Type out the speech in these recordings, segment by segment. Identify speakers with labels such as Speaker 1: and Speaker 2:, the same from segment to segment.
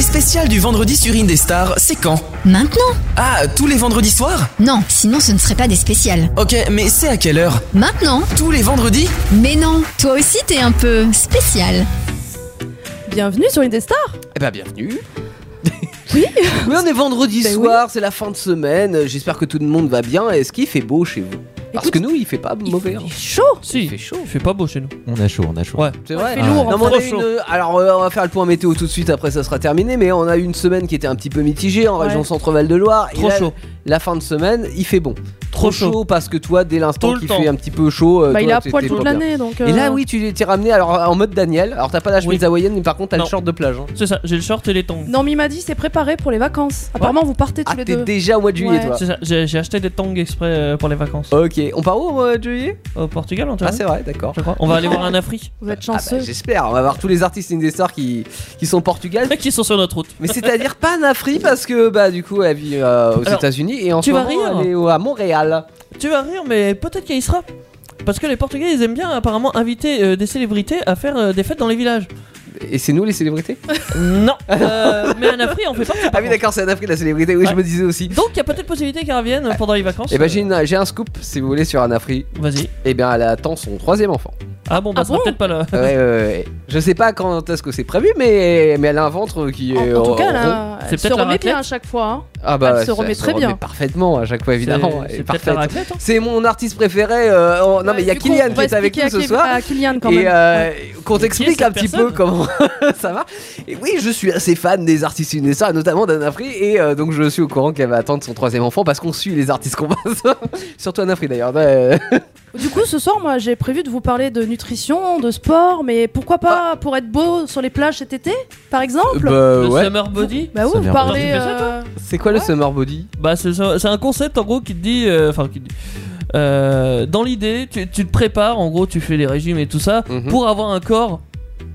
Speaker 1: spécial du vendredi sur Indestar, c'est quand
Speaker 2: Maintenant
Speaker 1: Ah, tous les vendredis soirs
Speaker 2: Non, sinon ce ne serait pas des spéciales.
Speaker 1: Ok, mais c'est à quelle heure
Speaker 2: Maintenant
Speaker 1: Tous les vendredis
Speaker 2: Mais non, toi aussi t'es un peu spécial.
Speaker 3: Bienvenue sur Indestar
Speaker 4: Eh ben bienvenue.
Speaker 3: Oui.
Speaker 4: Oui, on est vendredi
Speaker 3: Ben oui.
Speaker 4: soir, c'est la fin de semaine. J'espère que tout le monde va bien. Est-ce qu'il fait beau chez vous Parce
Speaker 3: Écoute,
Speaker 4: que nous, il fait pas mauvais. hein.
Speaker 3: Il fait chaud
Speaker 5: Si,
Speaker 4: Il fait chaud.
Speaker 5: il fait pas beau chez nous.
Speaker 6: On a chaud, on a chaud.
Speaker 5: Ouais.
Speaker 4: C'est vrai.
Speaker 3: il fait lourd,
Speaker 4: Non,
Speaker 3: en
Speaker 4: mais on
Speaker 5: fait.
Speaker 4: a eu une- Alors, euh, on va faire le point météo tout de suite. Après, ça sera terminé. Mais on a eu une semaine qui était un petit peu mitigée en
Speaker 3: Ouais.
Speaker 4: région Centre-Val de Loire. Et
Speaker 5: Trop
Speaker 4: là,
Speaker 5: chaud.
Speaker 4: La fin de semaine, il fait bon. Trop
Speaker 5: Trop
Speaker 4: chaud,
Speaker 5: chaud.
Speaker 4: parce que toi, dès l'instant
Speaker 5: Tout le
Speaker 4: qu'il
Speaker 5: temps.
Speaker 4: fait un petit peu chaud, euh,
Speaker 3: Bah
Speaker 4: toi,
Speaker 3: il est à
Speaker 4: t'es-
Speaker 3: poil
Speaker 4: t'es
Speaker 3: toute
Speaker 4: pas bien.
Speaker 3: l'année donc...
Speaker 4: Et là,
Speaker 3: euh,
Speaker 4: oui, tu t'es ramené alors en mode Daniel. Alors, t'as pas la chemise
Speaker 5: Oui.
Speaker 4: hawaïenne, mais par contre, t'as le
Speaker 5: Non.
Speaker 4: short de plage. hein.
Speaker 5: C'est ça, j'ai le short et les tongs.
Speaker 3: Non mais il m'a dit c'est préparé pour les vacances. Apparemment vous partez tous
Speaker 4: Ah,
Speaker 3: les
Speaker 4: t'es
Speaker 3: deux.
Speaker 4: déjà au mois de juillet,
Speaker 3: Ouais.
Speaker 4: toi.
Speaker 5: C'est ça, j'ai j'ai acheté des tongs exprès euh, pour les vacances.
Speaker 4: Ok, on part où au mois de juillet
Speaker 5: Au Portugal, on te
Speaker 4: Ah, c'est vrai, d'accord.
Speaker 5: je crois. On va aller voir un Afri.
Speaker 3: Vous êtes
Speaker 4: Ah bah,
Speaker 3: chanceux.
Speaker 4: J'espère, on va voir tous les artistes Indestar qui, qui sont au Portugal.
Speaker 5: Les mecs qui sont sur notre route.
Speaker 4: Mais c'est-à-dire pas en Afrique parce que bah du coup elle vit euh, aux
Speaker 5: Alors,
Speaker 4: États-Unis et en
Speaker 5: tu
Speaker 4: ce
Speaker 5: vas
Speaker 4: moment
Speaker 5: rire.
Speaker 4: elle est au- à Montréal.
Speaker 5: Tu vas rire, mais peut-être qu'il y sera. Parce que les Portugais, ils aiment bien apparemment inviter euh, des célébrités à faire euh, des fêtes dans les villages.
Speaker 4: Et c'est nous les célébrités
Speaker 5: Non. Euh, mais un Afri, on fait partie. par
Speaker 4: Ah oui
Speaker 5: contre.
Speaker 4: d'accord, c'est en Afrique la célébrité, oui je
Speaker 5: Ouais.
Speaker 4: me disais aussi.
Speaker 5: Donc il y a peut-être possibilité qu'elle revienne euh, pendant les vacances.
Speaker 4: Et bah
Speaker 5: Euh,
Speaker 4: j'ai une- j'ai un scoop si vous voulez sur Anafri.
Speaker 5: Vas-y.
Speaker 4: Et bien elle attend son troisième enfant.
Speaker 5: Ah bon, bah
Speaker 3: Ah
Speaker 5: ça sera
Speaker 3: bon
Speaker 5: peut-être pas là.
Speaker 4: Ouais, ouais, ouais. Je sais pas quand est-ce que c'est prévu mais, mais elle a un ventre qui est...
Speaker 3: En, en tout
Speaker 4: euh,
Speaker 3: cas,
Speaker 4: rond.
Speaker 3: là,
Speaker 5: C'est
Speaker 3: elle se
Speaker 5: peut-être la
Speaker 3: remet bien à
Speaker 5: raclette.
Speaker 3: chaque fois. hein.
Speaker 4: Ah bah
Speaker 3: elle
Speaker 4: ouais,
Speaker 3: se
Speaker 4: ça
Speaker 3: remet très bien.
Speaker 4: parfaitement à chaque fois évidemment.
Speaker 5: C'est-
Speaker 4: elle est
Speaker 5: C'est peut-être la
Speaker 4: parfaite.
Speaker 5: raclette. hein.
Speaker 4: C'est mon artiste préféré. euh, oh, non mais il y a
Speaker 3: Du coup,
Speaker 4: Kylian
Speaker 3: on
Speaker 4: qui
Speaker 3: va
Speaker 4: est avec nous
Speaker 3: expliquer
Speaker 4: ce
Speaker 3: à Ky-
Speaker 4: soir.
Speaker 3: à Kylian quand
Speaker 4: Et
Speaker 3: même.
Speaker 4: euh, qu'on
Speaker 5: Et qui est
Speaker 4: t'explique
Speaker 5: cette
Speaker 4: un petit peu comment ça va. Et oui, je suis assez fan des artistes Unessa, notamment d'Anafri, et euh, donc je suis au courant qu'elle va attendre son troisième enfant parce qu'on suit les artistes qu'on passe. Surtout Anafri d'ailleurs. Euh,
Speaker 3: Du coup, ce soir, moi, j'ai prévu de vous parler de nutrition, de sport, mais pourquoi pas pour être beau sur les plages cet été, par exemple
Speaker 4: bah
Speaker 5: le
Speaker 4: ouais.
Speaker 5: summer body.
Speaker 3: Bah oui,
Speaker 6: Ça
Speaker 3: vous
Speaker 6: m'a
Speaker 3: parlez.
Speaker 5: l'air de-
Speaker 3: euh,
Speaker 4: C'est quoi le summer body
Speaker 5: Bah c'est c'est un concept en gros qui te dit, euh, enfin qui te dit, euh, dans l'idée, tu, tu te prépares, en gros, tu fais les régimes et tout ça
Speaker 4: Mhm.
Speaker 5: pour avoir un corps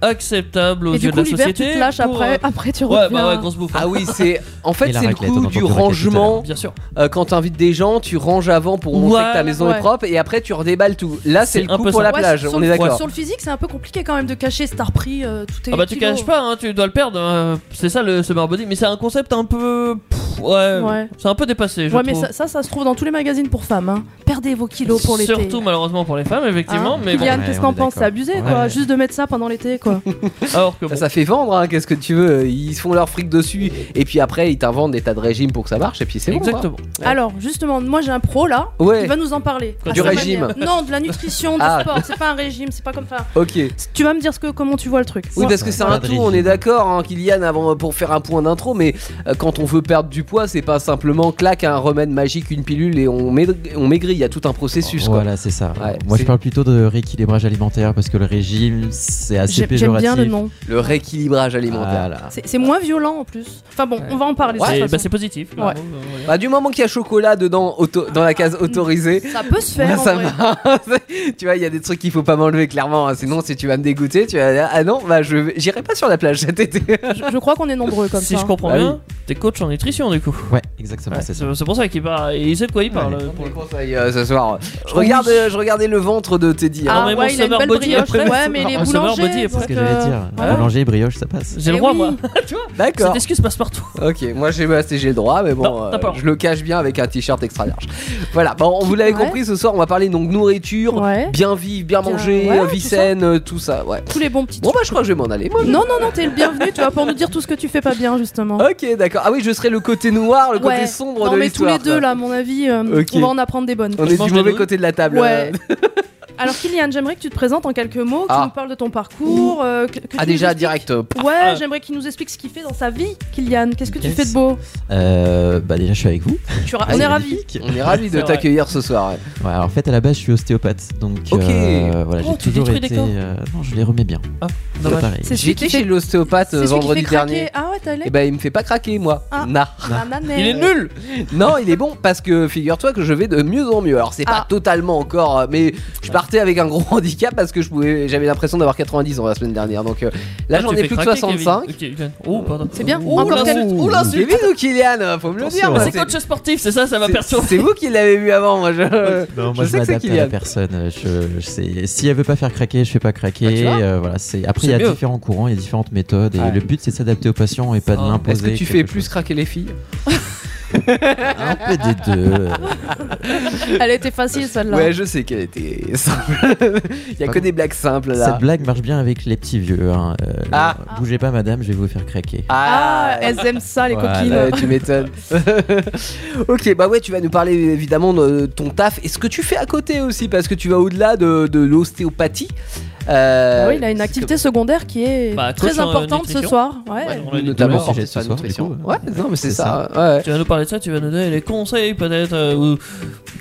Speaker 5: acceptable aux
Speaker 3: Et
Speaker 5: yeux
Speaker 3: du coup,
Speaker 5: de la
Speaker 3: l'hiver, tu
Speaker 5: société.
Speaker 3: te lâches
Speaker 5: pour,
Speaker 3: après,
Speaker 5: euh,
Speaker 3: après tu reviens.
Speaker 5: Ouais, bah ouais, grosse bouffe. hein.
Speaker 4: Ah oui, c'est en fait
Speaker 6: Et la
Speaker 4: c'est le
Speaker 6: raclette, on
Speaker 4: coup
Speaker 6: entend
Speaker 4: du
Speaker 6: la raclette tout à
Speaker 4: rangement.
Speaker 5: Bien sûr.
Speaker 4: Euh, quand t'invites des gens, tu ranges avant pour montrer
Speaker 5: Voilà,
Speaker 4: que ta maison
Speaker 3: ouais.
Speaker 4: est propre, et après tu redéballes tout. Là, c'est
Speaker 5: C'est
Speaker 4: le
Speaker 5: un
Speaker 4: coup
Speaker 5: peu
Speaker 4: pour
Speaker 5: ça.
Speaker 4: la
Speaker 3: Ouais,
Speaker 4: plage.
Speaker 3: sur,
Speaker 4: on
Speaker 3: le-
Speaker 4: est d'accord.
Speaker 3: Sur le physique, c'est un peu compliqué quand même de cacher cet repris euh, tout est
Speaker 5: Ah bah tu caches pas, hein, tu dois le perdre. hein. C'est ça le summer body, mais c'est un concept un peu, pff, ouais,
Speaker 3: Ouais.
Speaker 5: c'est un peu dépassé. Je
Speaker 3: Ouais, mais
Speaker 5: trouve.
Speaker 3: ça, ça, ça se trouve dans tous les magazines pour femmes. hein. Perdez vos kilos pour l'été.
Speaker 5: Surtout malheureusement pour les femmes, effectivement.
Speaker 3: Hein
Speaker 5: mais bon.
Speaker 3: Kylian,
Speaker 6: Ouais,
Speaker 3: qu'est-ce
Speaker 6: on
Speaker 3: qu'on
Speaker 6: est
Speaker 3: pense C'est
Speaker 6: d'accord.
Speaker 3: abusé, quoi.
Speaker 5: Ouais.
Speaker 3: Juste de mettre ça pendant l'été, quoi.
Speaker 5: Alors que
Speaker 4: Ça,
Speaker 5: bon.
Speaker 4: ça fait vendre, hein, qu'est-ce que tu veux Ils se font leur fric dessus, et puis après ils t'inventent des tas de régimes pour que ça marche, et puis c'est bon. hein. quoi.
Speaker 5: Exactement.
Speaker 4: Ouais.
Speaker 3: Alors, justement, moi j'ai un pro là.
Speaker 4: Ouais.
Speaker 3: Il va nous en parler. Ah,
Speaker 5: Du
Speaker 3: à sa
Speaker 4: régime.
Speaker 3: manière. Non, de la nutrition, du
Speaker 4: Ah.
Speaker 3: sport. C'est pas un régime, c'est pas comme ça.
Speaker 4: Ok.
Speaker 3: Tu vas me dire ce que, comment tu vois le truc.
Speaker 4: Oui,
Speaker 3: Moi-
Speaker 4: parce que c'est
Speaker 6: Pas
Speaker 4: un
Speaker 6: de
Speaker 4: tout, on
Speaker 6: régime.
Speaker 4: est d'accord, hein, Kylian, avant, pour faire un point d'intro, mais euh, quand on veut perdre du poids, c'est pas simplement claque un remède magique, une pilule et on, maigri- on maigrit, il y a tout un processus. Quoi.
Speaker 6: Voilà, c'est ça.
Speaker 4: Ouais,
Speaker 6: Moi,
Speaker 4: c'est-
Speaker 6: je parle plutôt de rééquilibrage alimentaire parce que le régime, c'est assez
Speaker 3: J'ai- J'aime
Speaker 6: péjoratif.
Speaker 3: bien le nom.
Speaker 4: Le rééquilibrage alimentaire.
Speaker 6: Voilà.
Speaker 3: C'est c'est moins violent en plus. Enfin bon, on va en parler. de
Speaker 5: C'est-
Speaker 3: toute
Speaker 5: bah,
Speaker 3: façon.
Speaker 5: c'est positif.
Speaker 3: Ouais.
Speaker 5: clairement, euh, voilà.
Speaker 4: Bah, du moment qu'il y a chocolat dedans, auto- dans la case autorisée.
Speaker 3: ça peut se
Speaker 4: bah,
Speaker 3: faire. en
Speaker 4: ça
Speaker 3: vrai.
Speaker 4: va. tu vois, il y a des trucs qu'il faut pas m'enlever clairement. hein, Sinon, si tu vas me dégoûter, tu vas dire ah non, bah je vais- j'irai pas sur la plage cet été.
Speaker 3: Je, je crois qu'on est nombreux comme
Speaker 5: si
Speaker 3: ça.
Speaker 5: je comprends
Speaker 4: Ah
Speaker 5: bien, t'es coach en nutrition du coup.
Speaker 6: Ouais, exactement,
Speaker 5: Ouais,
Speaker 6: c'est
Speaker 5: c'est
Speaker 6: ça.
Speaker 5: c'est pour ça qu'il parle. et Il sait de quoi il parle.
Speaker 6: Ouais,
Speaker 5: euh, pour le coup.
Speaker 4: Conseil, euh, ce soir. Je regarde, euh, je regardais le ventre de Teddy. hein.
Speaker 3: Ah
Speaker 5: Non, mais mon
Speaker 3: ouais, il a une
Speaker 5: summer
Speaker 3: belle
Speaker 5: body
Speaker 3: brioche.
Speaker 5: après,
Speaker 3: ouais, mais
Speaker 5: mon
Speaker 3: les
Speaker 5: summer
Speaker 3: boulangers.
Speaker 5: body après.
Speaker 6: C'est ce que j'allais dire.
Speaker 3: voilà.
Speaker 6: Boulanger et brioche, ça passe.
Speaker 5: J'ai
Speaker 3: Eh
Speaker 5: le droit
Speaker 3: euh, oui.
Speaker 5: moi.
Speaker 4: D'accord.
Speaker 5: Cette excuse passe partout.
Speaker 4: Ok, moi j'ai bah, c'est- j'ai le droit, mais bon,
Speaker 5: Non, t'as
Speaker 4: euh,
Speaker 5: pas.
Speaker 4: je le cache bien avec un t-shirt extra large. Voilà, bon, vous l'avez
Speaker 3: Ouais.
Speaker 4: compris, ce soir on va parler donc nourriture,
Speaker 3: Ouais.
Speaker 4: bien vivre, bien,
Speaker 3: Bien-
Speaker 4: manger,
Speaker 3: ouais,
Speaker 4: euh,
Speaker 3: tout
Speaker 4: vie
Speaker 3: ça.
Speaker 4: saine, euh, tout ça, ouais.
Speaker 3: Tous les bons petits
Speaker 4: Bon bah je crois que je vais m'en aller. moi.
Speaker 3: Non, non, non, t'es le bienvenu, tu vois, pour nous dire tout ce que tu fais pas bien, justement.
Speaker 4: Ok, d'accord. Ah oui, je serai le côté noir, le
Speaker 3: Ouais.
Speaker 4: côté sombre
Speaker 3: Non,
Speaker 4: de
Speaker 3: mais tous les
Speaker 4: l'histoire.
Speaker 3: deux,
Speaker 4: quoi.
Speaker 3: là, à mon avis, euh,
Speaker 4: Ok.
Speaker 3: on va en apprendre des bonnes.
Speaker 4: On
Speaker 5: Je
Speaker 4: est
Speaker 5: mange
Speaker 4: du
Speaker 5: des
Speaker 4: mauvais
Speaker 5: nouilles.
Speaker 4: côté de la table.
Speaker 3: Ouais.
Speaker 4: euh.
Speaker 3: Alors, Kylian, j'aimerais que tu te présentes en quelques mots, que
Speaker 4: Ah.
Speaker 3: tu nous parles de ton parcours. euh, que- que tu
Speaker 4: Ah
Speaker 3: nous
Speaker 4: déjà
Speaker 3: expliques-
Speaker 4: direct. euh,
Speaker 3: Ouais,
Speaker 5: Ah.
Speaker 3: j'aimerais qu'il nous explique ce qu'il fait dans sa vie, Kylian. Qu'est-ce que tu
Speaker 6: Yes.
Speaker 3: fais de beau
Speaker 6: Euh, bah déjà, je suis avec vous.
Speaker 3: Tu ra-
Speaker 6: Ah,
Speaker 3: On est
Speaker 6: c'est
Speaker 3: ravis.
Speaker 6: magnifique.
Speaker 4: On est ravis de
Speaker 5: C'est vrai.
Speaker 4: t'accueillir ce soir. ouais.
Speaker 6: Ouais, alors en fait, à la base, je suis ostéopathe. Donc,
Speaker 4: Ok.
Speaker 6: euh, voilà,
Speaker 5: Oh,
Speaker 6: j'ai
Speaker 5: tu
Speaker 6: toujours
Speaker 5: détruis des
Speaker 6: été.
Speaker 5: corps.
Speaker 6: euh, non, je les remets bien.
Speaker 5: Ah,
Speaker 6: C'est
Speaker 5: dommage.
Speaker 6: pareil.
Speaker 3: C'est celui
Speaker 4: J'étais
Speaker 3: qui
Speaker 4: chez
Speaker 3: fait,
Speaker 4: l'ostéopathe
Speaker 3: c'est celui
Speaker 4: euh,
Speaker 3: qui fait
Speaker 4: vendredi
Speaker 3: craquer.
Speaker 4: dernier.
Speaker 3: Ah ouais, t'as allé
Speaker 4: Et bah il me fait pas craquer moi.
Speaker 3: Ah.
Speaker 4: Nah.
Speaker 3: Ah, ma mère.
Speaker 5: Il est nul.
Speaker 4: Non, il est bon parce que figure-toi que je vais de mieux en mieux. Alors c'est pas
Speaker 3: Ah.
Speaker 4: totalement encore, euh, mais je partais avec un gros handicap parce que je pouvais, j'avais l'impression d'avoir 90 ans la semaine dernière. Donc euh, là
Speaker 5: Ah,
Speaker 4: j'en
Speaker 5: tu
Speaker 4: ai
Speaker 5: fais
Speaker 4: plus que
Speaker 5: craquer,
Speaker 4: 65.
Speaker 5: Kevin. Ok, Kevin. Oh, pardon.
Speaker 3: C'est bien.
Speaker 5: Oh,
Speaker 3: Encore
Speaker 5: là,
Speaker 3: quelques-
Speaker 5: c'est-
Speaker 4: Ouh, c'est vite ou Kylian, faut me le dire.
Speaker 6: Attention.
Speaker 4: moi,
Speaker 5: hein, C'est
Speaker 4: c'est-
Speaker 5: coach sportif, c'est ça, ça m'a
Speaker 4: c'est-
Speaker 5: perturbé.
Speaker 4: C'est vous qui l'avez vu avant, moi. Je,
Speaker 6: Non,
Speaker 4: je
Speaker 6: moi je,
Speaker 4: sais que c'est
Speaker 6: m'adapte à la
Speaker 4: Kylian.
Speaker 6: personne. Je, je sais- si elle veut pas faire craquer, je fais pas
Speaker 4: Bah, tu
Speaker 6: craquer.
Speaker 4: vois.
Speaker 6: euh, voilà, c'est après
Speaker 5: C'est
Speaker 6: il y a
Speaker 5: mieux.
Speaker 6: différents courants, il y a différentes méthodes et
Speaker 4: Ouais.
Speaker 6: le but c'est de s'adapter aux patients l'alimentation et pas de
Speaker 5: Ah.
Speaker 4: Est-ce
Speaker 6: l'imposer.
Speaker 4: que tu fais
Speaker 6: quelque
Speaker 4: plus
Speaker 6: chose.
Speaker 4: craquer les filles
Speaker 6: Un peu des deux.
Speaker 3: Elle était facile celle-là.
Speaker 4: Ouais, je sais qu'elle était simple. Il y a
Speaker 6: Pas
Speaker 4: que
Speaker 6: bon.
Speaker 4: des blagues simples là.
Speaker 6: Cette blague marche bien avec les petits vieux. hein. Euh,
Speaker 4: Ah.
Speaker 6: alors, Bougez pas, madame, je vais vous faire craquer.
Speaker 3: Ah, elles aiment ça, les
Speaker 6: Voilà.
Speaker 4: Ouais, bah,
Speaker 3: coquines.
Speaker 4: tu m'étonnes. ok, bah ouais, tu vas nous parler évidemment de ton taf et ce que tu fais à côté aussi, parce que tu vas au-delà de, de l'ostéopathie. Euh,
Speaker 3: Ah oui, il a une
Speaker 4: c'est
Speaker 3: activité secondaire qui est
Speaker 5: Bah,
Speaker 3: très
Speaker 5: coach en
Speaker 3: importante ce
Speaker 5: nutrition.
Speaker 3: soir. Ouais.
Speaker 5: Ouais, on
Speaker 4: comme-
Speaker 5: l'a dit
Speaker 4: notamment
Speaker 5: tout à l'heure.
Speaker 6: sujet de
Speaker 4: sur la
Speaker 6: ce soir,
Speaker 4: nutrition.
Speaker 6: du coup.
Speaker 4: Ouais, non, mais c'est
Speaker 6: C'est
Speaker 4: ça. ouais.
Speaker 5: Tu vas nous parler de ça, tu vas nous donner les conseils peut-être euh, ou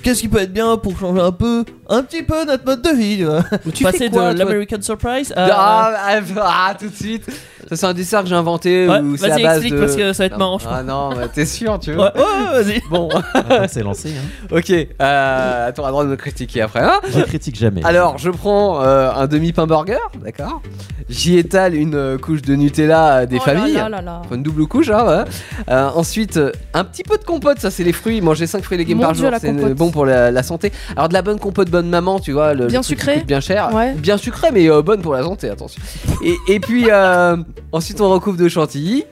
Speaker 5: qu'est-ce qui peut être bien pour changer un peu, un petit peu notre mode de vie. tu vois.
Speaker 4: Ou Tu
Speaker 5: Passer
Speaker 4: fais quoi,
Speaker 5: de
Speaker 4: toi
Speaker 5: l'American Surprise à.
Speaker 4: ah, ah, ah, tout de suite. Ça, c'est un dessert que j'ai inventé.
Speaker 5: Ouais,
Speaker 4: ou c'est à
Speaker 5: vas-y,
Speaker 4: base
Speaker 5: explique
Speaker 4: de-
Speaker 5: parce que ça va être marrant. je crois.
Speaker 4: Ah non, mais t'es sûr, tu veux
Speaker 5: Ouais, ouais, ouais, vas-y.
Speaker 4: Bon,
Speaker 6: Maintenant, c'est lancé. Hein.
Speaker 4: ok. Euh, t'auras le droit de me critiquer après. hein
Speaker 6: Je critique jamais.
Speaker 4: Alors, je prends euh, un demi-pain burger, d'accord J'y étale une euh, couche de Nutella euh, des
Speaker 3: Oh là
Speaker 4: familles.
Speaker 3: là là là.
Speaker 4: Faut une double couche, hein, ouais. Euh, ensuite, euh, un petit peu de compote, ça c'est les fruits. Manger 5 fruits et légumes
Speaker 3: Mon
Speaker 4: par
Speaker 3: Dieu,
Speaker 4: jour,
Speaker 3: la
Speaker 4: c'est
Speaker 3: compote.
Speaker 4: euh, bon pour la, la santé. Alors, de la bonne compote, bonne maman, tu vois. Le,
Speaker 3: Bien
Speaker 4: le truc qui
Speaker 3: sucré.
Speaker 4: coûte Bien cher.
Speaker 3: Ouais.
Speaker 4: Bien sucré, mais euh, bonne pour la santé, attention. et, et puis, euh, ensuite, on recouvre de chantilly.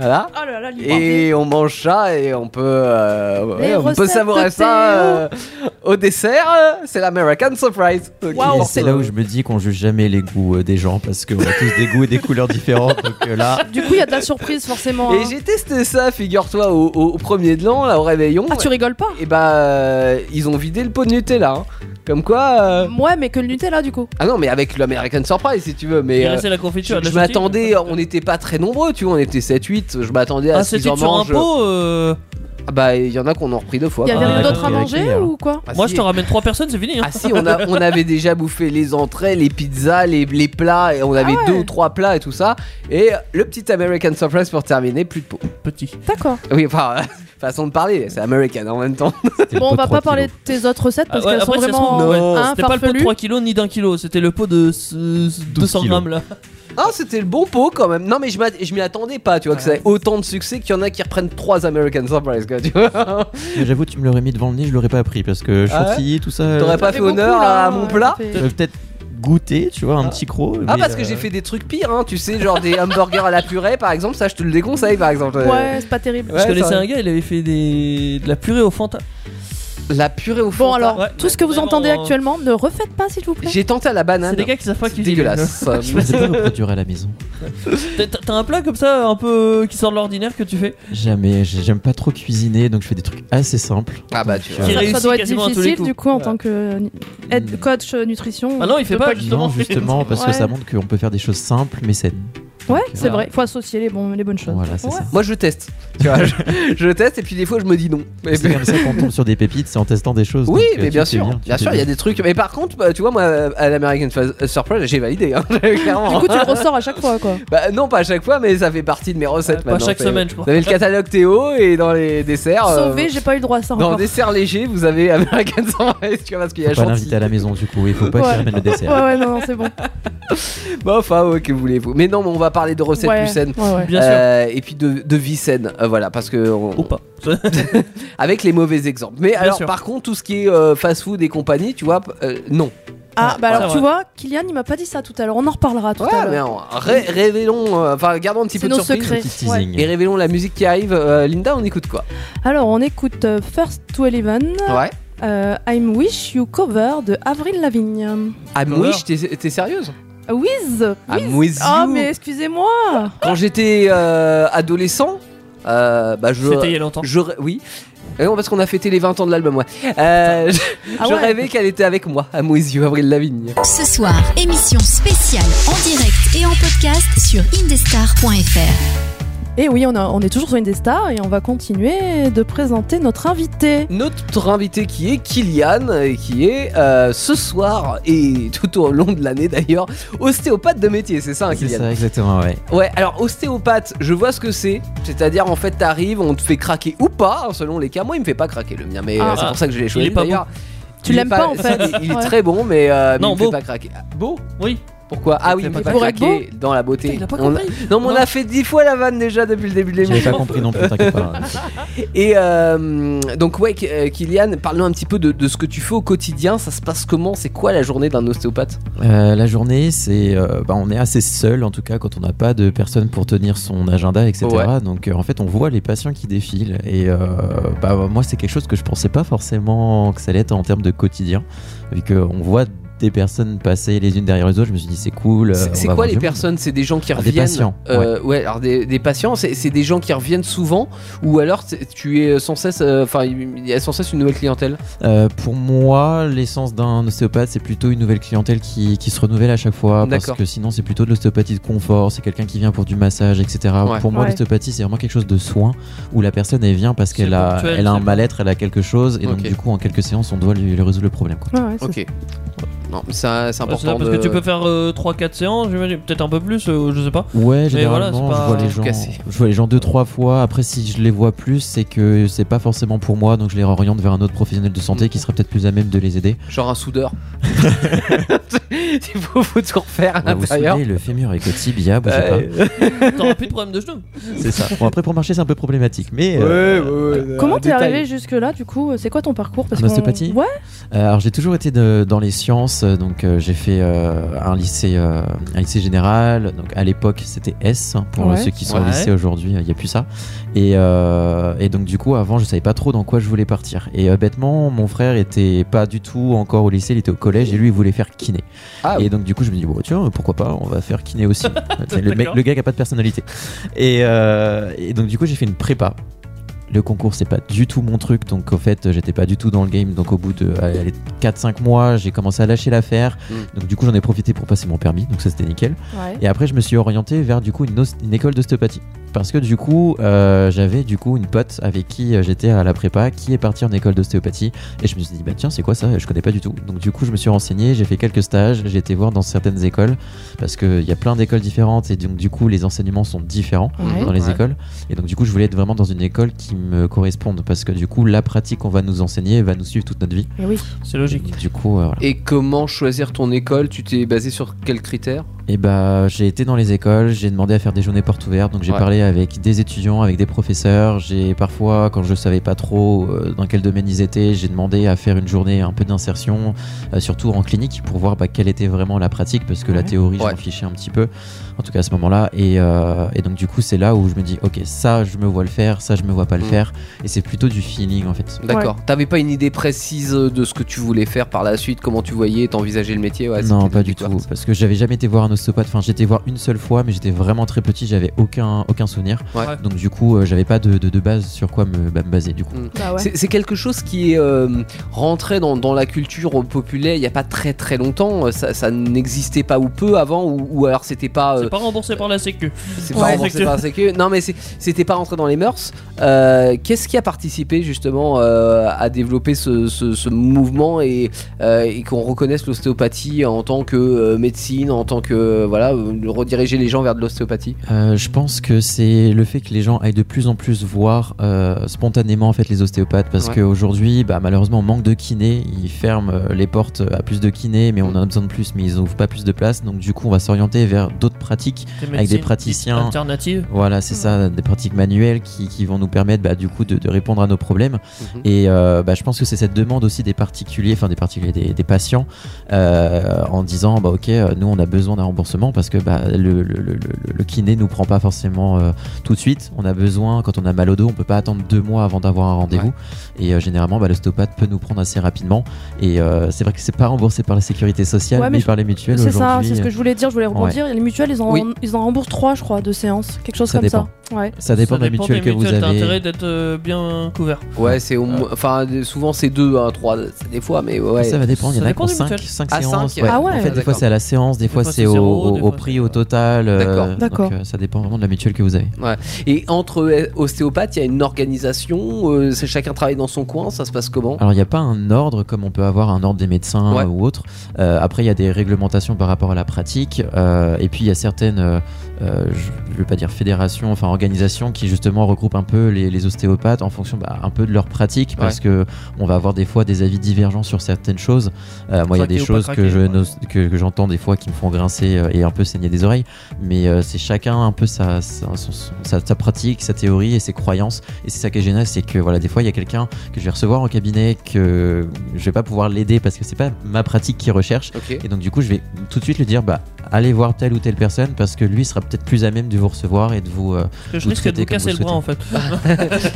Speaker 4: Voilà.
Speaker 3: Oh là là,
Speaker 5: Bah,
Speaker 3: l'idée.
Speaker 4: Et on mange ça et on peut, euh, ouais,
Speaker 3: Les
Speaker 4: on peut
Speaker 3: recettes
Speaker 4: savourer
Speaker 3: de
Speaker 4: ça
Speaker 3: Théo.
Speaker 4: euh, au dessert. euh, C'est l'American Surprise. Donc,
Speaker 6: Et
Speaker 4: il
Speaker 6: c'est
Speaker 4: porte,
Speaker 6: là
Speaker 4: euh,
Speaker 6: où je me dis qu'on juge jamais les goûts euh, des gens parce qu'on a tous des goûts et des couleurs différentes. Donc euh, là,
Speaker 3: Du coup, il y a de la surprise
Speaker 5: Oh.
Speaker 3: forcément. hein.
Speaker 4: Et j'ai testé ça, figure-toi, au, au- au premier de l'an, là, au réveillon.
Speaker 3: Ah, tu rigoles pas
Speaker 4: Et bah, euh, ils ont vidé le pot de Nutella. hein. Comme quoi. euh,
Speaker 3: Ouais, mais que le Nutella du coup.
Speaker 4: Ah non, mais avec l'American Surprise, si tu veux. Mais.
Speaker 5: Il
Speaker 4: euh,
Speaker 5: restait la
Speaker 4: Je,
Speaker 5: confiture. de
Speaker 4: je
Speaker 5: la chantilly.
Speaker 4: m'attendais, on n'était pas très nombreux, tu vois, on était 7-8, je m'attendais à
Speaker 5: Ah,
Speaker 4: ce
Speaker 5: c'était
Speaker 4: qu'ils en
Speaker 5: sur un
Speaker 4: mangent.
Speaker 5: pot. euh,
Speaker 4: Ah bah, il y en a qu'on en repris deux fois.
Speaker 3: Il y avait
Speaker 4: quoi.
Speaker 5: Ah,
Speaker 3: rien d'autre à
Speaker 6: d'accord.
Speaker 3: manger
Speaker 6: Bah, Avec les,
Speaker 3: ou quoi
Speaker 4: Ah,
Speaker 5: Moi,
Speaker 4: si.
Speaker 5: je te ramène trois personnes, c'est fini. hein.
Speaker 4: Ah si, on, a- on avait déjà bouffé les entrées, les pizzas, les, les plats, et on avait
Speaker 3: ouais.
Speaker 4: deux ou trois plats et tout ça. Et le petit American Surprise pour terminer, plus de peau.
Speaker 5: Petit.
Speaker 3: D'accord.
Speaker 4: Oui, enfin, façon de parler, c'est American en même temps.
Speaker 6: c'était le
Speaker 3: Bon, on
Speaker 6: pot de
Speaker 3: va
Speaker 6: trois
Speaker 3: pas parler de
Speaker 6: kilos.
Speaker 3: tes autres recettes parce
Speaker 5: Ah ouais,
Speaker 3: qu'elles sont
Speaker 5: après, ça se trouve,
Speaker 3: vraiment hein,
Speaker 5: ouais,
Speaker 3: un
Speaker 5: C'était pas le pot de
Speaker 3: farfelu.
Speaker 5: 3 kilos ni d'un kilo, c'était le pot de ce- ce 200
Speaker 6: kilos.
Speaker 5: grammes là.
Speaker 4: Ah, c'était le bon pot quand même. Non, mais je m'att- je m'y attendais pas, tu vois, que ça ait autant de succès qu'il y en a qui reprennent trois American Surprise, quoi, tu vois.
Speaker 6: Mais J'avoue, tu me l'aurais mis devant le nez, je l'aurais pas appris parce que
Speaker 4: Ah ouais
Speaker 6: chantilly, tout ça. euh,
Speaker 4: T'aurais pas
Speaker 3: fait
Speaker 4: fait honneur
Speaker 3: beaucoup, là,
Speaker 4: à mon
Speaker 3: ouais,
Speaker 4: plat
Speaker 3: ça fait-
Speaker 6: je vais peut-être goûter, tu vois, un petit croc.
Speaker 4: Ah,
Speaker 6: mais,
Speaker 4: parce que
Speaker 6: euh,
Speaker 4: j'ai fait des trucs pires, hein, tu sais, genre des hamburgers à la purée, par exemple, ça, je te le déconseille, par exemple.
Speaker 3: Ouais, c'est pas terrible.
Speaker 4: Ouais,
Speaker 5: je connaissais
Speaker 4: ça-
Speaker 5: un gars, il avait fait des... de la purée au Fanta.
Speaker 4: La purée au
Speaker 3: Bon
Speaker 4: fond.
Speaker 3: alors,
Speaker 5: Ouais,
Speaker 3: tout ce que vous
Speaker 5: vraiment,
Speaker 3: entendez
Speaker 5: euh,
Speaker 3: actuellement, ne refaites pas s'il vous plaît.
Speaker 4: J'ai tenté à la banane.
Speaker 5: C'est des gars qui savent pas
Speaker 4: C'est
Speaker 5: cuisiner.
Speaker 4: dégueulasse.
Speaker 6: Je pensais pas reproduire à la maison.
Speaker 5: T'as- T'as un plat comme ça, un peu euh, qui sort de l'ordinaire que tu fais
Speaker 6: Jamais, j'ai- j'aime pas trop cuisiner, donc je fais des trucs assez simples.
Speaker 4: ah bah, tu vois.
Speaker 5: Qui
Speaker 3: Ça, ça
Speaker 5: réussit
Speaker 3: doit être
Speaker 5: quasiment à tous les
Speaker 3: difficile
Speaker 5: coups.
Speaker 3: du coup en
Speaker 5: Ouais.
Speaker 3: tant que euh,
Speaker 6: Mm.
Speaker 3: aide- coach euh, nutrition.
Speaker 5: Ah non, il fait
Speaker 3: de
Speaker 5: pas, justement.
Speaker 6: non, justement, parce
Speaker 3: Ouais.
Speaker 6: que ça montre qu'on peut faire des choses simples mais saines.
Speaker 3: Ouais,
Speaker 6: Donc,
Speaker 3: c'est
Speaker 6: euh,
Speaker 3: vrai. Il faut associer les, bons, les bonnes choses.
Speaker 6: Voilà, c'est
Speaker 3: Ouais.
Speaker 6: ça.
Speaker 4: Moi je teste, tu vois, je, je teste et puis des fois je me dis non. Et
Speaker 6: C'est
Speaker 4: puis-
Speaker 6: comme ça qu'on tombe sur des pépites, c'est en testant des choses.
Speaker 4: oui,
Speaker 6: donc, euh,
Speaker 4: mais
Speaker 6: tu
Speaker 4: bien
Speaker 6: fais
Speaker 4: sûr,
Speaker 6: tu
Speaker 4: bien
Speaker 6: fais
Speaker 4: sûr, il y a des trucs. Mais par contre, bah, tu vois, moi à l'American Fa- Surprise, j'ai validé, hein,
Speaker 3: Du
Speaker 4: clairement.
Speaker 3: coup, tu le ressors à chaque fois quoi.
Speaker 4: Bah, non, pas à chaque fois, mais ça fait partie de mes recettes
Speaker 5: Pas
Speaker 4: maintenant.
Speaker 5: chaque
Speaker 4: C'est-
Speaker 5: semaine, je crois.
Speaker 4: Vous avez le catalogue Théo et dans les
Speaker 6: Ah,
Speaker 4: desserts. euh,
Speaker 3: Sauvé, j'ai pas eu le droit à ça
Speaker 4: dans
Speaker 3: encore.
Speaker 4: le dessert léger, vous avez American Surprise, tu vois, parce qu'il y a
Speaker 6: Faut pas
Speaker 4: gentil.
Speaker 6: l'inviter à la maison du coup, il faut pas
Speaker 3: Ouais.
Speaker 6: qu'il ramène le
Speaker 3: Ouais,
Speaker 6: dessert.
Speaker 3: ouais, non, non, c'est bon.
Speaker 4: Bah, enfin, ouais, que voulez-vous. Mais non, mais on va parler de recettes
Speaker 3: ouais.
Speaker 4: plus saines.
Speaker 3: Ouais, ouais.
Speaker 5: Bien sûr.
Speaker 4: Euh, et puis de, de vie saine, euh, voilà, parce que on-
Speaker 5: Ou
Speaker 6: Oh,
Speaker 5: pas.
Speaker 4: avec les mauvais exemples. Mais alors,
Speaker 5: sûr.
Speaker 4: par contre, tout ce qui est euh, fast-food et compagnie, tu vois, p- euh, non.
Speaker 3: Ah, bah
Speaker 5: Ouais,
Speaker 3: alors
Speaker 5: ouais.
Speaker 3: tu vois, Kylian, il m'a pas dit ça tout à l'heure. On en reparlera tout à
Speaker 4: Ouais, mais
Speaker 3: l'heure.
Speaker 4: non, ré- révélons, euh, enfin, gardons un petit
Speaker 3: C'est
Speaker 4: peu de
Speaker 3: nos
Speaker 4: surprise.
Speaker 3: secrets.
Speaker 6: Petit
Speaker 3: Ouais.
Speaker 6: teasing.
Speaker 4: Et révélons la musique qui arrive. Euh, Linda, on écoute quoi
Speaker 3: Alors, on écoute euh, First to Eleven,
Speaker 4: Ouais.
Speaker 3: euh, I'm Wish You Cover de Avril Lavigne.
Speaker 4: Amouish, Ah, t'es t'es sérieuse
Speaker 3: Euh, Wiz Wiz
Speaker 4: Amouish.
Speaker 3: Ah, mais excusez-moi
Speaker 4: Quand j'étais euh, adolescent, euh, bah je.
Speaker 5: C'était il y a longtemps.
Speaker 4: je oui. Euh, non, parce qu'on a fêté les 20 ans de l'album, ouais. Euh, je,
Speaker 3: Ah
Speaker 4: je
Speaker 3: ouais.
Speaker 4: rêvais qu'elle était avec moi, à Moïse Avril Lavigne.
Speaker 2: Ce soir, émission spéciale en direct et en podcast sur indestar.fr.
Speaker 3: Et oui, on, a- on est toujours sur une des stars et on va continuer de présenter notre invité.
Speaker 4: Notre invité qui est Kylian, et qui est euh, ce soir et tout au long de l'année d'ailleurs, ostéopathe de métier, c'est ça, hein,
Speaker 6: C'est
Speaker 4: Kylian
Speaker 6: ça, exactement, ouais.
Speaker 4: Ouais, alors ostéopathe, je vois ce que c'est. C'est-à-dire, en fait, t'arrives, on te fait craquer ou pas, hein, selon les cas. Moi, il me fait pas craquer le mien, mais
Speaker 3: Ah.
Speaker 4: euh, c'est pour ça que je l'ai choisi
Speaker 5: est pas
Speaker 4: d'ailleurs.
Speaker 3: Tu
Speaker 4: Il est
Speaker 3: l'aimes pas, en fait.
Speaker 4: Il, il est
Speaker 3: Ouais.
Speaker 4: très bon, mais, euh, mais
Speaker 5: Non,
Speaker 4: il me fait
Speaker 5: beau.
Speaker 4: pas craquer. Ah, Beau
Speaker 5: Oui.
Speaker 4: Pourquoi Ah oui,
Speaker 5: T'as
Speaker 4: mais
Speaker 5: pas
Speaker 4: pas
Speaker 3: compris. Pour
Speaker 4: craquer dans la beauté.
Speaker 5: Putain, il a pas
Speaker 4: On a-
Speaker 5: compris.
Speaker 4: Non, mais on
Speaker 5: Non.
Speaker 4: a fait dix fois la vanne déjà depuis le début de
Speaker 6: J'avais
Speaker 4: l'émission.
Speaker 6: pas compris non plus, t'inquiète pas. hein.
Speaker 4: Et euh, donc, ouais, K- euh, Kylian, parle-nous un petit peu de, de ce que tu fais au quotidien. Ça se passe comment C'est quoi la journée d'un ostéopathe
Speaker 6: Euh, la journée, c'est, euh, bah, on est assez seul en tout cas quand on n'a pas de personne pour tenir son agenda, etc.
Speaker 4: Ouais.
Speaker 6: Donc euh, en fait, on voit les patients qui défilent et euh, bah, moi, c'est quelque chose que je pensais pas forcément que ça allait être en termes de quotidien, vu qu'on voit des personnes passer les unes derrière les autres. Je me suis dit, c'est cool. euh,
Speaker 4: C'est
Speaker 6: on
Speaker 4: c'est quoi
Speaker 6: va voir
Speaker 4: les
Speaker 6: du monde.
Speaker 4: personnes C'est des gens qui
Speaker 6: Ah,
Speaker 4: reviennent
Speaker 6: Des patients. ouais.
Speaker 4: Euh, ouais. alors des, des patients, c'est c'est des gens qui reviennent souvent ou alors c'est- tu es sans cesse, euh, enfin, il y a sans cesse une nouvelle clientèle.
Speaker 6: Euh, pour moi, l'essence d'un ostéopathe, c'est plutôt une nouvelle clientèle qui, qui se renouvelle à chaque fois. Parce
Speaker 4: D'accord.
Speaker 6: que sinon, c'est plutôt de l'ostéopathie de confort, c'est quelqu'un qui vient pour du massage, etc.
Speaker 4: Ouais.
Speaker 6: Pour moi,
Speaker 3: Ouais.
Speaker 6: l'ostéopathie, c'est vraiment quelque chose de soin où la personne, elle vient parce
Speaker 5: C'est
Speaker 6: qu'elle a,
Speaker 5: ponctuel,
Speaker 6: elle a
Speaker 5: c'est
Speaker 6: un
Speaker 5: bon.
Speaker 6: mal-être, elle a quelque chose. Et donc,
Speaker 4: Ok.
Speaker 6: du coup, en quelques séances, on doit lui, lui résoudre le problème. quoi.
Speaker 3: Ouais, ouais, c'est
Speaker 4: Ok. Non, mais ça- c'est
Speaker 5: Ouais, Ah, c'est
Speaker 4: important.
Speaker 5: ça, parce
Speaker 4: de-
Speaker 5: que tu peux faire 3-4 séances, j'imagine, peut-être un peu plus, euh, je sais pas.
Speaker 6: Ouais,
Speaker 5: Mais voilà,
Speaker 6: généralement,
Speaker 5: c'est pas-
Speaker 6: je, vois les
Speaker 5: Tout
Speaker 6: gens,
Speaker 4: cassé.
Speaker 6: je vois les gens deux, trois fois. Après, si je les vois plus, c'est que c'est pas forcément pour moi. Donc, je les oriente vers un autre professionnel de
Speaker 5: Mm.
Speaker 6: santé qui serait peut-être plus à même de les aider.
Speaker 4: Genre un soudeur. Il faut, faut tout refaire à
Speaker 5: Ah,
Speaker 6: Ouais, Bah, vous
Speaker 4: l'intérieur.
Speaker 6: soudez le fémur et le tibia, bougez pas.
Speaker 4: Euh,
Speaker 5: T'auras plus de problème de genoux.
Speaker 6: C'est ça. Bon, après, pour marcher, c'est un peu problématique. Mais euh,
Speaker 3: Comment t'es arrivé jusque-là du coup C'est quoi ton parcours
Speaker 6: En
Speaker 3: qu'on-
Speaker 6: ostéopathie
Speaker 3: Ouais,
Speaker 6: euh, alors, j'ai toujours été de- dans les sciences. Donc, euh, j'ai fait euh, un, lycée, euh, un lycée général. Donc, à l'époque, c'était S. hein, Pour euh,
Speaker 3: Ouais.
Speaker 6: ceux qui sont au
Speaker 5: Ouais.
Speaker 6: lycée aujourd'hui, euh, il n'y a plus ça. Et, euh, et donc, du coup, avant, je savais pas trop dans quoi je voulais partir. Et euh, bêtement, mon frère était pas du tout encore au lycée. Il était au collège et lui, il voulait faire kiné.
Speaker 4: Ah.
Speaker 6: et donc, du coup, je me dis, bon, tiens, pourquoi pas, on va faire kiné aussi. C'est le, mec,
Speaker 5: D'accord.
Speaker 6: le gars qui a pas de personnalité. Et, euh, et donc, du coup, j'ai fait une prépa. Le concours, c'est pas du tout mon truc, donc en fait, j'étais pas du tout dans le game. Donc, au bout de allez, 4-5 mois, j'ai commencé à lâcher l'affaire.
Speaker 4: Mm.
Speaker 6: Donc, du coup, j'en ai profité pour passer mon permis, donc ça c'était nickel.
Speaker 3: ouais.
Speaker 6: Et après, je me suis orienté vers du coup une, os- une école d'ostéopathie. Parce que du coup, euh, j'avais du coup une pote avec qui euh, j'étais à la prépa qui est partie en école d'ostéopathie. Et je me suis dit, bah tiens, c'est quoi ça Je connais pas du tout. Donc du coup, je me suis renseigné, j'ai fait quelques stages, j'ai été voir dans certaines écoles. Parce qu'il y a plein d'écoles différentes et donc du coup, les enseignements sont différents
Speaker 3: Ouais.
Speaker 6: dans les
Speaker 5: Ouais.
Speaker 6: écoles. Et donc du coup, je voulais être vraiment dans une école qui me corresponde. Parce que du coup, la pratique qu'on va nous enseigner va nous suivre toute notre vie.
Speaker 3: Et Eh oui.
Speaker 5: C'est logique.
Speaker 6: Du coup, euh, voilà.
Speaker 4: Et comment choisir ton école Tu t'es basé sur quels critères
Speaker 6: Et bah, j'ai été dans les écoles, j'ai demandé à faire des journées portes ouvertes, donc j'ai
Speaker 4: Ouais.
Speaker 6: parlé avec des étudiants, avec des professeurs. J'ai parfois, quand je savais pas trop euh, dans quel domaine ils étaient, j'ai demandé à faire une journée un peu d'insertion, euh, surtout en clinique, pour voir bah, quelle était vraiment la pratique, parce que la
Speaker 3: Ouais.
Speaker 6: théorie, je
Speaker 4: Ouais.
Speaker 6: m'en fichais un petit peu, en tout cas à ce moment-là. Et, euh, et donc, du coup, c'est là où je me dis, ok, ça, je me vois le faire, ça, je me vois pas le
Speaker 4: Mm.
Speaker 6: faire. Et c'est plutôt du feeling en fait.
Speaker 4: D'accord. T'avais pas une idée précise de ce que tu voulais faire par la suite Comment tu voyais, t'envisageais le métier Ouais,
Speaker 6: non,
Speaker 4: c'était
Speaker 6: pas du tout,
Speaker 4: découverte.
Speaker 6: parce que j'avais jamais été voir un ostéopathe. Enfin, j'étais voir une seule fois, mais j'étais vraiment très petit, j'avais aucun aucun souvenir.
Speaker 4: Ouais.
Speaker 6: Donc du coup, euh, j'avais pas de, de, de base sur quoi me, bah, me baser. Du coup,
Speaker 3: Bah ouais.
Speaker 4: C'est- C'est quelque chose qui est euh, rentré dans, dans la culture populaire il n'y a pas très très longtemps. Euh, Ça, ça n'existait pas ou peu avant, ou, ou alors c'était pas. euh,
Speaker 5: C'est pas remboursé par la Sécu.
Speaker 4: c'est
Speaker 5: Ouais.
Speaker 4: pas remboursé par la sécu. Non, mais c'est- c'était pas rentré dans les mœurs. Euh, Qu'est-ce qui a participé justement euh, à développer ce, ce- ce mouvement et, euh, et qu'on reconnaisse l'ostéopathie en tant que euh, médecine, en tant que. euh, voilà, euh, rediriger les gens vers de l'ostéopathie
Speaker 6: Euh, je pense que c'est le fait que les gens aillent de plus en plus voir euh, spontanément en fait les ostéopathes, parce
Speaker 4: Ouais.
Speaker 6: qu'aujourd'hui, bah, malheureusement, on manque de kinés. Ils ferment euh, les portes à plus de kinés, mais on en a besoin de plus, mais ils ouvrent pas plus de place. Donc du coup, on va s'orienter vers d'autres pratiques
Speaker 5: médecines
Speaker 6: des praticiens.
Speaker 5: Alternatives.
Speaker 6: Voilà, c'est ça, des pratiques manuelles qui, qui vont nous permettre bah, du coup de, de répondre à nos problèmes.
Speaker 4: Mhm.
Speaker 6: Et euh, bah, je pense que c'est cette demande aussi des particuliers, enfin des particuliers, des, des patients, euh, en disant bah ok, euh, nous on a besoin d'un remboursement parce que bah, le, le, le, le- le kiné nous prend pas forcément euh, tout de suite. On a besoin quand on a mal au dos, on peut pas attendre deux mois avant d'avoir un rendez-vous. Et euh, généralement, bah, l'ostéopathe peut nous prendre assez rapidement. Et euh, c'est vrai que c'est pas remboursé par la sécurité sociale,
Speaker 3: Ouais, mais
Speaker 6: mais,
Speaker 3: je-
Speaker 6: par les mutuelles
Speaker 3: C'est
Speaker 6: aujourd'hui.
Speaker 3: ça,
Speaker 6: euh,
Speaker 3: c'est ce que je voulais dire, je voulais rebondir. Les mutuelles, ils en,
Speaker 4: Oui.
Speaker 3: ils en remboursent 3, je crois, de séances, quelque chose
Speaker 6: Ça
Speaker 3: comme ça. Ouais.
Speaker 6: Ça dépend
Speaker 5: Ça
Speaker 6: de la mutuelle
Speaker 5: des
Speaker 6: que vous
Speaker 5: mutuelles, T'as
Speaker 6: avez.
Speaker 5: intérêt d'être euh, bien couvert.
Speaker 4: Ouais, c'est au moins- Enfin, souvent c'est 2, 3, des fois, mais ouais.
Speaker 6: Ça va dépendre, il y en
Speaker 5: Ça
Speaker 6: a qui
Speaker 5: dépend
Speaker 6: ont
Speaker 5: des
Speaker 6: 5,
Speaker 5: mutuelles.
Speaker 4: Ah,
Speaker 6: séances.
Speaker 4: cinq,
Speaker 3: ah ouais.
Speaker 6: En fait, des fois
Speaker 4: D'accord.
Speaker 6: c'est à la séance, des fois
Speaker 5: fois,
Speaker 6: c'est
Speaker 5: c'est
Speaker 6: au,
Speaker 5: zéro, des
Speaker 6: au
Speaker 5: fois,
Speaker 6: prix
Speaker 5: c'est-
Speaker 6: au total. euh,
Speaker 4: D'accord.
Speaker 6: donc,
Speaker 3: D'accord.
Speaker 6: euh, ça dépend vraiment de la mutuelle que vous avez.
Speaker 4: Et entre euh, ostéopathes, il y a une organisation, euh, c'est chacun travaille dans son coin, ça se passe comment
Speaker 6: Alors il n'y a pas un ordre comme on peut avoir un ordre des médecins
Speaker 4: Ouais.
Speaker 6: euh, ou autre. Euh, après il y a des réglementations par rapport à la pratique. euh, et puis il y a certaines euh, euh, je ne veux pas dire fédération, enfin organisation qui justement regroupe un peu les, les ostéopathes en fonction bah, un peu de leur pratique parce que on va avoir des fois des avis divergents sur certaines choses. Euh, moi, il y a
Speaker 5: Craquer
Speaker 6: des
Speaker 5: ou pas
Speaker 6: choses que
Speaker 5: craquer,
Speaker 6: je
Speaker 5: ouais.
Speaker 6: n'ose- que, que j'entends des fois qui me font grincer euh, et un peu saigner des oreilles, mais euh, c'est chacun un peu sa, sa, son- sa- sa pratique, sa théorie et ses croyances. Et c'est ça qui est gênant, c'est que voilà, des fois, il y a quelqu'un que je vais recevoir en cabinet que je vais pas pouvoir l'aider parce que c'est pas ma pratique qu'il recherche.
Speaker 4: Ok.
Speaker 6: Et donc du coup, je vais tout de suite lui dire, bah, allez voir telle ou telle personne parce que lui sera peut-être plus à même de vous recevoir et de vous. euh,
Speaker 5: Parce que je
Speaker 6: Vous
Speaker 5: risque de vous
Speaker 6: traitez comme
Speaker 5: casser le
Speaker 6: vous
Speaker 5: bras en fait.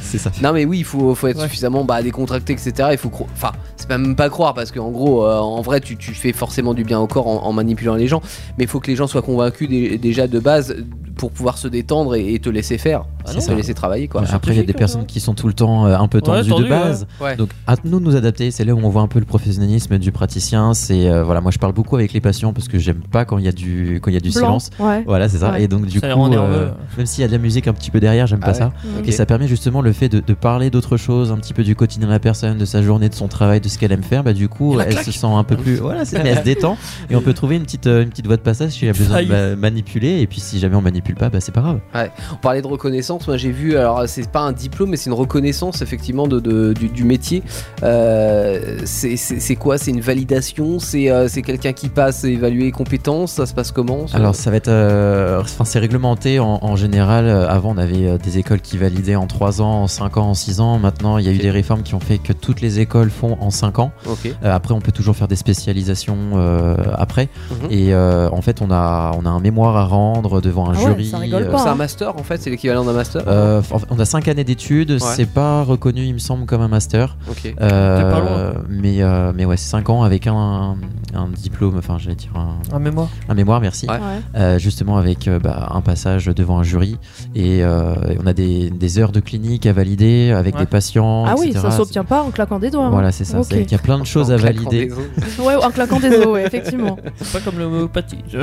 Speaker 6: c'est ça.
Speaker 4: Non mais oui, il faut, faut être
Speaker 5: Ouais.
Speaker 4: suffisamment bah, décontracté, etc. Il faut cro- enfin, c'est pas même pas croire parce qu'en gros, euh, en vrai, tu, tu fais forcément du bien au corps en, en manipulant les gens, mais il faut que les gens soient convaincus dé- déjà de base pour pouvoir se détendre et, et te laisser faire,
Speaker 6: C'est
Speaker 4: Ah non,
Speaker 6: ça.
Speaker 4: te laisser travailler quoi.
Speaker 6: Bah, Après, il y a des
Speaker 5: scientifique,
Speaker 6: personnes
Speaker 5: ouais.
Speaker 6: qui sont tout le temps euh, un peu tendues
Speaker 5: tendues,
Speaker 6: de base.
Speaker 4: Ouais.
Speaker 6: Donc à nous de nous adapter, c'est là où on voit un peu le professionnalisme du praticien. C'est euh, voilà, moi je parle beaucoup avec les patients parce que j'aime pas quand il y a du quand il y a du
Speaker 3: Blanc,
Speaker 6: silence.
Speaker 3: ouais.
Speaker 6: Voilà, c'est ça.
Speaker 3: Ouais.
Speaker 6: Et donc du
Speaker 5: Ça les
Speaker 6: coup, euh,
Speaker 5: rend nerveux.
Speaker 6: même s'il y a de la musique un petit peu derrière, j'aime
Speaker 4: Ah
Speaker 6: pas
Speaker 4: ouais.
Speaker 6: ça.
Speaker 3: Mm.
Speaker 4: Ok.
Speaker 6: Et ça permet justement le fait de, de parler d'autre chose, un petit peu du quotidien de la personne, de sa journée, de son travail, de ce qu'elle aime faire. Bah du coup, elle se sent un peu plus. Voilà, c'est mais elle se détend et on peut trouver une petite euh, une petite voie de passage si elle a besoin de
Speaker 5: Faille.
Speaker 6: ma- manipuler. Et puis si jamais on manipule pas, bah c'est pas grave.
Speaker 4: On parlait de reconnaissance, moi j'ai vu, alors c'est pas un diplôme, mais c'est une reconnaissance effectivement de, de- du, du métier. Euh, c'est- c'est c'est quoi C'est une validation C'est euh, c'est quelqu'un qui passe évaluer les compétences Ça se passe comment ça
Speaker 6: Alors ça va être, euh, enfin c'est réglementé en, en général. euh, Avant on avait euh, des écoles qui validaient en 3 ans, en 5 ans, en 6 ans. Maintenant il y a eu
Speaker 4: Ok.
Speaker 6: des réformes qui ont fait que toutes les écoles font en 5 ans.
Speaker 4: Ok.
Speaker 6: Euh, après on peut toujours faire des spécialisations euh, après.
Speaker 4: Mhm.
Speaker 6: Et euh, en fait on a on a un mémoire à rendre devant un
Speaker 3: Ah ouais,
Speaker 6: jury.
Speaker 3: ça rigole
Speaker 6: euh,
Speaker 3: pas.
Speaker 4: C'est un master en fait, c'est l'équivalent d'un master
Speaker 6: euh, en fait, on a 5 années d'études,
Speaker 4: Ouais.
Speaker 6: c'est pas reconnu, il me semble, comme un master.
Speaker 4: Ok.
Speaker 6: Euh,
Speaker 5: pas loin.
Speaker 6: mais, euh, mais ouais, 5 ans avec un, un diplôme, enfin, j'allais dire un,
Speaker 5: Un mémoire.
Speaker 6: un mémoire, merci.
Speaker 4: Ouais.
Speaker 3: Ouais.
Speaker 6: Euh, justement avec euh, bah, un passage devant un jury et euh, on a des, des heures de clinique à valider avec
Speaker 5: Ouais.
Speaker 6: des patients.
Speaker 3: Ah oui,
Speaker 6: etc..
Speaker 3: ça s'obtient pas en claquant des doigts. hein.
Speaker 6: Voilà, c'est ça.
Speaker 3: Ok.
Speaker 6: Il y a plein de choses à
Speaker 4: En claquant
Speaker 6: valider.
Speaker 4: des os.
Speaker 3: Ouais, en claquant des os, ouais, effectivement.
Speaker 5: C'est pas comme l'homéopathie. Je-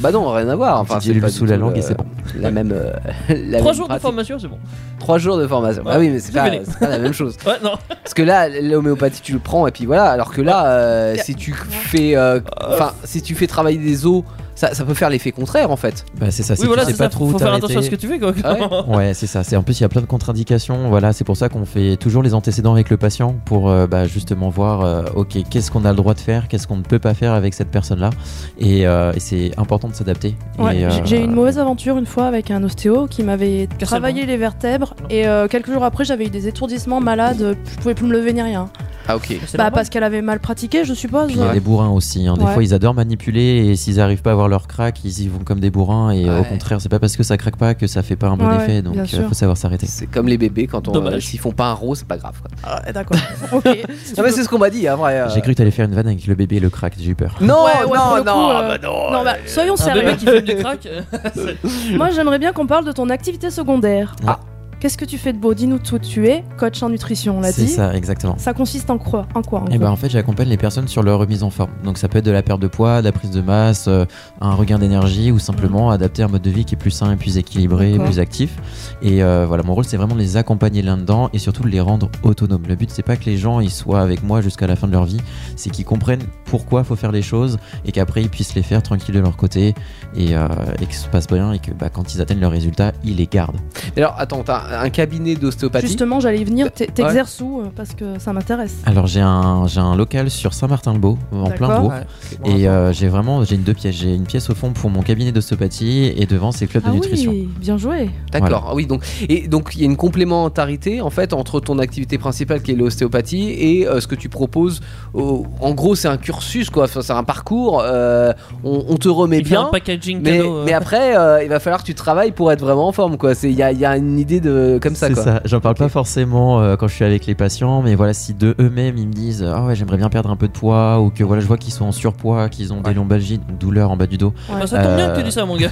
Speaker 4: Bah non, rien à voir. Enfin,
Speaker 6: Tu dis
Speaker 4: pas
Speaker 6: le
Speaker 4: du
Speaker 6: sous la
Speaker 4: tout euh,
Speaker 6: langue
Speaker 4: le-
Speaker 6: et c'est bon.
Speaker 4: La même. euh, la
Speaker 5: Trois
Speaker 4: même
Speaker 5: jours de
Speaker 4: pratique.
Speaker 5: formation, c'est bon.
Speaker 4: Trois jours de formation. Ah
Speaker 5: Ouais.
Speaker 4: oui, mais c'est
Speaker 5: C'est
Speaker 4: pas,
Speaker 5: mêlé.
Speaker 4: c'est pas la même chose.
Speaker 5: Ouais, non.
Speaker 6: Ah,
Speaker 4: Parce que là, l'homéopathie, tu le prends et puis voilà. Alors que là, euh, si tu fais, euh, enfin, si tu fais travailler des os, ça, ça peut faire l'effet contraire en fait.
Speaker 6: Bah, c'est ça. si
Speaker 5: Oui, voilà,
Speaker 6: tu sais
Speaker 5: c'est
Speaker 6: pas
Speaker 5: ça.
Speaker 6: trop où
Speaker 5: Faut faire
Speaker 6: t'arrêter-
Speaker 5: attention à ce que tu fais, quoi.
Speaker 4: Ah ouais.
Speaker 5: Bah,
Speaker 6: Ouais, c'est ça. C'est en plus il y a plein de contre-indications. Voilà, c'est pour ça qu'on fait toujours les antécédents avec le patient pour euh, bah, justement voir, euh, ok, qu'est-ce qu'on a le droit de faire, qu'est-ce qu'on ne peut pas faire avec cette personne-là. Et, euh, et c'est important de s'adapter.
Speaker 3: Ouais,
Speaker 6: Et, euh,
Speaker 3: j'ai- J'ai eu une mauvaise aventure une fois avec un ostéo qui m'avait
Speaker 5: le
Speaker 3: travaillé
Speaker 5: bras.
Speaker 3: les vertèbres et euh, quelques jours après j'avais eu des étourdissements malades, je pouvais plus me lever ni rien.
Speaker 4: Ah ok.
Speaker 3: Bah parce qu'elle avait mal pratiqué, je suppose.
Speaker 6: Puis il y a
Speaker 4: Ouais.
Speaker 6: des bourrins aussi. hein. Des
Speaker 3: Ouais.
Speaker 6: fois, ils adorent manipuler et s'ils arrivent pas à avoir leur crack, ils y vont comme des bourrins. Et euh, au
Speaker 4: Ouais.
Speaker 6: contraire, c'est pas parce que ça craque pas que ça fait pas un bon
Speaker 3: Ouais,
Speaker 6: effet.
Speaker 3: ouais,
Speaker 6: Donc,
Speaker 3: bien
Speaker 6: euh,
Speaker 3: sûr.
Speaker 6: faut savoir s'arrêter.
Speaker 4: C'est comme les bébés quand on,
Speaker 5: Dommage.
Speaker 4: euh, s'ils font pas un rose, c'est pas grave. Quoi.
Speaker 3: Ah, d'accord. ok. Si tu
Speaker 4: Non
Speaker 3: veux.
Speaker 4: mais c'est ce qu'on m'a dit, hein, vrai. euh.
Speaker 6: J'ai cru que t'allais faire une vanne avec le bébé et le crack. J'ai eu peur.
Speaker 4: Non,
Speaker 3: Ouais, ouais, pour
Speaker 4: non,
Speaker 3: le
Speaker 4: non,
Speaker 3: coup, euh,
Speaker 4: bah non.
Speaker 3: Non, bah, soyons
Speaker 5: un
Speaker 3: sérieux.
Speaker 5: bébé qui fume du crack. euh,
Speaker 3: Moi, j'aimerais bien qu'on parle de ton activité secondaire.
Speaker 6: Ah.
Speaker 3: Qu'est-ce que tu fais de beau Dis-nous tout. Tu es coach en nutrition, on l'a
Speaker 6: C'est
Speaker 3: dit.
Speaker 6: ça, exactement.
Speaker 3: Ça consiste en quoi En quoi en
Speaker 6: Et
Speaker 3: gros
Speaker 6: ben en fait j'accompagne les personnes sur leur remise en forme. Donc ça peut être de la perte de poids, de la prise de masse, euh, un regain d'énergie ou simplement adapter un mode de vie qui est plus sain, et plus équilibré, et
Speaker 3: D'accord.
Speaker 6: plus actif. Et euh, voilà mon rôle c'est vraiment de les accompagner là-dedans et surtout de les rendre autonomes. Le but c'est pas que les gens ils soient avec moi jusqu'à la fin de leur vie, c'est qu'ils comprennent pourquoi faut faire les choses et qu'après ils puissent les faire tranquilles de leur côté et, euh, et que ça se passe bien et que bah, quand ils atteignent leurs résultats ils les gardent.
Speaker 4: Mais Alors attends, t'as un cabinet d'ostéopathie.
Speaker 3: Justement, j'allais y venir. T'es- T'exerces où euh, Parce que ça m'intéresse.
Speaker 6: Alors j'ai un j'ai un local sur Saint-Martin-le-Beau en plein
Speaker 3: D'accord.
Speaker 6: bourg.
Speaker 5: Ouais.
Speaker 6: Et euh, j'ai vraiment j'ai une deux pièces. J'ai une pièce au fond pour mon cabinet d'ostéopathie et devant c'est le club
Speaker 3: Ah
Speaker 6: de nutrition.
Speaker 3: oui, bien joué.
Speaker 4: D'accord. Ah oui, donc et donc il y a une complémentarité en fait entre ton activité principale qui est l'ostéopathie et euh, ce que tu proposes. au- en gros, c'est un cursus quoi. Enfin, c'est un parcours. euh, on, on te remet
Speaker 5: Il fait un
Speaker 4: bien.
Speaker 5: packaging
Speaker 4: Mais,
Speaker 5: cadeau. euh.
Speaker 4: mais après, euh, il va falloir que tu travailles pour être vraiment en forme, quoi. C'est il y a, il y a une idée de comme ça,
Speaker 6: C'est
Speaker 4: quoi.
Speaker 6: ça. J'en parle
Speaker 4: Ok.
Speaker 6: pas forcément euh, quand je suis avec les patients, mais voilà, si de eux-mêmes ils me disent ah ouais j'aimerais bien perdre un peu de poids ou que voilà je vois qu'ils sont en surpoids, qu'ils ont des
Speaker 4: Ouais.
Speaker 6: lombalgies, donc douleurs en bas du dos,
Speaker 5: Bah, ça tombe bien que
Speaker 6: Euh,
Speaker 5: tu dis ça, mon gars.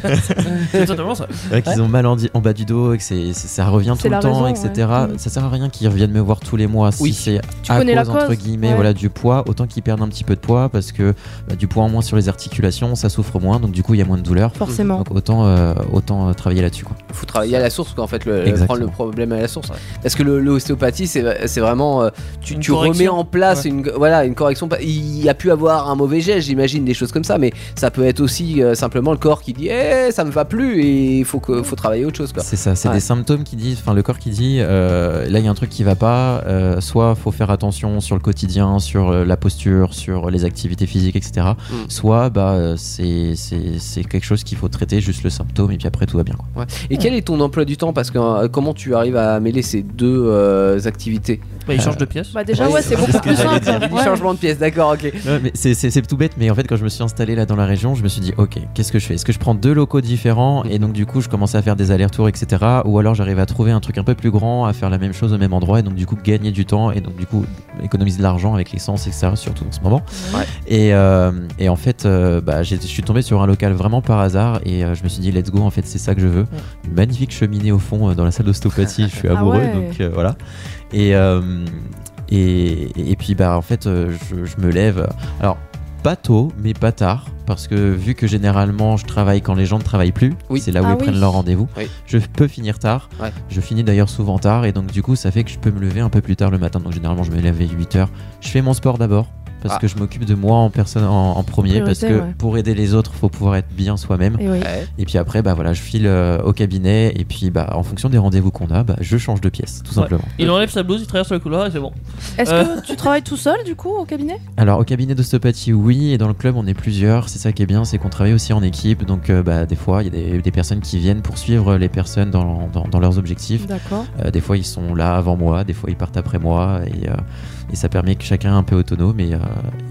Speaker 5: C'est totalement ça.
Speaker 6: qu'ils ont mal en, di- en bas du dos et que c'est- c'est- ça revient
Speaker 3: C'est
Speaker 6: tout le
Speaker 3: la
Speaker 6: temps,
Speaker 3: raison,
Speaker 6: etc.
Speaker 3: ouais. Mm.
Speaker 6: Ça sert à rien qu'ils reviennent me voir tous les mois
Speaker 4: Oui.
Speaker 6: si c'est
Speaker 3: Tu
Speaker 6: à
Speaker 3: connais
Speaker 6: cause,
Speaker 3: la cause.
Speaker 6: entre guillemets
Speaker 3: ouais.
Speaker 6: voilà du poids, autant qu'ils perdent un petit peu de poids parce que bah, du poids en moins sur les articulations, ça souffre moins, donc du coup il y a moins de douleurs.
Speaker 3: Forcément.
Speaker 6: Donc autant euh, autant euh, travailler là-dessus quoi.
Speaker 4: Faut travailler à la source, quoi. En fait, le, le
Speaker 6: Exactement.
Speaker 4: prendre le
Speaker 6: Exactement.
Speaker 4: problème à la source. Parce que le- l'ostéopathie, c'est c'est vraiment. euh, tu
Speaker 5: Une
Speaker 4: tu
Speaker 5: correction.
Speaker 4: remets en place
Speaker 5: Ouais.
Speaker 4: une, voilà, une correction. Il y a pu avoir un mauvais geste, j'imagine, des choses comme ça, mais ça peut être aussi euh, simplement le corps qui dit Eh, ça me va plus et il faut, que- faut travailler autre chose. Quoi.
Speaker 6: C'est ça, c'est
Speaker 4: Bah, Ouais.
Speaker 6: des symptômes qui disent, enfin le corps qui dit, euh, là il y a un truc qui va pas, euh, soit faut faire attention sur le quotidien, sur euh, la posture, sur les activités physiques, etc.
Speaker 4: Mm.
Speaker 6: Soit bah euh, c'est c'est- c'est quelque chose qu'il faut traiter, juste le symptôme, et puis après tout va bien. Quoi.
Speaker 4: Et quel est ton emploi du temps Parce que euh, comment tu arrives à mêler ces deux euh, activités
Speaker 5: Bah, il change de pièce.
Speaker 3: Bah déjà
Speaker 4: Ouais,
Speaker 3: ouais,
Speaker 4: c'est
Speaker 3: c'est beaucoup
Speaker 6: ce que
Speaker 3: plus
Speaker 6: j'allais
Speaker 3: simple.
Speaker 6: dire.
Speaker 4: Il dit
Speaker 3: Ouais.
Speaker 4: changement de pièce, d'accord, ok.
Speaker 6: Ouais, mais c'est- c'est c'est tout bête, mais en fait, quand je me suis installé là dans la région, je me suis dit, ok, qu'est-ce que je fais Est-ce que je prends deux locaux différents Et donc, du coup, je commençais à faire des allers-retours, etc. Ou alors, j'arrive à trouver un truc un peu plus grand, à faire la même chose au même endroit, et donc, du coup, gagner du temps, et donc, du coup, économiser de l'argent avec l'essence, etc., surtout en ce moment.
Speaker 4: Ouais.
Speaker 6: Et, euh, et en fait, euh, bah, j'ai- je suis tombé sur un local vraiment par hasard, et euh, je me suis dit, let's go, en fait, c'est ça que je veux. Une magnifique cheminée au fond euh, dans la salle d'ostéopathie, je suis
Speaker 3: Ah
Speaker 6: amoureux,
Speaker 3: ouais.
Speaker 6: donc euh, voilà. Et. euh, et, et puis bah en fait euh, je, je me lève alors pas tôt mais pas tard parce que vu que généralement je travaille quand les gens ne travaillent plus
Speaker 4: Oui.
Speaker 6: c'est là où
Speaker 3: Ah
Speaker 6: ils
Speaker 3: oui.
Speaker 6: prennent leur rendez-vous
Speaker 4: Oui.
Speaker 6: je peux finir tard
Speaker 4: Ouais.
Speaker 6: je finis d'ailleurs souvent tard et donc du coup ça fait que je peux me lever un peu plus tard le matin donc généralement je me lève à 8h je fais mon sport d'abord parce
Speaker 4: Ah.
Speaker 6: que je m'occupe de moi en personne en, en premier
Speaker 3: Priorité,
Speaker 6: parce que
Speaker 3: ouais.
Speaker 6: pour aider les autres faut pouvoir être bien soi-même
Speaker 3: Et Eh oui.
Speaker 4: Ouais.
Speaker 6: et puis après bah voilà je file euh, au cabinet et puis bah en fonction des rendez-vous qu'on a bah, je change de pièce tout
Speaker 5: Ouais.
Speaker 6: simplement
Speaker 5: Il enlève sa blouse, il traverse le couloir et c'est bon.
Speaker 3: Est-ce
Speaker 5: Euh.
Speaker 3: que tu travailles tout seul du coup au cabinet
Speaker 6: Alors au cabinet d'ostéopathie oui et dans le club on est plusieurs, c'est ça qui est bien, c'est qu'on travaille aussi en équipe, donc euh, bah, des fois il y a des, des personnes qui viennent poursuivre les personnes dans, dans- dans leurs objectifs,
Speaker 3: D'accord.
Speaker 6: Euh, des fois ils sont là avant moi, des fois ils partent après moi et, euh, et ça permet que chacun est un peu autonome et, euh,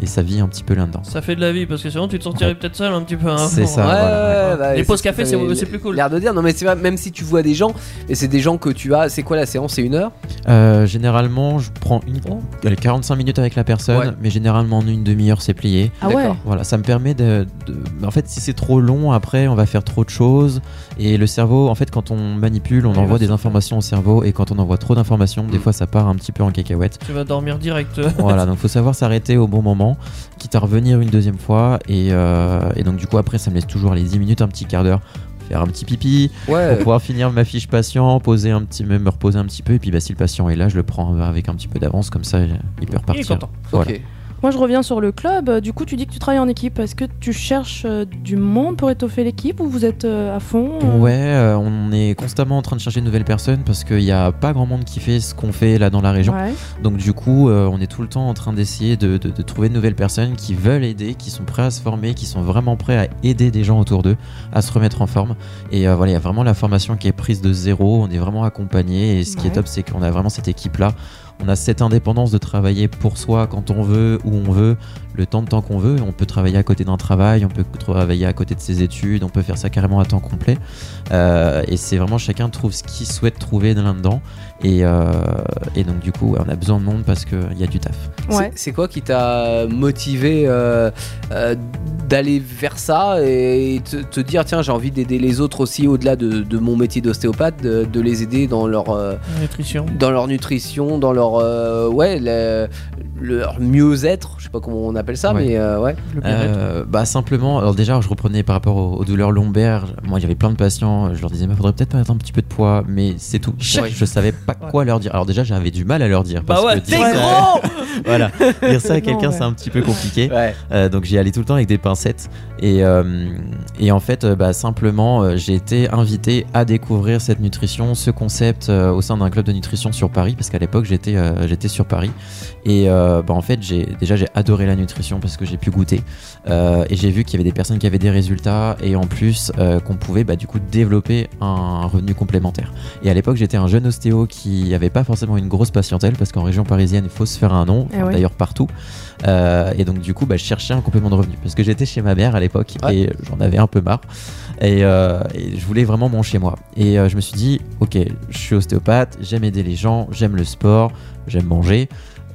Speaker 6: et ça vit un petit peu là-dedans.
Speaker 5: Ça fait de la vie parce que sinon tu te sentirais peut-être seul un petit peu. hein.
Speaker 6: Ah. C'est
Speaker 5: Bon,
Speaker 6: ça.
Speaker 5: ouais.
Speaker 6: voilà, ouais.
Speaker 5: Les
Speaker 4: bah, c'est-
Speaker 5: pauses café, c'est-
Speaker 4: mais
Speaker 5: c'est plus cool.
Speaker 4: L'air de dire, non, mais c'est vrai, même si tu vois des gens, mais c'est des gens que tu as. C'est quoi la séance C'est une heure
Speaker 6: Euh, généralement je prends une,
Speaker 5: Oh.
Speaker 6: allez, 45 minutes avec la personne
Speaker 4: Ouais.
Speaker 6: mais généralement en une demi-heure c'est plié.
Speaker 3: Ah ouais.
Speaker 4: D'accord.
Speaker 6: Voilà, ça me permet de, de- En fait, si c'est trop long, après, on va faire trop de choses. Et le cerveau, en fait, quand on manipule, on
Speaker 5: Ouais,
Speaker 6: envoie
Speaker 5: bah,
Speaker 6: des
Speaker 5: c'est-
Speaker 6: informations au cerveau. Et quand on envoie trop d'informations, des
Speaker 4: Mm.
Speaker 6: fois, ça part un petit peu en cacahuète.
Speaker 5: Tu vas dormir direct. euh,
Speaker 6: voilà, donc faut savoir s'arrêter au bon moment, quitte à revenir une deuxième fois. Et, euh, et donc, du coup, après, ça me laisse toujours les 10 minutes, un petit quart d'heure, faire un petit pipi, pour
Speaker 5: Euh.
Speaker 4: Ouais.
Speaker 6: pouvoir finir ma fiche patient, poser un petit, me me reposer un petit peu. Et puis, bah, si le patient est là, je le prends avec un petit peu d'avance. Comme ça, il peut
Speaker 5: Il est
Speaker 6: repartir.
Speaker 5: content.
Speaker 6: Voilà.
Speaker 4: Ok.
Speaker 3: Moi je reviens sur le club. Euh, Du coup tu dis que tu travailles en équipe. Est-ce que tu cherches euh, du monde pour étoffer l'équipe ou vous êtes euh, à fond euh
Speaker 6: Ouais, euh, on est constamment en train de chercher de nouvelles personnes parce qu'il n'y a pas grand monde qui fait ce qu'on fait là dans la région.
Speaker 3: Ouais.
Speaker 6: Donc du coup, euh, on est tout le temps en train d'essayer de, de- de trouver de nouvelles personnes qui veulent aider, qui sont prêts à se former, qui sont vraiment prêts à aider des gens autour d'eux à se remettre en forme. Et euh, voilà, il y a vraiment la formation qui est prise de zéro, on est vraiment accompagné. Et ce qui est
Speaker 3: Ouais.
Speaker 6: top, c'est qu'on a vraiment cette équipe-là. On a cette indépendance de travailler pour soi quand on veut, où on veut, le temps de temps qu'on veut. On peut travailler à côté d'un travail, on peut travailler à côté de ses études, on peut faire ça carrément à temps complet. Euh, et c'est vraiment chacun trouve ce qu'il souhaite trouver de là-dedans. Et, euh, et donc, du coup, ouais, on a besoin de monde parce qu'il y a du taf.
Speaker 4: C'est-
Speaker 3: Ouais.
Speaker 4: C'est quoi qui t'a motivé euh, euh, d'aller vers ça et te, te dire tiens j'ai envie d'aider les autres aussi au-delà de, de mon métier d'ostéopathe de, de les aider dans leur euh,
Speaker 5: Nutrition.
Speaker 4: dans leur nutrition dans leur euh, ouais le- leur mieux-être je sais pas comment on appelle ça
Speaker 6: Ouais.
Speaker 4: mais euh, ouais
Speaker 5: Le bien-être.
Speaker 6: Euh, bah simplement, alors déjà, je reprenais par rapport aux, aux douleurs lombaires. Moi, j'avais plein de patients. Je leur disais, il faudrait peut-être mettre un petit peu de poids, mais c'est tout. Je,
Speaker 5: Ouais.
Speaker 6: je savais pas
Speaker 5: Ouais.
Speaker 6: quoi leur dire. Alors déjà, j'avais du mal à leur dire.
Speaker 5: Bah
Speaker 6: parce
Speaker 5: ouais,
Speaker 6: que
Speaker 5: t'es
Speaker 6: dire ça-
Speaker 5: gros
Speaker 6: voilà, dire ça à
Speaker 3: Non,
Speaker 6: quelqu'un,
Speaker 3: ouais.
Speaker 6: c'est un petit peu compliqué.
Speaker 4: ouais
Speaker 6: Euh, donc j'y allais tout le temps avec des pincettes. Et, euh, et en fait, euh, bah, simplement, euh, j'ai été invité à découvrir cette nutrition, ce concept euh, au sein d'un club de nutrition sur Paris, parce qu'à l'époque, j'étais euh, j'étais sur Paris. Et euh, bah, en fait, j'ai déjà, j'ai adoré la nutrition parce que j'ai pu goûter. Euh, et j'ai vu qu'il y avait des personnes qui avaient des résultats et en plus euh, qu'on pouvait bah, du coup développer un revenu complémentaire. Et à l'époque, j'étais un jeune ostéo qui n'avait pas forcément une grosse patientèle parce qu'en région parisienne, il faut se faire un nom,
Speaker 3: Eh ouais.
Speaker 6: d'ailleurs partout. Euh, et donc du coup, bah, je cherchais un complément de revenu parce que j'étais chez ma mère à l'époque
Speaker 4: Ouais.
Speaker 6: et j'en avais un peu marre. Et, euh, et je voulais vraiment mon chez moi. Et euh, je me suis dit, ok, je suis ostéopathe, j'aime aider les gens, j'aime le sport, j'aime manger.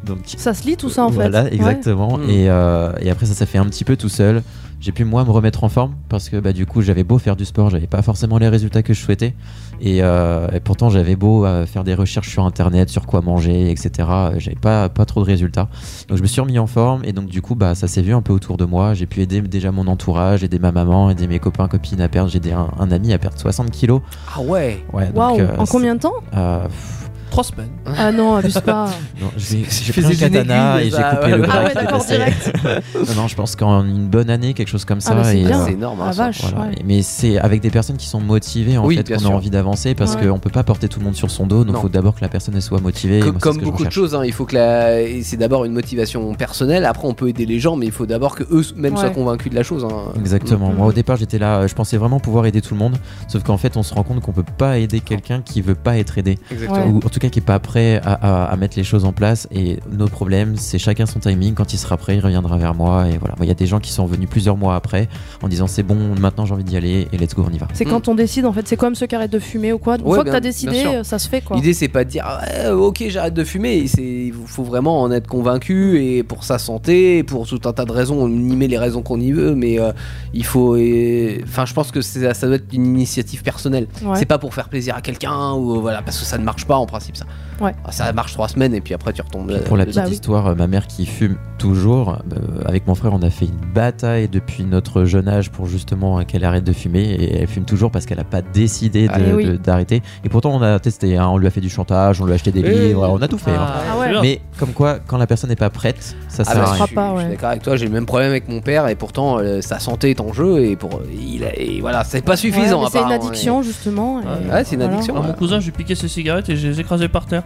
Speaker 6: Donc,
Speaker 3: Ça se lit tout ça en fait.
Speaker 6: Voilà,
Speaker 3: Ouais.
Speaker 6: exactement.
Speaker 4: Mm.
Speaker 6: Et, euh, et après, ça, ça fait un petit peu tout seul. J'ai pu, moi, me remettre en forme parce que, bah, du coup, j'avais beau faire du sport, j'avais pas forcément les résultats que je souhaitais. Et, euh, et pourtant, j'avais beau euh, faire des recherches sur internet, sur quoi manger, etc. euh, J'avais pas, pas trop de résultats. Donc, je me suis remis en forme et donc, du coup, bah, ça s'est vu un peu autour de moi. J'ai pu aider déjà mon entourage, aider ma maman, aider mes copains, copines à perdre. J'ai aidé un, un ami à perdre 60 kilos.
Speaker 4: Ah ouais
Speaker 6: Ouais, donc,
Speaker 3: Waouh,
Speaker 6: euh,
Speaker 3: en combien de temps
Speaker 6: euh, pff,
Speaker 5: 3 semaines.
Speaker 3: Ah non, abuse pas.
Speaker 6: non, j'ai
Speaker 4: Je
Speaker 6: j'ai pris un
Speaker 4: faisais une
Speaker 6: katana
Speaker 4: aiguille,
Speaker 6: et j'ai
Speaker 4: ça,
Speaker 6: coupé
Speaker 4: ouais.
Speaker 6: le
Speaker 4: Ah
Speaker 6: bras
Speaker 4: ouais,
Speaker 6: qui
Speaker 3: d'accord,
Speaker 6: dépassait.
Speaker 3: direct.
Speaker 6: Non, non, je pense qu'en une bonne année, quelque chose comme ça.
Speaker 3: bah, c'est
Speaker 6: et,
Speaker 3: bien.
Speaker 6: euh,
Speaker 4: C'est énorme. hein,
Speaker 3: Ah
Speaker 4: ça.
Speaker 3: vache,
Speaker 6: voilà.
Speaker 3: ouais.
Speaker 6: Et- Mais c'est avec des personnes qui sont motivées en
Speaker 4: Oui,
Speaker 6: fait
Speaker 4: bien
Speaker 6: qu'on a
Speaker 4: sûr.
Speaker 6: envie d'avancer parce
Speaker 3: Ouais.
Speaker 6: qu'on peut pas porter tout le monde sur son dos. Donc
Speaker 4: Non.
Speaker 6: faut d'abord que la personne elle soit motivée. et
Speaker 4: Co-
Speaker 6: moi, c'est
Speaker 4: comme
Speaker 6: ce que je
Speaker 4: beaucoup de
Speaker 6: recherche.
Speaker 4: choses, hein, il faut que la... et c'est d'abord une motivation personnelle. Après, on peut aider les gens, mais il faut d'abord que eux même
Speaker 3: Ouais.
Speaker 4: soient convaincus de la chose. hein.
Speaker 6: Exactement.
Speaker 3: Mhm.
Speaker 6: Moi au départ j'étais là, euh, je pensais vraiment pouvoir aider tout le monde. Sauf qu'en fait on se rend compte qu'on peut pas aider quelqu'un qui veut pas être aidé.
Speaker 4: Exactement.
Speaker 3: Ouais.
Speaker 6: Ou en tout cas qui est pas prêt à, à- à mettre les choses en place. Et nos problèmes c'est chacun son timing. Quand il sera prêt il reviendra vers moi. Et voilà. Moi, Il y a des gens qui sont venus plusieurs mois après en disant c'est bon maintenant j'ai envie d'y aller et let's go on y va.
Speaker 3: C'est quand on décide en fait, c'est comme ceux qui arrêtent de fumer ou quoi. Une
Speaker 4: Ouais,
Speaker 3: fois que
Speaker 4: bien-
Speaker 3: t'as
Speaker 4: bien
Speaker 3: décidé,
Speaker 4: sûr.
Speaker 3: euh, ça se fait quoi.
Speaker 4: L'idée, c'est pas de dire Ah ouais, ok, j'arrête de fumer. C'est- Il faut vraiment en être convaincu et pour sa santé, et pour tout un tas de raisons. On y met les raisons qu'on y veut, mais euh, il faut. et- Enfin, je pense que c'est- ça doit être une initiative personnelle.
Speaker 3: Ouais.
Speaker 4: C'est pas pour faire plaisir à quelqu'un ou voilà, parce que ça ne marche pas en principe ça.
Speaker 3: Ouais.
Speaker 4: Ah, Ça marche trois semaines et puis après tu retombes. euh,
Speaker 6: Pour la petite
Speaker 3: Bah oui.
Speaker 6: histoire, euh, ma mère qui fume toujours, euh, avec mon frère, on a fait une bataille depuis notre jeune âge pour justement euh, qu'elle arrête de fumer. Et elle fume toujours parce qu'elle n'a pas décidé de-
Speaker 3: Ah, eh oui.
Speaker 6: de- d'arrêter. et pourtant, on a testé, hein, on lui a fait du chantage, on lui a acheté des
Speaker 4: Eh.
Speaker 6: livres, on a tout fait. hein.
Speaker 3: Ah ouais.
Speaker 5: c'est bien.
Speaker 6: Mais comme quoi, quand la personne n'est pas prête, ça
Speaker 4: Ah
Speaker 6: sert
Speaker 4: bah,
Speaker 6: à
Speaker 4: je,
Speaker 6: rien.
Speaker 4: suis-
Speaker 3: pas,
Speaker 4: je suis
Speaker 3: ouais.
Speaker 4: d'accord avec toi, j'ai le même problème avec mon père et pourtant euh, sa santé est en jeu et pour il a- et voilà, c'est pas
Speaker 3: Ouais,
Speaker 4: suffisant.
Speaker 3: mais c'est une
Speaker 4: apparemment,
Speaker 3: addiction justement. et
Speaker 4: mais- Ouais, c'est une
Speaker 3: voilà.
Speaker 4: addiction.
Speaker 5: Ah, mon
Speaker 4: ouais.
Speaker 5: cousin, j'ai piqué ses cigarettes et je les ai écrasées par terre.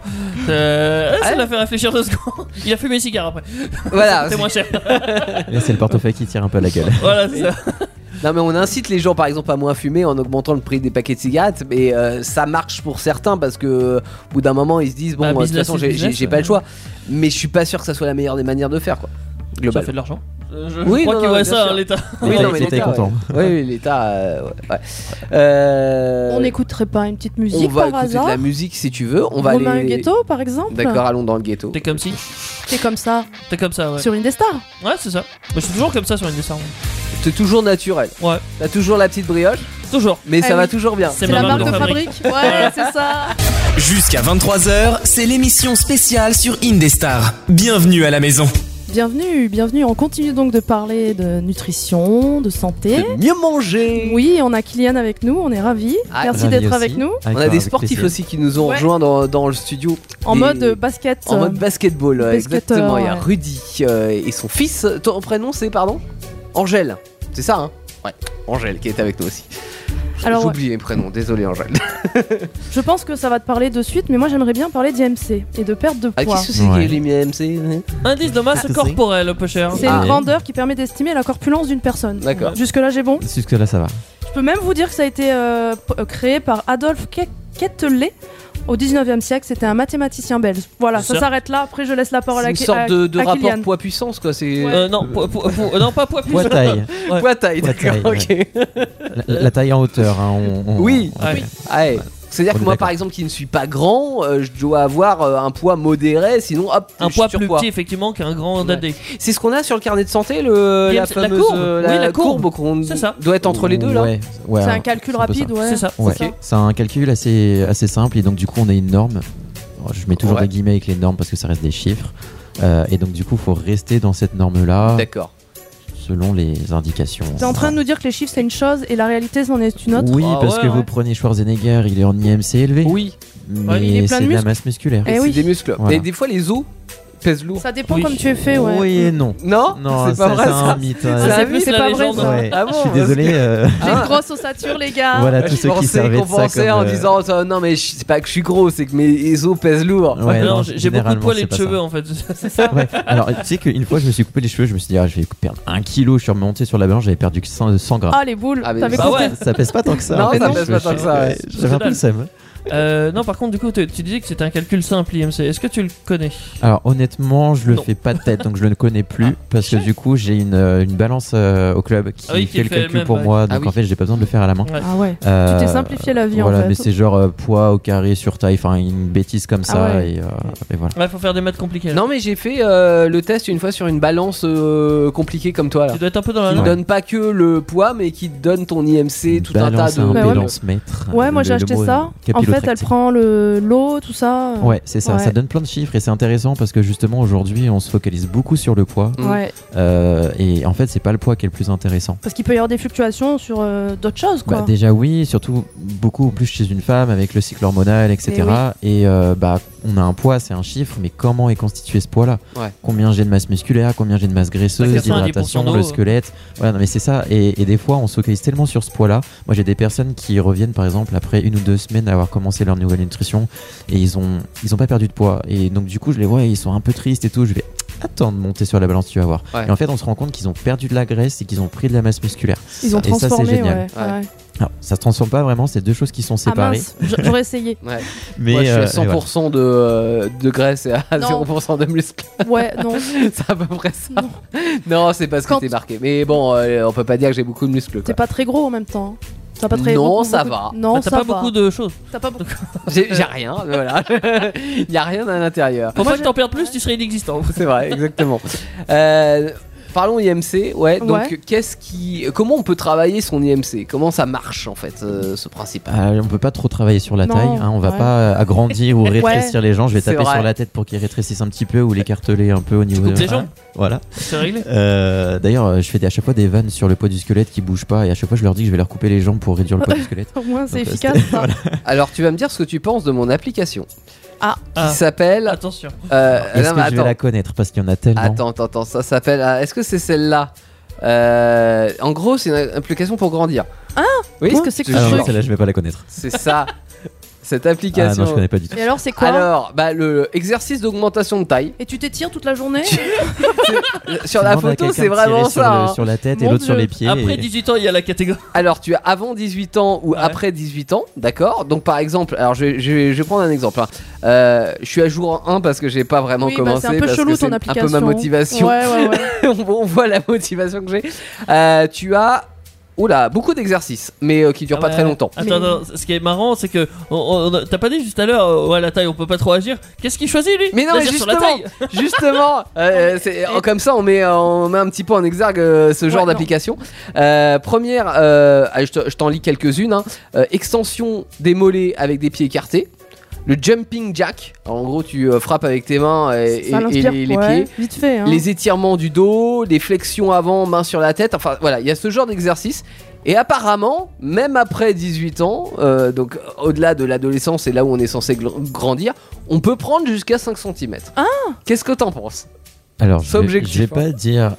Speaker 5: Euh, ça l'a fait réfléchir deux secondes. Il a fumé mes cigares après.
Speaker 4: Voilà.
Speaker 5: C'est moins cher.
Speaker 6: Et c'est le portefeuille qui tire un peu la gueule.
Speaker 5: voilà, c'est ça.
Speaker 4: Non mais on incite les gens par exemple à moins fumer en augmentant le prix des paquets de cigarettes mais euh, ça marche pour certains parce que euh, au bout d'un moment ils se disent bon
Speaker 5: Bah,
Speaker 4: euh, de toute
Speaker 5: business
Speaker 4: façon
Speaker 5: is
Speaker 4: j'ai j'ai-
Speaker 5: business, euh.
Speaker 4: j'ai pas le choix mais je suis pas sûr que ça soit la meilleure des manières de faire quoi.
Speaker 5: Ça
Speaker 4: Global.
Speaker 5: fait de l'argent. Euh, Je, je
Speaker 4: Oui,
Speaker 5: crois
Speaker 4: non,
Speaker 5: qu'il
Speaker 4: non, bien
Speaker 5: voit ça,
Speaker 4: sûr.
Speaker 5: hein, l'État.
Speaker 4: Oui, non, mais
Speaker 6: T'étais
Speaker 4: l'État,
Speaker 6: content.
Speaker 4: ouais. Oui, oui, l'État. euh, ouais, ouais. Euh,
Speaker 3: On n'écouterait pas une petite
Speaker 4: on
Speaker 3: musique
Speaker 4: va
Speaker 3: par
Speaker 4: écouter de
Speaker 3: hasard
Speaker 4: la musique si tu veux. On va
Speaker 3: Romain
Speaker 4: aller.
Speaker 3: Ghetto par exemple.
Speaker 4: D'accord, allons dans le ghetto.
Speaker 5: T'es comme si.
Speaker 3: C'est comme ça
Speaker 5: T'es comme ça, ouais.
Speaker 3: sur Indestar.
Speaker 5: Ouais, c'est ça. Mais je suis toujours comme ça sur une dessin.
Speaker 4: T'es toujours naturel.
Speaker 5: Ouais.
Speaker 4: T'as toujours la petite brioche,
Speaker 5: Toujours.
Speaker 4: mais
Speaker 3: Ah
Speaker 4: ça va
Speaker 3: oui.
Speaker 4: toujours bien.
Speaker 5: C'est
Speaker 3: C'est la
Speaker 5: ma
Speaker 3: marque de
Speaker 5: fabrique.
Speaker 3: fabrique. Ouais, c'est ça.
Speaker 1: Jusqu'à 23h, c'est l'émission spéciale sur Indestar. Bienvenue à la maison.
Speaker 3: Bienvenue, bienvenue. On continue donc de parler de nutrition, de santé.
Speaker 4: De mieux manger.
Speaker 3: Oui, on a Kylian avec nous, on est ravis.
Speaker 4: Ah,
Speaker 3: Merci
Speaker 6: Ravi
Speaker 3: d'être
Speaker 6: aussi.
Speaker 3: avec nous.
Speaker 6: Avec
Speaker 4: On
Speaker 6: toi,
Speaker 4: a des
Speaker 6: avec
Speaker 4: sportifs
Speaker 6: plaisir.
Speaker 4: aussi qui nous ont
Speaker 3: Ouais.
Speaker 4: rejoints dans, dans le studio.
Speaker 3: En
Speaker 4: Et-
Speaker 3: mode basket.
Speaker 4: En
Speaker 3: euh,
Speaker 4: mode basketball, ouais,
Speaker 3: basketteur,
Speaker 4: exactement. Il y a
Speaker 3: ouais.
Speaker 4: Rudy euh, et son fils. Ton prénom, c'est, pardon Angèle. C'est ça, hein Ouais, Angèle qui est avec nous aussi.
Speaker 3: Alors,
Speaker 4: J'oublie les prénoms, désolé Angèle.
Speaker 3: euh, Je pense que ça va te parler de suite, mais moi j'aimerais bien parler d'IMC et de perte de
Speaker 4: Ah,
Speaker 3: poids.
Speaker 4: qu'est-ce que c'est hein
Speaker 6: Ouais.
Speaker 4: que les MMC
Speaker 5: Indice de masse
Speaker 4: Ah,
Speaker 5: corporelle, un peu cher.
Speaker 3: C'est
Speaker 4: Ah.
Speaker 3: une grandeur qui permet d'estimer la corpulence d'une personne.
Speaker 4: D'accord.
Speaker 3: Jusque-là, j'ai bon.
Speaker 6: C'est que là ça va.
Speaker 3: Je peux même vous dire que ça a été euh, p- euh, créé par Adolphe Ke- Quetelet au 19e siècle. C'était un mathématicien belge. Voilà, ça
Speaker 5: Sûr.
Speaker 3: s'arrête là. Après, je laisse la parole
Speaker 4: C'est
Speaker 3: à
Speaker 4: une
Speaker 3: Ki-
Speaker 4: sorte
Speaker 3: à-
Speaker 4: de, de
Speaker 3: à
Speaker 4: rapport
Speaker 3: Kylian.
Speaker 4: poids-puissance, quoi. C'est.
Speaker 5: Euh, non, po- po- po- non, pas poids plus.
Speaker 6: Poids taille.
Speaker 4: Poids-taille,
Speaker 6: Poids
Speaker 4: d'accord, ok.
Speaker 6: taille, La, la taille en hauteur. hein, on- on-
Speaker 4: Oui.
Speaker 6: on-
Speaker 5: Ouais.
Speaker 4: Ah Ouais. C'est-à-dire
Speaker 6: On
Speaker 4: que
Speaker 6: est
Speaker 4: moi,
Speaker 6: d'accord.
Speaker 4: par exemple, qui ne suis pas grand, euh, je dois avoir euh, un poids modéré, sinon hop,
Speaker 5: Un
Speaker 4: je
Speaker 5: poids
Speaker 4: suis
Speaker 5: plus
Speaker 4: surpoids.
Speaker 5: petit, effectivement, qu'un grand
Speaker 4: Ouais.
Speaker 5: dadé.
Speaker 4: C'est ce qu'on a sur le carnet de santé, le,
Speaker 5: Bien,
Speaker 4: la
Speaker 5: c'est la
Speaker 4: fameuse
Speaker 5: courbe.
Speaker 4: euh,
Speaker 5: Oui, la courbe.
Speaker 4: qu'on
Speaker 5: C'est ça.
Speaker 4: doit être entre les deux là.
Speaker 6: Ouais, ouais,
Speaker 3: C'est
Speaker 6: un-
Speaker 3: un calcul
Speaker 6: c'est un peu
Speaker 3: rapide, ouais.
Speaker 5: C'est ça.
Speaker 6: Ouais.
Speaker 3: C'est ça.
Speaker 6: C'est un calcul assez, assez simple et donc du coup on a une norme. Oh, Je mets toujours
Speaker 4: Ouais.
Speaker 6: des guillemets avec les normes parce que ça reste des chiffres. Euh, et donc du coup faut rester dans cette norme là
Speaker 4: D'accord.
Speaker 6: selon les indications.
Speaker 3: T'es en train de nous dire que les chiffres c'est une chose et la réalité c'en est une autre.
Speaker 6: Oui,
Speaker 5: Ah
Speaker 6: parce
Speaker 5: ouais,
Speaker 6: que
Speaker 5: ouais.
Speaker 6: vous prenez Schwarzenegger, il est en IMC élevé,
Speaker 4: Oui.
Speaker 6: mais
Speaker 3: il est plein de
Speaker 6: c'est de la
Speaker 3: muscles.
Speaker 6: masse musculaire.
Speaker 3: Eh
Speaker 4: c'est
Speaker 3: oui.
Speaker 4: des muscles.
Speaker 6: Voilà.
Speaker 4: Et des fois les os pèsent lourd.
Speaker 3: Ça dépend
Speaker 5: Oui.
Speaker 3: comme tu es fait, ouais. Oh,
Speaker 6: Oui et non.
Speaker 4: Non,
Speaker 6: Non,
Speaker 4: c'est pas
Speaker 6: ça,
Speaker 4: vrai
Speaker 6: c'est un
Speaker 4: ça.
Speaker 6: mythe.
Speaker 4: C'est
Speaker 6: hein.
Speaker 4: un
Speaker 5: C'est
Speaker 4: mythe.
Speaker 5: plus la
Speaker 3: pas vrai,
Speaker 5: légende.
Speaker 3: ça.
Speaker 5: hein.
Speaker 6: Ouais.
Speaker 4: Ah bon,
Speaker 6: Je suis
Speaker 4: parce
Speaker 6: désolé. euh,
Speaker 3: J'ai une
Speaker 4: Ah.
Speaker 3: grosse ossature, les gars.
Speaker 6: voilà tous
Speaker 4: Je
Speaker 6: ceux qui
Speaker 4: pensais
Speaker 6: servaient
Speaker 4: qu'on
Speaker 6: de ça
Speaker 4: pensait
Speaker 6: comme,
Speaker 4: en
Speaker 6: euh,
Speaker 4: disant ça, non mais je- c'est pas que je suis gros, c'est que mes os pèsent lourd.
Speaker 6: Ouais,
Speaker 5: Ah Non,
Speaker 6: non,
Speaker 5: j'ai j'ai beaucoup de
Speaker 6: généralement,
Speaker 5: poils
Speaker 6: c'est
Speaker 5: et de
Speaker 6: pas ça.
Speaker 5: cheveux en fait.
Speaker 6: Ouais. Alors, tu sais qu'une fois, je me suis coupé les cheveux, je me suis dit, ah, je vais perdre un kilo. Je suis remonté sur la balance, j'avais perdu que 100, 100 grammes.
Speaker 3: Ah, les boules.
Speaker 4: Ah, mais
Speaker 3: T'avais
Speaker 4: bah
Speaker 3: compté.
Speaker 5: ouais.
Speaker 6: Ça pèse pas tant que ça.
Speaker 4: Non,
Speaker 6: en fait,
Speaker 4: ça
Speaker 6: les
Speaker 4: pèse
Speaker 6: cheveux,
Speaker 4: pas tant
Speaker 6: je-
Speaker 4: que ça, ouais.
Speaker 6: J'avais un peu le seum. hein.
Speaker 5: Euh, non, par contre, du coup, tu tu disais que c'était un calcul simple, IMC. Est-ce que tu le connais
Speaker 6: Alors honnêtement, je le
Speaker 5: Non.
Speaker 6: fais pas de tête, donc je ne connais plus parce que du coup j'ai une, euh, une balance euh, au club qui
Speaker 5: Ah oui, qui
Speaker 6: fait le
Speaker 5: fait elle-même,
Speaker 6: calcul pour
Speaker 5: ouais.
Speaker 6: moi, donc
Speaker 4: Ah oui.
Speaker 6: en fait j'ai pas besoin de le faire à la main.
Speaker 5: Ouais.
Speaker 3: Ah ouais.
Speaker 6: Euh,
Speaker 3: tu t'es simplifié la vie
Speaker 6: voilà,
Speaker 3: en
Speaker 6: mais
Speaker 3: fait.
Speaker 6: c'est genre euh, poids au carré sur taille, enfin une bêtise comme ça
Speaker 3: Ah ouais.
Speaker 6: et, euh, et voilà.
Speaker 5: Ouais, faut faire des maths compliquées. là.
Speaker 4: Non, mais j'ai fait euh, le test une fois sur une balance euh, compliquée comme toi là.
Speaker 5: Tu dois être un peu dans la Bah,
Speaker 4: Qui ne
Speaker 5: langue.
Speaker 6: Ouais.
Speaker 4: donne pas que le poids, mais qui te donne ton IMC, tout un tas
Speaker 6: Balance
Speaker 4: de.
Speaker 6: un
Speaker 3: Bah ouais.
Speaker 6: balance mètre.
Speaker 3: Ouais, moi
Speaker 6: le-
Speaker 3: j'ai
Speaker 6: le
Speaker 3: acheté
Speaker 6: mot,
Speaker 3: ça.
Speaker 6: euh,
Speaker 3: En fait, elle
Speaker 6: capillotractique.
Speaker 3: prend le l'eau, tout ça.
Speaker 6: Ouais, c'est ça.
Speaker 3: Ouais.
Speaker 6: Ça donne plein de chiffres et c'est intéressant parce que justement aujourd'hui on se focalise beaucoup sur le poids
Speaker 4: Mm.
Speaker 3: Ouais.
Speaker 6: euh, et en fait c'est pas le poids qui est le plus intéressant.
Speaker 3: Parce qu'il peut y avoir des fluctuations sur euh, d'autres choses, quoi.
Speaker 6: Bah, déjà oui, surtout beaucoup plus chez une femme avec le cycle hormonal, etc. Et euh, bah on a un poids, c'est un chiffre, mais comment est constitué ce poids-là
Speaker 4: Ouais. Bah,
Speaker 6: Combien j'ai de masse musculaire, combien j'ai de masse graisseuse,
Speaker 5: 90%
Speaker 6: d'hydratation,
Speaker 5: d'eau.
Speaker 6: le squelette. Voilà, non, mais c'est ça. Et, et des fois on se focalise tellement sur ce poids-là. Moi j'ai des personnes qui reviennent par exemple après une ou deux semaines d'avoir commencé leur nouvelle nutrition et ils ont ils ont pas perdu de poids. Et donc du coup je les vois, ils sont un peu tristes et tout. Je vais attends de monter sur la balance, tu vas voir.
Speaker 4: Ouais.
Speaker 6: Et en fait on se rend compte qu'ils ont perdu de la graisse et qu'ils ont pris de la masse musculaire.
Speaker 3: Ils ont
Speaker 6: Et ça, c'est
Speaker 3: transformé,
Speaker 6: génial.
Speaker 3: ouais.
Speaker 4: Ouais.
Speaker 3: ouais.
Speaker 6: Alors, ça se transforme pas vraiment, c'est deux choses qui sont
Speaker 3: Ah
Speaker 6: séparées.
Speaker 3: mince, j- j'aurais essayé.
Speaker 4: Ouais.
Speaker 6: mais
Speaker 4: Moi, je suis à
Speaker 6: euh, et voilà.
Speaker 4: 100% de, euh, de graisse et à
Speaker 3: Non.
Speaker 4: 0% de muscle.
Speaker 3: Ouais, non.
Speaker 4: C'est à peu près ça.
Speaker 3: Non.
Speaker 4: Non, c'est parce que
Speaker 3: Quand-
Speaker 4: t'es marqué. Mais bon, euh, on peut pas dire que j'ai beaucoup de muscles.
Speaker 3: T'es
Speaker 4: quoi.
Speaker 3: pas très gros en même temps. T'as pas très
Speaker 4: Non,
Speaker 3: gros pour
Speaker 4: ça
Speaker 3: beaucoup de-
Speaker 4: va.
Speaker 5: Bah,
Speaker 3: Non,
Speaker 5: T'as
Speaker 3: ça
Speaker 5: pas
Speaker 3: va.
Speaker 5: beaucoup de choses.
Speaker 3: T'as pas beaucoup.
Speaker 4: J'ai j'ai rien, mais voilà. Il y a rien à l'intérieur.
Speaker 5: Pour
Speaker 3: Moi,
Speaker 5: pas que
Speaker 3: j'ai-
Speaker 5: t'en perdes plus, tu serais inexistant.
Speaker 4: C'est vrai, exactement. Euh, parlons IMC. Ouais. Donc,
Speaker 3: Ouais.
Speaker 4: qu'est-ce qui, comment on peut travailler son IMC Comment ça marche en fait, euh, ce principe
Speaker 6: Ah, on peut pas trop travailler sur la
Speaker 3: Non,
Speaker 6: taille, hein, on va
Speaker 3: ouais.
Speaker 6: pas agrandir ou rétrécir les gens. Je vais
Speaker 4: C'est
Speaker 6: taper
Speaker 4: vrai.
Speaker 6: sur la tête pour qu'ils rétrécissent un petit peu ou l'écarteler un peu au niveau
Speaker 5: coupes
Speaker 6: de
Speaker 5: les jambes.
Speaker 6: Voilà.
Speaker 5: C'est réglé.
Speaker 6: Euh, D'ailleurs, euh, je fais des- à chaque fois des vannes sur le poids du squelette qui bouge pas et à chaque fois je leur dis que je vais leur couper les jambes pour réduire le poids du squelette.
Speaker 3: Au moins, c'est
Speaker 6: Donc, euh,
Speaker 3: efficace. ça.
Speaker 4: Alors, tu vas me dire ce que tu penses de mon application
Speaker 5: Ah,
Speaker 4: qui s'appelle.
Speaker 5: Attention.
Speaker 4: euh, non,
Speaker 6: Est-ce que
Speaker 4: mais
Speaker 6: je vais
Speaker 4: attends,
Speaker 6: la connaître parce qu'il y en a tellement.
Speaker 4: attends, attends, attends, ça s'appelle. ah, Est-ce que c'est celle-là Euh, En gros, c'est une application pour grandir. Hein Oui.
Speaker 3: Qu'est-ce Ah, que c'est que
Speaker 4: je
Speaker 3: ce
Speaker 4: te
Speaker 6: Ah non,
Speaker 4: jure.
Speaker 3: truc
Speaker 6: celle-là je vais pas la connaître.
Speaker 4: C'est ça. Cette
Speaker 6: Ah
Speaker 4: application.
Speaker 6: non, je connais pas du tout.
Speaker 3: Et alors, c'est quoi
Speaker 4: Alors, bah, le exercice d'augmentation de taille.
Speaker 3: Et tu t'étires toute la journée
Speaker 4: Euh, sur la
Speaker 6: Demande
Speaker 4: photo,
Speaker 6: à quelqu'un
Speaker 4: c'est
Speaker 6: de tirer
Speaker 4: vraiment
Speaker 6: sur
Speaker 4: ça.
Speaker 6: le-
Speaker 4: hein.
Speaker 6: Sur la tête et
Speaker 3: Mon
Speaker 6: l'autre sur
Speaker 3: Dieu.
Speaker 6: les pieds.
Speaker 5: Après
Speaker 6: et-
Speaker 5: 18 ans, il y a la catégorie.
Speaker 4: Alors, tu as avant 18 ans ou
Speaker 5: Ouais.
Speaker 4: après 18 ans, d'accord Donc, par exemple, alors je, vais- je vais- je vais prendre un exemple. hein. Euh, je suis à jour 1 parce que j'ai pas vraiment
Speaker 3: Oui, bah,
Speaker 4: commencé.
Speaker 3: c'est un peu
Speaker 4: parce
Speaker 3: chelou
Speaker 4: que c'est
Speaker 3: ton application.
Speaker 4: Un peu ma motivation.
Speaker 3: Ouais, ouais, ouais.
Speaker 4: on, on voit la motivation que j'ai. Euh, tu as. Oula, beaucoup d'exercices, mais euh, qui durent
Speaker 5: Ah
Speaker 4: pas
Speaker 5: ouais.
Speaker 4: très longtemps.
Speaker 5: Attends,
Speaker 3: Mais-
Speaker 5: attends, ce qui est marrant, c'est que. on- on- T'as pas dit juste à l'heure, euh, ouais, la taille, on peut pas trop agir. Qu'est-ce qu'il choisit lui
Speaker 4: Mais non, mais
Speaker 5: D'agir sur la
Speaker 4: justement.
Speaker 5: taille.
Speaker 4: Justement, euh, c'est- oh, comme ça, on met, euh, on met un petit peu en exergue euh, ce genre
Speaker 3: Ouais, non.
Speaker 4: d'application. Euh, première, euh, ah, je te- je t'en lis quelques-unes. hein. Euh, extension des mollets avec des pieds écartés. Le jumping jack. En gros, tu euh, frappes avec tes mains et, et-
Speaker 3: Ça
Speaker 4: et
Speaker 3: l'inspire.
Speaker 4: les, les
Speaker 3: ouais,
Speaker 4: pieds.
Speaker 3: Vite fait. Hein.
Speaker 4: Les étirements du dos, les flexions avant, main sur la tête. Enfin, voilà, il y a ce genre d'exercice. Et apparemment, même après 18 ans, euh, donc au-delà de l'adolescence et là où on est censé gl- grandir, on peut prendre jusqu'à 5 cm.
Speaker 3: Ah
Speaker 4: Qu'est-ce que t'en penses
Speaker 6: Alors,
Speaker 4: C'est
Speaker 6: je vais,
Speaker 4: objectif, hein.
Speaker 6: je vais pas dire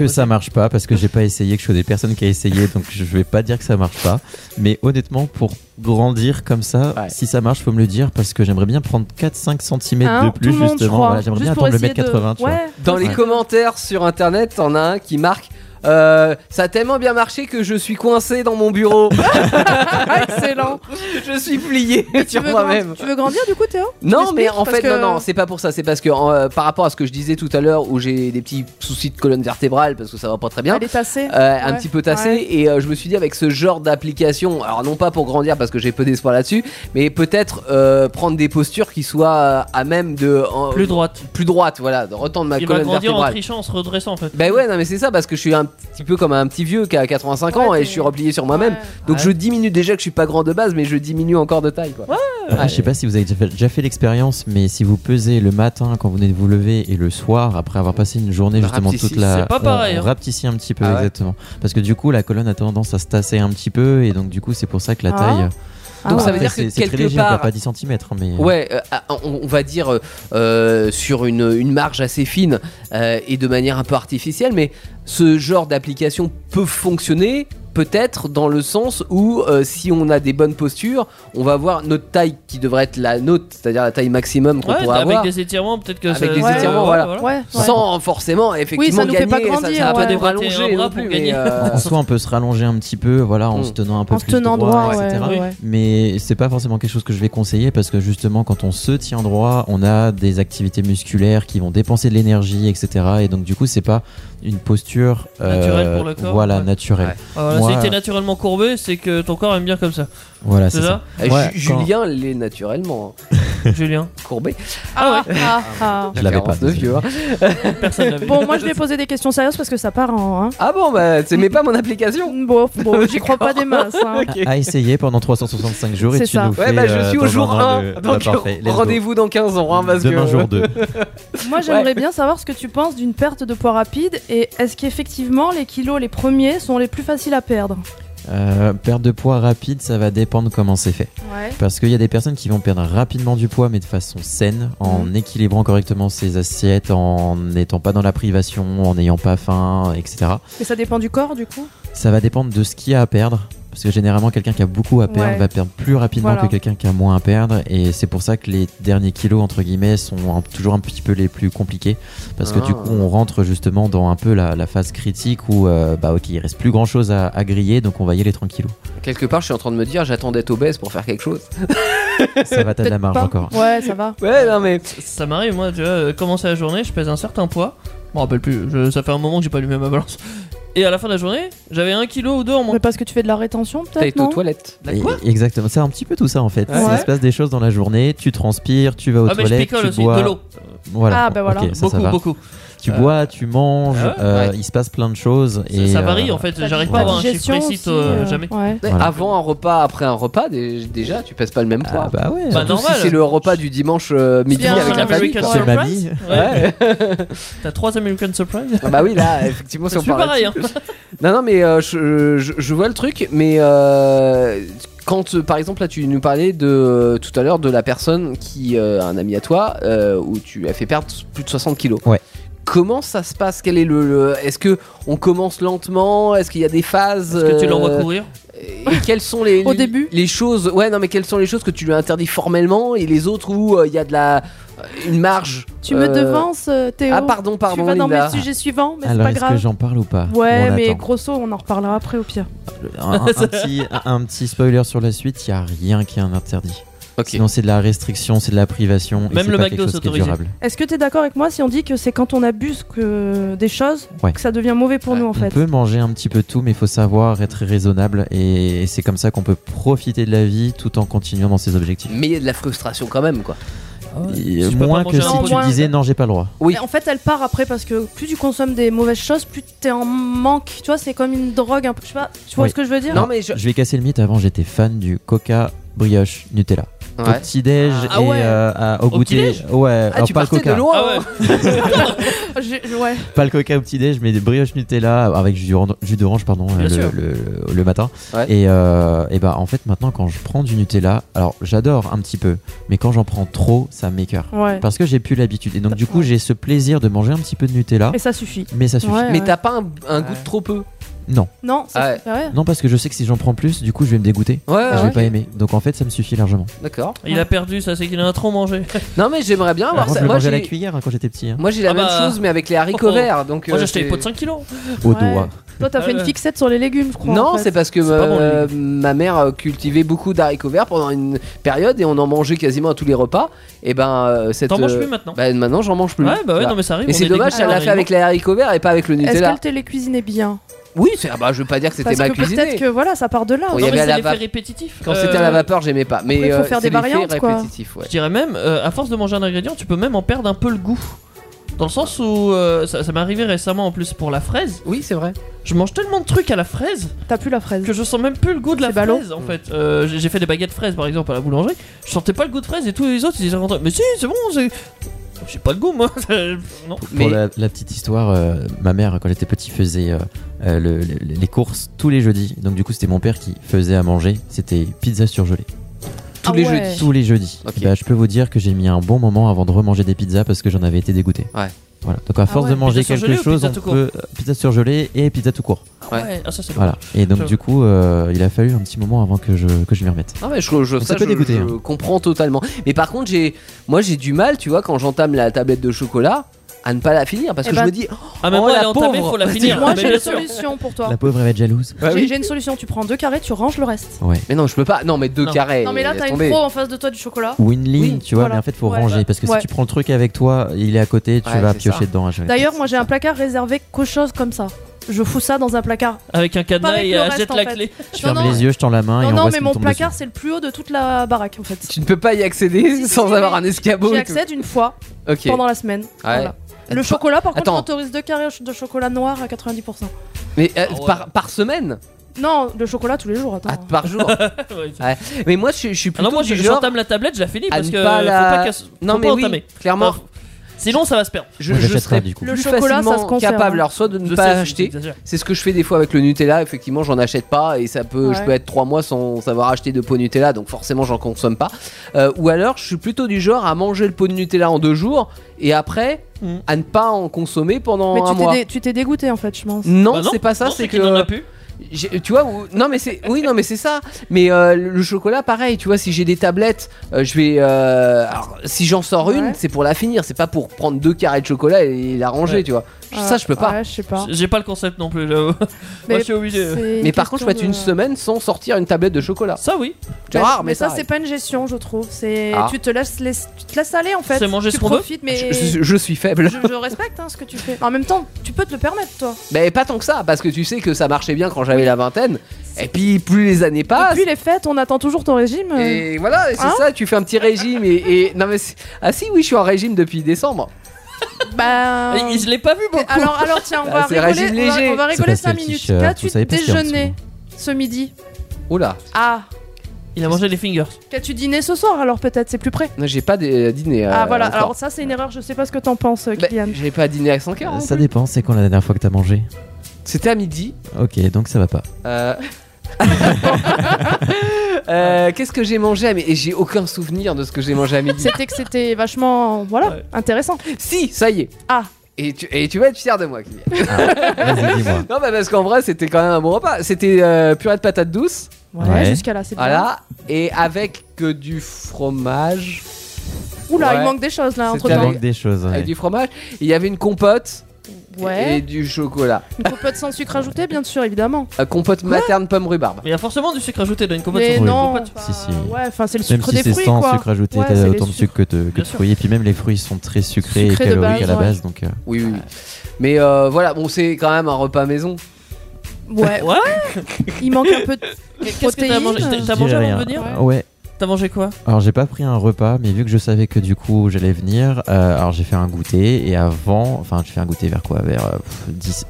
Speaker 6: que ça marche pas parce que j'ai pas essayé, que je connais personne qui a essayé, donc je vais pas dire que ça marche pas. Mais honnêtement, pour grandir comme ça,
Speaker 4: Ouais.
Speaker 6: si ça marche, faut me le dire parce que j'aimerais bien prendre 4-5 cm
Speaker 3: Hein,
Speaker 6: de plus,
Speaker 3: tout le monde, je
Speaker 6: justement.
Speaker 3: crois.
Speaker 6: Voilà, j'aimerais
Speaker 3: Juste
Speaker 6: bien
Speaker 3: pour
Speaker 6: attendre le
Speaker 3: essayer
Speaker 6: mètre 80,
Speaker 3: de...
Speaker 6: tu vois.
Speaker 3: Ouais.
Speaker 4: Dans les
Speaker 6: Ouais.
Speaker 4: commentaires sur internet, t'en as un qui marque euh, Ça a tellement bien marché que je suis coincé dans mon bureau.
Speaker 3: Excellent.
Speaker 4: je suis plié
Speaker 3: Tu
Speaker 4: sur
Speaker 3: veux, grandir,
Speaker 4: moi-même.
Speaker 3: tu veux grandir du coup, Théo
Speaker 4: Non, mais
Speaker 3: m'expliques
Speaker 4: en
Speaker 3: Parce
Speaker 4: fait,
Speaker 3: que-
Speaker 4: non, non, c'est pas pour ça. C'est parce que en, euh, par rapport à ce que je disais tout à l'heure où j'ai des petits soucis de colonne vertébrale parce que ça va pas très bien.
Speaker 3: Elle est tassée.
Speaker 4: euh, un
Speaker 3: Ouais.
Speaker 4: petit peu tassé
Speaker 3: Ouais.
Speaker 4: et euh, je me suis dit avec ce genre d'application alors non pas pour grandir parce que j'ai peu d'espoir là-dessus mais peut-être euh, prendre des postures qui soient euh, à même de en-
Speaker 5: Plus droite.
Speaker 4: plus droite voilà de retendre ma
Speaker 5: Il va
Speaker 4: colonne
Speaker 5: grandir en
Speaker 4: vertébrale
Speaker 5: trichant, en se redressant en fait.
Speaker 4: Ben ouais, non mais c'est ça parce que je suis un petit peu comme un petit vieux qui a 85 ans
Speaker 3: Ouais,
Speaker 4: et
Speaker 3: t'es-
Speaker 4: je suis replié sur moi-même.
Speaker 3: Ouais.
Speaker 4: Donc
Speaker 5: Ouais.
Speaker 4: je diminue déjà que je suis pas grand de base, mais je diminue encore de taille quoi.
Speaker 6: Euh, je sais pas si vous avez déjà fait, déjà fait l'expérience, mais si vous pesez le matin quand vous venez de vous lever et le soir après avoir passé une journée justement
Speaker 4: Rapetissie,
Speaker 6: toute la,
Speaker 5: c'est pas
Speaker 6: on-
Speaker 5: pareil,
Speaker 6: on,
Speaker 5: hein.
Speaker 6: rapetissie un petit peu
Speaker 4: Ah ouais.
Speaker 6: exactement, parce que du coup la colonne a tendance à se tasser un petit peu et donc du coup c'est pour ça que la
Speaker 3: Ah.
Speaker 6: taille.
Speaker 3: Ah
Speaker 4: Donc
Speaker 3: ouais.
Speaker 4: ça veut
Speaker 6: Après,
Speaker 4: dire que
Speaker 6: c'est- c'est très
Speaker 4: quelque
Speaker 6: léger,
Speaker 4: part-
Speaker 6: pas 10 cm, mais.
Speaker 4: Ouais, euh, à- on, on va dire euh, euh, sur une, une marge assez fine euh, et de manière un peu artificielle, mais ce genre d'application peut fonctionner peut-être dans le sens où euh, si on a des bonnes postures, on va avoir notre taille qui devrait être la nôtre, c'est-à-dire la taille maximum qu'on
Speaker 5: Ouais, bah,
Speaker 4: pourrait
Speaker 5: avec
Speaker 4: avoir,
Speaker 5: des étirements, peut-être que
Speaker 4: Avec
Speaker 5: ça-
Speaker 4: des
Speaker 5: Ouais,
Speaker 3: étirements,
Speaker 5: ouais,
Speaker 3: Ouais,
Speaker 4: voilà.
Speaker 3: ouais.
Speaker 4: sans forcément effectivement
Speaker 3: nous fait
Speaker 4: gagner,
Speaker 3: pas
Speaker 4: ça
Speaker 3: grandir,
Speaker 4: ça va
Speaker 3: ouais.
Speaker 4: pas nous
Speaker 5: Pas déboîter un
Speaker 4: rallonger
Speaker 5: bras
Speaker 4: non
Speaker 5: pour
Speaker 4: plus,
Speaker 5: gagner.
Speaker 4: mais euh,
Speaker 6: En soi, on peut se rallonger un petit peu, voilà, en
Speaker 4: Mm.
Speaker 6: se tenant un peu
Speaker 3: En se
Speaker 6: plus
Speaker 3: tenant droit,
Speaker 6: etc.
Speaker 3: ouais, ouais, ouais.
Speaker 6: Mais c'est pas forcément quelque chose que je vais conseiller parce que justement, quand on se tient droit, on a des activités musculaires qui vont dépenser de l'énergie, etc. Et donc, du coup, c'est pas une posture euh,
Speaker 5: Naturelle pour le corps,
Speaker 6: Voilà,
Speaker 5: ouais.
Speaker 6: naturelle.
Speaker 4: Ouais.
Speaker 5: Ah, voilà,
Speaker 6: Moi,
Speaker 5: si t'es
Speaker 6: euh,
Speaker 5: naturellement courbé, c'est que ton corps aime bien comme ça.
Speaker 6: Voilà,
Speaker 5: C'est
Speaker 6: c'est
Speaker 5: ça,
Speaker 6: ça.
Speaker 4: Ju-
Speaker 6: Ouais, quand-
Speaker 4: Julien l'est naturellement hein,
Speaker 5: Julien
Speaker 4: courbé.
Speaker 5: Ah ouais
Speaker 3: Ah, ah.
Speaker 6: Je l'avais pas,
Speaker 4: Référence de
Speaker 6: désolé.
Speaker 4: vieux, hein.
Speaker 5: Personne l'avait.
Speaker 3: Bon, moi je vais poser des questions sérieuses parce que ça part en. hein.
Speaker 4: Ah bon, bah t'aimais pas mon application
Speaker 3: Bon, bon j'y crois pas des masses. hein.
Speaker 4: Ok.
Speaker 6: À essayer pendant 365 jours et
Speaker 3: C'est
Speaker 6: tu
Speaker 3: ça.
Speaker 6: nous
Speaker 4: Ouais,
Speaker 6: fais,
Speaker 4: bah je
Speaker 6: euh,
Speaker 4: suis au
Speaker 6: pendant
Speaker 4: jour
Speaker 6: un
Speaker 4: 1,
Speaker 6: le- bah,
Speaker 4: donc euh,
Speaker 6: parfait, let's go.
Speaker 4: rendez-vous dans 15 ans, hein, parce que-
Speaker 6: Demain, jour 2.
Speaker 3: Moi j'aimerais bien savoir ce que tu penses d'une perte de poids rapide et est-ce qu'effectivement les kilos les premiers sont les plus faciles à perdre
Speaker 6: Euh, perte de poids rapide, ça va dépendre comment c'est fait.
Speaker 3: Ouais.
Speaker 6: Parce qu'il y a des personnes qui vont perdre rapidement du poids, mais de façon saine, en
Speaker 3: Mm.
Speaker 6: équilibrant correctement ses assiettes, en n'étant pas dans la privation, en n'ayant pas faim, etc.
Speaker 3: Mais ça dépend du corps du coup
Speaker 6: Ça va dépendre de ce qu'il y a à perdre. Parce que généralement, quelqu'un qui a beaucoup à perdre
Speaker 3: Ouais.
Speaker 6: va perdre plus rapidement
Speaker 3: Voilà.
Speaker 6: que quelqu'un qui a moins à perdre. Et c'est pour ça que les derniers kilos, entre guillemets, sont un- toujours un petit peu les plus compliqués. Parce que
Speaker 4: Ah.
Speaker 6: du coup, on rentre justement dans un peu la, la phase critique où, euh, bah ok, il reste plus grand chose à, à griller, donc on va y aller tranquillou.
Speaker 4: Quelque part, je suis en train de me dire, j'attends d'être obèse pour faire quelque chose.
Speaker 6: Ça va, t'as de la marge
Speaker 3: pas.
Speaker 6: encore.
Speaker 3: Ouais, ça va.
Speaker 4: Ouais, non mais.
Speaker 5: Ça m'arrive, moi, tu vois, euh, commencer la journée, je pèse un certain poids. Je me rappelle plus, je- ça fait un moment que j'ai pas allumé ma balance. Et à la fin de la journée, j'avais un kilo ou deux en moins.
Speaker 3: Mais parce que tu fais de la rétention
Speaker 4: T'as
Speaker 3: peut-être
Speaker 4: été aux
Speaker 3: non
Speaker 4: toilettes.
Speaker 5: La quoi
Speaker 6: Et- E-, Exactement, c'est un petit peu tout ça en fait.
Speaker 4: Ouais.
Speaker 6: C'est- Il se passe des choses dans la journée, tu transpires, tu vas aux
Speaker 5: Ah, mais je
Speaker 6: toilettes,
Speaker 5: picole
Speaker 6: tu
Speaker 5: aussi,
Speaker 6: bois.
Speaker 5: de l'eau.
Speaker 6: Voilà.
Speaker 3: Ah, bah voilà.
Speaker 6: Ok, ça, ça
Speaker 5: beaucoup,
Speaker 6: va.
Speaker 5: beaucoup.
Speaker 6: Tu
Speaker 5: Euh,
Speaker 6: bois, tu manges,
Speaker 5: ah ouais,
Speaker 6: euh,
Speaker 4: ouais.
Speaker 6: il se passe plein de choses.
Speaker 5: Ça,
Speaker 6: Et,
Speaker 5: ça
Speaker 6: euh,
Speaker 5: varie en fait,
Speaker 3: La-
Speaker 5: j'arrive
Speaker 3: la
Speaker 5: pas à avoir un chiffre
Speaker 3: digestion
Speaker 5: précis,
Speaker 3: aussi,
Speaker 5: euh,
Speaker 3: euh,
Speaker 5: jamais.
Speaker 3: ouais.
Speaker 4: Ouais,
Speaker 6: Voilà.
Speaker 4: Avant un repas, après un repas, dé- déjà, tu passes pas le même poids.
Speaker 6: Ah, bah ouais.
Speaker 5: Bah,
Speaker 4: Surtout
Speaker 5: normal.
Speaker 4: si c'est le repas du dimanche euh, midi
Speaker 3: bien,
Speaker 4: avec
Speaker 3: un
Speaker 4: la famille.
Speaker 5: American
Speaker 4: quoi.
Speaker 6: C'est
Speaker 5: Surprise.
Speaker 6: mamie.
Speaker 5: Ouais.
Speaker 4: Ouais.
Speaker 5: T'as trois American Surprise
Speaker 4: Ah bah oui, là, effectivement, si
Speaker 5: C'est
Speaker 4: on parle
Speaker 5: pareil, hein.
Speaker 4: Non, non, mais euh, je, je- je vois le truc, mais euh, quand euh, par exemple là tu nous parlais de euh, tout à l'heure de la personne qui, euh, un ami à toi, euh, où tu as fait perdre plus de 60 kilos.
Speaker 6: Ouais.
Speaker 4: Comment ça se passe Quel est le, le- est-ce que on commence lentement Est-ce qu'il y a des phases
Speaker 5: Est-ce que tu
Speaker 4: euh,
Speaker 5: l'envoies courir
Speaker 4: et Quelles sont les
Speaker 3: Au
Speaker 4: les-
Speaker 3: début
Speaker 4: les choses Ouais, non, mais quelles sont les choses que tu lui interdis formellement et les autres où euh, il y a de la une marge
Speaker 3: Tu me
Speaker 4: euh,
Speaker 3: devances, euh, Théo.
Speaker 4: Ah pardon, pardon,
Speaker 3: Tu vas dans
Speaker 4: Linda.
Speaker 3: mes sujets suivants, mais c'est
Speaker 6: Alors,
Speaker 3: pas
Speaker 6: est-ce que
Speaker 3: grave.
Speaker 6: j'en parle ou pas
Speaker 3: Ouais,
Speaker 6: Bon, on
Speaker 3: mais
Speaker 6: attend.
Speaker 3: grosso, on en reparlera après au pire.
Speaker 6: Un, un- un petit, un- un petit spoiler sur la suite, il n'y a rien qui est un interdit.
Speaker 4: Ok.
Speaker 6: Sinon, c'est de la restriction, c'est de la privation. et
Speaker 5: Même
Speaker 6: c'est
Speaker 5: le
Speaker 6: pas
Speaker 5: McDo,
Speaker 6: quelque chose
Speaker 5: c'est
Speaker 6: qui est
Speaker 5: autorisé.
Speaker 6: durable.
Speaker 3: Est-ce que t'es d'accord avec moi si on dit que c'est quand on abuse que des choses
Speaker 6: Ouais.
Speaker 3: que ça devient mauvais pour
Speaker 4: Ouais, Euh,
Speaker 3: nous en
Speaker 6: On
Speaker 3: fait
Speaker 6: peut manger un petit peu tout, mais il faut savoir être raisonnable. Et c'est comme ça qu'on peut profiter de la vie tout en continuant dans ses objectifs.
Speaker 4: Mais il y a de la frustration quand même, quoi. Euh,
Speaker 6: Et
Speaker 5: Tu peux pas
Speaker 6: moins
Speaker 5: manger
Speaker 6: que
Speaker 5: un
Speaker 6: si
Speaker 3: peu
Speaker 6: tu
Speaker 3: moins.
Speaker 6: disais non, j'ai pas le droit.
Speaker 4: Oui.
Speaker 3: Et En fait, elle part après parce que plus tu consommes des mauvaises choses, plus t'es en manque. Tu vois, c'est comme une drogue un peu. Je sais pas, tu vois
Speaker 6: Oui.
Speaker 3: ce que je veux dire
Speaker 4: Non, mais je.
Speaker 6: Je vais casser le mythe. Avant, j'étais fan du coca, brioche, Nutella. Au
Speaker 4: Ouais.
Speaker 6: petit déj
Speaker 4: Ah
Speaker 6: et
Speaker 4: ouais.
Speaker 6: euh, à- au,
Speaker 5: Au petit
Speaker 6: goûter. Ouais,
Speaker 4: Ah,
Speaker 6: alors
Speaker 4: tu
Speaker 6: pas le
Speaker 4: partais
Speaker 6: coca.
Speaker 4: de loin.
Speaker 5: Ah ouais.
Speaker 4: hein.
Speaker 3: J'ai- ouais.
Speaker 6: pas le coca au petit déj mais des brioches Nutella avec jus d'orange, jus d'orange, pardon
Speaker 5: Bien
Speaker 6: euh,
Speaker 5: sûr.
Speaker 6: le, le- le matin
Speaker 4: Ouais.
Speaker 6: et, euh, et bah en fait maintenant quand je prends du Nutella alors j'adore un petit peu mais quand j'en prends trop ça m'écoeure
Speaker 3: Ouais.
Speaker 6: parce que j'ai plus l'habitude et donc du coup j'ai ce plaisir de manger un petit peu de Nutella
Speaker 3: Et ça suffit.
Speaker 6: mais ça suffit
Speaker 3: Ouais,
Speaker 4: Mais
Speaker 3: ouais.
Speaker 4: t'as pas un, un goût
Speaker 5: Ouais.
Speaker 4: de trop peu.
Speaker 6: non
Speaker 3: Non, ça
Speaker 4: Ah
Speaker 3: Ah
Speaker 4: Ouais.
Speaker 3: c'est vrai.
Speaker 6: non parce que je sais que si j'en prends plus du coup je vais me dégoûter
Speaker 4: Euh, Ouais,
Speaker 6: je vais pas aimer donc en fait ça me suffit largement
Speaker 4: D'accord.
Speaker 5: Il a perdu, ça c'est qu'il a trop mangé.
Speaker 4: Non, mais j'aimerais bien avoir
Speaker 6: avant je
Speaker 4: ça.
Speaker 6: le
Speaker 4: Ah, Moi,
Speaker 6: mangeais à la
Speaker 4: j'ai
Speaker 6: cuillère hein, quand j'étais petit hein.
Speaker 4: moi, j'ai la
Speaker 5: Ah
Speaker 4: même
Speaker 5: bah.
Speaker 4: chose, mais avec les
Speaker 5: Oh,
Speaker 4: haricots
Speaker 5: oh.
Speaker 4: verts. Donc,
Speaker 5: Moi
Speaker 4: euh,
Speaker 5: j'achetais
Speaker 4: c'est-
Speaker 5: des pots de 5 kilos.
Speaker 6: au
Speaker 3: Ouais.
Speaker 6: doigt
Speaker 3: Toi, t'as
Speaker 5: Ah
Speaker 3: fait
Speaker 5: ouais.
Speaker 3: une fixette sur les légumes, je crois.
Speaker 4: Non,
Speaker 3: en fait.
Speaker 4: c'est parce que
Speaker 5: C'est pas bon,
Speaker 4: euh, ma mère euh, cultivait beaucoup d'haricots verts pendant une période et on en mangeait quasiment à tous les repas. Et ben, euh, cette.
Speaker 5: T'en manges
Speaker 4: euh,
Speaker 5: plus maintenant
Speaker 4: bah, maintenant, j'en mange plus.
Speaker 5: Ouais, bah ouais,
Speaker 4: Voilà.
Speaker 5: non mais ça arrive.
Speaker 4: Et
Speaker 5: on
Speaker 4: c'est
Speaker 5: est
Speaker 4: dommage,
Speaker 5: dégoûté
Speaker 4: elle l'a
Speaker 5: d'un
Speaker 4: fait avec les haricots verts et pas avec le
Speaker 3: Est-ce
Speaker 4: Nutella.
Speaker 3: qu'elle te les cuisinait bien
Speaker 4: Oui, c'est- ah bah, je veux pas dire que c'était
Speaker 3: Parce
Speaker 4: ma
Speaker 3: que peut-être
Speaker 4: cuisine.
Speaker 3: que voilà, ça part de là.
Speaker 4: Oui, il y
Speaker 5: Non,
Speaker 4: avait
Speaker 5: mais
Speaker 4: à
Speaker 5: c'est
Speaker 4: la
Speaker 5: l'effet
Speaker 4: vape.
Speaker 5: répétitif.
Speaker 4: Quand c'était à la
Speaker 5: Euh,
Speaker 4: vapeur, j'aimais pas. Mais
Speaker 3: Après, il faut
Speaker 4: euh,
Speaker 3: faire
Speaker 4: c'est
Speaker 3: des
Speaker 4: l'effet
Speaker 3: variantes, quoi.
Speaker 4: répétitif, ouais.
Speaker 5: Je dirais même, euh, à force de manger un ingrédient, tu peux même en perdre un peu le goût. Dans le sens où euh, ça, ça m'est arrivé récemment en plus pour la fraise.
Speaker 4: Oui, c'est vrai.
Speaker 5: Je mange tellement de trucs à la fraise
Speaker 3: T'as plus la fraise.
Speaker 5: que je sens même plus le goût de la
Speaker 3: C'est ballot.
Speaker 5: fraise en fait. Euh, j'ai j'ai fait des baguettes fraises par exemple à la boulangerie. Je sentais pas le goût de fraise et tous les autres ils disaient rentrés, Mais si, c'est bon, c'est. J'ai pas le goût moi. non.
Speaker 6: Pour
Speaker 4: Mais-
Speaker 6: la, la petite histoire, euh, ma mère, quand j'étais petit, faisait euh, euh, le- le- les courses tous les jeudis. Donc, du coup, c'était mon père qui faisait à manger. C'était pizza surgelée.
Speaker 4: tous
Speaker 3: Ah
Speaker 4: les
Speaker 3: ouais.
Speaker 4: jeudis.
Speaker 6: tous les jeudis.
Speaker 4: Ok.
Speaker 6: Bah, je peux vous dire que j'ai mis un bon moment avant de remanger des pizzas parce que j'en avais été dégoûté.
Speaker 4: Ouais.
Speaker 6: Voilà. Donc à force
Speaker 3: ouais,
Speaker 6: de manger
Speaker 5: pizza
Speaker 6: quelque
Speaker 5: surgelée ou
Speaker 6: chose,
Speaker 5: pizza
Speaker 6: on
Speaker 5: tout court
Speaker 6: peut euh, pizza surgelée et pizza tout court.
Speaker 4: Ouais.
Speaker 5: Ouais, ah, ça c'est bon.
Speaker 6: Voilà. Et donc
Speaker 5: Ça-
Speaker 6: du coup, euh, il a fallu un petit moment avant que je que je m'y remette.
Speaker 4: Ah ouais, je, je,
Speaker 6: Donc
Speaker 4: ça,
Speaker 6: ça peut
Speaker 4: je-
Speaker 6: dégoûter,
Speaker 4: je
Speaker 6: hein.
Speaker 4: comprends totalement. Mais par contre, j'ai, moi, j'ai du mal, tu vois, quand j'entame la tablette de chocolat, à ne pas la finir parce
Speaker 3: Eh
Speaker 4: que
Speaker 3: ben,
Speaker 4: je me dis,
Speaker 5: Ah, mais
Speaker 4: Oh,
Speaker 5: moi,
Speaker 4: la
Speaker 5: elle est entamée,
Speaker 4: pauvre.
Speaker 5: faut la finir.
Speaker 3: Moi,
Speaker 5: Ah, mais
Speaker 3: j'ai
Speaker 5: bien
Speaker 3: une
Speaker 5: sûr.
Speaker 3: solution pour toi.
Speaker 6: La pauvre elle va être jalouse.
Speaker 4: Bah
Speaker 3: J'ai
Speaker 4: oui.
Speaker 3: j'ai une solution. Tu prends deux carrés, tu ranges le reste.
Speaker 6: Ouais.
Speaker 4: mais non, je peux pas. Non, mais deux
Speaker 5: Non.
Speaker 4: carrés.
Speaker 3: Non, mais là,
Speaker 4: laisse
Speaker 3: t'as une
Speaker 4: tomber.
Speaker 3: pro en face de toi du chocolat.
Speaker 6: Ou une ligne,
Speaker 3: Oui,
Speaker 6: tu vois,
Speaker 3: voilà.
Speaker 6: mais en fait, faut
Speaker 3: Ouais,
Speaker 6: ranger
Speaker 3: bah,
Speaker 6: parce que
Speaker 3: ouais.
Speaker 6: si tu prends le truc avec toi, il est à côté, tu
Speaker 4: Ouais,
Speaker 6: vas
Speaker 4: c'est
Speaker 6: piocher
Speaker 4: ça.
Speaker 6: dedans. hein, je-
Speaker 3: D'ailleurs, moi, j'ai un placard réservé qu'aux choses comme ça. Je fous ça dans un placard.
Speaker 5: Avec un
Speaker 3: Pas
Speaker 5: cadenas
Speaker 3: avec
Speaker 5: et
Speaker 3: le
Speaker 5: euh,
Speaker 3: reste,
Speaker 5: jette
Speaker 3: en
Speaker 5: la
Speaker 3: fait.
Speaker 5: clé.
Speaker 6: je
Speaker 3: non,
Speaker 6: ferme
Speaker 3: non.
Speaker 6: les yeux, je tends la
Speaker 4: hein,
Speaker 6: main et
Speaker 3: Non,
Speaker 6: on
Speaker 3: non,
Speaker 6: voit ce
Speaker 3: mais
Speaker 6: qui me
Speaker 3: mon
Speaker 6: tombe
Speaker 3: placard,
Speaker 6: dessus.
Speaker 3: c'est le plus haut de toute la baraque, en fait.
Speaker 4: Tu ne peux pas y accéder
Speaker 3: Si, si,
Speaker 4: sans
Speaker 3: mais
Speaker 4: avoir un escabeau.
Speaker 3: J'y
Speaker 4: et tout.
Speaker 3: accède une fois
Speaker 4: Ok.
Speaker 3: pendant la semaine. Voilà. Le
Speaker 4: chocolat
Speaker 3: chocolat, par contre,
Speaker 4: Attends.
Speaker 3: autorise deux carrés de chocolat noir à 90%.
Speaker 4: Mais euh,
Speaker 5: Ah ouais.
Speaker 4: par, par semaine
Speaker 3: Non, le chocolat tous les jours, attends.
Speaker 4: Ah, Par jour
Speaker 5: Ouais.
Speaker 4: Mais moi, je, je suis Ah,
Speaker 5: Ah
Speaker 4: plutôt
Speaker 5: non, moi
Speaker 4: du
Speaker 5: je-
Speaker 4: genre...
Speaker 5: j'entame la tablette, je la finis
Speaker 4: à
Speaker 5: parce
Speaker 4: ne
Speaker 5: que
Speaker 4: pas
Speaker 5: faut
Speaker 4: la-
Speaker 5: pas qu'elle se-
Speaker 4: Non,
Speaker 5: faut
Speaker 4: mais
Speaker 5: pas
Speaker 4: oui,
Speaker 5: entamer.
Speaker 4: clairement,
Speaker 5: Enfin, Sinon, ça va se perdre.
Speaker 4: je,
Speaker 6: Moi,
Speaker 4: je
Speaker 6: j'achèterai
Speaker 4: serais
Speaker 6: du coup.
Speaker 3: Le
Speaker 4: plus
Speaker 3: chocolat, ça
Speaker 4: facilement
Speaker 3: se conserve,
Speaker 4: capable,
Speaker 3: hein.
Speaker 4: alors soit de ne
Speaker 5: Je
Speaker 4: pas
Speaker 5: sais,
Speaker 4: acheter,
Speaker 5: j'exagère.
Speaker 4: c'est ce que je fais des fois avec le Nutella, effectivement, j'en achète pas et ça peut, je
Speaker 3: Ouais.
Speaker 4: peux être trois mois sans savoir acheter de pot Nutella, donc forcément, j'en consomme pas. Euh, ou alors, je suis plutôt du genre à manger le pot de Nutella en deux jours et après
Speaker 5: Mhm.
Speaker 4: à ne pas en consommer pendant
Speaker 3: Mm. Mais
Speaker 4: un
Speaker 3: tu t'es
Speaker 4: mois.
Speaker 3: dé- tu t'es dégoûté en fait, je pense.
Speaker 4: Non,
Speaker 5: Bah
Speaker 4: c'est pas ça,
Speaker 5: non,
Speaker 4: c'est que
Speaker 5: qu'il en a plus.
Speaker 4: J'ai- euh, tu vois ou- non mais c'est oui non mais c'est ça mais euh, le chocolat pareil tu vois si j'ai des tablettes euh, je vais euh, alors, si j'en sors une
Speaker 3: Ouais.
Speaker 4: c'est pour la finir c'est pas pour prendre deux carrés de chocolat et la ranger
Speaker 5: Ouais.
Speaker 4: tu vois
Speaker 3: Ouais,
Speaker 4: ça je peux pas
Speaker 3: Ah, Ouais, je sais pas.
Speaker 5: J'ai pas le concept non plus là-haut. Moi, je suis obligé.
Speaker 4: mais par contre je peux être une semaine sans sortir une tablette de chocolat
Speaker 5: Ça, oui.
Speaker 4: c'est rare mais,
Speaker 3: Bah, mais ça,
Speaker 4: ça
Speaker 3: c'est pas une gestion, je trouve. C'est
Speaker 4: Ah.
Speaker 3: tu te laisses laisse- tu te laisses aller en fait.
Speaker 5: C'est manger
Speaker 3: tu
Speaker 5: ce qu'on veut.
Speaker 3: profites, mais
Speaker 4: je,
Speaker 3: je,
Speaker 4: je- je suis faible
Speaker 3: je respecte hein, ce que tu fais. En même temps, tu peux te le permettre, toi.
Speaker 4: mais pas tant que ça parce que tu sais que ça marchait bien quand j'avais la vingtaine et puis plus les années
Speaker 3: Et
Speaker 4: passent
Speaker 3: puis les fêtes, on attend toujours ton régime. euh.
Speaker 4: et voilà, c'est
Speaker 3: Hein
Speaker 4: ça, tu fais un petit régime et, et- non mais c'est- ah si oui, je suis en régime depuis décembre.
Speaker 3: Bah.
Speaker 5: Et il- Je l'ai pas vu beaucoup.
Speaker 3: Alors, alors, tiens, on
Speaker 4: Ah,
Speaker 3: va
Speaker 4: c'est
Speaker 3: rigoler.
Speaker 4: régime
Speaker 3: on va-
Speaker 4: léger.
Speaker 3: On va
Speaker 6: C'est
Speaker 3: rigoler
Speaker 6: parce
Speaker 3: 5
Speaker 6: que le
Speaker 3: minutes.
Speaker 6: t-shirt,
Speaker 3: Là,
Speaker 6: euh, vous
Speaker 3: tu
Speaker 6: savez pas ce qu'il y a en dessous.
Speaker 3: déjeunais ce midi.
Speaker 4: Oula,
Speaker 3: Ah,
Speaker 5: Il a mangé les fingers.
Speaker 3: qu'as-tu dîné ce soir alors peut-être C'est plus près.
Speaker 4: Non, j'ai pas dé- dîné. euh,
Speaker 3: Ah voilà,
Speaker 4: encore.
Speaker 3: alors ça c'est une erreur, je sais pas ce que t'en penses, euh,
Speaker 4: Bah,
Speaker 3: Kylian.
Speaker 4: j'ai pas dîné à 5 heures.
Speaker 6: Euh,
Speaker 4: non
Speaker 6: Ça
Speaker 4: plus.
Speaker 6: dépend, c'est quand la dernière fois que t'as mangé
Speaker 4: C'était à midi.
Speaker 6: Ok, donc ça va pas.
Speaker 4: euh, euh, Qu'est-ce que j'ai mangé à midi Et j'ai aucun souvenir de ce que j'ai mangé à midi.
Speaker 3: C'était que c'était vachement voilà,
Speaker 5: Ouais.
Speaker 3: intéressant.
Speaker 4: si, ça y est.
Speaker 3: Ah.
Speaker 4: Et tu, et tu vas être fier de moi, Kylian.
Speaker 6: Vas-y, dis-moi.
Speaker 3: Ah.
Speaker 4: non, bah parce qu'en vrai, c'était quand même un bon repas. C'était euh, purée de patates douces,
Speaker 3: Ouais,
Speaker 6: Ouais.
Speaker 3: jusqu'à là, c'est bien.
Speaker 4: voilà, et avec que du fromage.
Speaker 3: Oula,
Speaker 4: Ouais.
Speaker 3: il manque des choses là entre
Speaker 4: C'était
Speaker 6: Il
Speaker 3: temps.
Speaker 6: manque des choses. ouais.
Speaker 4: Avec du fromage. Et Il y avait une compote et
Speaker 3: Ouais,
Speaker 4: du chocolat.
Speaker 3: une compote sans sucre ajouté, bien sûr, évidemment.
Speaker 4: Euh, compote materne pomme rhubarbe.
Speaker 5: Mais il y a forcément du sucre ajouté dans une compote.
Speaker 3: Mais
Speaker 5: sans-
Speaker 6: oui.
Speaker 3: non,
Speaker 5: Compote.
Speaker 3: enfin,
Speaker 6: Si, si.
Speaker 3: ouais, enfin c'est le
Speaker 6: Même
Speaker 3: sucre
Speaker 6: si
Speaker 3: des
Speaker 6: c'est
Speaker 3: fruits
Speaker 6: sans
Speaker 3: quoi.
Speaker 6: sucre ajouté,
Speaker 3: Ouais, c'est
Speaker 6: t'as
Speaker 3: les
Speaker 6: autant de
Speaker 3: sucres.
Speaker 6: sucre que de, que
Speaker 5: Bien
Speaker 6: de
Speaker 5: sûr.
Speaker 6: fruits. Et puis même les fruits sont très sucrés,
Speaker 3: Sucrés
Speaker 6: et
Speaker 3: de
Speaker 6: caloriques à
Speaker 3: base,
Speaker 6: la
Speaker 3: ouais.
Speaker 6: base. Donc, euh,
Speaker 4: Oui, oui. oui.
Speaker 3: Ah.
Speaker 4: Mais euh, voilà, bon, c'est quand même un repas maison.
Speaker 3: Ouais,
Speaker 5: Ouais.
Speaker 3: il manque un peu de
Speaker 5: Qu'est-ce que t'as mangé
Speaker 3: protéines.
Speaker 5: T'as
Speaker 6: je
Speaker 5: mangé
Speaker 6: dirais
Speaker 5: avant de
Speaker 6: rien.
Speaker 5: venir
Speaker 3: Ouais.
Speaker 6: Ouais.
Speaker 5: T'as mangé quoi
Speaker 6: Alors j'ai pas pris un repas, mais vu que je savais que du coup j'allais venir, euh, alors j'ai fait un goûter et avant, enfin j'ai fait un goûter vers quoi Vers euh,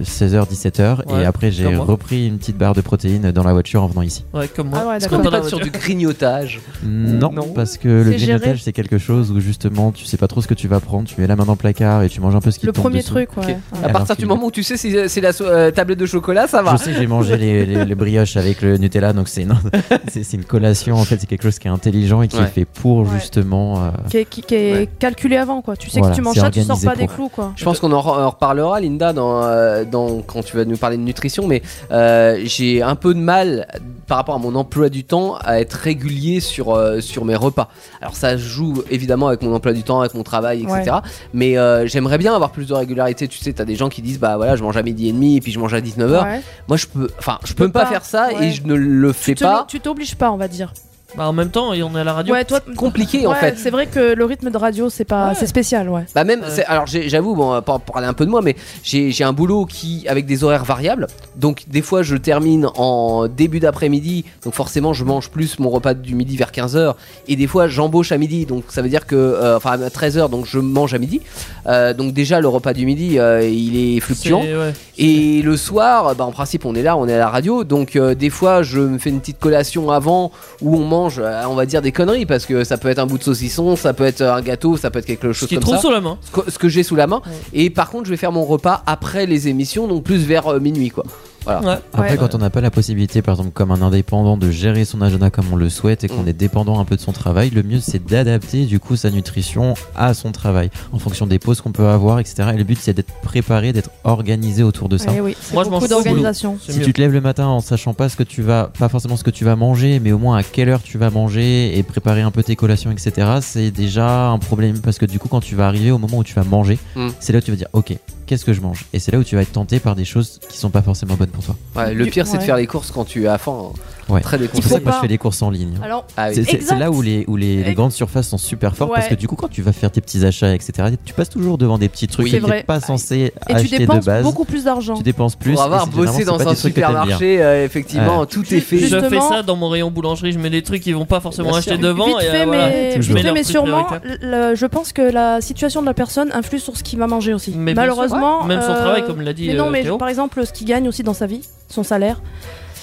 Speaker 6: 16h, 17h
Speaker 5: Ouais,
Speaker 6: et après j'ai
Speaker 5: comme moi.
Speaker 6: repris une petite barre de protéines dans la voiture en venant ici.
Speaker 5: Ouais, comme
Speaker 3: Ah
Speaker 5: moi.
Speaker 3: ouais,
Speaker 4: Est-ce qu'on
Speaker 3: d'accord.
Speaker 4: est
Speaker 5: Dans la
Speaker 4: pas sur
Speaker 5: voiture.
Speaker 4: du grignotage
Speaker 6: Non,
Speaker 4: Non.
Speaker 6: parce que le
Speaker 3: C'est géré.
Speaker 6: grignotage c'est quelque chose où justement tu sais pas trop ce que tu vas prendre, tu mets la main dans le placard et tu manges un peu ce qui Ah.
Speaker 3: Le
Speaker 6: te tombe
Speaker 3: premier
Speaker 6: dessus.
Speaker 3: truc, ouais.
Speaker 4: Ok.
Speaker 3: ouais.
Speaker 4: À
Speaker 6: Alors
Speaker 4: partir
Speaker 6: que-
Speaker 4: du moment où tu sais si euh, c'est la so- euh, tablette de chocolat, ça va.
Speaker 6: Je sais que j'ai mangé les, les- les brioches avec le Nutella, donc c'est non, c'est c'est une collation en fait, c'est quelque chose qui est intelligent et qui
Speaker 4: Ouais.
Speaker 6: est fait pour
Speaker 3: Ouais.
Speaker 6: justement. euh,
Speaker 3: Qui est, qui- qui est
Speaker 4: Ouais.
Speaker 3: calculé avant quoi. Tu sais
Speaker 6: Voilà,
Speaker 3: que tu manges
Speaker 6: c'est
Speaker 3: ça, tu sors
Speaker 6: organisé
Speaker 3: pas des
Speaker 6: pour.
Speaker 3: clous quoi.
Speaker 4: Je pense qu'on en, re- en reparlera, Linda, dans, euh, dans- quand tu vas nous parler de nutrition, mais euh, j'ai un peu de mal par rapport à mon emploi du temps à être régulier sur, euh, sur mes repas. Alors ça joue évidemment avec mon emploi du temps, avec mon travail, etc.
Speaker 3: Ouais.
Speaker 4: Mais euh, j'aimerais bien avoir plus de régularité. Tu sais, t'as des gens qui disent, bah voilà, je mange à midi et demi et puis je mange à 19h.
Speaker 3: Ouais.
Speaker 4: Moi, je peux, enfin, je peux
Speaker 3: peux
Speaker 4: pas,
Speaker 3: pas,
Speaker 4: faire ça et
Speaker 3: ouais.
Speaker 4: je ne le
Speaker 3: Tu
Speaker 4: fais
Speaker 3: te-
Speaker 4: pas.
Speaker 3: tu t'obliges pas, on va dire.
Speaker 5: Bah en même temps, et on est à la radio.
Speaker 3: Ouais, toi,
Speaker 4: Compliqué en
Speaker 3: Ouais,
Speaker 4: fait.
Speaker 3: C'est vrai que le rythme de radio, c'est pas,
Speaker 5: Ouais.
Speaker 3: c'est spécial, ouais.
Speaker 4: Bah même,
Speaker 5: Ouais.
Speaker 4: c'est- alors j'ai- j'avoue, bon, pour pour parler un peu de moi, mais j'ai j'ai un boulot qui avec des horaires variables. Donc des fois je termine en début d'après-midi, donc forcément je mange plus mon repas du midi vers 15h. Et des fois j'embauche à midi, donc ça veut dire que, euh, enfin à 13h, donc je mange à midi. Euh, donc déjà le repas du midi, euh, il est
Speaker 5: C'est-
Speaker 4: fluctuant.
Speaker 5: ouais.
Speaker 4: Et le soir, bah, en principe, on est là, on est à la radio. Donc, euh, des fois, je me fais une petite collation avant où on mange, euh, on va dire, des conneries. Parce que ça peut être un bout de saucisson, ça peut être un gâteau, ça peut être quelque
Speaker 5: Ce
Speaker 4: chose
Speaker 5: qui est
Speaker 4: comme
Speaker 5: trop
Speaker 4: ça.
Speaker 5: sur la main.
Speaker 4: Ce que- ce que j'ai sous la main.
Speaker 5: Ouais.
Speaker 4: Et par contre, je vais faire mon repas après les émissions, donc plus vers euh, minuit, quoi. Voilà.
Speaker 5: Ouais.
Speaker 6: Après,
Speaker 3: Ouais.
Speaker 6: quand on n'a pas la possibilité, par exemple, comme un indépendant, de gérer son agenda comme on le souhaite et qu'on
Speaker 4: Mm.
Speaker 6: est dépendant un peu de son travail, le mieux c'est d'adapter du coup sa nutrition à son travail en fonction des pauses qu'on peut avoir, etc. Et le but c'est d'être préparé, d'être organisé autour de ça.
Speaker 3: Eh oui, c'est
Speaker 5: Moi, je m'en
Speaker 3: beaucoup
Speaker 5: fous au boulot.
Speaker 3: d'organisation.
Speaker 5: C'est
Speaker 6: Si
Speaker 5: mieux.
Speaker 6: tu te lèves le matin en sachant pas ce que tu vas, pas forcément ce que tu vas manger, mais au moins à quelle heure tu vas manger et préparer un peu tes collations, etc. C'est déjà un problème parce que du coup, quand tu vas arriver au moment où tu vas manger,
Speaker 4: Mm.
Speaker 6: c'est là où tu vas dire, ok, qu'est-ce que je mange Et c'est là où tu vas être tenté par des choses qui sont pas forcément bonnes pour toi.
Speaker 4: Ouais, le
Speaker 3: Du-
Speaker 4: pire, c'est de
Speaker 3: ouais.
Speaker 4: faire les courses quand tu as faim. hein.
Speaker 6: Ouais.
Speaker 4: Très
Speaker 6: C'est pour ça
Speaker 4: déconseillé.
Speaker 6: que moi je
Speaker 3: pas.
Speaker 6: fais les courses en ligne. hein.
Speaker 3: Alors,
Speaker 4: Ah oui.
Speaker 6: C'est- C'est
Speaker 3: Exact.
Speaker 6: c'est là où les, où les, les
Speaker 3: Ex-
Speaker 6: grandes surfaces sont super fortes parce
Speaker 3: Ouais.
Speaker 6: que du coup, quand tu vas faire tes petits achats, etc., tu passes toujours devant des petits trucs
Speaker 4: Oui.
Speaker 6: que
Speaker 3: C'est
Speaker 6: tu
Speaker 3: vrai.
Speaker 6: n'es pas censé
Speaker 3: et tu
Speaker 6: acheter de
Speaker 3: dépenses
Speaker 6: base.
Speaker 3: beaucoup plus hein. d'argent.
Speaker 6: Tu dépenses plus.
Speaker 4: Pour avoir
Speaker 6: et c'est généralement,
Speaker 4: bossé
Speaker 6: c'est
Speaker 4: dans
Speaker 6: pas
Speaker 4: un
Speaker 6: des trucs que t'aimes bien.
Speaker 4: supermarché, euh, effectivement, tout est fait.
Speaker 5: Je fais
Speaker 3: Justement-
Speaker 5: ça dans mon rayon boulangerie, je mets des trucs qui vont pas forcément
Speaker 4: Bien
Speaker 5: acheter
Speaker 4: sûr.
Speaker 5: devant.
Speaker 3: Vite
Speaker 5: et, euh,
Speaker 3: fait,
Speaker 5: voilà.
Speaker 3: mais,
Speaker 5: Tu
Speaker 3: vite
Speaker 5: mets
Speaker 3: fait,
Speaker 5: leurs
Speaker 3: mais
Speaker 5: trucs
Speaker 3: sûrement,
Speaker 5: prioritaires.
Speaker 3: le- je pense que la situation de la personne influe sur ce qu'il va manger aussi.
Speaker 5: Mais bien sûr.
Speaker 3: Malheureusement.
Speaker 5: Même son
Speaker 3: euh,
Speaker 5: travail, comme l'a dit
Speaker 3: Mais non,
Speaker 5: euh,
Speaker 3: mais
Speaker 5: Théo.
Speaker 3: par exemple, ce qu'il gagne aussi dans sa vie, son salaire.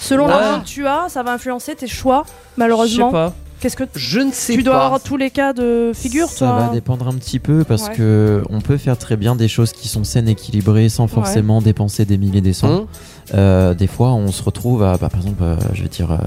Speaker 3: Selon
Speaker 5: Ouais.
Speaker 3: l'argent que tu as, ça va influencer tes choix,
Speaker 5: Je sais
Speaker 3: malheureusement.
Speaker 5: pas.
Speaker 3: Qu'est-ce que
Speaker 4: Je ne sais
Speaker 3: tu dois
Speaker 4: pas.
Speaker 3: avoir tous les cas de figure,
Speaker 6: Ça
Speaker 3: toi hein.
Speaker 6: va dépendre un petit peu parce
Speaker 3: Ouais.
Speaker 6: que on peut faire très bien des choses qui sont saines, équilibrées, sans forcément dépenser des milliers des cents.
Speaker 4: Hum,
Speaker 6: Euh, des fois, on se retrouve à, bah, par exemple, euh, je vais dire, euh,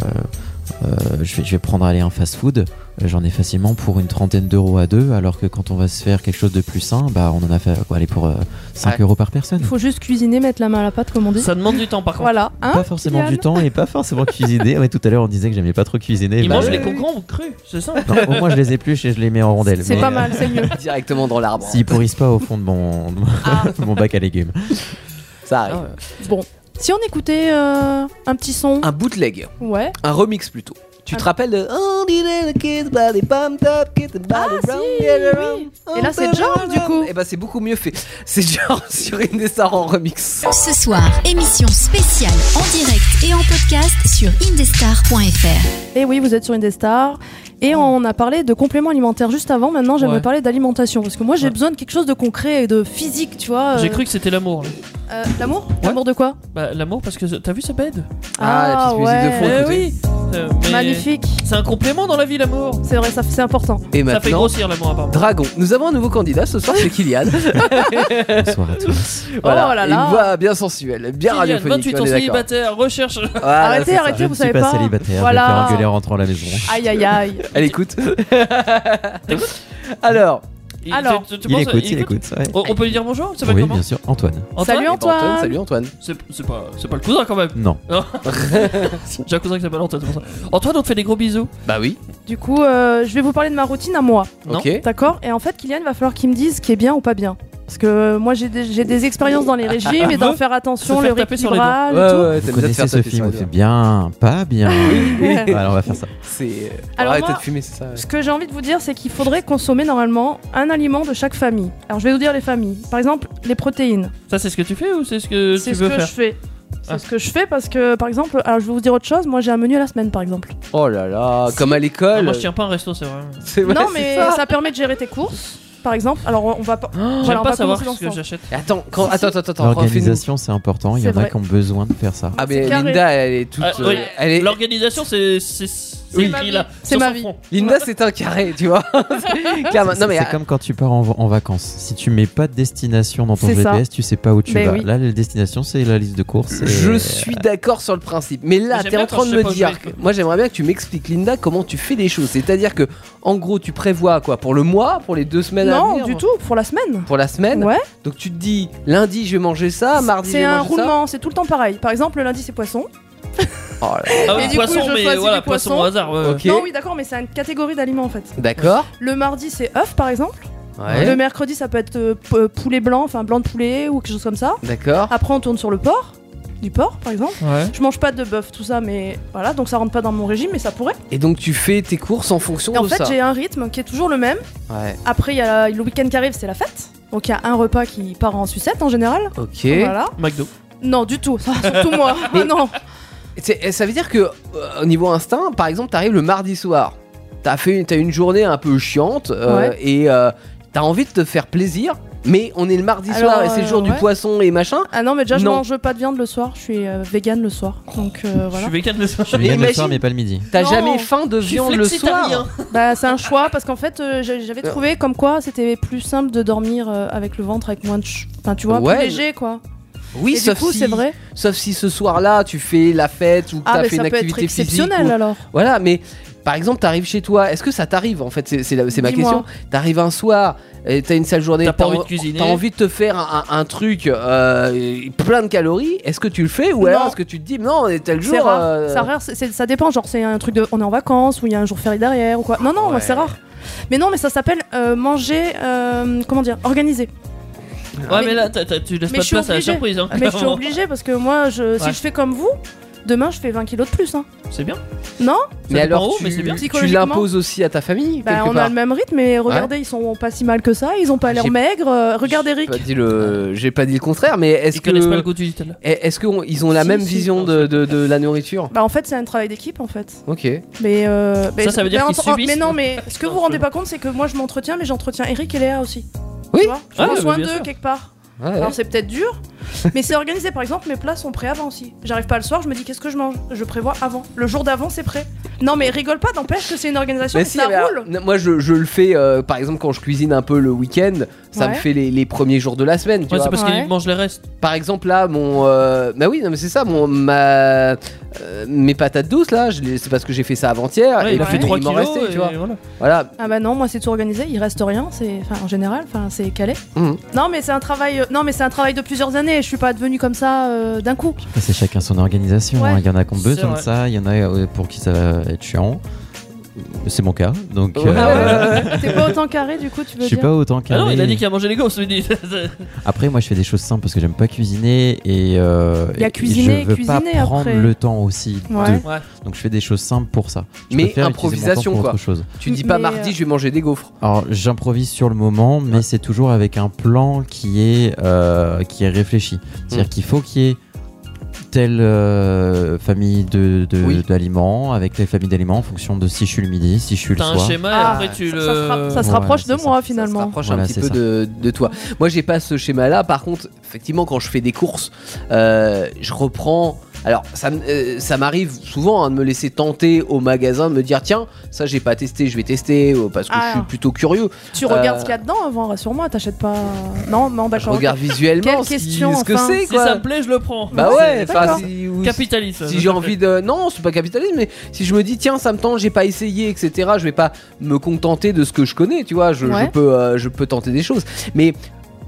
Speaker 6: euh, je, vais, je vais prendre aller un fast-food. euh, J'en ai facilement pour une trentaine d'euros à deux, alors que quand on va se faire quelque chose de plus sain, bah on en a fait quoi, aller pour 5
Speaker 4: Ouais.
Speaker 6: euros par personne.
Speaker 3: Il faut juste cuisiner, mettre la main à la pâte, comme on dit.
Speaker 5: Ça demande du temps par contre.
Speaker 3: Voilà. Hein
Speaker 6: pas forcément
Speaker 3: Yann
Speaker 6: du temps et pas forcément cuisiner. Ouais, tout à l'heure, on disait que j'aimais pas trop cuisiner.
Speaker 5: Ils
Speaker 6: Bah,
Speaker 5: mangent
Speaker 6: euh,
Speaker 5: les concombres crus, c'est ça
Speaker 3: Euh.
Speaker 6: non, au moins, je les épluche et je les mets en rondelles.
Speaker 3: C'est
Speaker 6: mais,
Speaker 3: pas
Speaker 6: euh,
Speaker 3: mal, c'est mieux.
Speaker 4: Directement dans l'arbre.
Speaker 6: S'ils pourrissent pas au fond de mon, de mon-
Speaker 3: Ah.
Speaker 6: mon bac à légumes.
Speaker 4: Ça
Speaker 6: Ah
Speaker 4: arrive.
Speaker 3: Bon. Si on écoutait euh, un petit son,
Speaker 6: Ah.
Speaker 4: Un bootleg,
Speaker 3: ouais.
Speaker 4: un remix plutôt. Tu te
Speaker 3: Un-
Speaker 4: rappelles de Only little kids body pumped up, kids body round,
Speaker 3: Ah, si,
Speaker 4: get
Speaker 3: oui.
Speaker 4: around,
Speaker 3: Et là, c'est George, du coup.
Speaker 4: Et bah, c'est beaucoup mieux fait. C'est George sur Indestar en remix.
Speaker 2: Ce soir, émission spéciale en direct et en podcast sur indestar.fr.
Speaker 3: Et Eh oui, vous êtes sur une des stars. Et
Speaker 6: Oh.
Speaker 3: on a parlé de compléments alimentaires juste avant. Maintenant, j'aimerais
Speaker 5: Ouais.
Speaker 3: parler d'alimentation. Parce que moi, j'ai
Speaker 5: Ouais.
Speaker 3: besoin de quelque chose de concret et de physique, tu vois. euh,
Speaker 5: J'ai cru que c'était l'amour. là.
Speaker 3: euh, L'amour L'amour de quoi
Speaker 5: Bah, l'amour parce que t'as vu ce bed
Speaker 4: Ah, la petite musique de fond,
Speaker 3: ouais.
Speaker 5: Eh
Speaker 4: écoutez.
Speaker 5: oui Euh, mais
Speaker 3: Magnifique.
Speaker 5: C'est un complément dans la vie, l'amour
Speaker 3: C'est vrai, ça, c'est important.
Speaker 4: Et
Speaker 5: Ça fait
Speaker 4: maintenant,
Speaker 5: grossir l'amour, apparemment.
Speaker 4: Dragon. Nous avons un nouveau candidat ce soir, c'est Kylian.
Speaker 6: Bonsoir à tous.
Speaker 4: voilà.
Speaker 3: Oh là là.
Speaker 4: Une voix bien sensuelle, bien
Speaker 5: Kylian,
Speaker 4: radiophonique. on
Speaker 5: 28 ans
Speaker 4: est d'accord.
Speaker 5: célibataire, recherche.
Speaker 4: Voilà,
Speaker 6: Ah,
Speaker 4: c'est
Speaker 3: arrêtez,
Speaker 4: ça.
Speaker 3: arrêtez,
Speaker 6: je
Speaker 3: vous
Speaker 6: ne
Speaker 3: savez
Speaker 6: suis pas,
Speaker 3: pas.
Speaker 6: célibataire,
Speaker 3: Voilà.
Speaker 6: je vais me faire engueuler en rentrant à la maison.
Speaker 3: Aïe aïe aïe.
Speaker 4: Elle écoute. Alors,
Speaker 5: Il-
Speaker 3: Alors.
Speaker 5: tu- tu
Speaker 6: Il
Speaker 5: penses- euh,
Speaker 6: écoute, il écoute. ouais.
Speaker 5: On on peut lui dire bonjour Ça va
Speaker 6: Oui,
Speaker 5: comment
Speaker 6: bien sûr. Antoine.
Speaker 5: Antoine
Speaker 3: Salut
Speaker 4: eh ben,
Speaker 3: Antoine.
Speaker 4: Salut Antoine.
Speaker 5: C'est c'est pas, c'est pas le cousin quand même.
Speaker 6: Non.
Speaker 5: J'ai un cousin qui s'appelle Antoine, c'est pour ça. Antoine, on te fait des gros bisous.
Speaker 4: Bah oui.
Speaker 3: Du coup, euh, je vais vous parler de ma routine à moi.
Speaker 5: Non.
Speaker 4: Ok.
Speaker 3: D'accord Et en fait, Kylian, il va falloir qu'il me dise ce qui est bien ou pas bien. Parce que moi, j'ai des, j'ai des expériences dans les régimes et d'en
Speaker 5: Ah,
Speaker 3: faire attention,
Speaker 5: Se
Speaker 3: le
Speaker 5: faire taper sur les doigts.
Speaker 3: rééquilibrage et
Speaker 4: Ouais,
Speaker 3: tout.
Speaker 4: ouais, ouais,
Speaker 6: Vous
Speaker 4: t'aimes bien te
Speaker 6: connaissez
Speaker 4: faire
Speaker 6: ce
Speaker 4: taper sur
Speaker 6: film
Speaker 4: la
Speaker 6: où c'est
Speaker 4: gueule.
Speaker 6: bien, pas bien. voilà, on va faire ça.
Speaker 4: C'est.
Speaker 3: Alors
Speaker 4: Arrêtez
Speaker 3: moi-
Speaker 4: de fumer, c'est ça. ouais.
Speaker 3: Ce que j'ai envie de vous dire, c'est qu'il faudrait consommer normalement un aliment de chaque famille. Alors, je vais vous dire les familles. Par exemple, les protéines.
Speaker 5: Ça, c'est ce que tu fais ou c'est ce que tu
Speaker 3: C'est ce
Speaker 5: veux
Speaker 3: que
Speaker 5: faire
Speaker 3: je fais. C'est
Speaker 5: Ah.
Speaker 3: ce que je fais parce que, par exemple, alors je vais vous dire autre chose. Moi, j'ai un menu à la semaine, par exemple.
Speaker 4: Oh là là, comme à
Speaker 5: Ah,
Speaker 4: l'école.
Speaker 5: Moi, je tiens pas un resto, c'est vrai.
Speaker 3: Oh,
Speaker 4: C'est vrai,
Speaker 3: non,
Speaker 4: c'est
Speaker 3: mais
Speaker 4: ça.
Speaker 3: ça. permet de gérer tes courses, par exemple. Alors, bah, on va pas.
Speaker 5: Oh, J'aime
Speaker 3: on
Speaker 5: pas
Speaker 3: va
Speaker 5: savoir
Speaker 3: commencer
Speaker 5: ce que
Speaker 3: dans ce
Speaker 5: j'achète.
Speaker 4: Et Attends, quand... attends, attends, attends, refais-nous.
Speaker 6: L'organisation, c'est important. Il y
Speaker 3: C'est
Speaker 6: en a
Speaker 3: vrai.
Speaker 6: qui ont besoin de faire ça.
Speaker 4: Ah mais
Speaker 3: C'est carré.
Speaker 4: Linda, elle est toute.
Speaker 5: Ah,
Speaker 4: euh,
Speaker 5: oui.
Speaker 4: elle est...
Speaker 5: L'organisation, c'est c'est- c'est
Speaker 4: Oui.
Speaker 5: écrit là.
Speaker 3: C'est
Speaker 5: sur
Speaker 3: ma
Speaker 5: son
Speaker 3: vie.
Speaker 5: front.
Speaker 4: Linda, c'est un carré, tu vois. Carrément.
Speaker 6: C'est
Speaker 4: non Ah, mais
Speaker 6: c'est comme quand tu pars en, en vacances. Si tu mets pas de destination dans ton
Speaker 3: C'est ça.
Speaker 6: GPS, tu sais pas où tu
Speaker 3: Mais
Speaker 6: vas.
Speaker 3: oui.
Speaker 6: Là, la destination, c'est la liste de courses. et-
Speaker 4: je suis d'accord sur le principe. Mais là,
Speaker 5: Mais j'aime
Speaker 4: t'es
Speaker 5: bien
Speaker 4: en train
Speaker 5: quand
Speaker 4: de
Speaker 5: je sais
Speaker 4: me
Speaker 5: pas où je
Speaker 4: dire.
Speaker 5: vais,
Speaker 4: que-
Speaker 5: quoi.
Speaker 4: Moi, j'aimerais bien que tu m'expliques, Linda, comment tu fais les choses. C'est-à-dire que, en gros, tu prévois quoi Pour le mois Pour les deux semaines à
Speaker 3: Non,
Speaker 4: venir
Speaker 3: du tout, pour la semaine.
Speaker 4: Pour la semaine
Speaker 3: Ouais,
Speaker 4: Donc tu te dis, lundi, je vais manger ça, Ah, mardi, je
Speaker 3: c'est
Speaker 4: vais
Speaker 3: un
Speaker 4: manger ça.
Speaker 3: roulement, c'est tout le temps pareil. Par exemple, le lundi, c'est poisson.
Speaker 4: Oh là là.
Speaker 5: Ah
Speaker 3: Et
Speaker 5: oui,
Speaker 3: du coup,
Speaker 5: poisson,
Speaker 3: je
Speaker 5: mais
Speaker 3: choisis
Speaker 5: voilà,
Speaker 3: du
Speaker 5: poisson
Speaker 3: poisson.
Speaker 5: au hasard. ouais, ouais.
Speaker 4: Ok.
Speaker 3: Euh, Non, oui, d'accord, mais c'est une catégorie d'aliments en fait.
Speaker 4: D'accord.
Speaker 3: Le mardi, c'est œuf par exemple.
Speaker 4: Ah Ouais.
Speaker 3: Le mercredi, ça peut être euh, p- euh, poulet blanc, enfin blanc de poulet ou quelque chose comme ça.
Speaker 4: D'accord.
Speaker 3: Après, on tourne sur le porc, du porc par exemple.
Speaker 5: Ouais.
Speaker 3: Je mange pas de bœuf, tout ça, mais voilà, donc ça rentre pas dans mon régime, mais ça pourrait.
Speaker 4: Et donc tu fais tes courses en fonction
Speaker 3: Et en
Speaker 4: de
Speaker 3: fait,
Speaker 4: Oh, ça.
Speaker 3: j'ai un rythme qui est toujours le même.
Speaker 4: Ouais.
Speaker 3: Après, il y a le week-end qui arrive, c'est la fête. Donc il y a un repas qui part en sucette en général.
Speaker 4: Ok.
Speaker 3: Voilà.
Speaker 5: McDo.
Speaker 3: Non, du tout, ça, surtout moi. Ah
Speaker 4: Mais-
Speaker 3: non.
Speaker 4: C'est- et Ça veut dire que euh, au niveau instinct, par exemple, t'arrives le mardi soir, t'as fait, t'as une journée un peu chiante euh,
Speaker 3: Ouais.
Speaker 4: et euh, t'as envie de te faire plaisir, mais on est le mardi
Speaker 3: Alors,
Speaker 4: soir et c'est le
Speaker 3: euh,
Speaker 4: jour du
Speaker 3: ouais.
Speaker 4: poisson et machin.
Speaker 3: Ah non, mais déjà, je
Speaker 4: Non.
Speaker 3: mange pas de viande le soir, je suis euh, végane le soir. Donc euh,
Speaker 5: Je
Speaker 3: voilà.
Speaker 5: suis vegan le soir.
Speaker 6: Je suis vegan le soir,
Speaker 4: Imagine-
Speaker 6: mais pas le midi.
Speaker 4: T'as
Speaker 3: Non.
Speaker 4: jamais faim de
Speaker 5: Je suis
Speaker 4: viande le
Speaker 5: flexitarien.
Speaker 4: soir.
Speaker 3: Bah, c'est un choix parce qu'en fait, euh, j'a- j'avais trouvé comme quoi c'était plus simple de dormir euh, avec le ventre, avec moins de. ch- Enfin, tu vois,
Speaker 4: Ouais,
Speaker 3: plus léger quoi.
Speaker 4: Oui,
Speaker 3: Et du
Speaker 4: sauf
Speaker 3: coup,
Speaker 4: si-
Speaker 3: c'est vrai.
Speaker 4: Sauf si ce soir-là, tu fais la fête ou que
Speaker 3: Ah,
Speaker 4: t'as
Speaker 3: mais
Speaker 4: fait une
Speaker 3: ça peut être
Speaker 4: activité physique.
Speaker 3: exceptionnel
Speaker 4: ou-
Speaker 3: alors.
Speaker 4: Voilà, mais par exemple, t'arrives chez toi. Est-ce que ça t'arrive en fait C'est- C'est la- c'est ma
Speaker 3: Dis-moi.
Speaker 4: question. T'arrives un soir, et t'as une sale journée,
Speaker 5: T'as pas
Speaker 4: t'as
Speaker 5: envie
Speaker 4: en-
Speaker 5: de cuisiner.
Speaker 4: T'as envie de te faire un, un- un truc euh, plein de calories. Est-ce que tu le fais ou alors
Speaker 3: Non.
Speaker 4: est-ce que tu te dis non, tel jour.
Speaker 3: C'est rare.
Speaker 4: euh,
Speaker 3: Ça, rare, c'est- c'est- ça dépend. Genre, c'est un truc de. On est en vacances ou il y a un jour férié derrière ou quoi. Non, non,
Speaker 4: Ouais.
Speaker 3: c'est rare. Mais non, mais ça s'appelle euh, manger. euh, comment dire Organisé.
Speaker 5: Ouais,
Speaker 3: Mais-
Speaker 5: mais là, t'as- t'as- tu laisses
Speaker 3: mais je
Speaker 5: pas de
Speaker 3: suis
Speaker 5: place à la
Speaker 3: obligée.
Speaker 5: surprise. hein,
Speaker 3: Mais je suis
Speaker 5: clairement.
Speaker 3: obligée parce que moi, je, si
Speaker 5: Ouais.
Speaker 3: je fais comme vous, demain je fais 20 kilos de plus. Hein.
Speaker 5: C'est bien.
Speaker 3: Non
Speaker 4: Mais
Speaker 5: dépend
Speaker 4: alors,
Speaker 5: où,
Speaker 4: tu,
Speaker 5: mais c'est bien.
Speaker 4: tu
Speaker 3: Psychologiquement.
Speaker 4: l'imposes aussi à ta famille
Speaker 3: Bah,
Speaker 4: quelque
Speaker 3: on a
Speaker 4: part.
Speaker 3: le même rythme, mais regardez, ils sont pas si mal que ça. Ils ont pas l'air
Speaker 4: J'ai-
Speaker 3: maigres. euh, regarde
Speaker 4: J'ai
Speaker 3: Eric.
Speaker 4: pas dit le, j'ai pas dit le contraire, mais est-ce
Speaker 5: Ils connaissent pas le
Speaker 4: que,
Speaker 5: goût du Nutella.
Speaker 4: est-ce qu'ils ont la
Speaker 5: Si,
Speaker 4: même
Speaker 5: si,
Speaker 4: vision
Speaker 5: non,
Speaker 4: de, de- de la nourriture
Speaker 3: Bah, en fait, c'est un travail d'équipe en fait.
Speaker 4: Ok.
Speaker 3: Mais, euh, mais-
Speaker 5: ça veut dire
Speaker 3: mais
Speaker 5: qu'ils
Speaker 3: en- en-
Speaker 5: subissent. hein.
Speaker 3: Mais non, mais ce que vous
Speaker 5: Non,
Speaker 3: vous rendez
Speaker 5: je-
Speaker 3: pas compte, c'est que moi je m'entretiens, mais j'entretiens Eric et Léa aussi.
Speaker 4: Oui.
Speaker 3: Tu vois Je
Speaker 5: Ah,
Speaker 3: prends
Speaker 5: bah,
Speaker 3: soin
Speaker 5: bien
Speaker 3: d'eux
Speaker 5: sûr.
Speaker 3: quelque part.
Speaker 4: Ouais, ouais.
Speaker 3: Alors c'est peut-être dur, mais c'est organisé. Par exemple, mes plats sont prêts avant aussi. J'arrive pas le soir, je me dis qu'est-ce que je mange. Je prévois avant. Le jour d'avant, c'est prêt. Non, mais rigole pas, n'empêche que c'est une organisation.
Speaker 4: Mais
Speaker 3: et
Speaker 4: si,
Speaker 3: ça
Speaker 4: mais alors,
Speaker 3: roule.
Speaker 4: n- moi je, je le fais euh, par exemple quand je cuisine un peu le week-end, ça me
Speaker 3: Ouais.
Speaker 4: fait les, les premiers jours de la semaine. Tu
Speaker 5: Ouais,
Speaker 4: vois.
Speaker 5: c'est parce
Speaker 3: Ouais.
Speaker 5: qu'ils mangent les restes.
Speaker 4: Par exemple là, mon. euh, bah oui, non, mais c'est ça, mon, ma, euh, mes patates douces là, je les- c'est parce que j'ai fait ça avant-hier.
Speaker 5: Ouais, il a
Speaker 4: puis
Speaker 5: fait 3
Speaker 4: il m'en
Speaker 5: kilos.
Speaker 4: restait,
Speaker 5: et
Speaker 4: tu vois.
Speaker 5: voilà.
Speaker 4: Voilà.
Speaker 3: Ah bah non, moi c'est tout organisé, il reste rien, c'est enfin en général, enfin c'est calé.
Speaker 4: Mhm.
Speaker 3: Non mais c'est un travail euh, non mais c'est un travail de plusieurs années, je suis pas devenue comme ça euh, d'un coup.
Speaker 6: Après, C'est chacun son organisation.
Speaker 3: Ouais.
Speaker 6: hein. Il y en a qui ont
Speaker 5: C'est
Speaker 6: besoin de
Speaker 5: vrai.
Speaker 6: ça, il y en a euh, pour qui ça va être chiant. C'est mon cas. Donc,
Speaker 4: Ouais.
Speaker 6: euh,
Speaker 4: Ah ouais,
Speaker 3: T'es pas autant carré du coup, tu
Speaker 6: je
Speaker 3: veux
Speaker 6: suis
Speaker 3: dire
Speaker 6: pas autant
Speaker 5: Ah
Speaker 6: calé.
Speaker 5: non, il a dit qu'il a mangé les gosses. lui, dit.
Speaker 6: Après, moi, je fais des choses simples parce que j'aime pas cuisiner et, euh,
Speaker 3: Il y a
Speaker 6: et
Speaker 3: cuisiner et
Speaker 6: je veux pas
Speaker 3: cuisiner
Speaker 6: prendre
Speaker 3: après.
Speaker 6: le temps aussi. de-
Speaker 3: Ouais.
Speaker 5: Ouais.
Speaker 6: Donc, je fais des choses simples pour ça. Je
Speaker 4: Mais
Speaker 6: préfère utiliser mon temps
Speaker 4: improvisation,
Speaker 6: pour
Speaker 4: quoi.
Speaker 6: Autre chose.
Speaker 4: Tu dis pas
Speaker 3: Mais,
Speaker 4: mardi,
Speaker 3: euh,
Speaker 4: je vais manger des gaufres.
Speaker 6: Alors, j'improvise sur le moment, mais c'est toujours avec un plan qui est euh, qui est réfléchi. C'est-à-dire
Speaker 4: Mm.
Speaker 6: qu'il faut qu'il y ait telle euh, famille de de-
Speaker 4: Oui.
Speaker 6: d'aliments avec telle famille d'aliments en fonction de si je suis le midi, si je suis le
Speaker 5: T'as un
Speaker 6: soir.
Speaker 5: schéma
Speaker 3: Ah,
Speaker 5: et après tu
Speaker 3: ça,
Speaker 5: le.
Speaker 3: ça se ra- ça se
Speaker 6: Ouais,
Speaker 3: rapproche
Speaker 6: c'est
Speaker 3: de
Speaker 6: ça.
Speaker 3: moi
Speaker 4: Ça se
Speaker 3: finalement.
Speaker 4: rapproche
Speaker 6: Voilà,
Speaker 4: un petit
Speaker 6: c'est
Speaker 4: peu
Speaker 6: ça.
Speaker 4: de, de toi. Moi, j'ai pas ce schéma-là. Par contre, effectivement, quand je fais des courses, euh, je reprends. Alors, ça, m- euh, ça m'arrive souvent hein, de me laisser tenter au magasin, de me dire tiens, ça j'ai pas testé, je vais tester euh, parce que
Speaker 3: Ah.
Speaker 4: je suis plutôt curieux.
Speaker 3: Tu regardes
Speaker 4: Euh,
Speaker 3: ce qu'il y a dedans avant, rassure-moi, t'achètes pas Non, non
Speaker 4: Je
Speaker 3: d'accord. ok.
Speaker 4: regarde visuellement
Speaker 3: Quelle
Speaker 4: ce qui-
Speaker 3: question,
Speaker 4: ce que
Speaker 3: enfin.
Speaker 4: c'est
Speaker 5: Si ça
Speaker 4: quoi.
Speaker 5: me plaît, je le prends.
Speaker 4: Bah ouais,
Speaker 5: C'est-
Speaker 4: enfin
Speaker 3: d'accord.
Speaker 4: si, ou-
Speaker 5: Capitaliste.
Speaker 4: si j'ai envie de non, c'est pas capitalisme, mais si je me dis tiens, ça me tente, j'ai pas essayé, etc. Je vais pas me contenter de ce que je connais, tu vois. Je, je
Speaker 3: Ouais.
Speaker 4: peux, euh, je peux tenter des choses, mais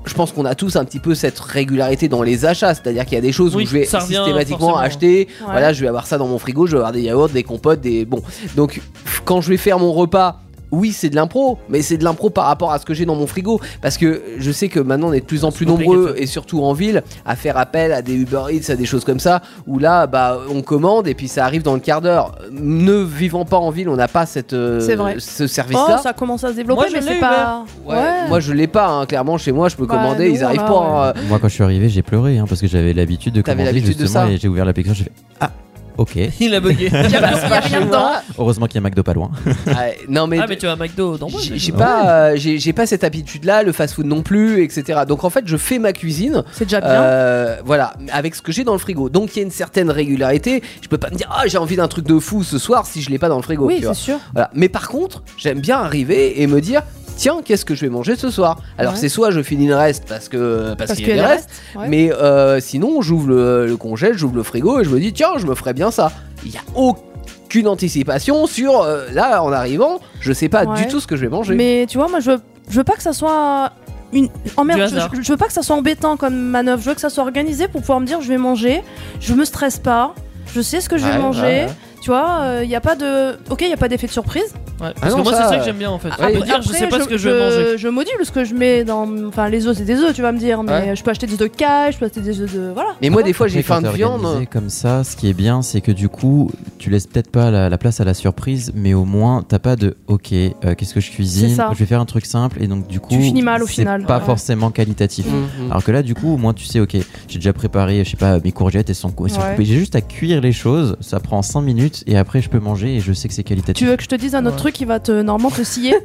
Speaker 4: je pense qu'on a tous un petit peu cette régularité dans les achats, c'est-à-dire qu'il y a des choses
Speaker 5: Oui,
Speaker 4: où je vais
Speaker 5: ça revient
Speaker 4: systématiquement
Speaker 5: forcément.
Speaker 4: acheter.
Speaker 3: Ouais.
Speaker 4: Voilà, je vais avoir ça dans mon frigo, je vais avoir des yaourts, des compotes, des bon. Donc quand je vais faire mon repas. Oui, c'est de l'impro, mais c'est de l'impro par rapport à ce que j'ai dans mon frigo. Parce que je sais que maintenant, on est de plus en plus
Speaker 5: compliqué de
Speaker 4: nombreux,
Speaker 5: faire.
Speaker 4: et surtout en ville, à faire appel à des Uber Eats, à des choses comme ça, où là, bah, on commande et puis ça arrive dans le quart d'heure. Ne vivant pas en ville, on n'a pas cette, euh,
Speaker 3: C'est vrai.
Speaker 4: ce
Speaker 3: Oh,
Speaker 4: service-là.
Speaker 3: ça commence à se développer
Speaker 5: Moi, je
Speaker 3: mais
Speaker 5: l'ai
Speaker 3: c'est pas
Speaker 4: hein. Ouais, Moi, je l'ai pas, hein, clairement, chez moi, je peux
Speaker 3: Bah,
Speaker 4: commander,
Speaker 3: nous,
Speaker 4: ils arrivent
Speaker 3: on a,
Speaker 4: pas. hein.
Speaker 6: Euh, Moi, quand je suis arrivé, j'ai pleuré hein, parce que j'avais l'habitude de
Speaker 4: T'avais
Speaker 6: commander
Speaker 4: l'habitude de
Speaker 6: justement
Speaker 4: ça
Speaker 6: et j'ai ouvert l'application. J'ai fait ah, ok.
Speaker 5: Il a bugué.
Speaker 3: Il y a il y a rien dedans.
Speaker 6: Heureusement qu'il y a McDo pas loin.
Speaker 4: Ah, non, mais.
Speaker 5: Ah, mais tu as un McDo dans moi.
Speaker 4: j'ai-
Speaker 5: mais-
Speaker 4: J'ai pas, euh, j'ai j'ai pas cette habitude-là, le fast-food non plus, etc. Donc en fait, je fais ma cuisine,
Speaker 3: C'est déjà bien.
Speaker 4: Euh, voilà, avec ce que j'ai dans le frigo. Donc il y a une certaine régularité. Je peux pas me dire ah j'ai envie d'un truc de fou ce soir si je l'ai pas dans le frigo.
Speaker 3: oui,
Speaker 4: tu vois.
Speaker 3: c'est sûr.
Speaker 4: Voilà. Mais par contre, j'aime bien arriver et me dire tiens qu'est-ce que je vais manger ce soir. Alors
Speaker 3: Ouais.
Speaker 4: c'est soit je finis le reste parce que parce,
Speaker 3: Parce
Speaker 4: qu'il y a
Speaker 3: qu'il
Speaker 4: des restes,
Speaker 3: ouais.
Speaker 4: mais euh, sinon j'ouvre le, le congèle, j'ouvre le frigo et je me dis tiens je me ferai bien ça. Il y a aucune anticipation sur euh, là en arrivant je sais pas
Speaker 3: Ouais.
Speaker 4: du tout ce que je vais manger.
Speaker 3: Mais tu vois, moi, je veux, je veux pas que ça soit une emmerde.
Speaker 5: Du hasard.
Speaker 3: Je, je- je veux pas que ça soit embêtant comme manœuvre. Je veux que ça soit organisé pour pouvoir me dire je vais manger, je me stresse pas, je sais ce que je vais
Speaker 4: Ouais,
Speaker 3: manger.
Speaker 4: ouais, ouais.
Speaker 3: Tu vois, il y a pas de. Ok, il y a pas d'effet de surprise.
Speaker 5: Ouais, parce
Speaker 4: non,
Speaker 5: que moi,
Speaker 4: ça,
Speaker 5: c'est ça
Speaker 4: euh,
Speaker 5: que j'aime bien en fait.
Speaker 4: après-
Speaker 5: On peut dire, je sais pas ce que je vais manger.
Speaker 3: Je module ce que je mets dans. Enfin, les œufs, c'est des œufs, tu vas me dire. Mais
Speaker 4: Ouais.
Speaker 3: je peux acheter des œufs de caille, je peux acheter des œufs de. Voilà.
Speaker 4: Mais moi des fois
Speaker 6: Après,
Speaker 4: j'ai faim
Speaker 6: quand
Speaker 4: de
Speaker 6: t'es
Speaker 4: viande. hein.
Speaker 6: organisé Comme ça, ce qui est bien, c'est que du coup, tu laisses peut-être pas la, la place à la surprise, mais au moins, t'as pas de OK, euh, qu'est-ce que je
Speaker 3: C'est
Speaker 6: cuisine
Speaker 3: ça.
Speaker 6: Je vais faire un truc simple, et donc du coup,
Speaker 3: finis mal au
Speaker 6: c'est
Speaker 3: final.
Speaker 6: Pas
Speaker 3: Ouais.
Speaker 6: forcément qualitatif.
Speaker 4: Mhm.
Speaker 6: Alors que là, du coup, au moins, tu sais, OK, j'ai déjà préparé, je sais pas, mes courgettes, elles sont, cou- elles sont
Speaker 3: Ouais.
Speaker 6: coupées. J'ai juste à cuire les choses, ça prend 5 minutes, et après, je peux manger, et je sais que c'est
Speaker 3: Tu
Speaker 6: qualitatif.
Speaker 3: veux que je te dise un autre
Speaker 5: Ouais.
Speaker 3: truc qui va te normalement te scier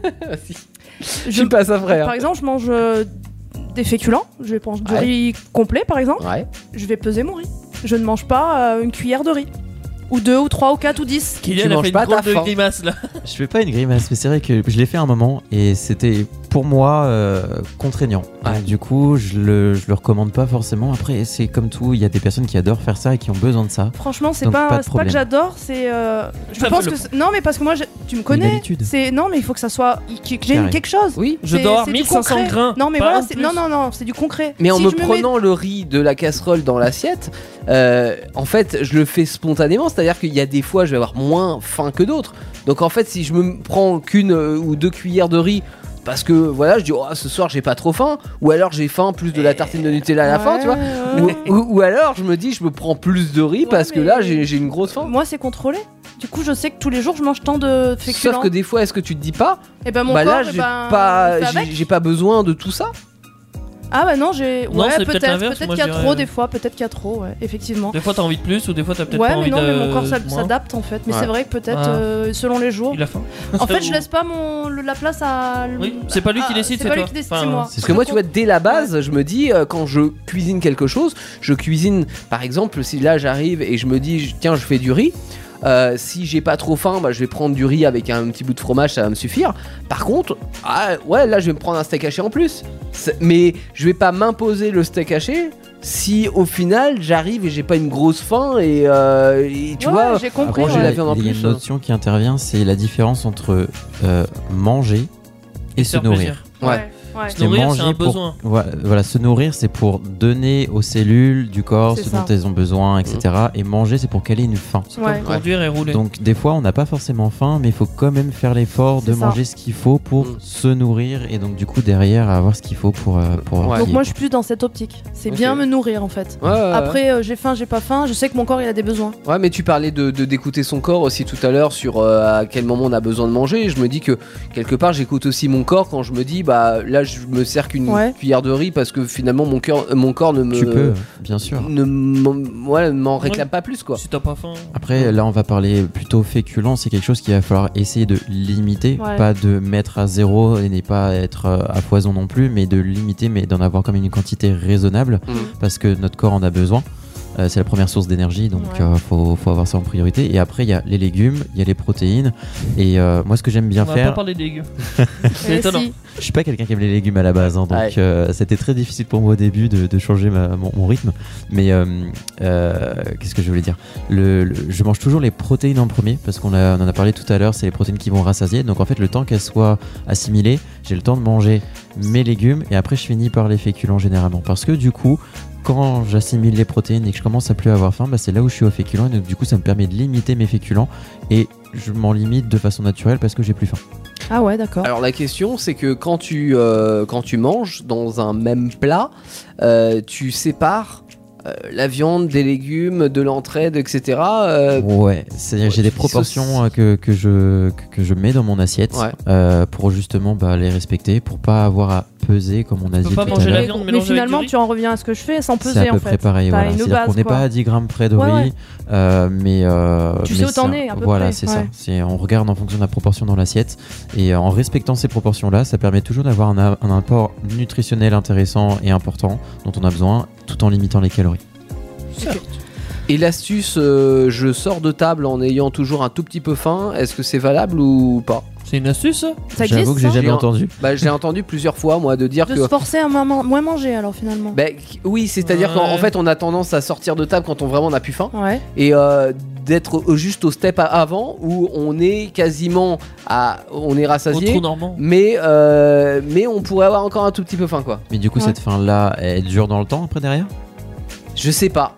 Speaker 4: Je suis pas hein. ça frère.
Speaker 5: hein.
Speaker 3: Par exemple, je mange euh, des féculents. Je mange du
Speaker 4: Ouais.
Speaker 3: riz complet, par exemple.
Speaker 4: Ouais.
Speaker 3: Je vais peser mon riz. Je ne mange pas euh, une cuillère de riz. Ou deux, ou trois, ou quatre, ou dix.
Speaker 5: Kylian
Speaker 4: Tu
Speaker 5: a
Speaker 4: manges
Speaker 5: fait une
Speaker 4: pas ta
Speaker 5: drôle de
Speaker 4: faim.
Speaker 5: grimace là.
Speaker 6: Je fais pas une grimace, mais c'est vrai que je l'ai fait un moment et c'était pour moi euh, contraignant.
Speaker 4: Ouais.
Speaker 6: Donc, Du coup, je le, je le recommande pas forcément. Après, c'est comme tout, il y a des personnes qui adorent faire ça et qui ont besoin de ça.
Speaker 3: Franchement, c'est
Speaker 6: Donc,
Speaker 3: pas,
Speaker 6: pas de
Speaker 3: c'est pas que
Speaker 6: problème.
Speaker 3: j'adore, c'est. euh, je
Speaker 5: Ça
Speaker 3: pense
Speaker 5: peut
Speaker 3: que. c'est- Non, mais parce que moi, j'ai- tu me connais.
Speaker 6: habitude.
Speaker 3: C'est non, mais il faut que ça soit que que j'ai une-
Speaker 6: Carré.
Speaker 3: quelque chose.
Speaker 4: Oui.
Speaker 5: Je
Speaker 3: C'est-
Speaker 5: dors
Speaker 3: c'est du
Speaker 5: 1500
Speaker 3: concret.
Speaker 5: grains,
Speaker 3: Non, mais
Speaker 5: pas
Speaker 3: voilà,
Speaker 5: plus.
Speaker 3: c'est- non, non, non, c'est du concret.
Speaker 4: Mais en
Speaker 3: Si
Speaker 4: me
Speaker 3: je mets-
Speaker 4: prenant le riz de la casserole dans l'assiette, euh, en fait, je le fais spontanément. C'est-à-dire qu'il y a des fois, je vais avoir moins faim que d'autres. Donc en fait, si je me prends qu'une euh, ou deux cuillères de riz. Parce que voilà, je dis oh, ce soir j'ai pas trop faim, ou alors j'ai faim plus de la tartine de Nutella à la fin, tu vois.
Speaker 3: Ouais,
Speaker 4: Ou,
Speaker 3: ouais.
Speaker 4: ou- ou alors je me dis je me prends plus de riz
Speaker 3: Ouais,
Speaker 4: parce que
Speaker 3: mais-
Speaker 4: là j'ai j'ai une grosse faim.
Speaker 3: Moi, c'est contrôlé. Du coup, je sais que tous les jours, je mange tant de
Speaker 4: Sauf
Speaker 3: féculents.
Speaker 4: que des fois, est-ce que tu te dis pas
Speaker 3: Et ben mon
Speaker 4: Bah
Speaker 3: corps,
Speaker 4: là,
Speaker 3: eh
Speaker 4: j'ai
Speaker 3: ben,
Speaker 4: pas,
Speaker 3: il fait avec.
Speaker 4: j'ai- j'ai pas besoin de tout ça.
Speaker 3: Ah bah non, j'ai.
Speaker 5: Non,
Speaker 3: Ouais,
Speaker 5: c'est peut-être
Speaker 3: peut-être.
Speaker 5: l'inverse,
Speaker 3: Peut-être
Speaker 5: moi,
Speaker 3: qu'il
Speaker 5: euh,
Speaker 3: y a
Speaker 5: je dirais.
Speaker 3: trop des fois. Peut-être qu'il y a trop. Ouais, effectivement.
Speaker 5: Des fois t'as envie de plus ou des fois t'as peut-être
Speaker 3: Ouais,
Speaker 5: pas
Speaker 3: mais
Speaker 5: envie
Speaker 3: non,
Speaker 5: de.
Speaker 3: mais mon corps s'ad-
Speaker 5: moins.
Speaker 3: s'adapte en fait. Mais
Speaker 4: Ouais.
Speaker 3: c'est vrai que peut-être
Speaker 5: Ah.
Speaker 3: euh, selon les jours.
Speaker 5: Il a faim.
Speaker 3: En fait, je
Speaker 5: Ou-
Speaker 3: laisse pas mon le- la place à.
Speaker 5: Oui, c'est pas lui qui
Speaker 3: Ah,
Speaker 5: décide,
Speaker 3: c'est
Speaker 5: c'est
Speaker 3: pas
Speaker 5: toi.
Speaker 3: lui qui décide,
Speaker 5: Enfin,
Speaker 3: c'est moi.
Speaker 6: c'est-
Speaker 4: Parce que moi, tu vois, dès la base, je me dis, euh, quand je cuisine quelque chose, je cuisine, par exemple, si là j'arrive et je me dis, je- tiens, je fais du riz. euh, si j'ai pas trop faim, bah, je vais prendre du riz avec un petit bout de fromage, ça va me suffire. Par contre, ah, ouais, là je vais me prendre un steak haché en plus. C'est- Mais je vais pas m'imposer le steak haché si au final j'arrive et j'ai pas une grosse faim et, euh, et tu
Speaker 3: Ouais,
Speaker 4: vois,
Speaker 3: j'ai compris.
Speaker 4: manger
Speaker 6: Après,
Speaker 4: la
Speaker 3: ouais.
Speaker 6: il y a-
Speaker 4: viande en
Speaker 6: il y a
Speaker 4: plus,
Speaker 6: une
Speaker 4: hein.
Speaker 6: notion qui intervient, c'est la différence entre euh, manger et se
Speaker 5: Faire
Speaker 6: nourrir.
Speaker 5: plaisir.
Speaker 4: Ouais.
Speaker 3: Ouais, ouais.
Speaker 5: Se nourrir, c'est
Speaker 6: manger
Speaker 5: un
Speaker 6: pour-
Speaker 5: besoin.
Speaker 6: Voilà, voilà, se nourrir, c'est pour donner aux cellules du corps
Speaker 3: C'est
Speaker 6: ce
Speaker 3: ça.
Speaker 6: dont elles ont besoin, etc. Et manger, c'est pour caler une faim.
Speaker 3: Ouais.
Speaker 4: Ouais.
Speaker 5: Conduire et rouler.
Speaker 6: Donc des fois, on n'a pas forcément faim, mais il faut quand même faire l'effort
Speaker 3: C'est
Speaker 6: de
Speaker 3: ça.
Speaker 6: manger ce qu'il faut pour
Speaker 4: Mm.
Speaker 6: se nourrir et donc du coup derrière avoir ce qu'il faut pour euh, pour avoir
Speaker 4: Ouais.
Speaker 6: ce
Speaker 3: Donc
Speaker 6: qu'il
Speaker 3: moi,
Speaker 6: faut.
Speaker 3: je suis plus dans cette optique. C'est
Speaker 4: Ok.
Speaker 3: bien me nourrir en fait.
Speaker 4: Ouais, ouais, ouais.
Speaker 3: Après, euh, j'ai faim, j'ai pas faim. Je sais que mon corps, il a des besoins.
Speaker 4: Ouais, mais tu parlais de de- d'écouter son corps aussi tout à l'heure sur euh, à quel moment on a besoin de manger. Je me dis que quelque part j'écoute aussi mon corps quand je me dis bah là je me sers qu'une
Speaker 3: Ouais.
Speaker 4: cuillère de riz parce que finalement mon cœur, euh, mm. mon corps ne me
Speaker 6: Tu peux, bien sûr.
Speaker 4: ne m'en ouais, m'en réclame pas plus quoi.
Speaker 5: Si t'as pas faim.
Speaker 6: Après, là, on va parler plutôt féculent. C'est quelque chose qu'il va falloir essayer de limiter,
Speaker 3: Ouais.
Speaker 6: pas de mettre à zéro et n'est pas être euh, à foison non plus, mais de limiter, mais d'en avoir quand même une quantité raisonnable
Speaker 4: Mm.
Speaker 6: parce que notre corps en a besoin. Euh, c'est la première source d'énergie, donc
Speaker 3: Ouais.
Speaker 6: euh, faut, faut avoir ça en priorité. Et après, il y a les légumes, il y a les protéines. Et euh, moi, ce que j'aime bien
Speaker 5: On va
Speaker 6: faire,
Speaker 5: pas parler des légumes.
Speaker 3: Et
Speaker 5: étonnant.
Speaker 3: si.
Speaker 6: je suis pas quelqu'un qui aime les légumes à la base, hein, donc
Speaker 4: Ouais.
Speaker 6: euh, c'était très difficile pour moi au début de, de changer ma- mon, mon rythme. Mais euh, euh, qu'est-ce que je voulais dire le, le- Je mange toujours les protéines en premier parce qu'on a- on en a parlé tout à l'heure, c'est les protéines qui vont rassasier. Donc en fait, le temps qu'elles soient assimilées, j'ai le temps de manger mes légumes et après je finis par les féculents généralement parce que du coup. Quand j'assimile les protéines et que je commence à plus avoir faim, bah, c'est là où je suis au féculent et donc du coup ça me permet de limiter mes féculents et je m'en limite de façon naturelle parce que j'ai plus faim.
Speaker 3: Ah ouais, d'accord.
Speaker 4: Alors la question c'est que quand tu euh, quand tu manges dans un même plat, euh, tu sépares euh, la viande des légumes de l'entraide etc. euh,
Speaker 6: Ouais, c'est-à-dire que j'ai
Speaker 4: tu
Speaker 6: des
Speaker 4: dis
Speaker 6: proportions
Speaker 4: sauce.
Speaker 6: euh, que, que, je, que, que je mets dans mon assiette
Speaker 4: Ouais.
Speaker 6: euh, pour justement bah, les respecter, pour pas avoir à peser comme on a
Speaker 5: peux
Speaker 6: dit
Speaker 5: pas
Speaker 6: tout à
Speaker 5: manger la
Speaker 6: l'heure.
Speaker 5: viande
Speaker 3: mais
Speaker 5: mélangée avec
Speaker 3: finalement,
Speaker 5: du riz.
Speaker 3: tu en reviens à ce que je fais sans
Speaker 6: C'est à
Speaker 3: peser
Speaker 6: peu
Speaker 3: en
Speaker 6: près
Speaker 3: fait.
Speaker 6: pareil,
Speaker 3: T'as
Speaker 6: voilà.
Speaker 3: une
Speaker 6: C'est-à-dire
Speaker 3: base,
Speaker 6: qu'on n'est
Speaker 3: quoi.
Speaker 6: pas à 10 grammes près de
Speaker 3: Ouais,
Speaker 6: riz,
Speaker 3: ouais.
Speaker 6: euh, mais... euh,
Speaker 3: Tu
Speaker 6: mais
Speaker 3: sais où
Speaker 6: c'est
Speaker 3: t'en
Speaker 6: un-
Speaker 3: es, à peu
Speaker 6: Voilà,
Speaker 3: près,
Speaker 6: c'est ça.
Speaker 3: ouais.
Speaker 6: C'est- On regarde en fonction de la proportion dans l'assiette, et euh, en respectant ces proportions-là, ça permet toujours d'avoir un, a- un apport nutritionnel intéressant et important, dont on a besoin, tout en limitant les calories.
Speaker 4: Et l'astuce, euh, je sors de table en ayant toujours un tout petit peu faim, est-ce que c'est valable ou pas
Speaker 5: C'est une astuce ça
Speaker 3: Ça existe,
Speaker 6: J'avoue que j'ai
Speaker 3: ça
Speaker 6: jamais
Speaker 4: J'ai un-
Speaker 6: entendu.
Speaker 4: Bah j'ai entendu plusieurs fois moi de dire
Speaker 3: De
Speaker 4: que...
Speaker 3: se forcer à moins moins manger alors finalement.
Speaker 4: Bah, qu- oui, c'est-à-dire
Speaker 5: Ouais.
Speaker 4: qu'en en fait on a tendance à sortir de table quand on vraiment n'a plus faim
Speaker 3: Ouais.
Speaker 4: et euh, d'être au- juste au step a- avant où on est quasiment à... on est
Speaker 5: Au trou
Speaker 4: rassasié.
Speaker 5: normand.
Speaker 4: Mais, euh, mais on pourrait avoir encore un tout petit peu faim quoi.
Speaker 6: Mais du coup,
Speaker 3: Ouais.
Speaker 6: cette fin-là, elle dure dans le temps après derrière
Speaker 4: Je sais pas.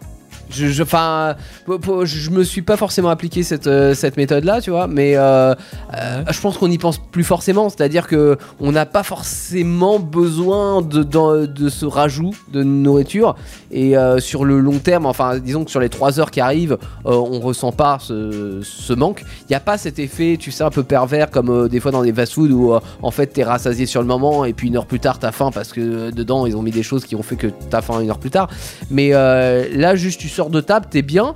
Speaker 4: Je, je, enfin, euh, pour- je je me suis pas forcément appliqué cette, euh, cette méthode là, tu vois, mais euh, euh, je pense qu'on n'y pense plus forcément, c'est-à-dire que on n'a pas forcément besoin de, d'en- de ce rajout de nourriture, et euh, sur le long terme, enfin, disons que sur les 3 heures qui arrivent, euh, on ressent pas ce, ce manque. Il n'y a pas cet effet, tu sais, un peu pervers comme euh, des fois dans les fast-food où euh, en fait t'es rassasié sur le moment, et puis une heure plus tard t'as faim parce que euh, dedans ils ont mis des choses qui ont fait que t'as faim une heure plus tard. Mais euh, là, juste tu sors de table, t'es bien.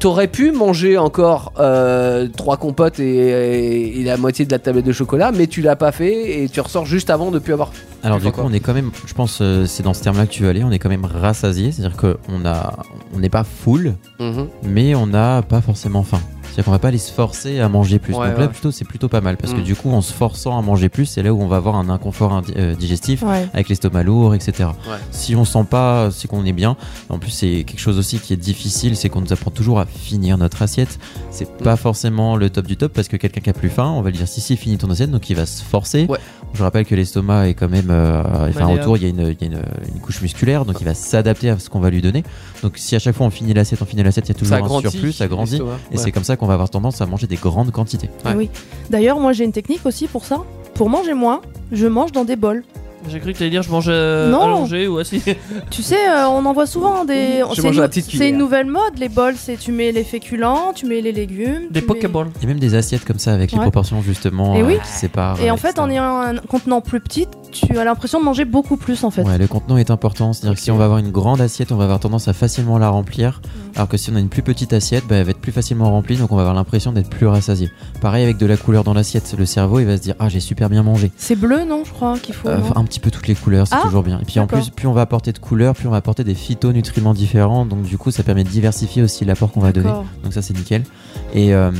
Speaker 4: T'aurais pu manger encore euh, trois compotes et, et la moitié de la tablette de chocolat, mais tu l'as pas fait et tu ressors juste avant de plus avoir.
Speaker 6: Alors
Speaker 4: Tu
Speaker 6: du
Speaker 4: crois
Speaker 6: coup, on est quand même, je pense, euh, c'est dans ce terme-là que tu veux aller. On est quand même rassasié, c'est-à-dire que on a, on n'est pas full,
Speaker 4: Mhm.
Speaker 6: mais on n'a pas forcément faim. C'est-à-dire qu'on va pas aller se forcer à manger plus.
Speaker 4: Ouais,
Speaker 6: Donc
Speaker 4: ouais.
Speaker 6: là, plutôt, c'est plutôt pas mal parce que
Speaker 4: Mm.
Speaker 6: du coup, en se forçant à manger plus, c'est là où on va avoir un inconfort indi- euh, digestif
Speaker 3: Ouais.
Speaker 6: avec l'estomac lourd, etc.
Speaker 4: Ouais.
Speaker 6: Si on sent pas, c'est qu'on est bien. En plus, c'est quelque chose aussi qui est difficile, c'est qu'on nous apprend toujours à finir notre assiette. C'est
Speaker 4: Mm.
Speaker 6: pas forcément le top du top parce que quelqu'un qui a plus faim, on va lui dire si si finis ton assiette, donc il va se forcer.
Speaker 4: Ouais. Bah,
Speaker 6: Je rappelle que l'estomac est quand même, euh, enfin,
Speaker 5: Malléable.
Speaker 6: autour, il y a, une, il y a une- une couche musculaire, donc il va s'adapter à ce qu'on va lui donner. Donc si à chaque fois on finit l'assiette, on finit l'assiette, il y a toujours
Speaker 4: ça
Speaker 6: un
Speaker 4: grandit.
Speaker 6: surplus, ça grandit.
Speaker 4: l'estomac,
Speaker 6: Et
Speaker 4: ouais.
Speaker 6: c'est comme ça qu'on va avoir tendance à manger des grandes quantités.
Speaker 4: Ouais.
Speaker 3: Oui. D'ailleurs, moi j'ai une technique aussi pour ça. Pour manger moins, je mange dans des bols.
Speaker 5: J'ai cru que t'allais dire je mange euh,
Speaker 3: Non.
Speaker 5: allongé ou assis.
Speaker 3: Tu sais, euh, on en voit souvent des.
Speaker 4: Je
Speaker 3: c'est
Speaker 4: mange
Speaker 3: une-
Speaker 4: à la petite
Speaker 3: C'est
Speaker 4: cuillère.
Speaker 3: une nouvelle mode, les bols. C'est tu mets les féculents, tu mets les légumes.
Speaker 5: Des
Speaker 3: tu mets-
Speaker 5: pokéballs.
Speaker 6: Il y a même des assiettes comme ça avec les
Speaker 3: Ouais.
Speaker 6: proportions justement
Speaker 3: Et oui.
Speaker 6: euh, qui séparent.
Speaker 3: Et
Speaker 6: euh,
Speaker 3: en fait,
Speaker 6: etc.
Speaker 3: en ayant un contenant plus petit, tu as l'impression de manger beaucoup plus en fait.
Speaker 6: Ouais, le contenant est important. C'est-à-dire que si on va avoir une grande assiette, on va avoir tendance à facilement la remplir. Alors que si on a une plus petite assiette, bah, elle va être plus facilement remplie, donc on va avoir l'impression d'être plus rassasié. Pareil avec de la couleur dans l'assiette, le cerveau il va se dire ah j'ai super bien mangé.
Speaker 3: C'est bleu, non, je crois qu'il faut.
Speaker 6: Euh,
Speaker 3: non
Speaker 6: un petit peu toutes les couleurs, c'est
Speaker 3: Ah,
Speaker 6: toujours bien. Et puis en
Speaker 3: d'accord.
Speaker 6: plus, plus on va apporter de couleurs, plus on va apporter des phytonutriments différents, donc du coup ça permet de diversifier aussi l'apport qu'on va donner.
Speaker 3: D'accord.
Speaker 6: Donc ça c'est nickel. Et, euh,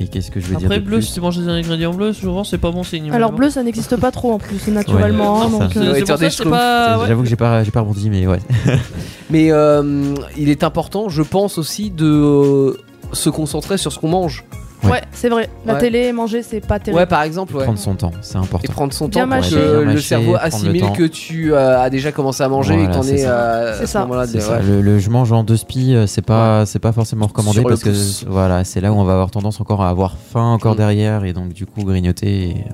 Speaker 6: et qu'est-ce que je veux dire
Speaker 5: Après
Speaker 6: de
Speaker 5: bleu,
Speaker 6: plus
Speaker 5: si tu manges des ingrédients bleus, souvent c'est pas bon signe.
Speaker 3: Alors bleu, ça n'existe pas trop en plus, naturellement.
Speaker 6: Ouais,
Speaker 3: hein,
Speaker 6: c'est
Speaker 3: donc,
Speaker 6: ça.
Speaker 5: C'est
Speaker 3: euh,
Speaker 5: c'est
Speaker 4: Étant
Speaker 5: pour ça
Speaker 4: des
Speaker 5: que c'est
Speaker 4: schtroumpfs,
Speaker 5: pas. ah ouais.
Speaker 6: J'avoue que j'ai pas, j'ai pas rebondi, mais ouais.
Speaker 4: Mais euh, il est important, je pense aussi, de euh, se concentrer sur ce qu'on mange.
Speaker 6: Ouais.
Speaker 3: ouais, c'est vrai. La
Speaker 4: Ouais.
Speaker 3: télé, manger, c'est pas terrible.
Speaker 4: Ouais, par exemple, ouais.
Speaker 6: Prendre son temps, c'est
Speaker 4: et
Speaker 6: important.
Speaker 4: prendre son
Speaker 3: Bien
Speaker 4: temps pour
Speaker 3: mâcher.
Speaker 4: que
Speaker 6: Bien
Speaker 4: le
Speaker 6: mâcher,
Speaker 4: cerveau
Speaker 6: prendre le
Speaker 4: assimile
Speaker 6: temps.
Speaker 4: que tu euh, as déjà commencé à manger
Speaker 6: Voilà,
Speaker 4: et que t'en
Speaker 6: c'est
Speaker 4: es
Speaker 6: ça.
Speaker 4: euh,
Speaker 3: C'est
Speaker 4: à ce
Speaker 3: ça.
Speaker 4: moment-là.
Speaker 6: C'est
Speaker 4: de-
Speaker 6: ça,
Speaker 4: ouais.
Speaker 6: le, le je mange en deux spies, euh, c'est pas, c'est pas forcément recommandé
Speaker 4: Sur le
Speaker 6: parce que
Speaker 4: pouce.
Speaker 6: voilà, c'est là où on va avoir tendance encore à avoir faim encore
Speaker 4: Mm.
Speaker 6: derrière et donc du coup grignoter. et, euh,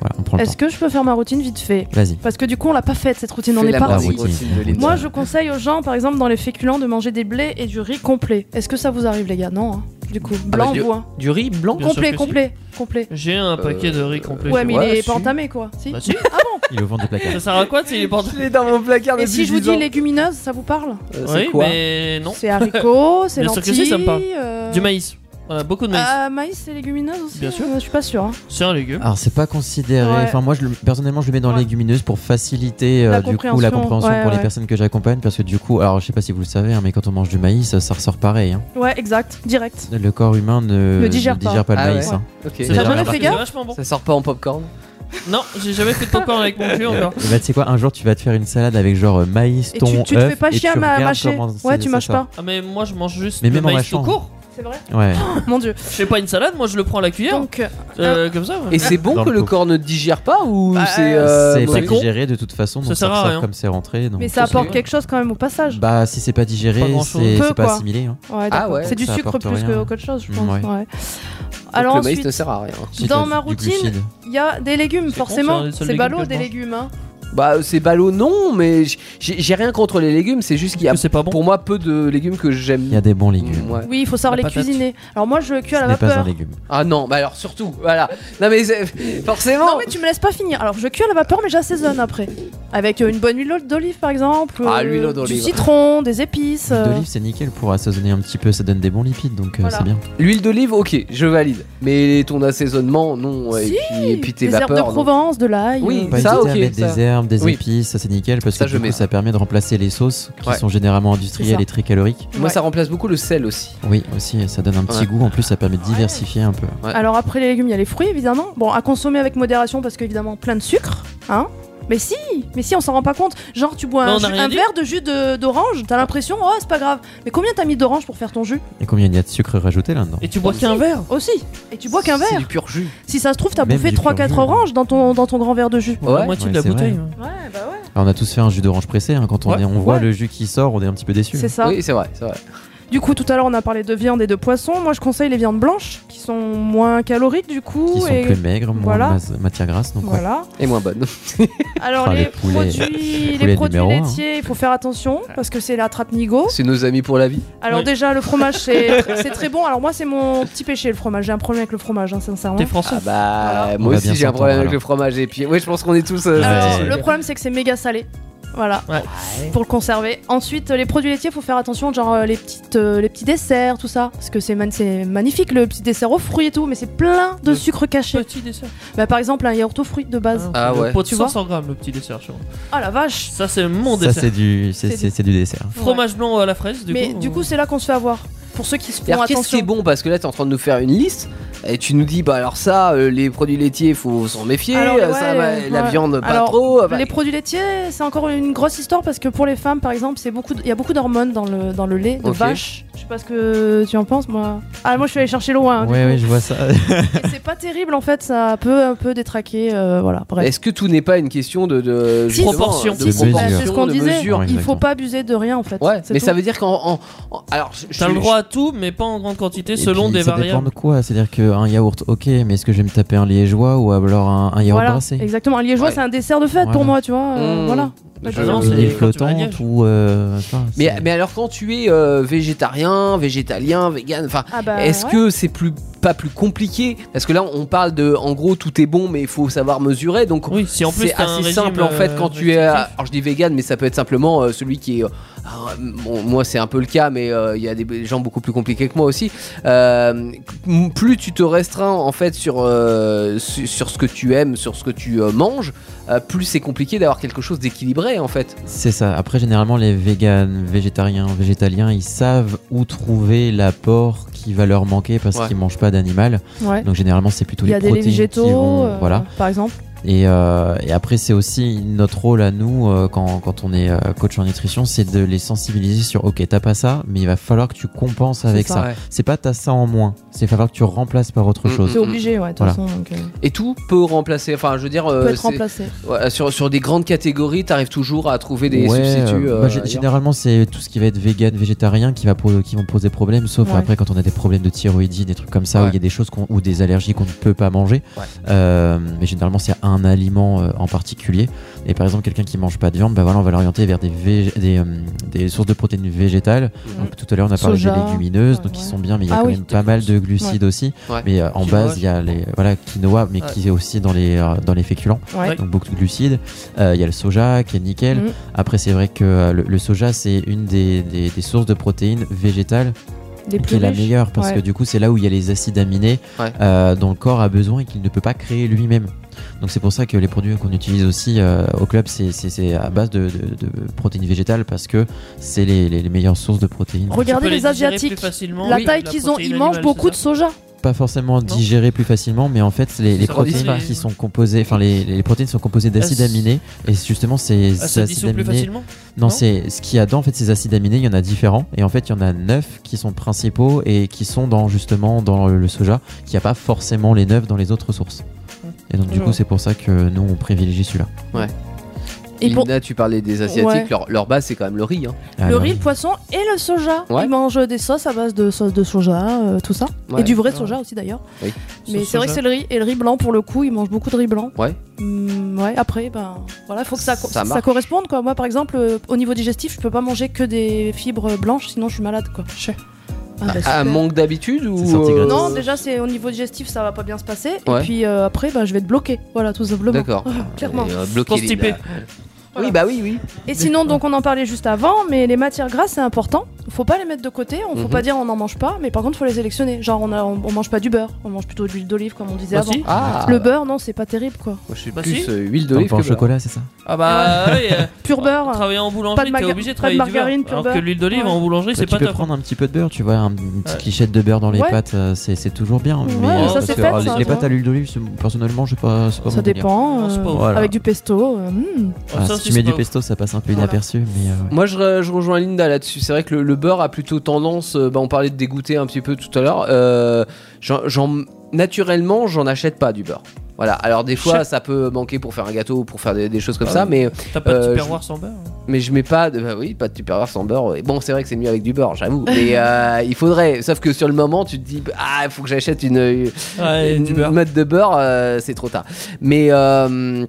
Speaker 6: voilà, on prend le temps.
Speaker 3: Est-ce que je peux faire ma routine vite fait
Speaker 6: Vas-y.
Speaker 3: Parce que du coup, on l'a pas faite cette routine, on
Speaker 4: Fais
Speaker 3: est
Speaker 4: la
Speaker 6: pas
Speaker 4: partie
Speaker 6: parti.
Speaker 4: routine de l'été.
Speaker 3: Moi, je conseille aux gens, par exemple, dans les féculents, de manger des blés et du riz complet. Est-ce que ça vous arrive, les gars Non, hein. du coup.
Speaker 4: bah,
Speaker 3: Blanc
Speaker 4: du-
Speaker 3: ou hein.
Speaker 4: Du riz blanc
Speaker 5: Bien Ah, sûr
Speaker 3: Complet,
Speaker 5: que
Speaker 3: complet, complet.
Speaker 5: J'ai un paquet de riz complet.
Speaker 3: Ouais,
Speaker 5: chez
Speaker 3: mais
Speaker 5: moi.
Speaker 3: il est
Speaker 4: si.
Speaker 3: pas entamé, quoi. Si.
Speaker 5: Bah si.
Speaker 6: Il est au vent du placard.
Speaker 5: Ça sert à quoi s'il est pas entamé
Speaker 4: Il est dans mon placard
Speaker 3: et
Speaker 4: depuis
Speaker 3: si je vous
Speaker 4: 10 ans.
Speaker 3: dis légumineuses, ça vous parle
Speaker 4: Euh, c'est
Speaker 5: Oui,
Speaker 4: quoi
Speaker 5: mais non.
Speaker 3: C'est haricots, c'est
Speaker 5: Bien sûr
Speaker 3: lentilles.
Speaker 5: que si, ça me parle.
Speaker 3: euh,
Speaker 5: Du maïs. Voilà, beaucoup de maïs.
Speaker 3: Ah, maïs, c'est légumineuse aussi.
Speaker 5: Bien sûr.
Speaker 3: euh, Je suis pas sûr.
Speaker 5: C'est un légume.
Speaker 6: Alors c'est pas considéré.
Speaker 3: Ouais.
Speaker 6: Enfin moi je, le- personnellement je le mets dans
Speaker 3: Ouais.
Speaker 6: légumineuse pour faciliter
Speaker 3: La
Speaker 6: euh, du coup la
Speaker 3: compréhension.
Speaker 6: compréhension
Speaker 3: Ouais,
Speaker 6: pour les
Speaker 3: ouais.
Speaker 6: personnes que j'accompagne parce que du coup alors je sais pas si vous le savez hein, mais quand on mange du maïs ça ressort pareil. hein.
Speaker 3: Ouais, exact, direct.
Speaker 6: Le corps humain ne
Speaker 3: Ne digère pas.
Speaker 6: pas le
Speaker 4: Ah
Speaker 6: maïs.
Speaker 4: ouais.
Speaker 6: hein.
Speaker 4: Ok.
Speaker 5: C'est
Speaker 6: T'as
Speaker 5: vraiment-
Speaker 3: jamais fait
Speaker 5: c'est
Speaker 3: gaffe
Speaker 5: vachement bon.
Speaker 4: Ça sort pas en popcorn.
Speaker 5: Non, j'ai jamais fait de popcorn avec mon cul encore.
Speaker 6: Et bah, tu sais quoi, un jour tu vas te faire une salade avec genre euh, maïs,
Speaker 3: Et tu,
Speaker 6: thon,
Speaker 3: tu te
Speaker 6: œuf,
Speaker 3: fais pas
Speaker 6: et
Speaker 3: chier
Speaker 6: tu
Speaker 3: à ma-
Speaker 6: regardes
Speaker 3: mâcher.
Speaker 6: comment c'est-
Speaker 3: Ouais, tu
Speaker 6: ça
Speaker 3: mâches
Speaker 6: sort.
Speaker 3: pas.
Speaker 5: Ah, mais moi je mange juste
Speaker 6: Mais
Speaker 5: le
Speaker 6: même en
Speaker 5: maïs
Speaker 6: mâchant.
Speaker 5: tout court.
Speaker 3: C'est vrai
Speaker 6: Ouais.
Speaker 3: Mon dieu.
Speaker 5: Je fais pas une salade, moi je le prends à la cuillère.
Speaker 3: Donc, euh,
Speaker 5: Euh, comme ça.
Speaker 3: Ah.
Speaker 5: ouais.
Speaker 4: Et c'est bon
Speaker 6: Dans
Speaker 4: que
Speaker 6: le
Speaker 4: le
Speaker 6: pot.
Speaker 4: corps ne digère pas ou
Speaker 3: Bah,
Speaker 4: c'est
Speaker 6: Euh,
Speaker 4: euh,
Speaker 6: c'est pas
Speaker 4: mauvais
Speaker 6: digéré de toute façon,
Speaker 5: Ça
Speaker 6: donc ça,
Speaker 5: sert à
Speaker 6: ressort
Speaker 5: rien.
Speaker 6: comme c'est rentré. donc
Speaker 3: mais ça
Speaker 6: c'est-
Speaker 3: apporte quelque chose quand même au passage.
Speaker 6: Bah, si c'est pas digéré,
Speaker 5: Pas grand-chose.
Speaker 6: c'est
Speaker 3: Peu,
Speaker 6: c'est pas
Speaker 3: quoi.
Speaker 6: assimilé. hein.
Speaker 3: Ouais, d'accord.
Speaker 4: ouais.
Speaker 3: C'est du
Speaker 6: Ça
Speaker 3: sucre
Speaker 6: apporte
Speaker 3: plus
Speaker 6: rien.
Speaker 3: que qu'autre chose, je pense.
Speaker 6: Ouais.
Speaker 3: ouais.
Speaker 4: Donc
Speaker 3: Alors
Speaker 4: le maïs ne
Speaker 3: ensuite,
Speaker 4: sert à rien.
Speaker 6: Si
Speaker 3: Dans
Speaker 6: t'as
Speaker 3: ma
Speaker 6: du
Speaker 3: routine,
Speaker 6: glucide.
Speaker 3: il y a des légumes,
Speaker 5: C'est con, c'est un
Speaker 3: forcément.
Speaker 5: des seuls
Speaker 3: C'est
Speaker 5: légumes que
Speaker 3: ballot
Speaker 5: je
Speaker 3: des
Speaker 5: mange.
Speaker 3: légumes. hein.
Speaker 4: Bah c'est ballot non, mais j- j'ai j'ai rien contre les légumes, c'est juste qu'il y a
Speaker 5: Que c'est pas bon.
Speaker 4: pour moi peu de légumes que j'aime.
Speaker 6: Il y a des bons légumes.
Speaker 4: Mm, ouais.
Speaker 3: Oui, il faut savoir
Speaker 5: La
Speaker 3: les
Speaker 5: patate.
Speaker 3: cuisiner. Alors moi, je cuis à
Speaker 6: Ce
Speaker 3: la
Speaker 6: n'est pas un
Speaker 3: vapeur.
Speaker 6: légume.
Speaker 4: Ah non, bah alors surtout, voilà. Non mais c'est- forcément.
Speaker 3: Non, mais tu me laisses pas finir. Alors je cuis à la vapeur, mais j'assaisonne après. Avec euh, une bonne huile d'olive, par exemple.
Speaker 4: Ah,
Speaker 3: euh,
Speaker 4: l'huile
Speaker 3: Du
Speaker 4: d'olive.
Speaker 3: citron, des épices.
Speaker 6: L'huile
Speaker 3: euh,
Speaker 6: d'olive, c'est nickel pour assaisonner un petit peu, ça donne des bons lipides, donc euh,
Speaker 3: Voilà.
Speaker 6: c'est bien.
Speaker 4: L'huile d'olive, ok, je valide. Mais ton assaisonnement, non.
Speaker 3: Si,
Speaker 4: et puis, et puis tes
Speaker 3: des herbes de
Speaker 4: vapeurs. non.
Speaker 3: Provence, de l'ail.
Speaker 4: Oui,
Speaker 3: euh,
Speaker 6: Pas
Speaker 4: Ça,
Speaker 6: hésiter
Speaker 4: ok,
Speaker 6: à mettre
Speaker 4: ça.
Speaker 6: des herbes, des
Speaker 4: Oui.
Speaker 6: épices, ça c'est nickel parce
Speaker 4: Ça,
Speaker 6: que
Speaker 4: je
Speaker 6: du
Speaker 4: mets.
Speaker 6: coup ça permet de remplacer les sauces qui
Speaker 4: Ouais.
Speaker 6: sont généralement
Speaker 3: C'est ça.
Speaker 6: industrielles et très caloriques.
Speaker 4: Moi,
Speaker 3: ouais.
Speaker 4: ça remplace beaucoup le sel aussi.
Speaker 6: Oui, aussi, ça donne un petit
Speaker 4: Ouais.
Speaker 6: goût. En plus, ça permet de diversifier un peu.
Speaker 4: Ouais.
Speaker 3: Alors après les légumes, il y a les fruits évidemment. Bon, à consommer avec modération parce qu'évidemment plein de sucre, hein. Mais si, mais si, on s'en rend pas compte. Genre tu bois
Speaker 5: Mais
Speaker 3: un,
Speaker 5: Bah, on a
Speaker 3: jus-
Speaker 5: rien
Speaker 3: un
Speaker 5: dit.
Speaker 3: verre de jus de- d'orange, t'as l'impression oh c'est pas grave. Mais combien t'as mis d'orange pour faire ton jus
Speaker 6: Et combien il y a de sucre rajouté là-dedans
Speaker 5: Et tu bois qu'un verre
Speaker 3: Aussi. Et tu bois qu'un
Speaker 4: C'est
Speaker 3: verre.
Speaker 4: du pur jus.
Speaker 3: Si ça se trouve t'as
Speaker 6: Même hein.
Speaker 3: bouffé
Speaker 6: du
Speaker 3: 3-4
Speaker 6: pur jus.
Speaker 3: oranges dans ton dans ton grand verre de jus.
Speaker 5: Ou La
Speaker 4: Ouais.
Speaker 5: moitié
Speaker 6: Ouais,
Speaker 5: de la
Speaker 6: c'est
Speaker 5: bouteille.
Speaker 6: vrai.
Speaker 5: ouais.
Speaker 3: Ouais bah ouais.
Speaker 6: Alors, Ah, on a tous fait un jus d'orange pressé. hein, Quand on,
Speaker 5: Ouais.
Speaker 6: est- on voit
Speaker 3: Ouais.
Speaker 6: le jus qui sort, on est un petit peu déçu.
Speaker 3: C'est ça.
Speaker 4: Oui, c'est vrai, c'est vrai.
Speaker 3: Du coup tout à l'heure on a parlé de viande et de poisson. Moi je conseille les viandes blanches qui sont moins caloriques du coup
Speaker 6: Qui sont
Speaker 3: et
Speaker 6: plus maigres, moins
Speaker 3: voilà.
Speaker 6: mas- matière grasse. Donc, ouais.
Speaker 3: voilà.
Speaker 4: Et moins bonne.
Speaker 3: Alors
Speaker 6: Ah,
Speaker 3: les,
Speaker 6: les poulets.
Speaker 3: produits, les
Speaker 6: Poulet
Speaker 3: produits
Speaker 6: numéro un.
Speaker 3: laitiers, il faut faire attention parce que c'est la trappe nigo.
Speaker 4: C'est nos amis pour la vie.
Speaker 3: Alors
Speaker 5: Oui.
Speaker 3: déjà le fromage c'est c'est très bon. Alors moi c'est mon petit péché le fromage. J'ai un problème avec le fromage hein, sincèrement.
Speaker 5: T'es français.
Speaker 4: Ah bah,
Speaker 6: On
Speaker 4: moi
Speaker 6: va
Speaker 4: aussi
Speaker 6: bien
Speaker 4: j'ai un
Speaker 6: s'entendre,
Speaker 4: problème avec
Speaker 6: alors.
Speaker 4: le fromage. Et puis, oui, je pense qu'on est tous. euh,
Speaker 3: Alors,
Speaker 6: Ouais.
Speaker 3: le problème c'est que c'est méga salé. Voilà,
Speaker 5: Ouais.
Speaker 3: pour le conserver. Ensuite, les produits laitiers, faut faire attention, genre euh, les, petites, euh, les petits desserts, tout ça. Parce que c'est man- c'est magnifique, le petit dessert aux fruits et tout, mais c'est plein de
Speaker 5: Le
Speaker 3: sucre caché.
Speaker 5: Petit dessert.
Speaker 3: Bah, par exemple, un yaourt aux fruits de base.
Speaker 4: Ah ouais.
Speaker 5: Le pot de
Speaker 3: Tu vois
Speaker 5: 500 grammes, le petit dessert. chez moi.
Speaker 3: Ah la vache
Speaker 5: Ça, c'est mon
Speaker 6: Ça,
Speaker 5: dessert.
Speaker 6: c'est du, c'est,
Speaker 3: C'est
Speaker 6: c'est- c'est du dessert.
Speaker 5: Fromage blanc à la fraise, du
Speaker 3: Mais
Speaker 5: coup.
Speaker 3: du
Speaker 5: euh,
Speaker 3: coup, c'est là qu'on se fait avoir. pour ceux qui se font
Speaker 4: C'est-à-dire, Qu'est-ce qui
Speaker 3: attention.
Speaker 4: est bon Parce que là, tu es en train de nous faire une liste et tu nous dis, bah alors ça, euh, les produits laitiers, faut s'en méfier,
Speaker 3: Alors,
Speaker 4: euh,
Speaker 3: ouais,
Speaker 4: ça, bah,
Speaker 3: euh,
Speaker 4: la
Speaker 3: ouais.
Speaker 4: viande, pas
Speaker 3: Alors,
Speaker 4: trop. euh, bah,
Speaker 3: Les produits laitiers, c'est encore une grosse histoire parce que pour les femmes, par exemple, c'est beaucoup, de- il y a beaucoup d'hormones dans le dans le lait de
Speaker 4: Ok.
Speaker 3: vache. Je sais pas ce que tu en penses, moi. Ah, moi, je suis allée chercher loin. hein, du
Speaker 6: Ouais,
Speaker 3: coup.
Speaker 6: ouais, je vois ça.
Speaker 3: Et C'est pas terrible en fait, ça peut un peu détraquer, euh, voilà. Bref.
Speaker 4: Est-ce que tout n'est pas une question de, de
Speaker 3: Si,
Speaker 4: justement,
Speaker 5: Proportion.
Speaker 4: de
Speaker 3: Si, si,
Speaker 6: mesure.
Speaker 3: bah, c'est ce qu'on
Speaker 4: de
Speaker 3: disait.
Speaker 4: mesure.
Speaker 6: Ouais,
Speaker 3: Il faut
Speaker 6: exactement.
Speaker 3: pas abuser de rien en fait.
Speaker 4: Ouais,
Speaker 3: c'est
Speaker 4: mais
Speaker 3: tout.
Speaker 4: ça veut dire qu'en en- en- alors je- je
Speaker 5: T'as
Speaker 4: suis-
Speaker 5: le droit à tout, mais pas en grande quantité, selon
Speaker 6: Et puis,
Speaker 5: des
Speaker 6: ça dépend
Speaker 5: variables.
Speaker 6: de quoi C'est-à-dire qu'un yaourt, ok, mais est-ce que je vais me taper un liégeois ou alors un, un yaourt
Speaker 3: Voilà,
Speaker 6: brassé
Speaker 3: exactement. Un liégeois,
Speaker 4: Ouais.
Speaker 3: c'est un dessert de fête pour
Speaker 6: Voilà.
Speaker 3: moi, tu vois. euh,
Speaker 4: Mmh.
Speaker 3: Voilà.
Speaker 4: Je-
Speaker 5: Ah non,
Speaker 6: Une
Speaker 5: c'est-
Speaker 6: île
Speaker 5: quand tu vas à Liège.
Speaker 6: flottante Euh, ou. euh, enfin,
Speaker 4: mais,
Speaker 6: c'est-
Speaker 4: mais alors quand tu es euh, végétarien, végétalien, vegan, enfin
Speaker 3: Ah bah,
Speaker 4: Est-ce
Speaker 3: ouais.
Speaker 4: que c'est plus pas plus compliqué Parce que là, on parle de, en gros, tout est bon, mais il faut savoir mesurer. Donc,
Speaker 5: Oui, si en plus
Speaker 4: c'est
Speaker 5: t'as un
Speaker 4: assez
Speaker 5: régime,
Speaker 4: simple en fait
Speaker 5: euh,
Speaker 4: quand tu es.
Speaker 5: restrictif.
Speaker 4: Alors, je dis vegan, mais ça peut être simplement euh, celui qui est. euh, ah, bon, moi, c'est un peu le cas, mais euh, il y a des gens beaucoup plus compliqués que moi aussi. Euh, m- plus tu te restreins en fait sur euh, su- sur ce que tu aimes, sur ce que tu euh, manges, euh, plus c'est compliqué d'avoir quelque chose d'équilibré en fait.
Speaker 6: C'est ça. Après, généralement, les véganes, végétariens, végétaliens, ils savent où trouver l'apport qui va leur manquer parce
Speaker 4: Ouais.
Speaker 6: qu'ils mangent pas d'animal.
Speaker 3: Ouais.
Speaker 6: Donc, généralement, c'est plutôt
Speaker 3: Il y
Speaker 6: les
Speaker 3: a des laits
Speaker 6: protéines
Speaker 3: végétaux,
Speaker 6: qui vont-
Speaker 3: euh,
Speaker 6: voilà.
Speaker 3: par exemple.
Speaker 6: Et, euh, et après, c'est aussi notre rôle à nous euh, quand, quand on est euh, coach en nutrition, c'est de les sensibiliser sur OK, t'as pas ça, mais il va falloir que tu compenses avec
Speaker 3: ça,
Speaker 6: ça. C'est pas t'as ça en moins, c'est falloir que tu remplaces par autre
Speaker 4: Mm,
Speaker 6: chose.
Speaker 3: C'est obligé, ouais, de toute
Speaker 6: Mmh. Voilà.
Speaker 3: façon. Donc, euh,
Speaker 4: Et tout peut remplacer. Enfin, je veux dire, euh,
Speaker 3: peut être
Speaker 4: c'est-
Speaker 3: remplacé.
Speaker 4: ouais, sur sur des grandes catégories, t'arrives toujours à trouver des
Speaker 6: Ouais,
Speaker 4: substituts.
Speaker 6: euh,
Speaker 4: euh,
Speaker 6: bah, gé-
Speaker 4: ailleurs.
Speaker 6: généralement, c'est tout ce qui va être vegan, végétarien qui, va pro- qui vont poser problème, sauf
Speaker 3: Ouais.
Speaker 6: après quand on a des problèmes de thyroïdie, des trucs comme ça, où
Speaker 4: Ouais.
Speaker 6: il y a des choses qu'on- ou des allergies qu'on ne peut pas manger.
Speaker 4: Ouais.
Speaker 6: Euh, mais généralement, c'est un aliment euh, en particulier. Et par exemple, quelqu'un qui mange pas de viande, bah voilà, on va l'orienter vers des, vég- des, euh, des sources de protéines végétales.
Speaker 4: Mhm.
Speaker 6: Donc, tout à l'heure, on a parlé
Speaker 3: Soja.
Speaker 6: des légumineuses,
Speaker 3: Ouais,
Speaker 6: donc qui
Speaker 3: ouais.
Speaker 6: sont bien, mais il y a
Speaker 3: Ah
Speaker 6: quand
Speaker 3: oui.
Speaker 6: même pas mal de glucides aussi.
Speaker 4: Ouais.
Speaker 6: Mais euh, en
Speaker 5: Quinoa,
Speaker 6: base, il y a les voilà, quinoa, mais
Speaker 5: Ouais.
Speaker 6: qui est aussi dans les, euh, dans les féculents
Speaker 3: Ouais.
Speaker 6: donc beaucoup de glucides. Euh, Il y a le soja qui est nickel.
Speaker 3: Mhm.
Speaker 6: Après, c'est vrai que euh, le, le soja, c'est une des, des- des sources de protéines végétales
Speaker 3: Des
Speaker 6: qui
Speaker 3: plus
Speaker 6: est la
Speaker 3: riches.
Speaker 6: meilleure parce
Speaker 3: Ouais.
Speaker 6: que du coup, c'est là où il y a les acides aminés
Speaker 4: Ouais.
Speaker 6: euh, dont le corps a besoin et qu'il ne peut pas créer lui-même. Donc, c'est pour ça que les produits qu'on utilise aussi euh, au club, c'est- c'est c'est à base de, de- de protéines végétales parce que c'est les, les- les meilleures sources de protéines.
Speaker 5: Tu peux
Speaker 3: Regardez les
Speaker 5: digérer plus
Speaker 3: Asiatiques.
Speaker 5: facilement.
Speaker 3: La
Speaker 5: Oui,
Speaker 3: taille
Speaker 5: la
Speaker 3: qu'ils ont,
Speaker 5: protéine
Speaker 3: ils mangent
Speaker 5: animale,
Speaker 3: beaucoup de
Speaker 5: c'est
Speaker 3: soja.
Speaker 6: Pas forcément digérées plus facilement, mais en fait, c'est les, les
Speaker 5: Ça
Speaker 6: protéines
Speaker 5: redissout.
Speaker 6: qui sont composées, enfin, les, les protéines sont composées d'acides
Speaker 5: Elles-
Speaker 6: aminés et justement, ces
Speaker 5: ça. Ah,
Speaker 6: ces
Speaker 5: ça
Speaker 6: acides
Speaker 5: dissout plus
Speaker 6: aminés
Speaker 5: facilement
Speaker 6: Non,
Speaker 5: Non
Speaker 6: c'est ce qu'il y a dedans, en fait, ces acides aminés, il y en a différents. Et en fait, il y en a 9 qui sont principaux et qui sont dans, justement dans le soja, qui n'y a pas forcément les 9 dans les autres sources. Et donc, du
Speaker 5: Ouais.
Speaker 6: coup, c'est pour ça que nous, on privilégie celui-là.
Speaker 3: Et pour
Speaker 4: Linda, tu parlais des Asiatiques,
Speaker 3: Ouais.
Speaker 4: leur, leur base c'est quand même le riz. hein.
Speaker 3: le
Speaker 6: Alors,
Speaker 3: riz, le poisson et le soja.
Speaker 4: Ouais.
Speaker 3: Ils mangent des sauces à base de sauce de soja, euh, tout ça.
Speaker 4: Ouais.
Speaker 3: et du vrai
Speaker 5: Ah.
Speaker 3: soja aussi d'ailleurs.
Speaker 4: Oui.
Speaker 3: Mais
Speaker 5: Sauce
Speaker 3: c'est vrai que
Speaker 5: soja.
Speaker 3: c'est le riz. Et le riz blanc, pour le coup, ils mangent beaucoup de riz blanc.
Speaker 4: Ouais.
Speaker 3: Hmm, ouais, après, ben voilà, faut que ça, co-
Speaker 4: Ça
Speaker 3: ça,
Speaker 4: marche.
Speaker 3: corresponde quoi. Moi, par exemple, euh, au niveau digestif, je peux pas manger que des fibres blanches, sinon je suis malade quoi. Ah, bah,
Speaker 4: Un
Speaker 3: super.
Speaker 4: manque d'habitude ou
Speaker 6: C'est sorti
Speaker 4: euh,
Speaker 6: gratos.
Speaker 3: Non, déjà, c'est au niveau digestif, ça va pas bien se passer.
Speaker 4: Ouais.
Speaker 3: Et puis euh, après, bah, je vais être bloqué. Voilà, tout simplement.
Speaker 4: D'accord.
Speaker 3: Clairement.
Speaker 4: Et, euh, bloquer les-
Speaker 5: Constipé.
Speaker 4: la- Oui, bah oui, oui.
Speaker 3: Et sinon, donc on en parlait juste avant, mais les matières grasses, c'est important. Faut pas les mettre de côté. On faut
Speaker 4: Mhm.
Speaker 3: pas dire on n'en mange pas, mais par contre, faut les sélectionner. Genre, on, a, on, on mange pas du beurre, on mange plutôt de l'huile d'olive, comme on disait
Speaker 5: Ah,
Speaker 3: avant.
Speaker 5: si.
Speaker 4: Ah,
Speaker 3: Le beurre, non, c'est pas terrible quoi.
Speaker 4: moi, je suis
Speaker 5: Bah,
Speaker 4: plus
Speaker 5: si.
Speaker 4: euh, huile
Speaker 6: T'en
Speaker 4: d'olive que
Speaker 6: prends au
Speaker 4: beurre.
Speaker 6: chocolat, c'est ça
Speaker 5: Ah bah oui, euh,
Speaker 3: Pur beurre.
Speaker 5: travailler en
Speaker 3: Pas de
Speaker 5: boulangerie,
Speaker 3: marga-
Speaker 5: t'es obligé
Speaker 3: pas
Speaker 5: de
Speaker 3: de
Speaker 5: travailler du beurre.
Speaker 3: margarine, pur
Speaker 5: Alors que
Speaker 3: beurre.
Speaker 5: l'huile d'olive
Speaker 3: Ouais.
Speaker 5: en boulangerie, c'est
Speaker 6: Bah, tu
Speaker 5: pas
Speaker 6: peux
Speaker 5: top.
Speaker 6: prendre un petit peu de beurre, tu vois, un- une petite
Speaker 5: Ouais.
Speaker 6: lichette de beurre dans les
Speaker 3: Ouais.
Speaker 6: pâtes, euh, c'est c'est toujours bien.
Speaker 3: Ouais,
Speaker 6: mais
Speaker 3: mais
Speaker 5: ça,
Speaker 6: parce
Speaker 5: c'est
Speaker 6: que,
Speaker 5: fait,
Speaker 6: alors,
Speaker 5: ça,
Speaker 6: les
Speaker 5: tu
Speaker 6: pâtes
Speaker 3: vois.
Speaker 6: à l'huile d'olive, c'est- personnellement, je sais pas. c'est pas
Speaker 3: Ça
Speaker 6: mon délire.
Speaker 3: dépend.
Speaker 5: Non, c'est
Speaker 3: euh,
Speaker 5: pas ouf.
Speaker 6: Voilà.
Speaker 3: Avec du pesto. euh, mm.
Speaker 5: Ah,
Speaker 6: Ah,
Speaker 5: ça
Speaker 6: si
Speaker 5: aussi,
Speaker 6: tu mets
Speaker 5: c'est
Speaker 6: du
Speaker 5: pas ouf.
Speaker 6: pesto, ça passe un peu
Speaker 3: Voilà.
Speaker 6: inaperçu, mais. euh, ouais.
Speaker 4: Moi, je, re- je rejoins Linda là-dessus. C'est vrai que le, le beurre a plutôt tendance. euh, bah, on parlait de dégoûter un petit peu tout à l'heure. Euh, j'en- j'en- naturellement, j'en achète pas du beurre. Voilà. Alors des fois,
Speaker 5: Chef.
Speaker 4: ça peut manquer pour faire un gâteau ou pour faire des, des choses
Speaker 6: Bah
Speaker 4: comme
Speaker 5: Ah
Speaker 4: ça,
Speaker 5: oui.
Speaker 4: mais
Speaker 5: T'as pas
Speaker 4: Euh,
Speaker 5: de
Speaker 4: je-
Speaker 5: tupperware sans beurre
Speaker 4: mais je mets pas. De, bah oui, pas de tupperware sans beurre. Et bon, c'est vrai que c'est mieux avec du beurre, j'avoue. Mais euh, il faudrait. Sauf que sur le moment, tu te dis ah, il faut que j'achète une
Speaker 5: Ouais,
Speaker 4: une
Speaker 5: du beurre.
Speaker 4: mode de beurre, euh, c'est trop tard. Mais euh,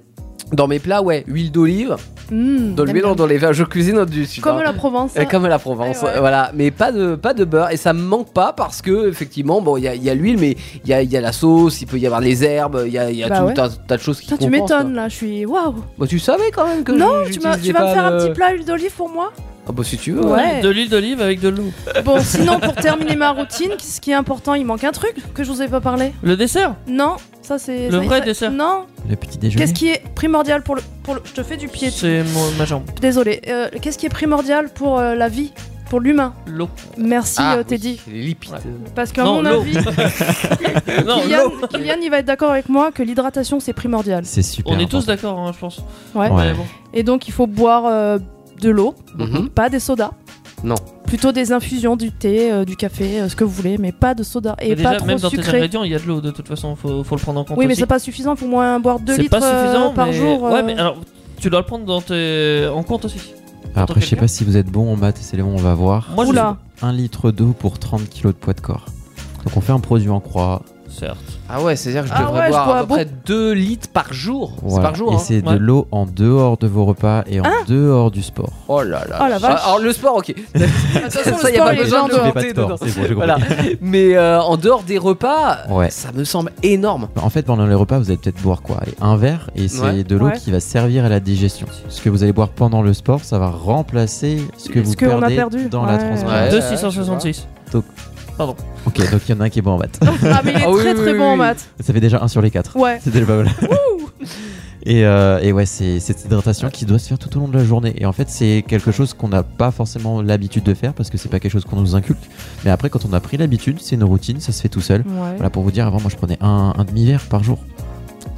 Speaker 4: dans mes plats, ouais, huile d'olive,
Speaker 3: Mm,
Speaker 4: dans
Speaker 3: j'aime
Speaker 4: l'huile,
Speaker 3: bien.
Speaker 4: dans les verres, je cuisine au-dessus. tu
Speaker 3: Comme
Speaker 4: vois.
Speaker 3: la Provence. hein.
Speaker 4: Euh, Comme à la Provence,
Speaker 3: Ouais, ouais.
Speaker 4: euh, voilà, mais pas de, pas de beurre et ça me manque pas parce que effectivement, bon, il y a, il y a l'huile, mais il y a, il y a la sauce, il peut y avoir les herbes, il y a, il y a
Speaker 3: Bah
Speaker 4: tout
Speaker 3: ouais.
Speaker 4: un tas de choses qui
Speaker 3: Putain, tu
Speaker 4: compensent,
Speaker 3: m'étonnes là, je suis. Waouh!
Speaker 4: quoi. Bah, tu savais quand même que
Speaker 3: Non,
Speaker 4: je-
Speaker 3: tu, m'as- tu
Speaker 4: j'utilisais
Speaker 3: vas me
Speaker 4: pas
Speaker 3: faire un
Speaker 4: le-
Speaker 3: petit
Speaker 5: euh,
Speaker 3: plat huile d'olive pour moi?
Speaker 4: Ah bah si tu veux.
Speaker 3: Ouais.
Speaker 5: De l'huile d'olive avec de l'eau.
Speaker 3: Bon, sinon, pour terminer ma routine, ce qui est important, il manque un truc que je vous ai pas parlé.
Speaker 5: Le dessert
Speaker 3: Non, ça c'est.
Speaker 5: Le
Speaker 3: ça-
Speaker 5: vrai
Speaker 3: ça-
Speaker 5: dessert.
Speaker 3: Non,
Speaker 6: Le petit déjeuner.
Speaker 3: qu'est-ce qui est primordial pour le. Pour le... Je te fais du pied.
Speaker 5: C'est mon- ma jambe.
Speaker 3: Désolé. qu'est-ce qui est primordial pour euh, la vie pour l'humain.
Speaker 5: L'eau.
Speaker 3: Merci
Speaker 4: Ah,
Speaker 3: euh,
Speaker 4: oui,
Speaker 3: Teddy.
Speaker 4: les lipides.
Speaker 3: Parce qu'à
Speaker 5: Non,
Speaker 3: mon
Speaker 5: l'eau.
Speaker 3: avis,
Speaker 5: non,
Speaker 3: Kylian,
Speaker 5: l'eau.
Speaker 3: Kylian, il va être d'accord avec moi que l'hydratation c'est primordial.
Speaker 6: C'est super.
Speaker 5: On est tous
Speaker 6: important.
Speaker 5: d'accord, hein, je pense.
Speaker 3: Ouais.
Speaker 6: Ouais.
Speaker 5: Mais bon.
Speaker 3: Et donc il faut boire euh, de l'eau, Mm-hmm.
Speaker 4: Mhm.
Speaker 3: pas des sodas.
Speaker 4: Non.
Speaker 3: Plutôt des infusions, du thé, euh, du café, euh, ce que vous voulez, mais pas de soda et
Speaker 5: Mais déjà,
Speaker 3: pas trop
Speaker 5: même dans tes
Speaker 3: sucré.
Speaker 5: ingrédients, il y a de l'eau de toute façon, faut, faut le prendre en compte.
Speaker 3: Oui, mais
Speaker 5: aussi.
Speaker 3: c'est pas suffisant. Faut au moins boire 2
Speaker 5: C'est
Speaker 3: litres
Speaker 5: pas suffisant
Speaker 3: euh, par
Speaker 5: mais-
Speaker 3: jour. euh,
Speaker 5: Ouais, mais alors tu dois le prendre dans tes... en compte aussi.
Speaker 6: Alors après, je sais
Speaker 5: quelqu'un
Speaker 6: pas si vous êtes bon en maths, c'est les on va voir.
Speaker 5: euh, Moi, je-
Speaker 3: Oula.
Speaker 6: 1 litre d'eau pour 30 kg de poids de corps. Donc on fait un produit en croix.
Speaker 5: Certes.
Speaker 4: Ah ouais, c'est-à-dire que je
Speaker 3: Ah
Speaker 4: devrais
Speaker 3: ouais, je
Speaker 4: boire à
Speaker 3: bois
Speaker 4: peu près 2 litres par jour. C'est
Speaker 6: Voilà.
Speaker 4: par jour.
Speaker 6: et
Speaker 4: hein.
Speaker 6: c'est
Speaker 5: Ouais.
Speaker 6: de l'eau en dehors de vos repas et en
Speaker 3: Ah.
Speaker 6: dehors du sport.
Speaker 4: Oh là là.
Speaker 3: Oh la vache.
Speaker 4: Alors le sport, ok.
Speaker 3: De toute façon,
Speaker 4: Ça,
Speaker 3: le
Speaker 4: y a
Speaker 3: sport,
Speaker 4: pas
Speaker 3: il est
Speaker 4: besoin
Speaker 3: déjà
Speaker 4: de
Speaker 3: en
Speaker 6: Je
Speaker 3: dehors.
Speaker 6: fais pas de
Speaker 4: Thé
Speaker 6: sport,
Speaker 4: dedans.
Speaker 6: c'est bon, j'ai compris.
Speaker 4: Voilà. Mais euh, en dehors des repas,
Speaker 6: Ouais.
Speaker 4: ça me semble énorme.
Speaker 6: En fait, pendant les repas, vous allez peut-être boire quoi Allez, Un verre et c'est
Speaker 4: Ouais.
Speaker 6: de l'eau
Speaker 3: Ouais.
Speaker 6: qui va servir à la digestion. Ce que vous allez boire pendant le sport, ça va remplacer ce que
Speaker 3: Ce
Speaker 6: vous
Speaker 3: qu'on a
Speaker 6: perdez
Speaker 3: perdu.
Speaker 6: dans
Speaker 3: Ouais.
Speaker 6: la transpiration.
Speaker 4: Ouais,
Speaker 5: De
Speaker 4: ouais,
Speaker 5: 666.
Speaker 6: Ok, donc il y en a un qui est bon en maths.
Speaker 3: Ah, mais il est
Speaker 4: Ah oui,
Speaker 3: très
Speaker 4: oui,
Speaker 3: très
Speaker 4: oui,
Speaker 3: bon en
Speaker 4: oui.
Speaker 3: maths.
Speaker 6: ça fait déjà 1 sur les 4.
Speaker 3: Ouais.
Speaker 6: C'est déjà pas mal. et, euh, et ouais, c'est cette hydratation qui doit se faire tout au long de la journée. Et en fait, c'est quelque chose qu'on n'a pas forcément l'habitude de faire parce que c'est pas quelque chose qu'on nous inculque. Mais après, quand on a pris l'habitude, c'est une routine, ça se fait tout seul.
Speaker 3: Ouais.
Speaker 6: Voilà, pour vous dire, avant, moi je prenais un, un demi-verre par jour.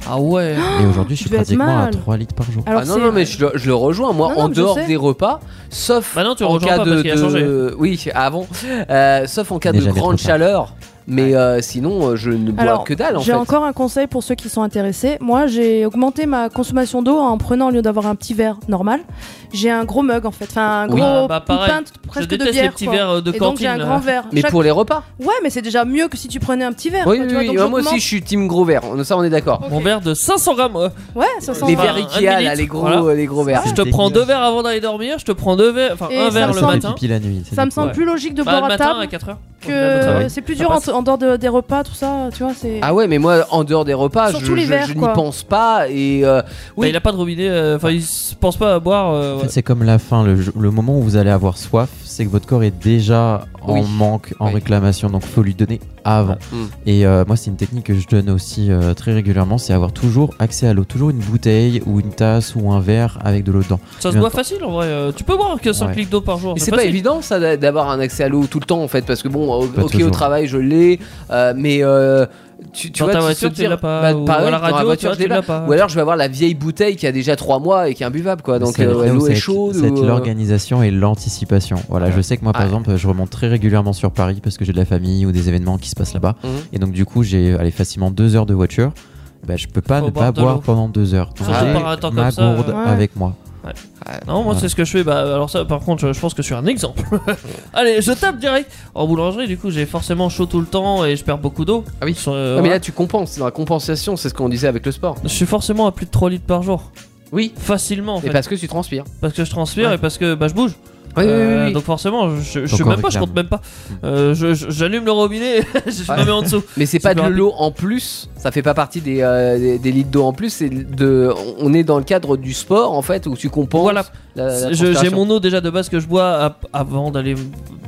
Speaker 4: Ah ouais.
Speaker 6: Et aujourd'hui, je suis
Speaker 3: tu dois être
Speaker 6: pratiquement à
Speaker 3: mal.
Speaker 6: 3 litres par jour.
Speaker 3: Alors
Speaker 4: ah non,
Speaker 3: c'est-
Speaker 4: non, mais je, le- je le rejoins, moi,
Speaker 3: Non, non,
Speaker 4: en
Speaker 3: mais je
Speaker 4: dehors
Speaker 3: sais.
Speaker 4: des repas, sauf
Speaker 5: Bah non, tu le
Speaker 4: en
Speaker 5: rejoins
Speaker 4: cas
Speaker 5: pas
Speaker 4: de,
Speaker 5: parce qu'il a
Speaker 4: de-
Speaker 5: changé.
Speaker 4: Oui, avant. Euh, sauf en cas
Speaker 6: Il n'est
Speaker 4: de
Speaker 6: jamais
Speaker 4: grande
Speaker 6: trop tard.
Speaker 4: chaleur. Mais euh, sinon, euh, je ne bois
Speaker 3: Alors,
Speaker 4: que dalle en
Speaker 3: J'ai
Speaker 4: fait.
Speaker 3: encore un conseil pour ceux qui sont intéressés. Moi, j'ai augmenté ma consommation d'eau en prenant, au lieu d'avoir un petit verre normal, j'ai un gros mug en fait. Enfin, un
Speaker 4: Oui.
Speaker 3: gros
Speaker 5: Ah, bah,
Speaker 3: une
Speaker 5: pareil.
Speaker 3: pinte
Speaker 5: Je
Speaker 3: presque de
Speaker 5: déteste
Speaker 3: bière.
Speaker 5: les petits
Speaker 3: quoi.
Speaker 5: verres euh, de
Speaker 3: Et donc, j'ai
Speaker 5: cantine.
Speaker 3: un
Speaker 5: là.
Speaker 3: grand verre.
Speaker 4: Mais
Speaker 3: Chaque-
Speaker 4: pour les repas.
Speaker 3: Ouais, mais c'est déjà mieux que si tu prenais un petit verre.
Speaker 4: Oui,
Speaker 3: quoi,
Speaker 4: oui,
Speaker 3: tu vois,
Speaker 4: oui,
Speaker 3: donc
Speaker 4: moi
Speaker 3: j'augmente.
Speaker 4: aussi, je suis team gros verre. Ça, on est d'accord.
Speaker 5: Mon verre de 500 grammes. euh.
Speaker 4: Ah,
Speaker 3: Ouais, ça sent
Speaker 4: Les
Speaker 5: Enfin,
Speaker 4: verres
Speaker 5: un
Speaker 4: Ikea, là,
Speaker 5: demi-litre,
Speaker 4: les gros,
Speaker 5: voilà.
Speaker 4: euh, les gros verres.
Speaker 3: Ah,
Speaker 6: C'est
Speaker 5: Je te prends
Speaker 6: dégueulasse.
Speaker 5: deux verres avant d'aller dormir, je te prends deux verres, enfin
Speaker 3: Et ça
Speaker 5: un verre
Speaker 3: me
Speaker 5: le
Speaker 3: semble-
Speaker 5: matin.
Speaker 6: pipi la nuit. c'est
Speaker 3: Ça me
Speaker 6: dur.
Speaker 3: semble
Speaker 5: Ouais.
Speaker 3: plus logique de
Speaker 5: Bah,
Speaker 3: boire
Speaker 5: le
Speaker 3: à
Speaker 5: matin à
Speaker 3: table
Speaker 5: 4h.
Speaker 6: Ah
Speaker 3: que
Speaker 6: oui.
Speaker 3: c'est plus dur
Speaker 5: Ça
Speaker 3: en,
Speaker 5: passe.
Speaker 3: en dehors de- des repas, tout ça. Tu vois, c'est.
Speaker 4: Ah ouais, mais moi, en dehors des repas, je,
Speaker 3: Surtout les
Speaker 4: je-
Speaker 3: verres,
Speaker 4: je n'y
Speaker 3: quoi.
Speaker 4: pense pas. Et euh, oui.
Speaker 5: il a pas de robinet, euh, enfin il se pense pas à boire. euh,
Speaker 6: En
Speaker 5: ouais.
Speaker 6: fait, c'est comme la faim. Le, le moment où vous allez avoir soif, c'est que votre corps est déjà en
Speaker 4: Oui.
Speaker 6: manque, en
Speaker 4: Oui.
Speaker 6: réclamation. Donc, faut lui donner avant.
Speaker 4: Mm.
Speaker 6: Et euh, moi, c'est une technique que je donne aussi euh, très régulièrement c'est avoir toujours accès à l'eau. Toujours une bouteille ou une tasse ou un verre avec de l'eau dedans.
Speaker 5: Ça se boit facile en vrai. euh, Tu peux boire que 5
Speaker 6: Ouais.
Speaker 5: litres d'eau par jour.
Speaker 4: Mais c'est pas
Speaker 5: facile.
Speaker 4: évident ça d'a- d'avoir un accès à l'eau tout le temps en fait parce que bon o-
Speaker 6: Pas
Speaker 4: ok au
Speaker 6: toujours.
Speaker 4: travail je l'ai euh, mais euh, tu, tu
Speaker 5: Dans
Speaker 4: vois
Speaker 5: ta
Speaker 4: tu
Speaker 5: voiture,
Speaker 4: te
Speaker 5: tu
Speaker 4: dire,
Speaker 5: l'as pas,
Speaker 4: bah,
Speaker 5: ou
Speaker 4: pareil,
Speaker 5: à la
Speaker 4: dans
Speaker 5: radio, tu
Speaker 4: voiture,
Speaker 5: vois,
Speaker 4: je l'ai
Speaker 5: tu l'as pas.
Speaker 4: ou alors je vais avoir la vieille bouteille qui a déjà 3 mois et qui est imbuvable quoi donc
Speaker 6: C'est
Speaker 4: euh,
Speaker 6: là où
Speaker 4: l'eau
Speaker 6: ça va
Speaker 4: est
Speaker 6: être-
Speaker 4: chaude
Speaker 6: ça va être
Speaker 4: ou, euh,
Speaker 6: l'organisation et l'anticipation. Voilà, je sais que moi, par
Speaker 4: Ouais.
Speaker 6: exemple, je remonte très régulièrement sur Paris parce que j'ai de la famille ou des événements qui se passent là-bas.
Speaker 4: Mhm.
Speaker 5: Mmh.
Speaker 6: Et donc, du coup, j'ai allez, facilement deux heures de voiture. Bah, je peux pas
Speaker 5: Faut
Speaker 6: ne
Speaker 5: boire
Speaker 6: pas
Speaker 5: de
Speaker 6: boire
Speaker 5: l'eau.
Speaker 6: pendant deux heures. Donc,
Speaker 4: Surtout
Speaker 6: j'ai
Speaker 5: par un temps
Speaker 6: ma
Speaker 5: comme ça,
Speaker 6: gourde
Speaker 3: ouais.
Speaker 6: avec moi.
Speaker 5: Non, moi
Speaker 6: Ouais.
Speaker 5: c'est ce que je fais. Bah, alors ça, par contre, je, je pense que je suis un exemple. Allez, je tape direct en boulangerie. Du coup, j'ai forcément chaud tout le temps et je perds beaucoup d'eau.
Speaker 4: Ah oui.
Speaker 5: Sur, euh,
Speaker 4: Ah, mais
Speaker 5: voilà.
Speaker 4: là tu compenses c'est dans la compensation c'est ce qu'on disait avec le sport
Speaker 5: Je suis forcément à plus de 3 litres par jour.
Speaker 4: oui
Speaker 5: Facilement, en
Speaker 4: mais
Speaker 5: fait.
Speaker 4: parce que tu transpires
Speaker 5: Parce que je transpire
Speaker 4: Ouais.
Speaker 5: et parce que bah, je bouge.
Speaker 4: oui, oui,
Speaker 5: Euh,
Speaker 4: oui, oui.
Speaker 5: Donc forcément, je, je suis
Speaker 6: on
Speaker 5: même pas, je
Speaker 6: réclame.
Speaker 5: compte même pas. Euh, je- je- J'allume le robinet, je
Speaker 4: Ouais.
Speaker 5: me mets en dessous.
Speaker 4: mais c'est pas
Speaker 5: super
Speaker 4: de l'eau en plus ça fait pas partie des, euh, des, des litres d'eau en plus c'est de on est dans le cadre du sport en fait où tu compenses
Speaker 5: Voilà.
Speaker 4: Euh, la- la
Speaker 5: Je- J'ai
Speaker 4: transpiration.
Speaker 5: mon eau déjà de base que je bois ap- avant d'aller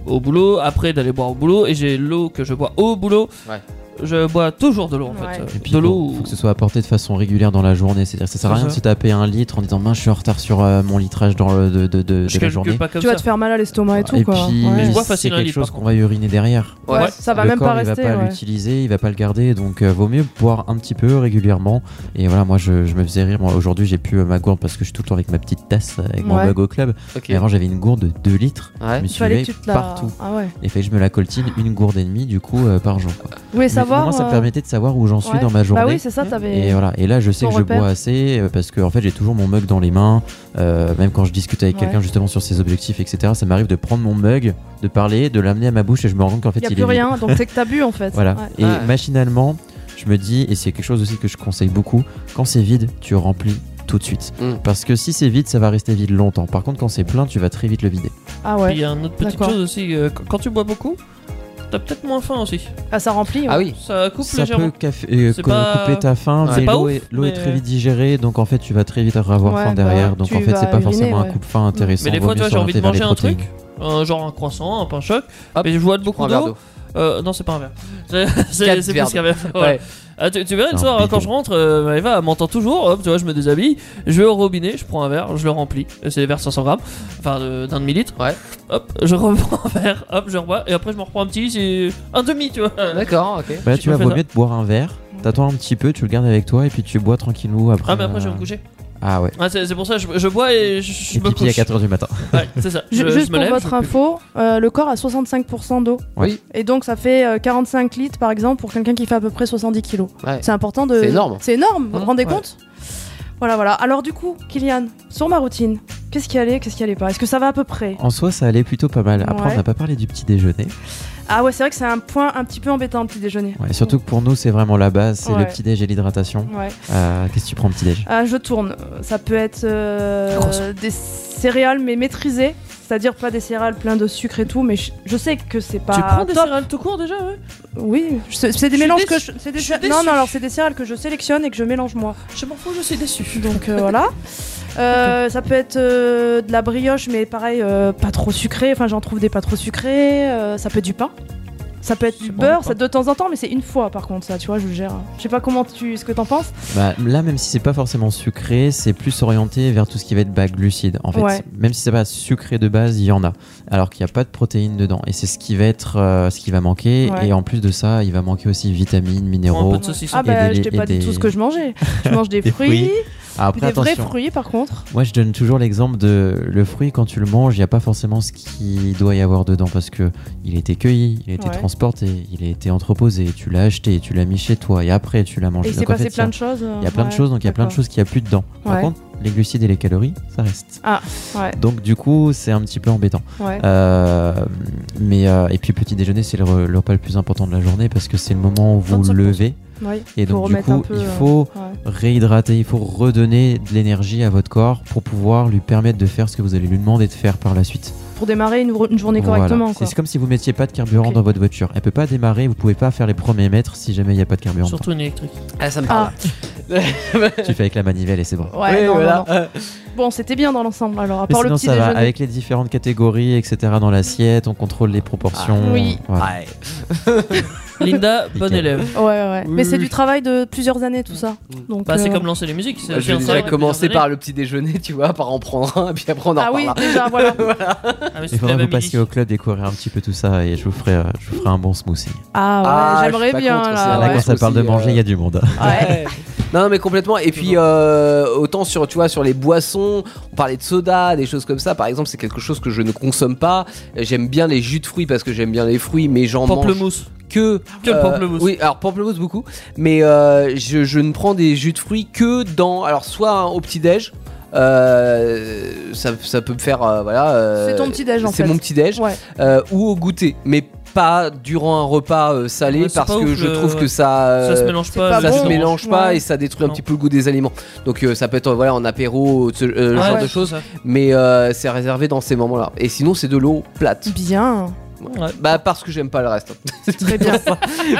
Speaker 5: au boulot, après d'aller boire au boulot, et j'ai l'eau que je bois au boulot.
Speaker 4: Ouais.
Speaker 5: Je bois toujours de l'eau en
Speaker 3: Ouais.
Speaker 5: fait. euh,
Speaker 6: Et puis,
Speaker 5: de
Speaker 6: bon,
Speaker 5: l'eau.
Speaker 6: faut que ce soit apporté de façon régulière dans la journée. C'est-à-dire, que ça sert à
Speaker 5: C'est
Speaker 6: rien de
Speaker 5: ça.
Speaker 6: se taper un litre en disant, mince, je suis en retard sur euh, mon litrage dans le, de, de-
Speaker 5: je
Speaker 6: de- de la
Speaker 5: calcule
Speaker 6: journée.
Speaker 5: pas comme
Speaker 3: Tu vas
Speaker 5: ça.
Speaker 3: te faire mal à l'estomac et tout,
Speaker 6: Ah, et
Speaker 3: quoi.
Speaker 6: puis,
Speaker 3: Ouais.
Speaker 5: Je bois
Speaker 6: c'est
Speaker 5: facile un
Speaker 6: quelque
Speaker 5: litre,
Speaker 6: chose
Speaker 5: par
Speaker 6: qu'on va uriner derrière.
Speaker 4: ouais.
Speaker 3: Ouais, ça va
Speaker 6: le
Speaker 3: même
Speaker 6: corps,
Speaker 3: pas
Speaker 6: il
Speaker 3: rester.
Speaker 6: va pas
Speaker 3: ouais.
Speaker 6: l'utiliser, il va pas le garder, donc euh, vaut mieux boire un petit peu régulièrement. Et voilà, moi je, je me faisais rire. Moi aujourd'hui, j'ai plus euh, ma gourde parce que je suis tout le temps avec ma petite tasse euh, avec mon
Speaker 3: Ouais.
Speaker 6: mug au club.
Speaker 4: Ok.
Speaker 6: Mais avant, j'avais une gourde de 2 litres.
Speaker 4: Ouais.
Speaker 6: Je me
Speaker 3: Il
Speaker 6: suis
Speaker 3: fallait
Speaker 6: levé
Speaker 3: que tu te la.
Speaker 6: partout.
Speaker 3: Ah ouais.
Speaker 6: Et fait que je me la coltine une gourde et demie du coup euh, par jour. Quoi.
Speaker 3: Vous voulez savoir.
Speaker 6: moi, ça me
Speaker 3: euh,
Speaker 6: permettait de savoir où j'en suis
Speaker 3: ouais.
Speaker 6: dans ma journée.
Speaker 3: Bah oui, c'est ça,
Speaker 6: Et
Speaker 3: t'avais.
Speaker 6: voilà. Et là, je sais
Speaker 3: Ton
Speaker 6: que
Speaker 3: repère.
Speaker 6: je bois assez euh, parce que en fait, j'ai toujours mon mug dans les mains. Euh, même quand je discute avec
Speaker 3: Ouais.
Speaker 6: quelqu'un justement sur ses objectifs, etc. Ça m'arrive de prendre mon mug, de parler, de l'amener à ma bouche et je me rends compte qu'en fait,
Speaker 3: Il y a
Speaker 6: il
Speaker 3: plus
Speaker 6: est vide.
Speaker 3: rien, donc c'est que t'as bu en fait.
Speaker 6: Voilà.
Speaker 3: Ouais.
Speaker 6: Et
Speaker 4: Ah ouais.
Speaker 6: machinalement, je me dis, et c'est quelque chose aussi que je conseille beaucoup, quand c'est vide, tu remplis tout de suite.
Speaker 4: Mm.
Speaker 6: Parce que si c'est vide, ça va rester vide longtemps. Par contre, quand c'est plein, tu vas très vite le vider.
Speaker 3: Ah
Speaker 5: Puis il
Speaker 3: ouais.
Speaker 5: y a une autre petite
Speaker 3: D'accord.
Speaker 5: chose aussi. euh, qu- Quand tu bois beaucoup, t'as peut-être moins faim aussi.
Speaker 3: Ah, ça remplit. ouais.
Speaker 4: ah oui
Speaker 5: Ça coupe
Speaker 6: ça
Speaker 5: légèrement.
Speaker 6: peut caf- euh,
Speaker 5: C'est
Speaker 6: co-
Speaker 5: pas-
Speaker 6: couper ta faim,
Speaker 4: Ouais.
Speaker 5: C'est
Speaker 6: mais
Speaker 5: pas
Speaker 6: l'eau
Speaker 5: ouf,
Speaker 6: est, l'eau est
Speaker 5: mais-
Speaker 6: très vite digérée, donc en fait, tu vas très vite avoir
Speaker 3: Ouais,
Speaker 6: faim
Speaker 3: bah,
Speaker 6: derrière. donc
Speaker 3: tu
Speaker 6: en fait,
Speaker 3: vas
Speaker 6: c'est pas
Speaker 3: uriner,
Speaker 6: forcément un
Speaker 3: ouais.
Speaker 6: coupe faim intéressant.
Speaker 5: Mais des
Speaker 6: vaut
Speaker 5: fois, tu
Speaker 6: mieux
Speaker 5: vois, j'ai envie
Speaker 6: s'orienter
Speaker 5: de
Speaker 6: vers les
Speaker 5: manger un
Speaker 6: protéines.
Speaker 5: truc, euh, genre un croissant, un pain choc,
Speaker 4: Hop,
Speaker 5: mais je bois beaucoup
Speaker 4: Prends un verre
Speaker 5: d'eau.
Speaker 4: d'eau.
Speaker 5: Euh, non, c'est pas un verre. C'est- C'est
Speaker 4: Quatre
Speaker 5: c'est
Speaker 4: verres.
Speaker 5: plus qu'un verre. Voilà.
Speaker 4: Ouais.
Speaker 5: Ah, tu, tu verras une
Speaker 6: Un
Speaker 5: soir, hein, quand
Speaker 6: bidon.
Speaker 5: je rentre, euh, Maëva elle m'entend toujours. Hop, tu vois, je me déshabille, je vais au robinet, je prends un verre, je le remplis. Et C'est des verres 500 grammes, enfin de- d'un demi-litre.
Speaker 4: Ouais.
Speaker 5: Hop, je reprends un verre, hop, je rebois, et après je me reprends un petit, c'est un demi, tu vois.
Speaker 4: D'accord, ok.
Speaker 6: Bah,
Speaker 5: J'ai
Speaker 6: tu
Speaker 5: pas
Speaker 6: vas
Speaker 5: fait
Speaker 6: vaut
Speaker 5: ça.
Speaker 6: mieux te boire un verre, t'attends un petit peu, tu le gardes avec toi et puis tu bois tranquillou après.
Speaker 5: Ah, mais après je vais
Speaker 6: euh,
Speaker 5: me coucher.
Speaker 6: Ah ouais.
Speaker 5: Ah, c'est c'est pour ça, je, je bois et je, je
Speaker 6: Et
Speaker 5: me
Speaker 6: pipi à
Speaker 5: couche.
Speaker 6: 4h du matin.
Speaker 5: Ouais, c'est ça.
Speaker 3: Ju-
Speaker 5: Je-
Speaker 3: Juste
Speaker 5: je me
Speaker 3: pour
Speaker 5: lève,
Speaker 3: votre
Speaker 5: je-
Speaker 3: info, euh, le corps a 65% d'eau.
Speaker 4: Oui.
Speaker 3: Et donc ça fait euh, 45 litres par exemple pour quelqu'un qui fait à peu près 70 kilos.
Speaker 4: Ouais.
Speaker 3: C'est important de.
Speaker 4: C'est énorme.
Speaker 3: C'est énorme, vous
Speaker 4: Mmh,
Speaker 3: vous rendez
Speaker 4: ouais.
Speaker 3: compte Voilà, voilà. Alors du coup, Kylian, sur ma routine, qu'est-ce qui allait, qu'est-ce qui allait pas Est-ce que ça va à peu près
Speaker 6: En soi, ça allait plutôt pas mal. Après,
Speaker 3: Ouais.
Speaker 6: on n'a pas parlé du petit déjeuner.
Speaker 3: Ah ouais, c'est vrai que c'est un point un petit peu embêtant le petit déjeuner.
Speaker 6: Ouais, surtout que pour nous, c'est vraiment la base c'est
Speaker 3: Ouais.
Speaker 6: le petit déj et l'hydratation.
Speaker 3: Ouais.
Speaker 6: Euh, Qu'est-ce que tu prends au petit déj
Speaker 3: Ah, je tourne. Ça peut être euh, des céréales mais maîtrisées, c'est-à-dire pas des céréales plein de sucre et tout, mais je, je sais que c'est pas
Speaker 5: Tu prends des
Speaker 3: bah, top.
Speaker 5: céréales tout court déjà, ouais
Speaker 3: Oui, je- c'est c'est des
Speaker 5: Je suis
Speaker 3: mélanges
Speaker 5: déçue.
Speaker 3: que je, c'est des
Speaker 5: Je suis
Speaker 3: céréales-
Speaker 5: déçue.
Speaker 3: non non alors c'est des céréales que je sélectionne et que je mélange moi.
Speaker 5: Je m'en fous, je suis déçu.
Speaker 3: Donc euh, voilà. Euh, ça peut être euh, de la brioche, mais pareil, euh, pas trop sucrée. Enfin, j'en trouve des pas trop sucrés. Euh, ça peut être du pain. Ça peut être
Speaker 5: C'est
Speaker 3: du
Speaker 5: bon,
Speaker 3: beurre,
Speaker 5: le
Speaker 3: ça
Speaker 5: pain.
Speaker 3: de temps en temps, mais c'est une fois par contre, ça, tu vois, je le gère. Je sais pas comment tu, ce que t'en penses.
Speaker 6: Bah, là, même si c'est pas forcément sucré, c'est plus orienté vers tout ce qui va être bas glucide. En fait,
Speaker 3: Ouais.
Speaker 6: même si c'est pas sucré de base, il y en a. Alors qu'il n'y a pas de protéines dedans, et c'est ce qui va être, euh, ce qui va manquer.
Speaker 3: Ouais.
Speaker 6: Et en plus de ça, il va manquer aussi vitamines,
Speaker 5: Prends un
Speaker 6: minéraux.
Speaker 5: peu de saucisson.
Speaker 3: Ah bah,
Speaker 6: des-
Speaker 3: je t'ai
Speaker 6: et
Speaker 3: pas dit
Speaker 6: des-
Speaker 3: tout ce que je mangeais. Je mange des,
Speaker 6: Des
Speaker 3: fruits,
Speaker 6: fruits. Ah,
Speaker 3: des
Speaker 6: Après,
Speaker 3: vrais
Speaker 6: attention.
Speaker 3: fruits par contre.
Speaker 6: Moi, je donne toujours l'exemple de le fruit quand tu le manges, il n'y a pas forcément ce qu'il doit y avoir dedans parce que il a été cueilli, il a été
Speaker 3: Ouais.
Speaker 6: transporté, il a été entreposé, tu l'as acheté, tu l'as mis chez toi et après tu l'as mangé.
Speaker 3: Et il s'est
Speaker 6: Donc, en
Speaker 3: passé
Speaker 6: fait,
Speaker 3: plein
Speaker 6: il y a-
Speaker 3: de choses.
Speaker 6: hein.
Speaker 3: euh,
Speaker 6: il y a plein de choses, donc il y a plein de choses qu'il n'y a plus dedans. Par
Speaker 3: Ouais.
Speaker 6: contre, les glucides et les calories, ça reste.
Speaker 3: Ah, ouais,
Speaker 6: Donc du coup, c'est un petit peu embêtant.
Speaker 3: ouais.
Speaker 6: Euh, mais euh, et puis petit déjeuner, c'est le, re- le repas le plus important de la journée parce que c'est le moment où vous
Speaker 5: 25%.
Speaker 6: levez
Speaker 3: ouais.
Speaker 6: et
Speaker 3: Faut
Speaker 6: donc du
Speaker 3: remettre un
Speaker 6: coup,
Speaker 3: peu,
Speaker 6: il
Speaker 3: euh,
Speaker 6: faut
Speaker 3: ouais.
Speaker 6: réhydrater, il faut redonner de l'énergie à votre corps pour pouvoir lui permettre de faire ce que vous allez lui demander de faire par la suite.
Speaker 3: Pour démarrer une, une journée
Speaker 6: Voilà.
Speaker 3: correctement.
Speaker 6: C'est
Speaker 3: Quoi.
Speaker 6: c'est comme si vous mettiez pas de carburant
Speaker 3: Ok.
Speaker 6: dans votre voiture. Elle peut pas démarrer, vous pouvez pas faire les premiers mètres si jamais il y a pas de carburant.
Speaker 5: Surtout une électrique.
Speaker 4: Ah, ça me
Speaker 3: Ah,
Speaker 4: parle.
Speaker 6: Tu fais avec la manivelle et c'est bon.
Speaker 3: ouais,
Speaker 4: Oui,
Speaker 3: non, non,
Speaker 4: voilà.
Speaker 3: non. Bon, c'était bien dans l'ensemble alors, à
Speaker 6: Mais
Speaker 3: part le
Speaker 6: sinon,
Speaker 3: petit
Speaker 6: ça
Speaker 3: déjeuner.
Speaker 6: va avec les différentes catégories, etc. Dans l'assiette, on contrôle les proportions.
Speaker 3: Ah, oui.
Speaker 6: Voilà.
Speaker 4: Ouais.
Speaker 5: Linda, bonne
Speaker 6: Nickel.
Speaker 5: élève.
Speaker 3: Ouais, ouais.
Speaker 4: Oui,
Speaker 3: Mais c'est
Speaker 4: oui.
Speaker 3: du travail de plusieurs années, tout ça.
Speaker 6: Mm.
Speaker 3: Donc,
Speaker 5: Bah, c'est
Speaker 3: euh,
Speaker 5: comme lancer les musiques. c'est
Speaker 4: Moi,
Speaker 5: aussi
Speaker 4: je vais
Speaker 5: un travail
Speaker 4: déjà
Speaker 5: de
Speaker 4: commencer
Speaker 5: plusieurs
Speaker 4: par le petit déjeuner, tu vois, par en prendre un, puis après on en
Speaker 3: Ah oui,
Speaker 4: reparlera.
Speaker 3: déjà, voilà.
Speaker 5: années. Ah, mais
Speaker 6: Il
Speaker 5: c'est la
Speaker 6: faudra
Speaker 5: même
Speaker 6: vous passer
Speaker 5: musique.
Speaker 6: au club, découvrir un petit peu tout ça et je vous ferai, euh, je vous ferai un bon smoothie.
Speaker 3: Ah ouais,
Speaker 4: Ah, je
Speaker 3: j'aimerais
Speaker 4: suis pas
Speaker 3: bien
Speaker 4: contre,
Speaker 3: là.
Speaker 4: Ah
Speaker 6: Là,
Speaker 4: ouais.
Speaker 6: quand ça parle de
Speaker 4: Smoothie,
Speaker 6: manger, il
Speaker 4: euh,
Speaker 6: y a du monde.
Speaker 3: Ouais.
Speaker 4: Ouais. non, non, mais complètement. Et puis, euh, autant sur, tu vois, sur les boissons, on parlait de soda, des choses comme ça. Par exemple, c'est quelque chose que je ne consomme pas. J'aime bien les jus de fruits parce que j'aime bien les fruits, mais j'en mange
Speaker 5: Pamplemousse.
Speaker 4: que. euh,
Speaker 5: Que le pamplemousse.
Speaker 4: Oui, alors pamplemousse beaucoup, mais euh, je, je ne prends des jus de fruits que dans. Alors, soit hein, au petit-déj. euh, ça, ça peut me faire euh, voilà euh,
Speaker 3: C'est ton petit déj en
Speaker 4: c'est
Speaker 3: fait.
Speaker 4: mon petit déj
Speaker 3: Ouais.
Speaker 4: ou au goûter mais pas durant un repas euh, salé
Speaker 5: Ouais, c'est
Speaker 4: parce
Speaker 5: pas
Speaker 4: que
Speaker 5: ouf,
Speaker 4: je
Speaker 5: le-
Speaker 4: trouve que ça
Speaker 5: Ça se
Speaker 4: euh,
Speaker 5: mélange
Speaker 3: c'est
Speaker 5: pas.
Speaker 3: pas
Speaker 5: avec
Speaker 3: bon.
Speaker 4: ça
Speaker 5: le
Speaker 4: se
Speaker 5: orange.
Speaker 4: mélange pas
Speaker 3: ouais.
Speaker 4: et ça détruit un
Speaker 5: Non.
Speaker 4: petit peu le goût des aliments. Donc euh, ça peut être euh, voilà en apéro, ce euh,
Speaker 3: Ah
Speaker 5: Ouais,
Speaker 4: genre
Speaker 5: ouais,
Speaker 4: de
Speaker 5: c'est
Speaker 4: choses,
Speaker 5: ça.
Speaker 4: mais euh, c'est réservé dans ces moments-là. Et sinon c'est de l'eau plate.
Speaker 3: Bien.
Speaker 5: Ouais.
Speaker 4: Bah parce que j'aime pas le reste. hein. C'est
Speaker 3: Très bien.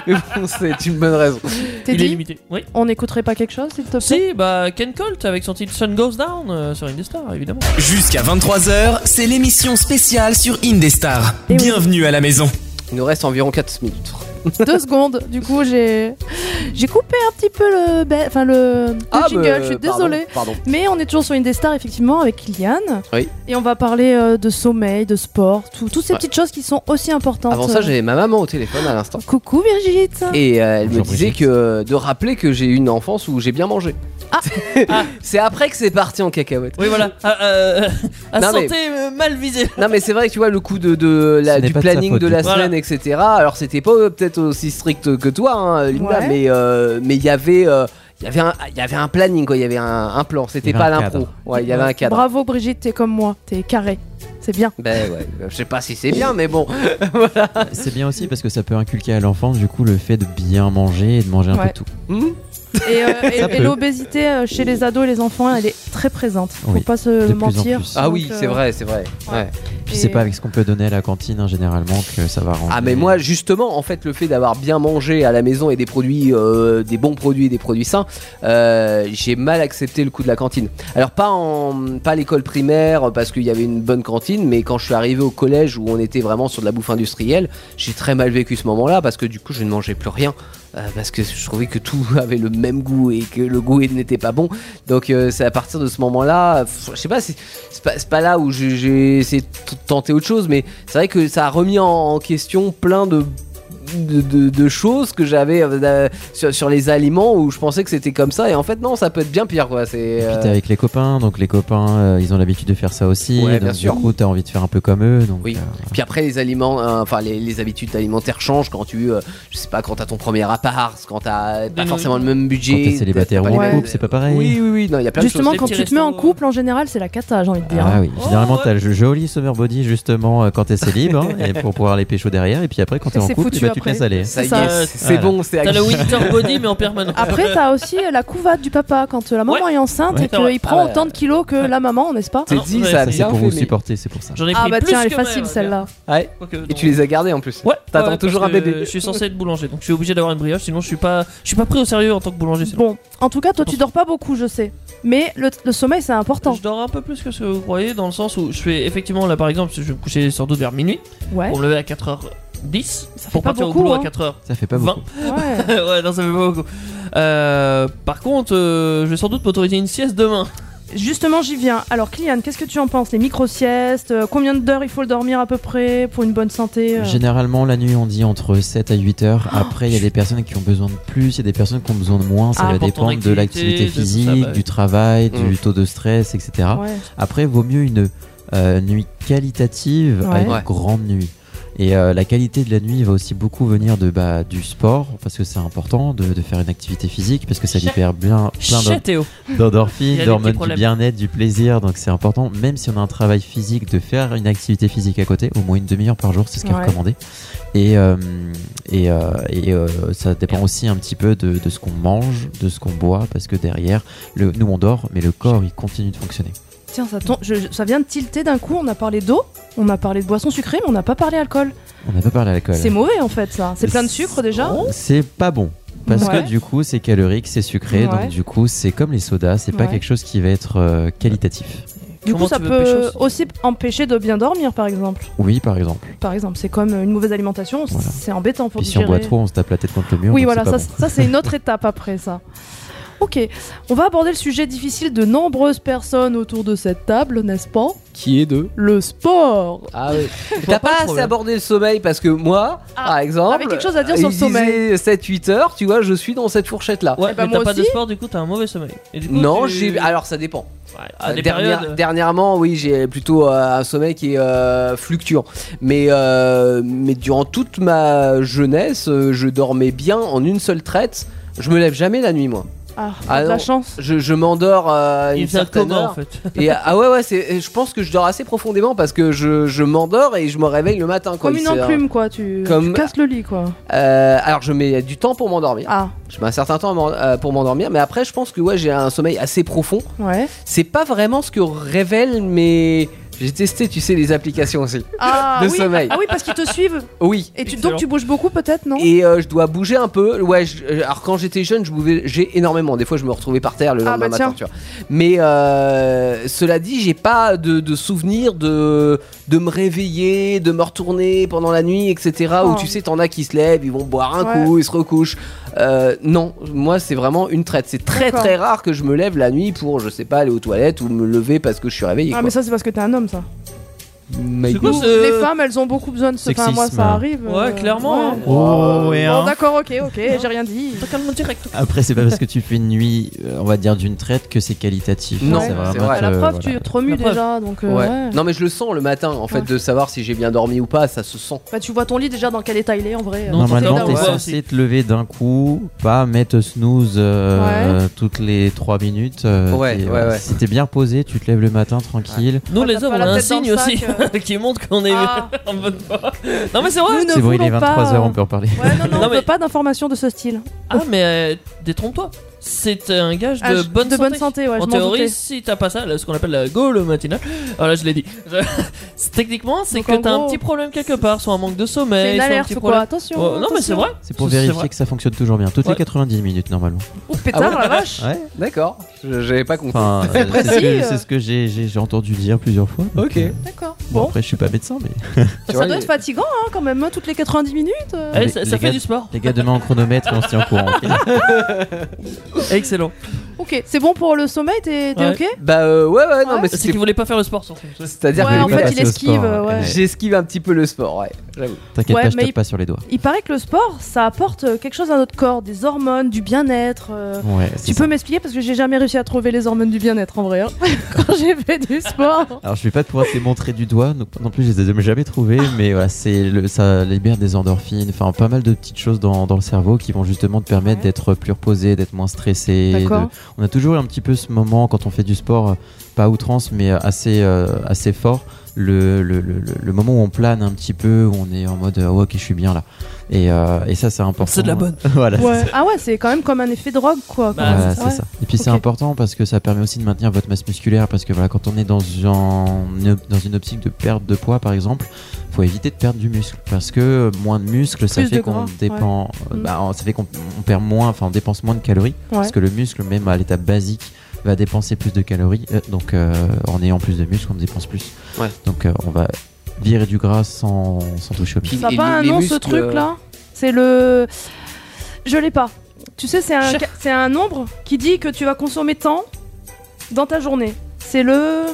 Speaker 4: Mais bon, c'est une bonne raison.
Speaker 5: Il est
Speaker 3: Teddy,
Speaker 5: limité. Oui.
Speaker 3: on n'écouterait pas quelque chose s'il te plaît
Speaker 5: Si, bah Ken Colt avec son titre Sun Goes Down euh, sur Indestar, évidemment.
Speaker 1: Jusqu'à 23h, c'est l'émission spéciale sur Indestar.
Speaker 3: Et Eh oui.
Speaker 1: Bienvenue à la maison.
Speaker 4: Il nous reste environ 4 minutes.
Speaker 3: Deux secondes. Du coup, j'ai j'ai coupé un petit peu le, ba- enfin le, le Oh, jingle.
Speaker 4: bah,
Speaker 3: je suis
Speaker 4: pardon,
Speaker 3: désolée.
Speaker 4: Pardon.
Speaker 3: Mais on est toujours sur Indestar effectivement avec Kylian.
Speaker 4: Oui.
Speaker 3: Et on va parler euh, de sommeil, de sport, tout- toutes ces
Speaker 4: Ouais.
Speaker 3: petites choses qui sont aussi importantes.
Speaker 4: Avant ça j'avais ma maman au téléphone à l'instant.
Speaker 3: Coucou Brigitte.
Speaker 4: Et euh, elle me
Speaker 6: Bonjour,
Speaker 4: disait
Speaker 6: Brigitte.
Speaker 4: que de rappeler que j'ai eu une enfance où j'ai bien mangé.
Speaker 3: Ah.
Speaker 4: c'est après que c'est parti en cacahuète.
Speaker 5: Oui, voilà. À, euh, à
Speaker 4: Non, mais-
Speaker 5: santé euh, mal visée.
Speaker 4: Non mais c'est vrai que tu vois le coup de, de la-
Speaker 6: Ce n'est
Speaker 4: du
Speaker 6: pas de sa
Speaker 4: planning de,
Speaker 6: faute, du
Speaker 4: la
Speaker 5: coup.
Speaker 4: semaine etc. Alors c'était pas euh, peut-être aussi strict que toi hein, Linda
Speaker 3: Ouais.
Speaker 4: mais euh, mais il y avait euh, il y avait un il y avait un planning quoi il y avait un, un plan c'était
Speaker 6: Il y avait
Speaker 4: pas
Speaker 6: un
Speaker 4: l'impro
Speaker 6: cadre.
Speaker 4: ouais il y avait un cadre.
Speaker 3: Bravo Brigitte, t'es comme moi, t'es carré. C'est bien.
Speaker 4: Ben ouais je sais pas si c'est bien mais bon
Speaker 6: C'est bien aussi parce que ça peut inculquer à l'enfance du coup le fait de bien manger et de manger un peu
Speaker 3: Ouais.
Speaker 6: de tout.
Speaker 4: Hmm
Speaker 3: Et, euh, et-
Speaker 6: Ça peut.
Speaker 3: et l'obésité euh, chez les ados et les enfants, elle est très présente. Faut
Speaker 6: Oui,
Speaker 3: pas se
Speaker 6: de plus en
Speaker 3: mentir.
Speaker 6: plus.
Speaker 4: ah
Speaker 3: Donc,
Speaker 4: oui
Speaker 3: euh,
Speaker 4: c'est vrai c'est vrai
Speaker 3: ouais.
Speaker 4: ouais.
Speaker 6: Puis c'est
Speaker 3: Et-
Speaker 6: pas avec ce qu'on peut donner à la cantine hein, généralement que ça va rendre.
Speaker 4: Ah mais moi justement en fait le fait d'avoir bien mangé à la maison et des produits euh, des bons produits et des produits sains euh, j'ai mal accepté le coup de la cantine alors pas en pas à l'école primaire parce qu'il y avait une bonne cantine mais quand je suis arrivé au collège où on était vraiment sur de la bouffe industrielle j'ai très mal vécu ce moment là parce que du coup je ne mangeais plus rien euh, parce que je trouvais que tout avait le même goût et que le goût n'était pas bon donc euh, c'est à partir de ce moment là je sais pas c'est c'est pas, c'est pas là où j'ai- j'ai essayé de t- tenter autre chose, mais c'est vrai que ça a remis en, en question plein de de, de- de choses que j'avais euh, euh, sur, sur les aliments où je pensais que c'était comme ça et en fait non ça peut être bien pire quoi c'est
Speaker 6: Et puis
Speaker 4: euh,
Speaker 6: t'es avec les copains, donc les copains euh, ils ont l'habitude de faire ça aussi.
Speaker 4: Ouais,
Speaker 6: donc
Speaker 4: bien
Speaker 6: du
Speaker 4: sûr.
Speaker 6: coup t'as envie de faire un peu comme eux. Donc,
Speaker 4: Oui.
Speaker 6: euh,
Speaker 4: puis après les aliments euh, enfin les, les habitudes alimentaires changent quand tu euh, je sais pas quand t'as ton premier appart quand t'as pas
Speaker 5: Des
Speaker 4: forcément le même budget
Speaker 6: quand t'es célibataire
Speaker 4: t'as
Speaker 6: ou
Speaker 4: pas
Speaker 6: en
Speaker 4: les
Speaker 3: ouais.
Speaker 4: mêmes-
Speaker 6: couple, c'est pas pareil.
Speaker 4: oui oui oui non il y a plein
Speaker 3: Justement,
Speaker 5: choses.
Speaker 3: quand
Speaker 5: Des
Speaker 3: tu
Speaker 5: petits
Speaker 3: te mets en
Speaker 6: euh.
Speaker 5: restaurants.
Speaker 3: couple, en général, c'est la cata, j'ai envie de dire.
Speaker 6: Ah
Speaker 3: hein.
Speaker 6: oui,
Speaker 5: Oh,
Speaker 6: généralement
Speaker 5: ouais.
Speaker 6: t'as le joli summer body justement euh, quand t'es célib hein, et pour pouvoir aller pécho derrière et puis après quand t'es
Speaker 3: Et
Speaker 6: en
Speaker 3: c'est
Speaker 6: couple
Speaker 3: foutu
Speaker 6: eh ben, tu te
Speaker 3: après.
Speaker 6: laisses aller.
Speaker 4: de choses ça y
Speaker 3: ça.
Speaker 4: est, c'est c'est
Speaker 6: Voilà.
Speaker 4: bon c'est
Speaker 5: T'as le
Speaker 4: agréable.
Speaker 5: winter body, mais en permanence.
Speaker 3: Après, t'as aussi euh, la couvade du papa quand euh, la maman
Speaker 5: Ouais.
Speaker 3: est enceinte
Speaker 5: Ouais.
Speaker 3: et
Speaker 5: C'est vrai.
Speaker 3: qu'il prend
Speaker 4: Ah bah,
Speaker 3: autant de kilos que la maman, n'est-ce pas
Speaker 5: Ah
Speaker 4: t'es
Speaker 5: non,
Speaker 4: dit
Speaker 5: ouais,
Speaker 4: ça a
Speaker 6: Ça c'est
Speaker 4: bien
Speaker 6: pour
Speaker 4: fait
Speaker 6: vous
Speaker 4: mais-
Speaker 6: supporter, c'est pour ça.
Speaker 5: J'en ai pris
Speaker 3: Ah bah
Speaker 5: plus
Speaker 3: tiens, elle
Speaker 5: que
Speaker 3: est facile
Speaker 5: ma mère,
Speaker 3: celle-là.
Speaker 4: Ouais.
Speaker 5: Quoique,
Speaker 4: et
Speaker 5: non.
Speaker 4: tu les as gardés en plus
Speaker 5: Ouais,
Speaker 4: T'attends
Speaker 5: ouais,
Speaker 4: toujours
Speaker 5: parce
Speaker 4: un
Speaker 5: que
Speaker 4: bébé.
Speaker 5: Je suis censé être boulanger, donc je suis obligé d'avoir une brioche, sinon je suis pas, je suis pas pris au sérieux en tant que boulanger. c'est
Speaker 3: Bon, en tout cas, toi, tu dors pas beaucoup, je sais. Mais le, le sommeil, c'est important.
Speaker 5: Je dors un peu plus que ce que vous croyez, dans le sens où je fais effectivement, là par exemple, je vais me coucher sans doute vers minuit,
Speaker 3: Ouais.
Speaker 5: pour me lever à 4h10,
Speaker 3: Ça fait
Speaker 5: pour
Speaker 3: pas
Speaker 5: partir
Speaker 3: beaucoup,
Speaker 5: au boulot
Speaker 3: hein.
Speaker 5: à 4h20.
Speaker 6: Ça fait pas beaucoup.
Speaker 3: ouais.
Speaker 5: ouais, non, ça fait pas beaucoup. Euh, par contre, euh, je vais sans doute m'autoriser une sieste demain.
Speaker 3: Justement, j'y viens. Alors, Kylian, qu'est-ce que tu en penses Les micro-siestes euh, Combien d'heures il faut le dormir à peu près pour une bonne santé euh
Speaker 6: Généralement, la nuit, on dit entre 7 à 8 heures. Après, il
Speaker 3: Ah,
Speaker 6: y a des personnes qui ont besoin de plus, il y a des personnes qui ont besoin de moins. Ça
Speaker 5: Ah,
Speaker 6: va
Speaker 5: pour ton
Speaker 6: dépendre de
Speaker 5: activité,
Speaker 6: l'activité
Speaker 5: de tout ça,
Speaker 6: physique,
Speaker 5: bah oui.
Speaker 6: du travail,
Speaker 4: Mm.
Speaker 6: du taux de stress, etc.
Speaker 3: Ouais.
Speaker 6: Après, vaut mieux une euh, nuit qualitative
Speaker 3: Ouais.
Speaker 6: à une
Speaker 4: Ouais.
Speaker 6: grande nuit. Et euh, la qualité de la nuit va aussi beaucoup venir de bah, du sport, parce que c'est important de, de faire une activité physique, parce que ça
Speaker 5: Chef.
Speaker 6: libère bien plein
Speaker 5: Chez
Speaker 6: d'hormones
Speaker 5: Théo. Il y a
Speaker 6: d'endorphines,
Speaker 5: des petits
Speaker 6: d'hormones du
Speaker 5: problèmes.
Speaker 6: bien-être, du plaisir. Donc c'est important, même si on a un travail physique, de faire une activité physique à côté, au moins une demi-heure par jour, c'est ce qui
Speaker 3: Ouais.
Speaker 6: est recommandé. Et, euh, et, euh, et, euh, ça dépend aussi un petit peu de, de ce qu'on mange, de ce qu'on boit, parce que derrière, le, nous on dort, mais le corps il continue de fonctionner.
Speaker 3: Tiens, ça, tombe- je- je- ça vient de tilter d'un coup. On a parlé d'eau, on a parlé de boissons sucrées, mais on n'a pas parlé alcool.
Speaker 6: On n'a pas parlé à l'alcool.
Speaker 3: C'est mauvais en fait, ça. C'est plein de sucre déjà.
Speaker 5: Oh.
Speaker 6: C'est pas bon. Parce
Speaker 3: Ouais.
Speaker 6: que du coup, c'est calorique, c'est sucré,
Speaker 3: Ouais.
Speaker 6: donc du coup, c'est comme les sodas, c'est pas
Speaker 3: Ouais.
Speaker 6: quelque chose qui va être euh, qualitatif.
Speaker 3: Du
Speaker 5: Comment
Speaker 3: coup, ça
Speaker 5: tu veux pécho,
Speaker 3: peut
Speaker 5: ça
Speaker 3: aussi empêcher de bien dormir, par exemple.
Speaker 6: Oui, par exemple.
Speaker 3: Par exemple, c'est comme une mauvaise alimentation,
Speaker 6: Voilà.
Speaker 3: c'est embêtant pour
Speaker 6: Puis si on
Speaker 3: digérer.
Speaker 6: boit trop, on se tape la tête contre le mur.
Speaker 3: Oui,
Speaker 6: donc
Speaker 3: voilà,
Speaker 6: c'est pas
Speaker 3: ça, ça, c'est une autre étape après ça. Ok, on va aborder le sujet difficile de nombreuses personnes autour de cette table, n'est-ce pas
Speaker 4: qui est deux
Speaker 3: Le sport
Speaker 4: Ah oui.
Speaker 5: vois
Speaker 4: T'as
Speaker 5: pas le
Speaker 4: pas assez
Speaker 5: problème.
Speaker 4: abordé le sommeil parce que moi,
Speaker 3: Ah,
Speaker 4: par exemple,
Speaker 3: avec quelque chose à dire sur le sommeil.
Speaker 4: 7-8 heures, tu vois, je suis dans cette fourchette là.
Speaker 5: Ouais,
Speaker 3: bah,
Speaker 5: mais t'as
Speaker 3: moi
Speaker 5: pas de
Speaker 3: aussi.
Speaker 5: sport, du coup, t'as un mauvais sommeil. Et du coup,
Speaker 4: non,
Speaker 5: tu-
Speaker 4: j'ai. Alors ça dépend.
Speaker 5: Ouais, t'as des
Speaker 4: Dernière-
Speaker 5: périodes.
Speaker 4: Dernièrement, oui, j'ai plutôt euh, un sommeil qui est euh, fluctuant. Mais, euh, mais durant toute ma jeunesse, euh, je dormais bien en une seule traite. Je me lève jamais la nuit, moi.
Speaker 3: Ah, t'as
Speaker 4: Ah
Speaker 3: de
Speaker 4: non.
Speaker 3: la chance
Speaker 4: Je, je m'endors euh, une
Speaker 5: Il fait un
Speaker 4: certaine
Speaker 5: coma en
Speaker 4: heure.
Speaker 5: fait.
Speaker 4: Et, ah ouais, ouais, c'est- et je pense que je dors assez profondément parce que je, je m'endors et je me réveille le matin. Quoi.
Speaker 3: Comme
Speaker 4: Il
Speaker 3: une
Speaker 4: s'est-
Speaker 3: enclume, quoi, tu,
Speaker 4: Comme-
Speaker 3: tu casses le lit, quoi.
Speaker 4: Euh, alors je mets du temps pour m'endormir.
Speaker 3: Ah,
Speaker 4: Je mets un certain temps à m'en- euh, pour m'endormir, mais après je pense que ouais j'ai un sommeil assez profond.
Speaker 3: ouais.
Speaker 4: C'est pas vraiment ce que révèle mais j'ai testé tu sais les applications aussi.
Speaker 3: Ah,
Speaker 4: Le
Speaker 3: oui.
Speaker 4: sommeil.
Speaker 3: ah oui, parce qu'ils te suivent.
Speaker 4: Oui.
Speaker 3: Et tu,
Speaker 5: Excellent.
Speaker 3: donc tu bouges beaucoup, peut-être, non
Speaker 4: Et euh, je dois bouger un peu. Ouais, je- euh, alors quand j'étais jeune, je bougeais j'ai énormément. Des fois, je me retrouvais par terre le
Speaker 3: Ah,
Speaker 4: lendemain
Speaker 3: bah,
Speaker 4: matin. Tu vois. Mais euh, cela dit, j'ai pas de, de souvenir de de me réveiller, de me retourner pendant la nuit, etc.
Speaker 3: Oh.
Speaker 4: Où tu sais, t'en as qui se lèvent, ils vont boire un
Speaker 3: Ouais.
Speaker 4: coup, ils se recouchent. Euh, non, moi, c'est vraiment une traite. C'est très
Speaker 3: D'accord.
Speaker 4: très rare que je me lève la nuit pour, je sais pas, aller aux toilettes ou me lever parce que je suis réveillé.
Speaker 3: Ah,
Speaker 4: quoi.
Speaker 3: mais ça, c'est parce que t'es un homme, ça.
Speaker 4: Mais-
Speaker 5: C'est quoi
Speaker 3: Nous,
Speaker 5: ce-
Speaker 3: Les femmes, elles ont beaucoup besoin de se. Enfin, moi,
Speaker 6: Sexisme.
Speaker 3: ça arrive.
Speaker 5: Ouais,
Speaker 3: euh,
Speaker 5: clairement,
Speaker 3: ouais.
Speaker 5: hein.
Speaker 4: Oh,
Speaker 6: bon.
Speaker 3: Bon, Euh, d'accord, ok, ok, j'ai rien dit.
Speaker 5: T'as calme direct.
Speaker 6: Après, c'est pas parce que tu fais une nuit, euh, on va dire d'une traite, que c'est qualitatif.
Speaker 4: Non,
Speaker 6: c'est
Speaker 4: c'est
Speaker 6: vraiment
Speaker 4: vrai.
Speaker 6: que,
Speaker 3: la preuve,
Speaker 6: voilà.
Speaker 3: tu te remues
Speaker 5: La preuve.
Speaker 3: déjà, donc euh,
Speaker 4: Ouais.
Speaker 3: ouais.
Speaker 4: Non mais je le sens le matin en fait
Speaker 3: Ouais.
Speaker 4: de savoir si j'ai bien dormi ou pas ça se sent.
Speaker 3: Bah, tu vois ton lit déjà dans quel état il est en vrai.
Speaker 5: Non,
Speaker 6: Normalement,
Speaker 5: t'es
Speaker 6: t'es
Speaker 5: là, ouais.
Speaker 6: censé te lever d'un coup, pas mettre snooze euh, toutes les 3 minutes. euh,
Speaker 4: Ouais,
Speaker 6: t'es-
Speaker 4: ouais,
Speaker 6: voilà.
Speaker 4: ouais.
Speaker 6: Si t'es bien posé, tu te lèves le matin tranquille.
Speaker 5: Nous,
Speaker 3: Ah,
Speaker 5: les
Speaker 3: t'as
Speaker 5: hommes, on
Speaker 3: pas
Speaker 5: a
Speaker 3: la
Speaker 5: un
Speaker 3: tête dans
Speaker 5: signe
Speaker 3: le
Speaker 5: aussi
Speaker 3: sac,
Speaker 5: qui montre qu'on est
Speaker 3: hein, Ah.
Speaker 5: en bonne voie. Non, mais c'est vrai.
Speaker 3: Nous ne
Speaker 6: C'est bon, il est
Speaker 3: voulons pas,
Speaker 6: 23h,
Speaker 3: euh,
Speaker 6: on peut en parler.
Speaker 3: Ouais, non, non,
Speaker 5: Non,
Speaker 3: on
Speaker 5: mais-
Speaker 3: veut pas d'informations de ce style.
Speaker 5: Ah, mais euh, détrompe-toi. c'est un gage de
Speaker 3: Ah, je-
Speaker 5: bonne
Speaker 3: ouais,
Speaker 5: santé.
Speaker 3: je
Speaker 5: en
Speaker 3: m'en doutais.
Speaker 5: théorie, si t'as pas ça, là, ce qu'on appelle la gaule matinale, alors là je l'ai dit. Je- c'est- Techniquement, c'est
Speaker 3: Donc,
Speaker 5: que
Speaker 3: en
Speaker 5: t'as un
Speaker 3: gros,
Speaker 5: petit problème quelque part, soit un manque de
Speaker 3: C'est
Speaker 5: sommeil,
Speaker 3: une
Speaker 5: soit un
Speaker 3: alerte,
Speaker 5: petit
Speaker 3: quoi.
Speaker 5: problème.
Speaker 3: Attention.
Speaker 5: Oh, non, mais c'est
Speaker 3: attention.
Speaker 5: vrai.
Speaker 6: C'est pour
Speaker 5: C'est
Speaker 6: vérifier
Speaker 5: vrai.
Speaker 6: que ça fonctionne toujours bien. Toutes
Speaker 5: Ouais.
Speaker 6: les 90 minutes normalement.
Speaker 3: Ou
Speaker 5: Ah,
Speaker 3: pétard, la vache.
Speaker 6: Ouais.
Speaker 4: D'accord, je- j'avais pas compris.
Speaker 6: Enfin, euh, c'est ce
Speaker 3: précis,
Speaker 6: que,
Speaker 3: euh.
Speaker 6: c'est ce que j'ai- j'ai j'ai entendu dire plusieurs fois. donc,
Speaker 4: Ok.
Speaker 6: euh,
Speaker 3: D'accord.
Speaker 6: bon,
Speaker 3: Bon,
Speaker 6: après je suis pas médecin mais
Speaker 4: Tu vois,
Speaker 3: ça doit être
Speaker 4: les-
Speaker 3: fatigant hein, quand même, hein, toutes les 90 minutes. euh.
Speaker 5: Eh,
Speaker 6: Les-
Speaker 5: ça
Speaker 6: les
Speaker 5: ça fait
Speaker 6: gars-
Speaker 5: du sport.
Speaker 6: les gars demain en chronomètre on se tient au courant. ok
Speaker 5: Excellent.
Speaker 3: Ok, c'est bon pour le sommeil, t'es t'es
Speaker 5: Ouais.
Speaker 3: ok
Speaker 4: Bah euh, ouais, ouais, non,
Speaker 3: Ouais.
Speaker 4: mais
Speaker 5: C'est
Speaker 4: c'est.
Speaker 5: qu'il voulait pas faire le sport surtout.
Speaker 4: C'est-à-dire
Speaker 3: Ouais,
Speaker 4: que
Speaker 3: en
Speaker 4: oui,
Speaker 3: fait,
Speaker 4: bah,
Speaker 3: il
Speaker 6: c'est au
Speaker 3: esquive.
Speaker 6: sport,
Speaker 3: euh, ouais.
Speaker 6: elle est-
Speaker 4: j'esquive un petit peu le sport, ouais, j'avoue.
Speaker 6: T'inquiète
Speaker 3: Ouais,
Speaker 6: pas, je
Speaker 3: mais
Speaker 6: tape
Speaker 3: il-
Speaker 6: pas sur les doigts.
Speaker 3: Il paraît que le sport, ça apporte euh, quelque chose à notre corps, des hormones, du bien-être. euh.
Speaker 6: Ouais, c'est
Speaker 3: Tu
Speaker 6: ça.
Speaker 3: peux m'expliquer parce que j'ai jamais réussi à trouver les hormones du bien-être en vrai. hein, quand j'ai fait du sport.
Speaker 6: Alors je vais pas pouvoir te les montrer du doigt, donc, non plus je les ai jamais trouvés,
Speaker 5: Ah.
Speaker 6: mais voilà, c'est le, ça libère des endorphines, enfin pas mal de petites choses dans, dans le cerveau qui vont justement te permettre
Speaker 3: Ouais.
Speaker 6: d'être plus reposé, d'être moins stressé. de-
Speaker 3: D'accord.
Speaker 6: on a toujours un petit peu ce moment quand on fait du sport, euh, pas à outrance mais euh, assez, euh, assez fort, le, le, le, le- le moment où on plane un petit peu, où on est en mode euh, Ouais, ok je suis bien là. Et, euh, et ça c'est important.
Speaker 5: C'est de la bonne.
Speaker 6: voilà.
Speaker 3: Ouais. Ah ouais, c'est quand même comme un effet drogue quoi.
Speaker 5: Bah,
Speaker 3: quand
Speaker 6: Voilà,
Speaker 3: même.
Speaker 6: c'est
Speaker 3: Ouais.
Speaker 6: ça. Et puis c'est
Speaker 3: Ah, Ok.
Speaker 6: important parce que ça permet aussi de maintenir votre masse musculaire parce que voilà, quand on est dans, un- dans une optique de perte de poids par exemple, faut éviter de perdre du muscle parce que euh, moins de muscle, ça
Speaker 3: Plus
Speaker 6: fait
Speaker 3: de
Speaker 6: qu'on
Speaker 3: gras,
Speaker 6: dépend,
Speaker 3: ouais. Mm.
Speaker 6: euh, bah, on- ça fait qu'on on perd moins, enfin on dépense moins de calories parce
Speaker 3: Ouais.
Speaker 6: que le muscle même à l'état basique va dépenser plus de calories. Euh, donc euh, en ayant plus de muscle, on dépense plus.
Speaker 4: Ouais.
Speaker 6: Donc euh, on va virer du gras sans, sans toucher au
Speaker 4: Puis-
Speaker 6: muscle.
Speaker 3: Ça a
Speaker 4: Et
Speaker 3: pas un
Speaker 4: les
Speaker 3: nom ce
Speaker 4: muscles,
Speaker 3: truc là C'est le. Je l'ai pas. Tu sais, c'est un,
Speaker 5: Cher.
Speaker 3: ca- c'est un nombre qui dit que tu vas consommer tant dans ta journée. C'est le.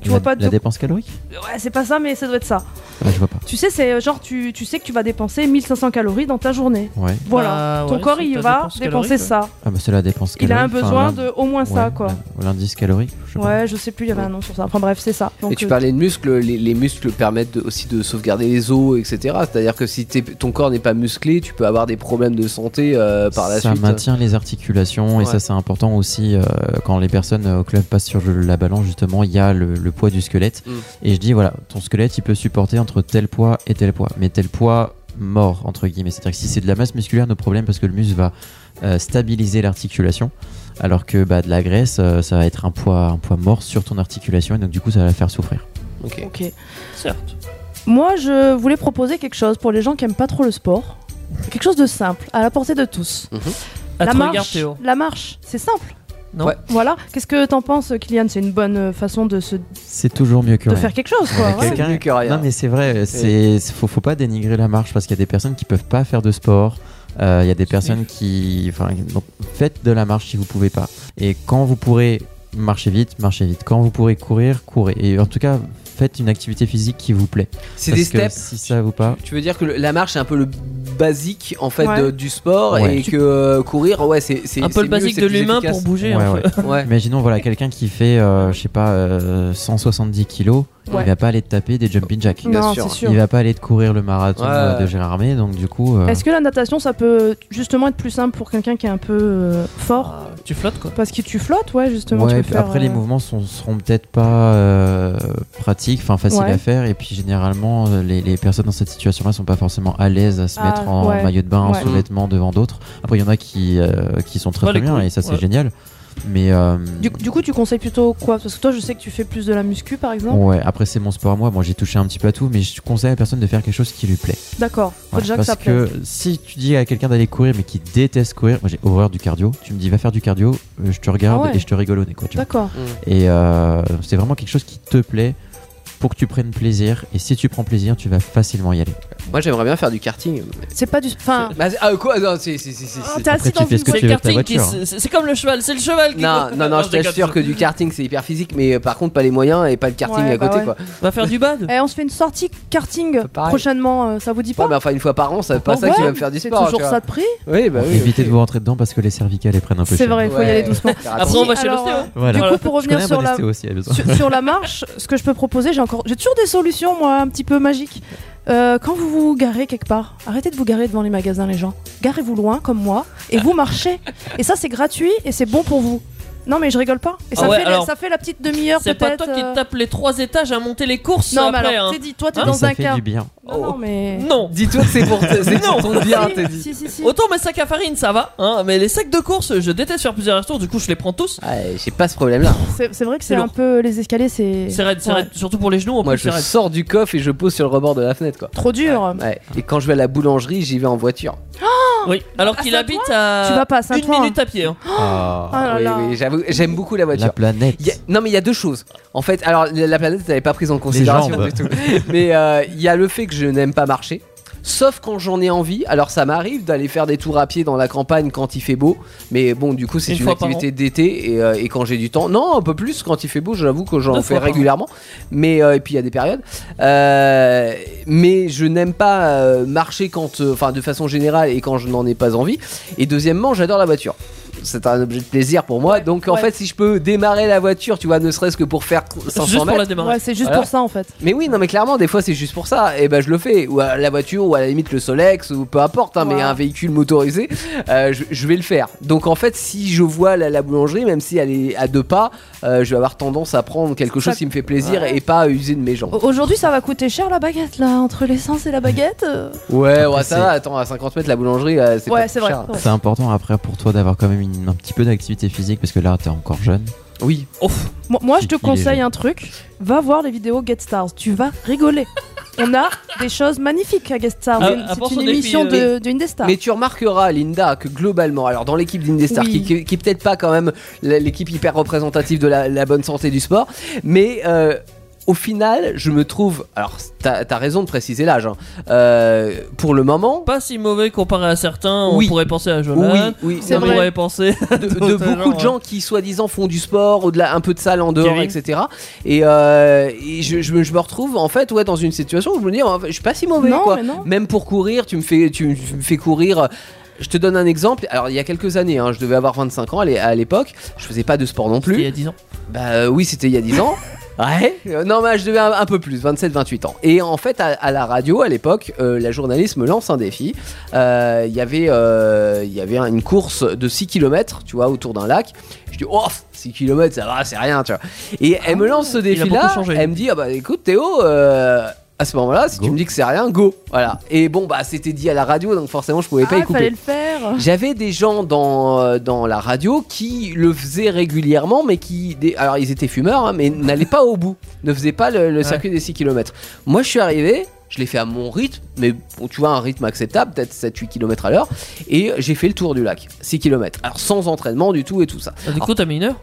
Speaker 3: Tu
Speaker 6: la,
Speaker 3: vois pas de-
Speaker 6: la dépense calorique
Speaker 3: Ouais, c'est pas ça, mais ça doit être ça.
Speaker 6: Ah, Je vois pas.
Speaker 3: Tu sais, c'est euh, genre, tu, tu sais que tu vas dépenser 1500 calories dans ta journée.
Speaker 6: Ouais.
Speaker 3: Voilà.
Speaker 5: Bah,
Speaker 3: Ton
Speaker 5: ouais,
Speaker 3: corps,
Speaker 5: c'est
Speaker 3: il
Speaker 5: ta
Speaker 3: va
Speaker 5: dépense calorique,
Speaker 3: dépenser
Speaker 5: ouais.
Speaker 3: ça.
Speaker 6: Ah bah c'est la dépense
Speaker 3: Il
Speaker 6: calorique.
Speaker 3: a un
Speaker 6: enfin,
Speaker 3: besoin
Speaker 6: l'ind-
Speaker 3: de au moins ça,
Speaker 6: hein. Ouais,
Speaker 3: quoi.
Speaker 6: L'indice calorique, je sais pas.
Speaker 3: Ouais, je sais plus, il y avait un nom sur ça. Enfin bref, c'est ça. Donc,
Speaker 4: Et tu
Speaker 3: euh,
Speaker 4: parlais de muscles, les, les muscles permettent de- aussi de sauvegarder les os, etc. C'est-à-dire que si t'es- ton corps n'est pas musclé, tu peux avoir des problèmes de santé euh, par la
Speaker 6: ça
Speaker 4: suite.
Speaker 6: maintient les articulations
Speaker 4: Ouais.
Speaker 6: et ça c'est important aussi euh, quand les personnes euh, au club passent sur le- la balance justement il y a le, le poids du squelette
Speaker 4: Mm.
Speaker 6: et je dis voilà ton squelette il peut supporter entre tel poids et tel poids mais tel poids mort entre guillemets c'est à dire que si c'est de la masse musculaire nos problèmes parce que le muscle va euh, stabiliser l'articulation alors que bah, de la graisse euh, ça va être un poids un poids mort sur ton articulation et donc du coup ça va la faire souffrir
Speaker 4: Ok.
Speaker 3: Ok.
Speaker 5: Certes.
Speaker 3: Moi, je voulais proposer quelque chose pour les gens qui aiment pas trop le sport. Quelque chose de simple, à la portée de tous.
Speaker 5: Ah,
Speaker 3: la,
Speaker 5: te
Speaker 3: marche,
Speaker 5: regarde, Théo.
Speaker 3: la marche, c'est simple.
Speaker 5: Non.
Speaker 4: Ouais.
Speaker 3: Voilà. Qu'est-ce que t'en penses, Kylian C'est une bonne euh, façon de, se, de
Speaker 6: c'est toujours mieux que rien
Speaker 3: faire quelque chose, quoi.
Speaker 6: Ouais,
Speaker 3: ouais.
Speaker 6: quelqu'un-
Speaker 4: mieux que rien.
Speaker 6: Non, mais c'est vrai, c'est faut, faut pas dénigrer la marche parce qu'il y a des personnes qui peuvent pas faire de sport. euh, Il y a des personnes qui. Enfin, donc, faites de la marche si vous pouvez pas. Et quand vous pourrez marcher vite, marchez vite. Quand vous pourrez courir, courez. Et en tout cas, faites une activité physique qui vous plaît.
Speaker 4: C'est
Speaker 6: Parce
Speaker 4: des
Speaker 6: que
Speaker 4: steps.
Speaker 6: Si ça vous parle.
Speaker 4: Tu veux dire que le- la marche est un peu le basique en fait
Speaker 3: Ouais.
Speaker 4: de- du sport
Speaker 6: Ouais.
Speaker 4: et que euh, courir, ouais, c'est c'est-
Speaker 5: Un
Speaker 4: c'est
Speaker 5: peu le
Speaker 4: mieux,
Speaker 5: basique
Speaker 4: c'est
Speaker 5: de
Speaker 4: plus
Speaker 5: l'humain
Speaker 4: efficace.
Speaker 5: pour bouger. hein.
Speaker 6: Ouais,
Speaker 5: un peu.
Speaker 6: ouais.
Speaker 4: Ouais.
Speaker 6: Imaginons, voilà, quelqu'un qui fait, euh, je sais pas, euh, 170 kilos,
Speaker 3: Ouais.
Speaker 6: il va pas aller te taper des jumping jacks.
Speaker 4: bien
Speaker 3: Non,
Speaker 4: sûr.
Speaker 3: c'est sûr.
Speaker 6: Il va pas aller te courir le marathon
Speaker 4: Ouais.
Speaker 6: euh, de Gérard May, donc du coup. euh,
Speaker 3: Est-ce que la natation, ça peut justement être plus simple pour quelqu'un qui est un peu euh, fort
Speaker 5: Ah, Tu flottes quoi.
Speaker 3: Parce que tu flottes, ouais, justement. tu
Speaker 6: Ouais,
Speaker 3: peux
Speaker 6: puis
Speaker 3: faire,
Speaker 6: après les
Speaker 3: euh,
Speaker 6: mouvements sont, seront peut-être pas euh, pratiques, enfin faciles
Speaker 3: Ouais.
Speaker 6: à faire, et puis généralement euh, les, les personnes dans cette situation-là sont pas forcément à l'aise à se
Speaker 3: Ah,
Speaker 6: mettre en
Speaker 3: ouais.
Speaker 6: maillot de bain,
Speaker 3: Ouais.
Speaker 6: en sous-vêtements devant d'autres. Après il y en a qui, euh, qui sont très
Speaker 5: Ouais,
Speaker 6: très
Speaker 5: les
Speaker 6: bien
Speaker 5: couilles,
Speaker 6: et ça c'est
Speaker 5: ouais.
Speaker 6: génial, mais euh,
Speaker 3: Du, du coup, tu conseilles plutôt quoi Parce que toi, je sais que tu fais plus de la muscu, par exemple.
Speaker 6: ouais. Après c'est mon sport à moi, moi j'ai touché un petit peu à tout, mais je conseille à la personne de faire quelque chose qui lui plaît.
Speaker 3: D'accord. Faut
Speaker 6: Ouais,
Speaker 3: déjà que
Speaker 6: parce
Speaker 3: ça plaise.
Speaker 6: si tu dis à quelqu'un d'aller courir mais qui déteste courir, moi j'ai horreur du cardio. Tu me dis va faire du cardio, euh, je te regarde
Speaker 3: Ah ouais.
Speaker 6: et je te rigole au nez quoi. tu vois.
Speaker 3: D'accord.
Speaker 6: Et euh, c'est vraiment quelque chose qui te plaît pour que tu prennes plaisir. Et si tu prends plaisir, tu vas facilement y aller.
Speaker 4: Moi, j'aimerais bien faire du karting.
Speaker 3: C'est pas du. Enfin,
Speaker 4: Bah, c'est- ah quoi Non, c'est c'est- c'est- c'est-
Speaker 3: ah,
Speaker 4: c'est-
Speaker 3: t'es assis
Speaker 6: tu
Speaker 3: dans
Speaker 6: fais
Speaker 3: une
Speaker 6: ce que
Speaker 5: C'est
Speaker 6: tu
Speaker 5: le
Speaker 6: veux avec ta
Speaker 5: karting qui.
Speaker 6: voiture.
Speaker 5: se- C'est c'est comme le cheval, c'est le cheval qui.
Speaker 4: Non, non, non, je t'assure que du karting c'est hyper physique, mais euh, par contre pas les moyens et pas le karting
Speaker 3: Ouais,
Speaker 4: à
Speaker 3: bah
Speaker 4: côté
Speaker 3: ouais.
Speaker 4: quoi.
Speaker 5: Va faire du bad.
Speaker 3: Eh, on se fait une sortie karting
Speaker 4: Pareil.
Speaker 3: prochainement, euh, ça vous dit pas
Speaker 4: Ouais, mais bah, enfin une fois par an, c'est pas
Speaker 3: Oh,
Speaker 4: ça qui
Speaker 3: ouais,
Speaker 4: va me faire du
Speaker 3: C'est
Speaker 4: sport.
Speaker 3: toujours
Speaker 4: tu vois.
Speaker 3: ça de prix
Speaker 4: Oui, bah oui.
Speaker 6: Évitez
Speaker 4: ok.
Speaker 6: de vous rentrer dedans parce que les cervicales elles prennent un peu
Speaker 3: C'est
Speaker 6: cher.
Speaker 3: vrai, il faut y aller
Speaker 4: Ouais,
Speaker 3: doucement.
Speaker 4: faire
Speaker 5: Après on
Speaker 4: attention.
Speaker 5: va chez
Speaker 3: alors, euh,
Speaker 5: l'ostéo.
Speaker 6: Voilà.
Speaker 3: Du coup, pour
Speaker 6: Je connais
Speaker 3: revenir
Speaker 6: un
Speaker 3: sur
Speaker 6: bon
Speaker 3: la,
Speaker 6: ostéo aussi, il y a besoin.
Speaker 3: sur, sur la marche, ce que je peux proposer, j'ai encore, j'ai toujours des solutions, moi, un petit peu magiques. Euh, quand vous vous garez quelque part, arrêtez de vous garer devant les magasins, les gens. Garez-vous loin, comme moi, et vous marchez. Et ça, c'est gratuit et c'est bon pour vous. Non, mais je rigole pas. Et ça,
Speaker 5: Ah ouais,
Speaker 3: fait, la-
Speaker 5: alors,
Speaker 3: ça fait la petite demi-heure
Speaker 5: C'est
Speaker 3: peut-être.
Speaker 5: pas toi qui
Speaker 3: euh,
Speaker 5: te tapes les trois étages à monter les courses
Speaker 3: Non, mais
Speaker 5: après.
Speaker 3: alors,
Speaker 5: hein.
Speaker 3: t'es dit, toi, t'es
Speaker 5: Hein
Speaker 3: dans
Speaker 6: ça
Speaker 3: un
Speaker 6: fait
Speaker 3: cas.
Speaker 6: du bien.
Speaker 3: Non, non, mais.
Speaker 5: Non.
Speaker 4: Dis-toi que c'est pour, te- c'est pour ton bien, t'es dit.
Speaker 3: Si, si, si.
Speaker 5: Autant mes sacs à farine, ça va, hein, mais les sacs de course, je déteste faire plusieurs restaurants, du coup je les prends tous.
Speaker 4: Ouais, j'ai pas ce problème-là.
Speaker 3: C'est c'est vrai que c'est
Speaker 5: C'est
Speaker 3: un
Speaker 5: lourd.
Speaker 3: peu. Les escaliers, c'est.
Speaker 5: C'est raide, c'est
Speaker 3: Ouais.
Speaker 5: raide, surtout pour les genoux, en
Speaker 4: Moi,
Speaker 5: plus,
Speaker 4: je
Speaker 5: c'est raide.
Speaker 4: sors du coffre et je pose sur le rebord de la fenêtre, quoi.
Speaker 3: Trop dur.
Speaker 4: Ouais. Et quand je vais à la boulangerie, j'y vais en voiture.
Speaker 5: Oui, alors
Speaker 3: Ah,
Speaker 5: qu'il
Speaker 3: ça
Speaker 5: habite à
Speaker 3: Tu vas pas à
Speaker 5: une
Speaker 3: Saint-Ouen.
Speaker 5: minute à pied. hein.
Speaker 6: Ah,
Speaker 3: Ah là
Speaker 4: Oui,
Speaker 3: là.
Speaker 4: oui, j'avoue, j'aime beaucoup la voiture.
Speaker 6: la planète.
Speaker 4: Il y a- Non, mais il y a deux choses. En fait, alors la la planète, elle n'est pas prise en considération
Speaker 6: jambes.
Speaker 4: du tout. Mais euh, il y a le fait que je n'aime pas marcher. Sauf quand j'en ai envie. Alors ça m'arrive d'aller faire des tours à pied dans la campagne quand il fait beau. Mais bon, du coup, c'est
Speaker 5: Une
Speaker 4: une,
Speaker 5: fois par
Speaker 4: activité d'été et, euh, et quand j'ai du temps. Non, un peu plus quand il fait beau. J'avoue que
Speaker 5: Deux
Speaker 4: j'en
Speaker 5: fois
Speaker 4: fais
Speaker 5: par an.
Speaker 4: régulièrement. Mais euh, et puis il y a des périodes. Euh, mais je n'aime pas euh, marcher quand, euh, enfin, de façon générale et quand je n'en ai pas envie. Et deuxièmement, j'adore la voiture. C'est un objet de plaisir pour moi. donc en
Speaker 3: ouais.
Speaker 4: fait, si je peux démarrer la voiture, tu vois, ne serait-ce que pour faire 500
Speaker 5: Juste pour
Speaker 4: mètres.
Speaker 5: la démarrer.
Speaker 3: Ouais, c'est juste
Speaker 4: Voilà.
Speaker 3: pour ça en fait.
Speaker 4: Mais oui, non, mais clairement, des fois c'est juste pour ça. Et ben je le fais. Ou à la voiture, ou à la limite le Solex, ou peu importe, hein, mais
Speaker 3: Ouais.
Speaker 4: un véhicule motorisé, euh, je, je vais le faire. Donc en fait, si je vois la, la boulangerie, même si elle est à deux pas, euh, je vais avoir tendance à prendre quelque chose
Speaker 3: Ça- Oh.
Speaker 4: qui me fait plaisir et pas user de mes jambes.
Speaker 3: O- Aujourd'hui, ça va coûter cher la baguette là, entre l'essence et la baguette. euh.
Speaker 4: Ouais, ouais,
Speaker 6: Après,
Speaker 4: ça
Speaker 6: c'est-
Speaker 4: va. Attends, à 50 mètres, la boulangerie, euh, c'est
Speaker 3: Ouais,
Speaker 4: pas
Speaker 3: c'est
Speaker 4: cher.
Speaker 3: vrai. Oh. ouais.
Speaker 6: C'est important après pour toi d'avoir quand même une- un petit peu d'activité physique parce que là t'es encore jeune.
Speaker 4: Oui.
Speaker 5: Ouf.
Speaker 3: Moi, moi, je te
Speaker 6: Il est
Speaker 3: conseille
Speaker 6: jeune.
Speaker 3: un truc. Va voir les vidéos Get Stars. Tu vas rigoler. On a des choses magnifiques à Get Stars.
Speaker 5: Ah,
Speaker 3: C'est une-
Speaker 5: à part
Speaker 3: c'est
Speaker 5: son
Speaker 3: une
Speaker 5: défi,
Speaker 3: émission
Speaker 5: euh,
Speaker 3: de, de Indestar.
Speaker 4: Mais tu remarqueras, Linda, que globalement, alors dans l'équipe d'Indestar,
Speaker 3: Oui.
Speaker 4: qui, qui, qui est peut-être pas quand même la- l'équipe hyper représentative de la, la bonne santé du sport, mais euh, au final, je me trouve. Alors, t'as as raison de préciser l'âge. hein. Euh, pour le moment,
Speaker 5: Pas si mauvais comparé à certains, on
Speaker 4: Oui.
Speaker 5: pourrait penser à Jonathan.
Speaker 4: oui, oui,
Speaker 5: On
Speaker 3: C'est vrai.
Speaker 5: pourrait penser.
Speaker 4: de, de
Speaker 5: D'autres
Speaker 4: beaucoup
Speaker 5: genres,
Speaker 4: de gens qui soi-disant font du sport au-delà un peu de salle en dehors
Speaker 5: Kevin.
Speaker 4: etc et, euh, et je, je me- je me retrouve en fait ouais dans une situation où je me dis en fait, je suis pas si mauvais
Speaker 3: non,
Speaker 4: quoi
Speaker 3: mais non.
Speaker 4: même pour courir, tu me fais, tu, me- tu me fais courir. Je te donne un exemple. Alors, il y a quelques années, hein, je devais avoir 25 ans à l'é- à l'époque. Je faisais pas de sport non
Speaker 5: Il y
Speaker 4: plus.
Speaker 5: a 10 ans.
Speaker 4: Bah euh, oui, c'était il y a 10 ans. Ouais, Euh, non, mais je devais un, un peu plus, 27-28 ans. Et en fait, à, à la radio, à l'époque, euh, la journaliste me lance un défi. Euh, Il y avait, euh, il y avait une course de 6 km, tu vois, autour d'un lac. Je dis, oh, 6 km, ça va, c'est rien, tu vois. Et elle me lance ce
Speaker 5: beaucoup
Speaker 4: défi-là.
Speaker 5: changé.
Speaker 4: Elle me dit, ah bah écoute, Théo, euh, à ce moment-là, si
Speaker 6: Go.
Speaker 4: tu me dis que c'est rien, go. Voilà. Et bon, bah, c'était dit à la radio, donc forcément, je pouvais pas y
Speaker 3: Ah, fallait
Speaker 4: couper.
Speaker 3: le faire.
Speaker 4: J'avais des gens dans, euh, dans la radio qui le faisaient régulièrement, mais qui. des- alors, ils étaient fumeurs, hein, mais n'allaient pas au bout, ne faisaient pas le, le
Speaker 5: Ouais.
Speaker 4: circuit des 6 km. Moi, je suis arrivé, je l'ai fait à mon rythme, mais bon, tu vois, un rythme acceptable, peut-être 7-8 km à l'heure, et j'ai fait le tour du lac, 6 km. Alors, sans entraînement du tout et tout ça.
Speaker 5: Ah, du coup, t'as mis une heure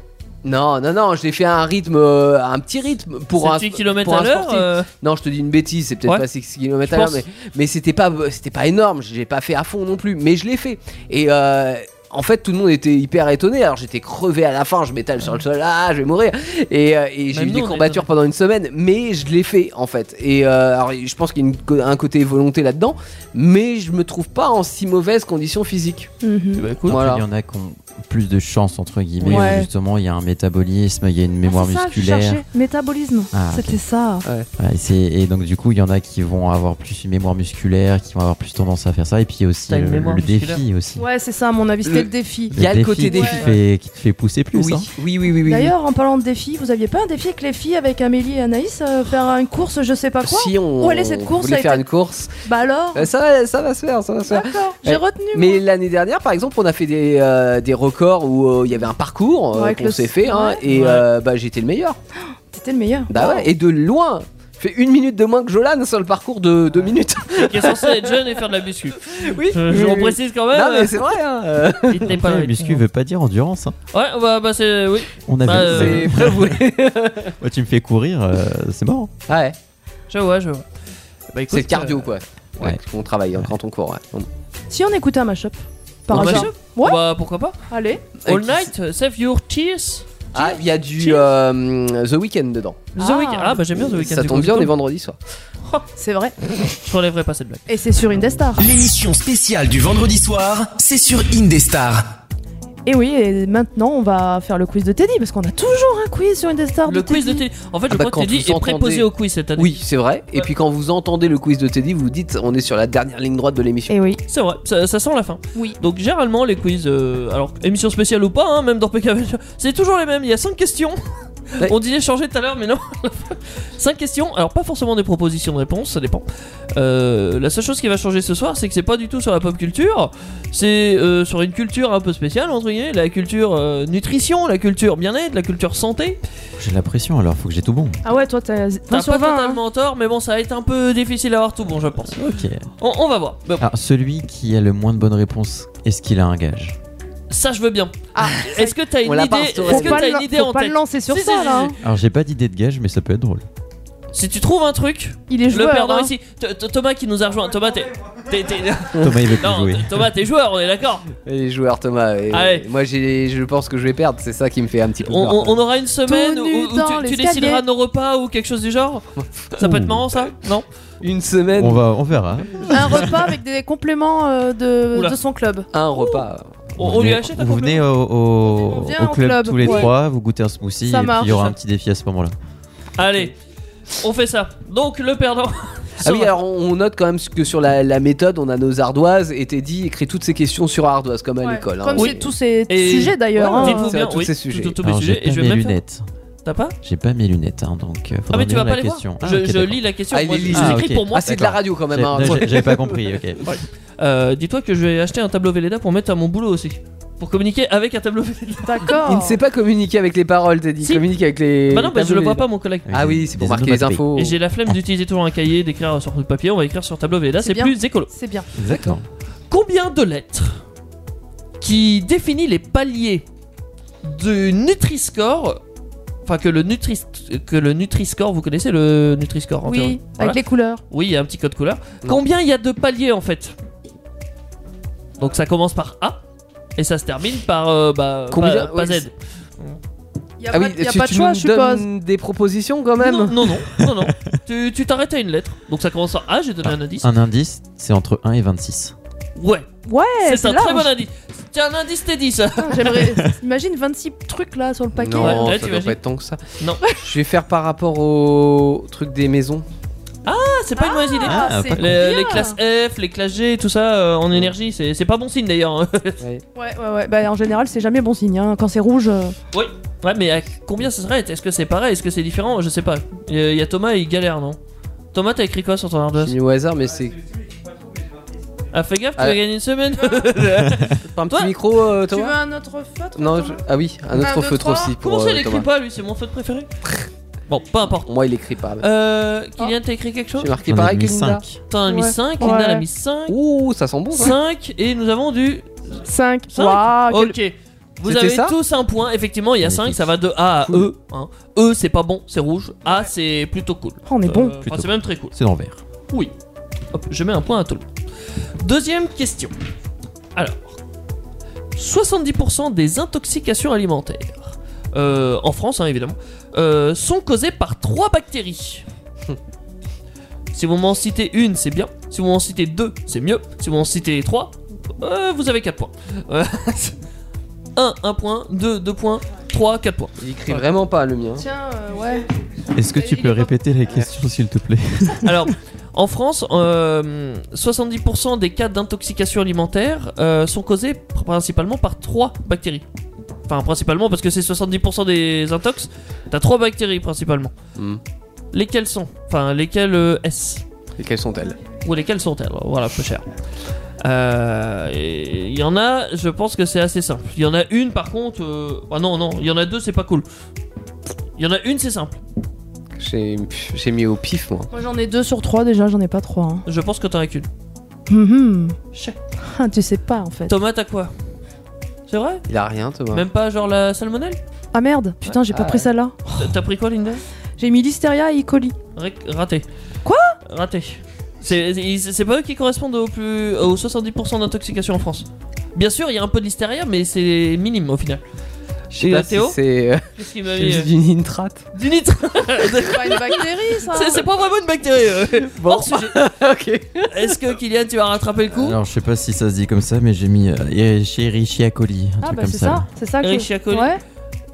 Speaker 4: Non, non, non, je l'ai fait à un rythme, euh, à un petit rythme pour un.
Speaker 5: 7 km
Speaker 4: pour
Speaker 5: à
Speaker 4: un
Speaker 5: l'heure.
Speaker 4: sportif.
Speaker 5: euh,
Speaker 4: Non, je te dis une bêtise, c'est peut-être
Speaker 5: Ouais.
Speaker 4: pas 6 km à
Speaker 5: Je
Speaker 4: l'heure, mais,
Speaker 5: pense.
Speaker 4: mais c'était pas, c'était pas énorme, j'ai pas fait à fond non plus, mais je l'ai fait. Et euh, en fait, tout le monde était hyper étonné, alors j'étais crevé à la fin, je m'étale sur le sol, ah, je vais mourir. Et, euh, et j'ai eu
Speaker 5: Même nous,
Speaker 4: des
Speaker 5: on est
Speaker 4: courbatures pendant une semaine, mais je l'ai fait en fait. Et euh, alors, je pense qu'il y a une co- un côté volonté là-dedans, mais je me trouve pas en si mauvaise condition physique.
Speaker 3: Mhm.
Speaker 6: Bah, écoute,
Speaker 4: Voilà.
Speaker 6: Il y en a qui ont plus de chance entre guillemets.
Speaker 3: Ouais.
Speaker 6: où Justement, il y a un métabolisme, il y a une mémoire
Speaker 3: Ah, c'est ça, je
Speaker 6: musculaire.
Speaker 3: cherchais. Métabolisme.
Speaker 6: Ah,
Speaker 3: C'était ça.
Speaker 6: Ouais, et, c'est- et donc du coup, il y en a qui vont avoir plus une mémoire musculaire, qui vont avoir plus tendance à faire ça. Et puis il y a aussi
Speaker 5: T'as une
Speaker 6: le,
Speaker 5: mémoire
Speaker 6: le défi
Speaker 5: musculaire.
Speaker 6: aussi.
Speaker 3: Ouais, c'est ça, à mon avis. C'était
Speaker 4: Le-
Speaker 3: le défi.
Speaker 4: Il y a le
Speaker 6: défi
Speaker 4: côté
Speaker 6: qui
Speaker 3: défi.
Speaker 6: te fait- qui te fait pousser plus.
Speaker 4: oui.
Speaker 6: hein.
Speaker 4: oui, oui, oui, oui.
Speaker 3: D'ailleurs, en parlant de défi, vous aviez pas un défi avec les filles, avec Amélie et Anaïs, euh, faire une course, je sais pas quoi
Speaker 4: si on
Speaker 3: Où elle est, cette course,
Speaker 4: voulait
Speaker 3: elle
Speaker 4: faire
Speaker 3: était-
Speaker 4: une course,
Speaker 3: Bah alors
Speaker 4: euh, ça, va- ça va se faire, ça va se faire.
Speaker 3: D'accord, j'ai
Speaker 4: Ouais.
Speaker 3: retenu. moi.
Speaker 4: Mais l'année dernière, par exemple, on a fait des, euh, des records où euh, il y avait un parcours euh,
Speaker 3: Ouais, avec
Speaker 4: qu'on
Speaker 3: le-
Speaker 4: s'est fait hein,
Speaker 3: ouais.
Speaker 4: et
Speaker 5: Ouais.
Speaker 4: euh, bah, j'étais le meilleur.
Speaker 3: T'étais le meilleur.
Speaker 4: Bah ouais, et de loin. Fait une minute de moins que Jolan sur le parcours de deux minutes.
Speaker 5: qui est censé être jeune et faire de la muscu.
Speaker 4: oui.
Speaker 5: Euh, Je, je reprécise quand même.
Speaker 4: Non mais c'est vrai. hein, euh,
Speaker 5: euh, il n'est pas
Speaker 6: Après, muscu veut pas dire endurance. hein.
Speaker 5: Ouais, bah, bah c'est. Oui.
Speaker 6: On a
Speaker 5: Bah,
Speaker 6: vu.
Speaker 5: euh,
Speaker 4: c'est prévoué.
Speaker 6: Moi, tu me fais courir, euh, c'est mort.
Speaker 4: ouais.
Speaker 5: Je vois, je vois. Bah, écoute,
Speaker 4: C'est le cardio
Speaker 5: euh,
Speaker 4: quoi.
Speaker 6: ouais.
Speaker 4: Ouais, qu'on travaille hein, quand on court. ouais. Donc,
Speaker 3: Si on écoutait un mashup Par
Speaker 5: Un
Speaker 3: hasard.
Speaker 5: mashup
Speaker 3: Ouais.
Speaker 5: Bah, pourquoi pas
Speaker 3: Allez.
Speaker 5: All
Speaker 4: qui-
Speaker 5: night, save your tears.
Speaker 4: Ah, il y a du
Speaker 5: Cheers.
Speaker 4: euh, The Weeknd dedans.
Speaker 5: The
Speaker 3: Ah.
Speaker 5: Weeknd. Ah, bah j'aime bien The Weeknd.
Speaker 4: Ça
Speaker 5: du
Speaker 4: tombe
Speaker 5: coup,
Speaker 4: bien, on est
Speaker 5: plutôt.
Speaker 4: vendredi soir.
Speaker 3: C'est vrai.
Speaker 5: Je relèverai pas cette blague.
Speaker 3: Et c'est sur Indestar.
Speaker 1: L'émission spéciale du vendredi soir, c'est sur Indestar.
Speaker 3: Et oui, et maintenant on va faire le quiz de Teddy parce qu'on a toujours un quiz sur Indestar.
Speaker 5: Le quiz de Teddy. En fait,
Speaker 4: Ah
Speaker 5: je
Speaker 4: bah,
Speaker 5: crois
Speaker 4: quand
Speaker 5: que Teddy
Speaker 4: vous
Speaker 5: est préposé
Speaker 4: entendez-
Speaker 5: au quiz cette année.
Speaker 4: Oui, c'est vrai. Et
Speaker 5: Ouais.
Speaker 4: puis quand vous entendez le quiz de Teddy, vous dites on est sur la dernière ligne droite de l'émission.
Speaker 3: Et Eh oui.
Speaker 5: C'est vrai, ça, ça sent la fin.
Speaker 3: Oui.
Speaker 5: Donc généralement les quiz, euh, alors émission spéciale ou pas, hein, même dans PK, c'est toujours les mêmes. Il y a 5 questions.
Speaker 4: Ouais.
Speaker 5: On disait changer tout à l'heure, mais non. 5 questions, alors pas forcément des propositions de réponse, ça dépend. Euh, la seule chose qui va changer ce soir, c'est que c'est pas du tout sur la pop culture, c'est euh, sur une culture un peu spéciale, entre guillemets, la culture euh, nutrition, la culture bien-être, la culture santé.
Speaker 6: J'ai la pression alors, faut que j'ai tout bon.
Speaker 3: Ah ouais, toi t'as 20
Speaker 5: T'as pas
Speaker 3: sur 20. hein.
Speaker 5: totalement tort, mais bon, ça va être un peu difficile à avoir tout bon, je pense.
Speaker 6: Ok.
Speaker 5: On, on va voir. Bon,
Speaker 6: Alors, celui qui a le moins de bonnes réponses, est-ce qu'il a un gage
Speaker 5: ça, je veux bien.
Speaker 3: Ah,
Speaker 5: Est-ce que t'as une
Speaker 4: On l'a
Speaker 5: idée,
Speaker 4: pas instauré.
Speaker 5: est-ce
Speaker 3: Faut
Speaker 5: que
Speaker 3: pas
Speaker 5: t'as
Speaker 3: le-
Speaker 5: une idée
Speaker 3: faut
Speaker 5: en
Speaker 3: pas le
Speaker 5: tête
Speaker 3: lancer sur
Speaker 5: Si,
Speaker 3: ça
Speaker 5: si,
Speaker 3: là. hein.
Speaker 5: si, si.
Speaker 6: Alors, j'ai pas d'idée de gage, mais ça peut être drôle.
Speaker 5: Si tu trouves un truc,
Speaker 3: Il est joueur.
Speaker 5: le perdant
Speaker 3: hein.
Speaker 5: ici. Th- th- Thomas qui nous a rejoint. Thomas, t'es. t'es- t'es-
Speaker 6: Thomas, il veut plus
Speaker 5: Non,
Speaker 6: jouer.
Speaker 5: t- Thomas, t'es joueur, on est d'accord.
Speaker 4: Et joueur Thomas, et
Speaker 5: Allez.
Speaker 4: moi j'ai- je pense que je vais perdre, c'est ça qui me fait un petit peu
Speaker 5: On,
Speaker 4: peur.
Speaker 5: on- on aura une semaine
Speaker 3: Tout
Speaker 5: où,
Speaker 3: nu
Speaker 5: où
Speaker 3: dans
Speaker 5: tu, tu
Speaker 3: l'escalier.
Speaker 5: décideras nos repas ou quelque chose du genre. Ça peut être marrant, ça Non
Speaker 4: Une semaine,
Speaker 6: On, va, on verra.
Speaker 3: Un repas avec des compléments euh, de,
Speaker 5: Oula.
Speaker 3: de son club.
Speaker 4: un repas.
Speaker 5: On,
Speaker 6: Vous
Speaker 5: on lui
Speaker 6: venez-
Speaker 5: achète un
Speaker 6: Vous
Speaker 5: complément
Speaker 6: venez au, au-
Speaker 3: On vient
Speaker 6: au
Speaker 3: en
Speaker 6: club,
Speaker 3: club,
Speaker 6: tous les
Speaker 3: ouais.
Speaker 6: trois, vous goûtez un smoothie,
Speaker 3: Ça
Speaker 6: et puis il
Speaker 3: marche.
Speaker 6: y aura un petit défi à ce moment-là.
Speaker 5: Allez, on fait ça. Donc, le perdant.
Speaker 4: Ah oui,
Speaker 5: sera-
Speaker 4: alors on on note quand même que sur la, la méthode, on a nos ardoises et Teddy écrit toutes ses questions sur ardoise, comme à
Speaker 3: Ouais.
Speaker 4: l'école. hein.
Speaker 3: Comme
Speaker 5: Oui.
Speaker 3: c'est tous ces
Speaker 5: Et-
Speaker 3: sujets d'ailleurs.
Speaker 4: Ouais,
Speaker 3: hein.
Speaker 5: Dites-vous
Speaker 4: Ça
Speaker 5: bien,
Speaker 4: va, tous
Speaker 5: oui,
Speaker 4: ces sujets.
Speaker 5: tout- tous mes
Speaker 6: Alors, j'ai
Speaker 5: sujets. Et
Speaker 6: pas
Speaker 5: je
Speaker 6: mes
Speaker 5: vais même faire-
Speaker 6: lunettes.
Speaker 5: T'as pas
Speaker 6: J'ai pas mes lunettes, hein, donc. euh, faudra
Speaker 5: Ah, mais tu
Speaker 6: me
Speaker 5: vas
Speaker 6: lire
Speaker 5: pas
Speaker 6: la
Speaker 5: les voir.
Speaker 6: question. Ah,
Speaker 5: Je,
Speaker 6: ok,
Speaker 5: je
Speaker 6: d'accord.
Speaker 5: lis la question.
Speaker 4: Ah, il
Speaker 5: moi,
Speaker 4: les
Speaker 5: je-
Speaker 4: lit.
Speaker 5: c'est
Speaker 6: Ah,
Speaker 5: écrit
Speaker 6: ok.
Speaker 5: pour moi.
Speaker 4: Ah, c'est de la radio quand même. hein.
Speaker 6: J'ai- non, j'ai- J'avais pas compris, ok.
Speaker 5: Euh, Dis-toi que je vais acheter un tableau Velleda pour mettre à mon boulot aussi. Pour communiquer avec un tableau Velleda.
Speaker 3: D'accord.
Speaker 4: Il ne sait pas communiquer avec les paroles, Teddy.
Speaker 5: Si.
Speaker 4: Il communique avec les.
Speaker 5: Bah non, bah, je le vois pas, mon collègue.
Speaker 4: Ah oui, c'est pour marquer les infos.
Speaker 3: Oh.
Speaker 5: Et j'ai la flemme d'utiliser toujours un cahier, d'écrire sur le papier, on va écrire sur tableau Velleda,
Speaker 3: C'est
Speaker 5: c'est
Speaker 3: bien.
Speaker 5: plus écolo.
Speaker 3: C'est bien.
Speaker 6: Exactement.
Speaker 5: Combien de lettres qui définit les paliers du Nutri-Score Enfin, que le Nutri que le Nutri-Score, vous connaissez le Nutri-Score en
Speaker 3: Oui,
Speaker 5: théorie
Speaker 3: avec
Speaker 5: Voilà.
Speaker 3: les couleurs.
Speaker 5: Oui, il y a un petit code couleur.
Speaker 4: Non.
Speaker 5: Combien il y a de paliers en fait Donc ça commence par A et ça se termine par euh, bah,
Speaker 4: Combien-
Speaker 5: pas, pas
Speaker 4: oui,
Speaker 5: Z.
Speaker 3: Il a
Speaker 4: Ah
Speaker 3: pas,
Speaker 4: oui,
Speaker 3: bah, y a
Speaker 4: tu-
Speaker 3: pas
Speaker 4: tu
Speaker 3: de choix,
Speaker 4: nous
Speaker 3: je suppose.
Speaker 4: donnes des propositions quand
Speaker 5: Non,
Speaker 4: même
Speaker 5: non, non, non, non. tu tu t'arrêtes à une lettre. Donc ça commence par A, j'ai donné un indice.
Speaker 6: Un indice, c'est entre 1 et 26.
Speaker 5: Ouais,
Speaker 3: Ouais,
Speaker 5: c'est un
Speaker 3: Eh, large.
Speaker 5: très bon indice. C'est un indice Teddy ça.
Speaker 3: Putain, J'aimerais. Imagine 26 trucs là sur le paquet.
Speaker 4: Non, ça
Speaker 5: Ouais, tu
Speaker 4: doit
Speaker 5: imagines.
Speaker 4: pas être tant que ça.
Speaker 5: Non.
Speaker 4: Je vais faire par rapport au truc des maisons.
Speaker 5: Ah, c'est pas une mauvaise idée.
Speaker 6: Ah,
Speaker 3: c'est
Speaker 6: pas
Speaker 5: Les,
Speaker 3: bien.
Speaker 5: les classes F, les classes G, tout ça euh, en énergie, c'est c'est pas bon signe d'ailleurs.
Speaker 3: Ouais, ouais, ouais. Bah, en général, c'est jamais bon signe. hein. Quand c'est rouge. euh,
Speaker 5: ouais, mais à combien ça serait Est-ce que c'est pareil Est-ce que c'est différent Je sais pas. Il y a- il y a Thomas, il galère, non Thomas, t'as écrit quoi sur ton
Speaker 4: J'ai
Speaker 5: ardoise
Speaker 4: mis au hasard, mais c'est
Speaker 5: Ah, fais gaffe, tu
Speaker 4: Ah.
Speaker 5: vas gagner une semaine.
Speaker 4: pas un
Speaker 5: Toi-
Speaker 4: petit micro, euh,
Speaker 3: Tu veux
Speaker 4: Thomas.
Speaker 3: un autre feutre
Speaker 4: Non, je-
Speaker 3: Thomas
Speaker 4: ah oui, un
Speaker 3: Un,
Speaker 4: autre
Speaker 3: deux,
Speaker 4: feutre
Speaker 3: trois.
Speaker 4: aussi
Speaker 5: Comment
Speaker 4: pour
Speaker 5: ça,
Speaker 4: euh,
Speaker 5: il écrit
Speaker 4: Thomas.
Speaker 5: pas Lui, c'est mon feutre préféré. Bon, peu importe.
Speaker 4: Moi, il écrit pas.
Speaker 5: Euh, Kylian, t'as écrit quelque chose
Speaker 4: J'ai marqué
Speaker 6: J'en ai
Speaker 4: pareil que
Speaker 6: mis
Speaker 4: Linda.
Speaker 6: cinq.
Speaker 5: T'en as mis
Speaker 3: Ah. Ouais.
Speaker 5: 5, Linda
Speaker 3: Ouais.
Speaker 5: l'a mis 5.
Speaker 4: Ouh, ça sent bon. ça.
Speaker 5: 5, et nous avons du
Speaker 3: 5.
Speaker 5: Cinq Oh,
Speaker 3: Waouh, quel-
Speaker 5: Ok. Vous
Speaker 4: Ah, C'était
Speaker 5: avez
Speaker 4: ça
Speaker 5: tous un point, effectivement, il y a 5,
Speaker 6: Magnifique.
Speaker 5: ça va de A à
Speaker 4: Cool.
Speaker 5: E. hein. E, c'est pas bon, c'est rouge. A, c'est plutôt cool.
Speaker 3: Oh, on est bon.
Speaker 5: Euh, enfin,
Speaker 6: Plutôt.
Speaker 5: c'est même très cool.
Speaker 6: C'est dans le vert.
Speaker 5: Oui. Hop, je mets un point à tout le monde. Deuxième question. Alors, 70% des intoxications alimentaires, euh, en France hein, évidemment, euh, sont causées par trois bactéries. si vous m'en citez une, c'est bien. Si vous m'en citez deux, c'est mieux. Si vous m'en citez trois, euh, vous avez 4 points. 1, 1 point, 2, 2 points, 3, 4 points.
Speaker 4: Il écrit vraiment pas le mien.
Speaker 3: Tiens, euh, ouais.
Speaker 6: Est-ce que tu peux répéter la question, s'il te plaît
Speaker 5: Alors, en France, euh, 70% des cas d'intoxication alimentaire euh, sont causés pr- principalement par trois bactéries. Enfin, principalement parce que c'est 70% des intox. T'as trois bactéries principalement.
Speaker 4: Hmm.
Speaker 5: Lesquelles sont Enfin, lesquelles euh, est-ce
Speaker 4: Et quelles sont-elles
Speaker 5: Ou lesquelles sont-elles Voilà, peu cher. Euh, et Il y en a, je pense que c'est assez simple. Il y en a une par contre. euh, Ah non, non, il y en a deux, c'est pas cool. Il y en a une, c'est simple.
Speaker 4: J'ai pff, j'ai mis au pif, moi.
Speaker 3: Moi, j'en ai 2 sur 3 déjà, j'en ai pas 3. Hein.
Speaker 5: Je pense que t'en as qu'une.
Speaker 3: Mhm.
Speaker 5: Chais.
Speaker 3: Ah, tu sais pas en fait.
Speaker 5: Thomas, t'as quoi C'est vrai
Speaker 4: Il a rien, Thomas.
Speaker 5: Même pas genre la salmonelle
Speaker 3: Ah merde, putain, j'ai pas
Speaker 4: Ah,
Speaker 3: pris
Speaker 4: ouais.
Speaker 3: celle-là.
Speaker 5: T'as- T'as pris quoi, Linda
Speaker 3: J'ai mis Listeria et E. coli.
Speaker 5: Rec- Raté.
Speaker 3: Quoi
Speaker 5: Raté. C'est- C'est c'est pas eux qui correspondent au plus, aux 70% d'intoxication en France. Bien sûr, il y a un peu de listeria, mais c'est minime au final.
Speaker 4: Je sais
Speaker 5: Et
Speaker 4: pas
Speaker 5: la Théo
Speaker 4: si c'est euh,
Speaker 5: Qu'est-ce qu'il m'a mis
Speaker 4: c'est
Speaker 5: euh,
Speaker 4: du nitrate.
Speaker 5: Du nitre
Speaker 3: C'est pas Bah, une bactérie ça
Speaker 5: C'est- C'est pas vraiment une bactérie. euh. Hors sujet.
Speaker 4: ok.
Speaker 5: Est-ce que Kylian, tu vas rattraper le coup
Speaker 6: Alors, je sais pas si ça se dit comme ça, mais j'ai mis euh, chez Richie Coli, un
Speaker 3: Ah
Speaker 6: truc
Speaker 3: bah
Speaker 6: comme
Speaker 3: c'est
Speaker 6: ça. là.
Speaker 3: ça, c'est ça que.
Speaker 5: Eric Chiacoli.
Speaker 3: Ouais,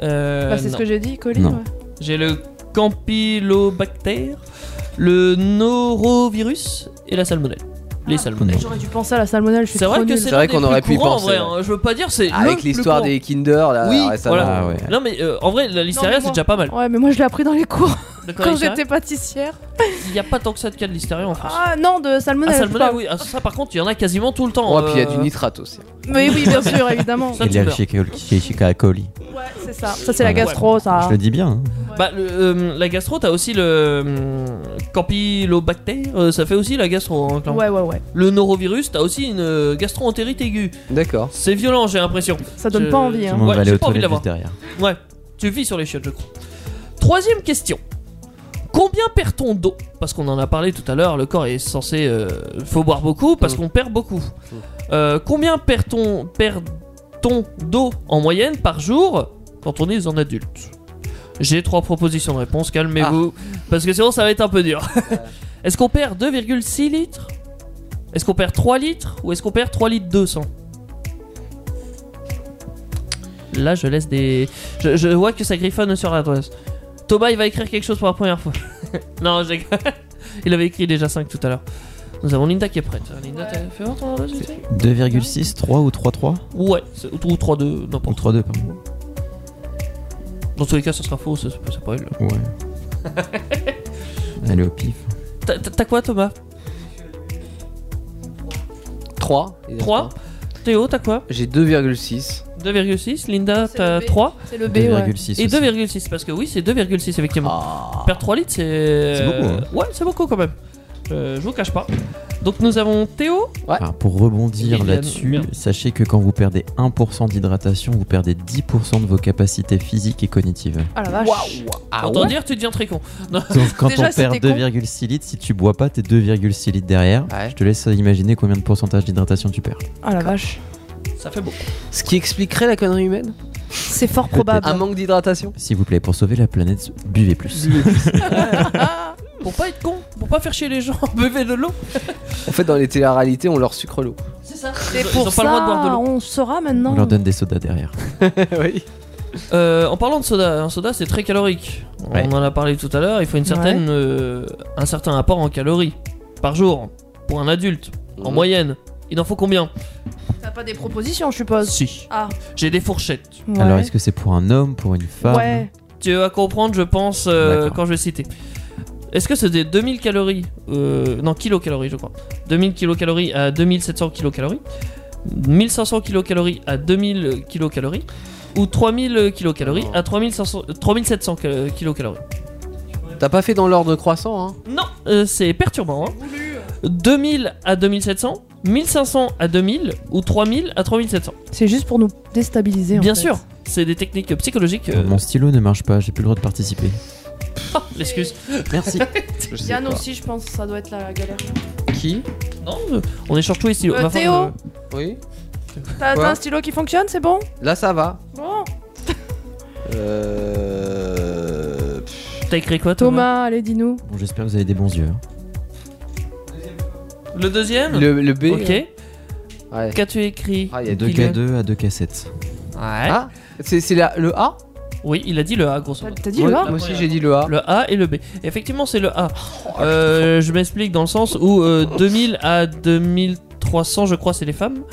Speaker 5: Euh,
Speaker 3: bah c'est ce
Speaker 5: non.
Speaker 3: que j'ai dit, Colline.
Speaker 6: Non.
Speaker 3: ouais.
Speaker 5: J'ai le campylobactère, le norovirus et la salmonelle. Les
Speaker 3: Ah,
Speaker 5: salmonelles.
Speaker 3: Et J'aurais dû penser à la salmonelle, je suis
Speaker 5: C'est vrai
Speaker 3: trop
Speaker 5: que
Speaker 3: nulle.
Speaker 5: c'est
Speaker 4: vrai
Speaker 5: l'un
Speaker 4: qu'on
Speaker 5: des
Speaker 4: aurait
Speaker 5: plus
Speaker 4: pu y
Speaker 5: courants, en
Speaker 4: penser,
Speaker 5: vrai.
Speaker 4: ouais.
Speaker 5: hein. Je veux pas dire c'est le
Speaker 4: Avec
Speaker 5: plus
Speaker 4: l'histoire
Speaker 5: courant.
Speaker 4: des Kinder là.
Speaker 5: Oui,
Speaker 4: récemment.
Speaker 5: voilà.
Speaker 6: Ah ouais.
Speaker 5: Non mais euh, en vrai la
Speaker 3: mais
Speaker 5: listeria c'est
Speaker 3: moi-
Speaker 5: déjà pas mal.
Speaker 3: Ouais, mais moi je l'ai appris dans les cours
Speaker 5: D'accord,
Speaker 3: quand
Speaker 5: listeria
Speaker 3: j'étais pâtissière.
Speaker 5: Il n'y a pas tant que ça de cas de listeria en France. Ah,
Speaker 3: Ah non, de salmonelle. je
Speaker 5: salmonelle
Speaker 3: parle.
Speaker 5: oui. Ah, ça par contre il y en a quasiment tout le temps.
Speaker 4: Oh, puis il y a
Speaker 5: euh,
Speaker 4: du nitrate aussi.
Speaker 3: Mais oui, bien sûr, évidemment.
Speaker 5: Ça,
Speaker 6: Et
Speaker 5: tu
Speaker 6: les
Speaker 5: meurs.
Speaker 6: Richie Coli.
Speaker 3: Ouais, c'est ça. Ça c'est la
Speaker 6: Ah, Ouais.
Speaker 3: gastro, ça.
Speaker 5: Ah.
Speaker 6: Je le dis bien. hein.
Speaker 5: Bah le, euh, la gastro t'as aussi le euh, campylobactère, euh, ça fait aussi la gastro. hein, clairement.
Speaker 3: Ouais, ouais, ouais.
Speaker 5: Le norovirus t'as aussi une euh, gastro-entérite aiguë.
Speaker 4: D'accord.
Speaker 5: C'est violent j'ai l'impression.
Speaker 3: Ça donne
Speaker 5: Je-
Speaker 3: pas envie.
Speaker 6: Tout
Speaker 3: Hein.
Speaker 6: le monde
Speaker 5: Ouais,
Speaker 6: va aller
Speaker 5: j'ai
Speaker 6: aux
Speaker 5: pas envie de
Speaker 6: toilettes
Speaker 5: l'avoir.
Speaker 6: juste
Speaker 5: Ouais,
Speaker 6: derrière.
Speaker 5: tu vis sur les chiottes, je crois. Troisième question. Combien perd-on d'eau Parce qu'on en a parlé tout à l'heure, le corps est censé... euh, faut boire beaucoup parce
Speaker 4: Mm.
Speaker 5: qu'on perd beaucoup. Euh, combien perd-on perd-on d'eau en moyenne par jour quand on est en adulte J'ai trois propositions de réponse, calmez-vous,
Speaker 4: Ah.
Speaker 5: parce que sinon ça va être un peu dur. est-ce qu'on perd 2,6 litres Est-ce qu'on perd 3 litres Ou est-ce qu'on perd 3 litres 200 Là, je laisse des. Je, je vois que ça griffonne sur la toise. Thomas, il va écrire quelque chose pour la première fois. non, j'ai. il avait écrit déjà 5 tout à l'heure. Nous avons Linda qui est prête. Euh, Linda, t'as fait voir ton horloge vite fait
Speaker 6: 2,6, 3 ou 3,3
Speaker 5: Ouais, c'est- ou 3-2,
Speaker 6: Ou
Speaker 5: n'importe.
Speaker 6: 3,2, pardon.
Speaker 5: Dans tous les cas, ça sera faux, c'est c'est pas, c'est pas elle.
Speaker 6: Ouais. Allez au pif.
Speaker 5: T'as- T'as t'as quoi, Thomas
Speaker 4: 3.
Speaker 5: 3 Théo, t'as quoi
Speaker 4: J'ai 2,6.
Speaker 5: 2,6 Linda,
Speaker 3: C'est
Speaker 5: t'as
Speaker 3: le B.
Speaker 5: 3
Speaker 3: C'est le B, ouais.
Speaker 6: 2,6.
Speaker 5: Et
Speaker 6: aussi.
Speaker 5: 2,6 parce que oui, c'est 2,6 effectivement.
Speaker 4: Ah.
Speaker 5: Perdre 3 litres, c'est. euh,
Speaker 6: C'est beaucoup, hein.
Speaker 5: Ouais, c'est beaucoup quand même. Euh, je vous cache pas. Donc nous avons Théo.
Speaker 6: Alors, pour rebondir
Speaker 5: Liliane,
Speaker 6: là-dessus,
Speaker 5: merde.
Speaker 6: sachez que quand vous perdez 1% d'hydratation, vous perdez 10% de vos capacités physiques et cognitives.
Speaker 3: Ah la vache.
Speaker 4: Ah
Speaker 5: Autant
Speaker 4: ouais
Speaker 5: dire, tu deviens très con.
Speaker 6: Donc quand
Speaker 3: Déjà,
Speaker 6: on perd
Speaker 3: c'était con.
Speaker 6: 2,6 litres, si tu bois pas tes 2,6 litres derrière,
Speaker 4: Ouais.
Speaker 6: je te laisse imaginer combien de pourcentage d'hydratation tu perds.
Speaker 3: Ah la vache.
Speaker 5: Ça fait beaucoup.
Speaker 4: Ce qui expliquerait la connerie humaine
Speaker 3: C'est fort probable.
Speaker 4: Un manque d'hydratation
Speaker 6: S'il vous plaît, pour sauver la planète, buvez plus.
Speaker 5: Pour pas être con, pour pas faire chier les gens, buvez de l'eau.
Speaker 4: En fait, dans les téléréalités, on leur sucre l'eau.
Speaker 5: C'est ça.
Speaker 3: C'est
Speaker 5: Ils ont- ils
Speaker 3: pour
Speaker 5: ont
Speaker 3: ça,
Speaker 5: pas le droit de boire de l'eau.
Speaker 3: on saura
Speaker 6: On
Speaker 3: maintenant.
Speaker 6: leur donne des sodas derrière.
Speaker 4: oui.
Speaker 5: Euh, en parlant de soda, un soda c'est très calorique.
Speaker 6: Ouais.
Speaker 5: On en a parlé tout à l'heure, il faut une certaine, euh, un certain apport en calories par jour pour un adulte, en
Speaker 4: Mhm.
Speaker 5: moyenne. Il en faut combien
Speaker 3: T'as pas des propositions, je suppose.
Speaker 5: Si.
Speaker 3: Ah.
Speaker 5: J'ai des fourchettes.
Speaker 3: Ouais.
Speaker 6: Alors est-ce que c'est pour un homme, pour une femme
Speaker 3: Ouais.
Speaker 5: Tu vas comprendre, je pense, euh,
Speaker 6: D'accord.
Speaker 5: quand je vais citer. Est-ce que c'est des 2000 calories euh, Non, kilocalories, je crois. 2000 kilocalories à 2700 kilocalories, 1500 kilocalories à 2000 kilocalories, ou 3000 kilocalories à 3500 euh, 3700 cal- kilocalories.
Speaker 4: T'as pas fait dans l'ordre croissant, hein
Speaker 5: Non, euh, c'est perturbant. hein. 2000 à 2700, 1500 à 2000 ou 3000 à 3700.
Speaker 3: C'est juste pour nous déstabiliser. en
Speaker 5: Bien
Speaker 3: fait.
Speaker 5: sûr, c'est des techniques euh, psychologiques. euh,
Speaker 6: Mon stylo ne marche pas, j'ai plus le droit de participer.
Speaker 5: ah,
Speaker 4: Mmh.
Speaker 5: l'excuse.
Speaker 6: Merci.
Speaker 4: Je sais
Speaker 3: Yann
Speaker 4: pas.
Speaker 3: aussi, je pense, ça doit être la galère.
Speaker 4: Qui
Speaker 5: Non, euh, on échange tous les stylos.
Speaker 3: Euh,
Speaker 5: Enfin,
Speaker 3: Théo
Speaker 5: euh,
Speaker 4: Oui.
Speaker 3: T'as
Speaker 4: Quoi
Speaker 3: t'as un stylo qui fonctionne, c'est bon
Speaker 4: Là, ça va.
Speaker 3: Bon.
Speaker 4: Euh...
Speaker 5: T'as écrit quoi, Thomas,
Speaker 3: Thomas, allez, dis-nous.
Speaker 6: Bon, j'espère que vous avez des bons yeux. hein.
Speaker 5: Le deuxième
Speaker 4: Le, le B. euh,
Speaker 5: Ok.
Speaker 4: Ouais.
Speaker 5: Qu'as-tu écrit
Speaker 4: Ah, il y a deux.
Speaker 6: 2K2 à 2K7.
Speaker 5: Ouais.
Speaker 4: Ah C'est c'est la- le A
Speaker 5: Oui, il a dit le A, grosso
Speaker 3: T'as
Speaker 5: modo.
Speaker 3: t'as dit
Speaker 4: Ouais,
Speaker 3: le A
Speaker 4: Moi aussi, j'ai dit le A.
Speaker 5: Le A et le B. Effectivement, c'est le A.
Speaker 4: Oh,
Speaker 5: Euh, je m'explique dans le sens où euh, 2000 à 2300, je crois, c'est les femmes.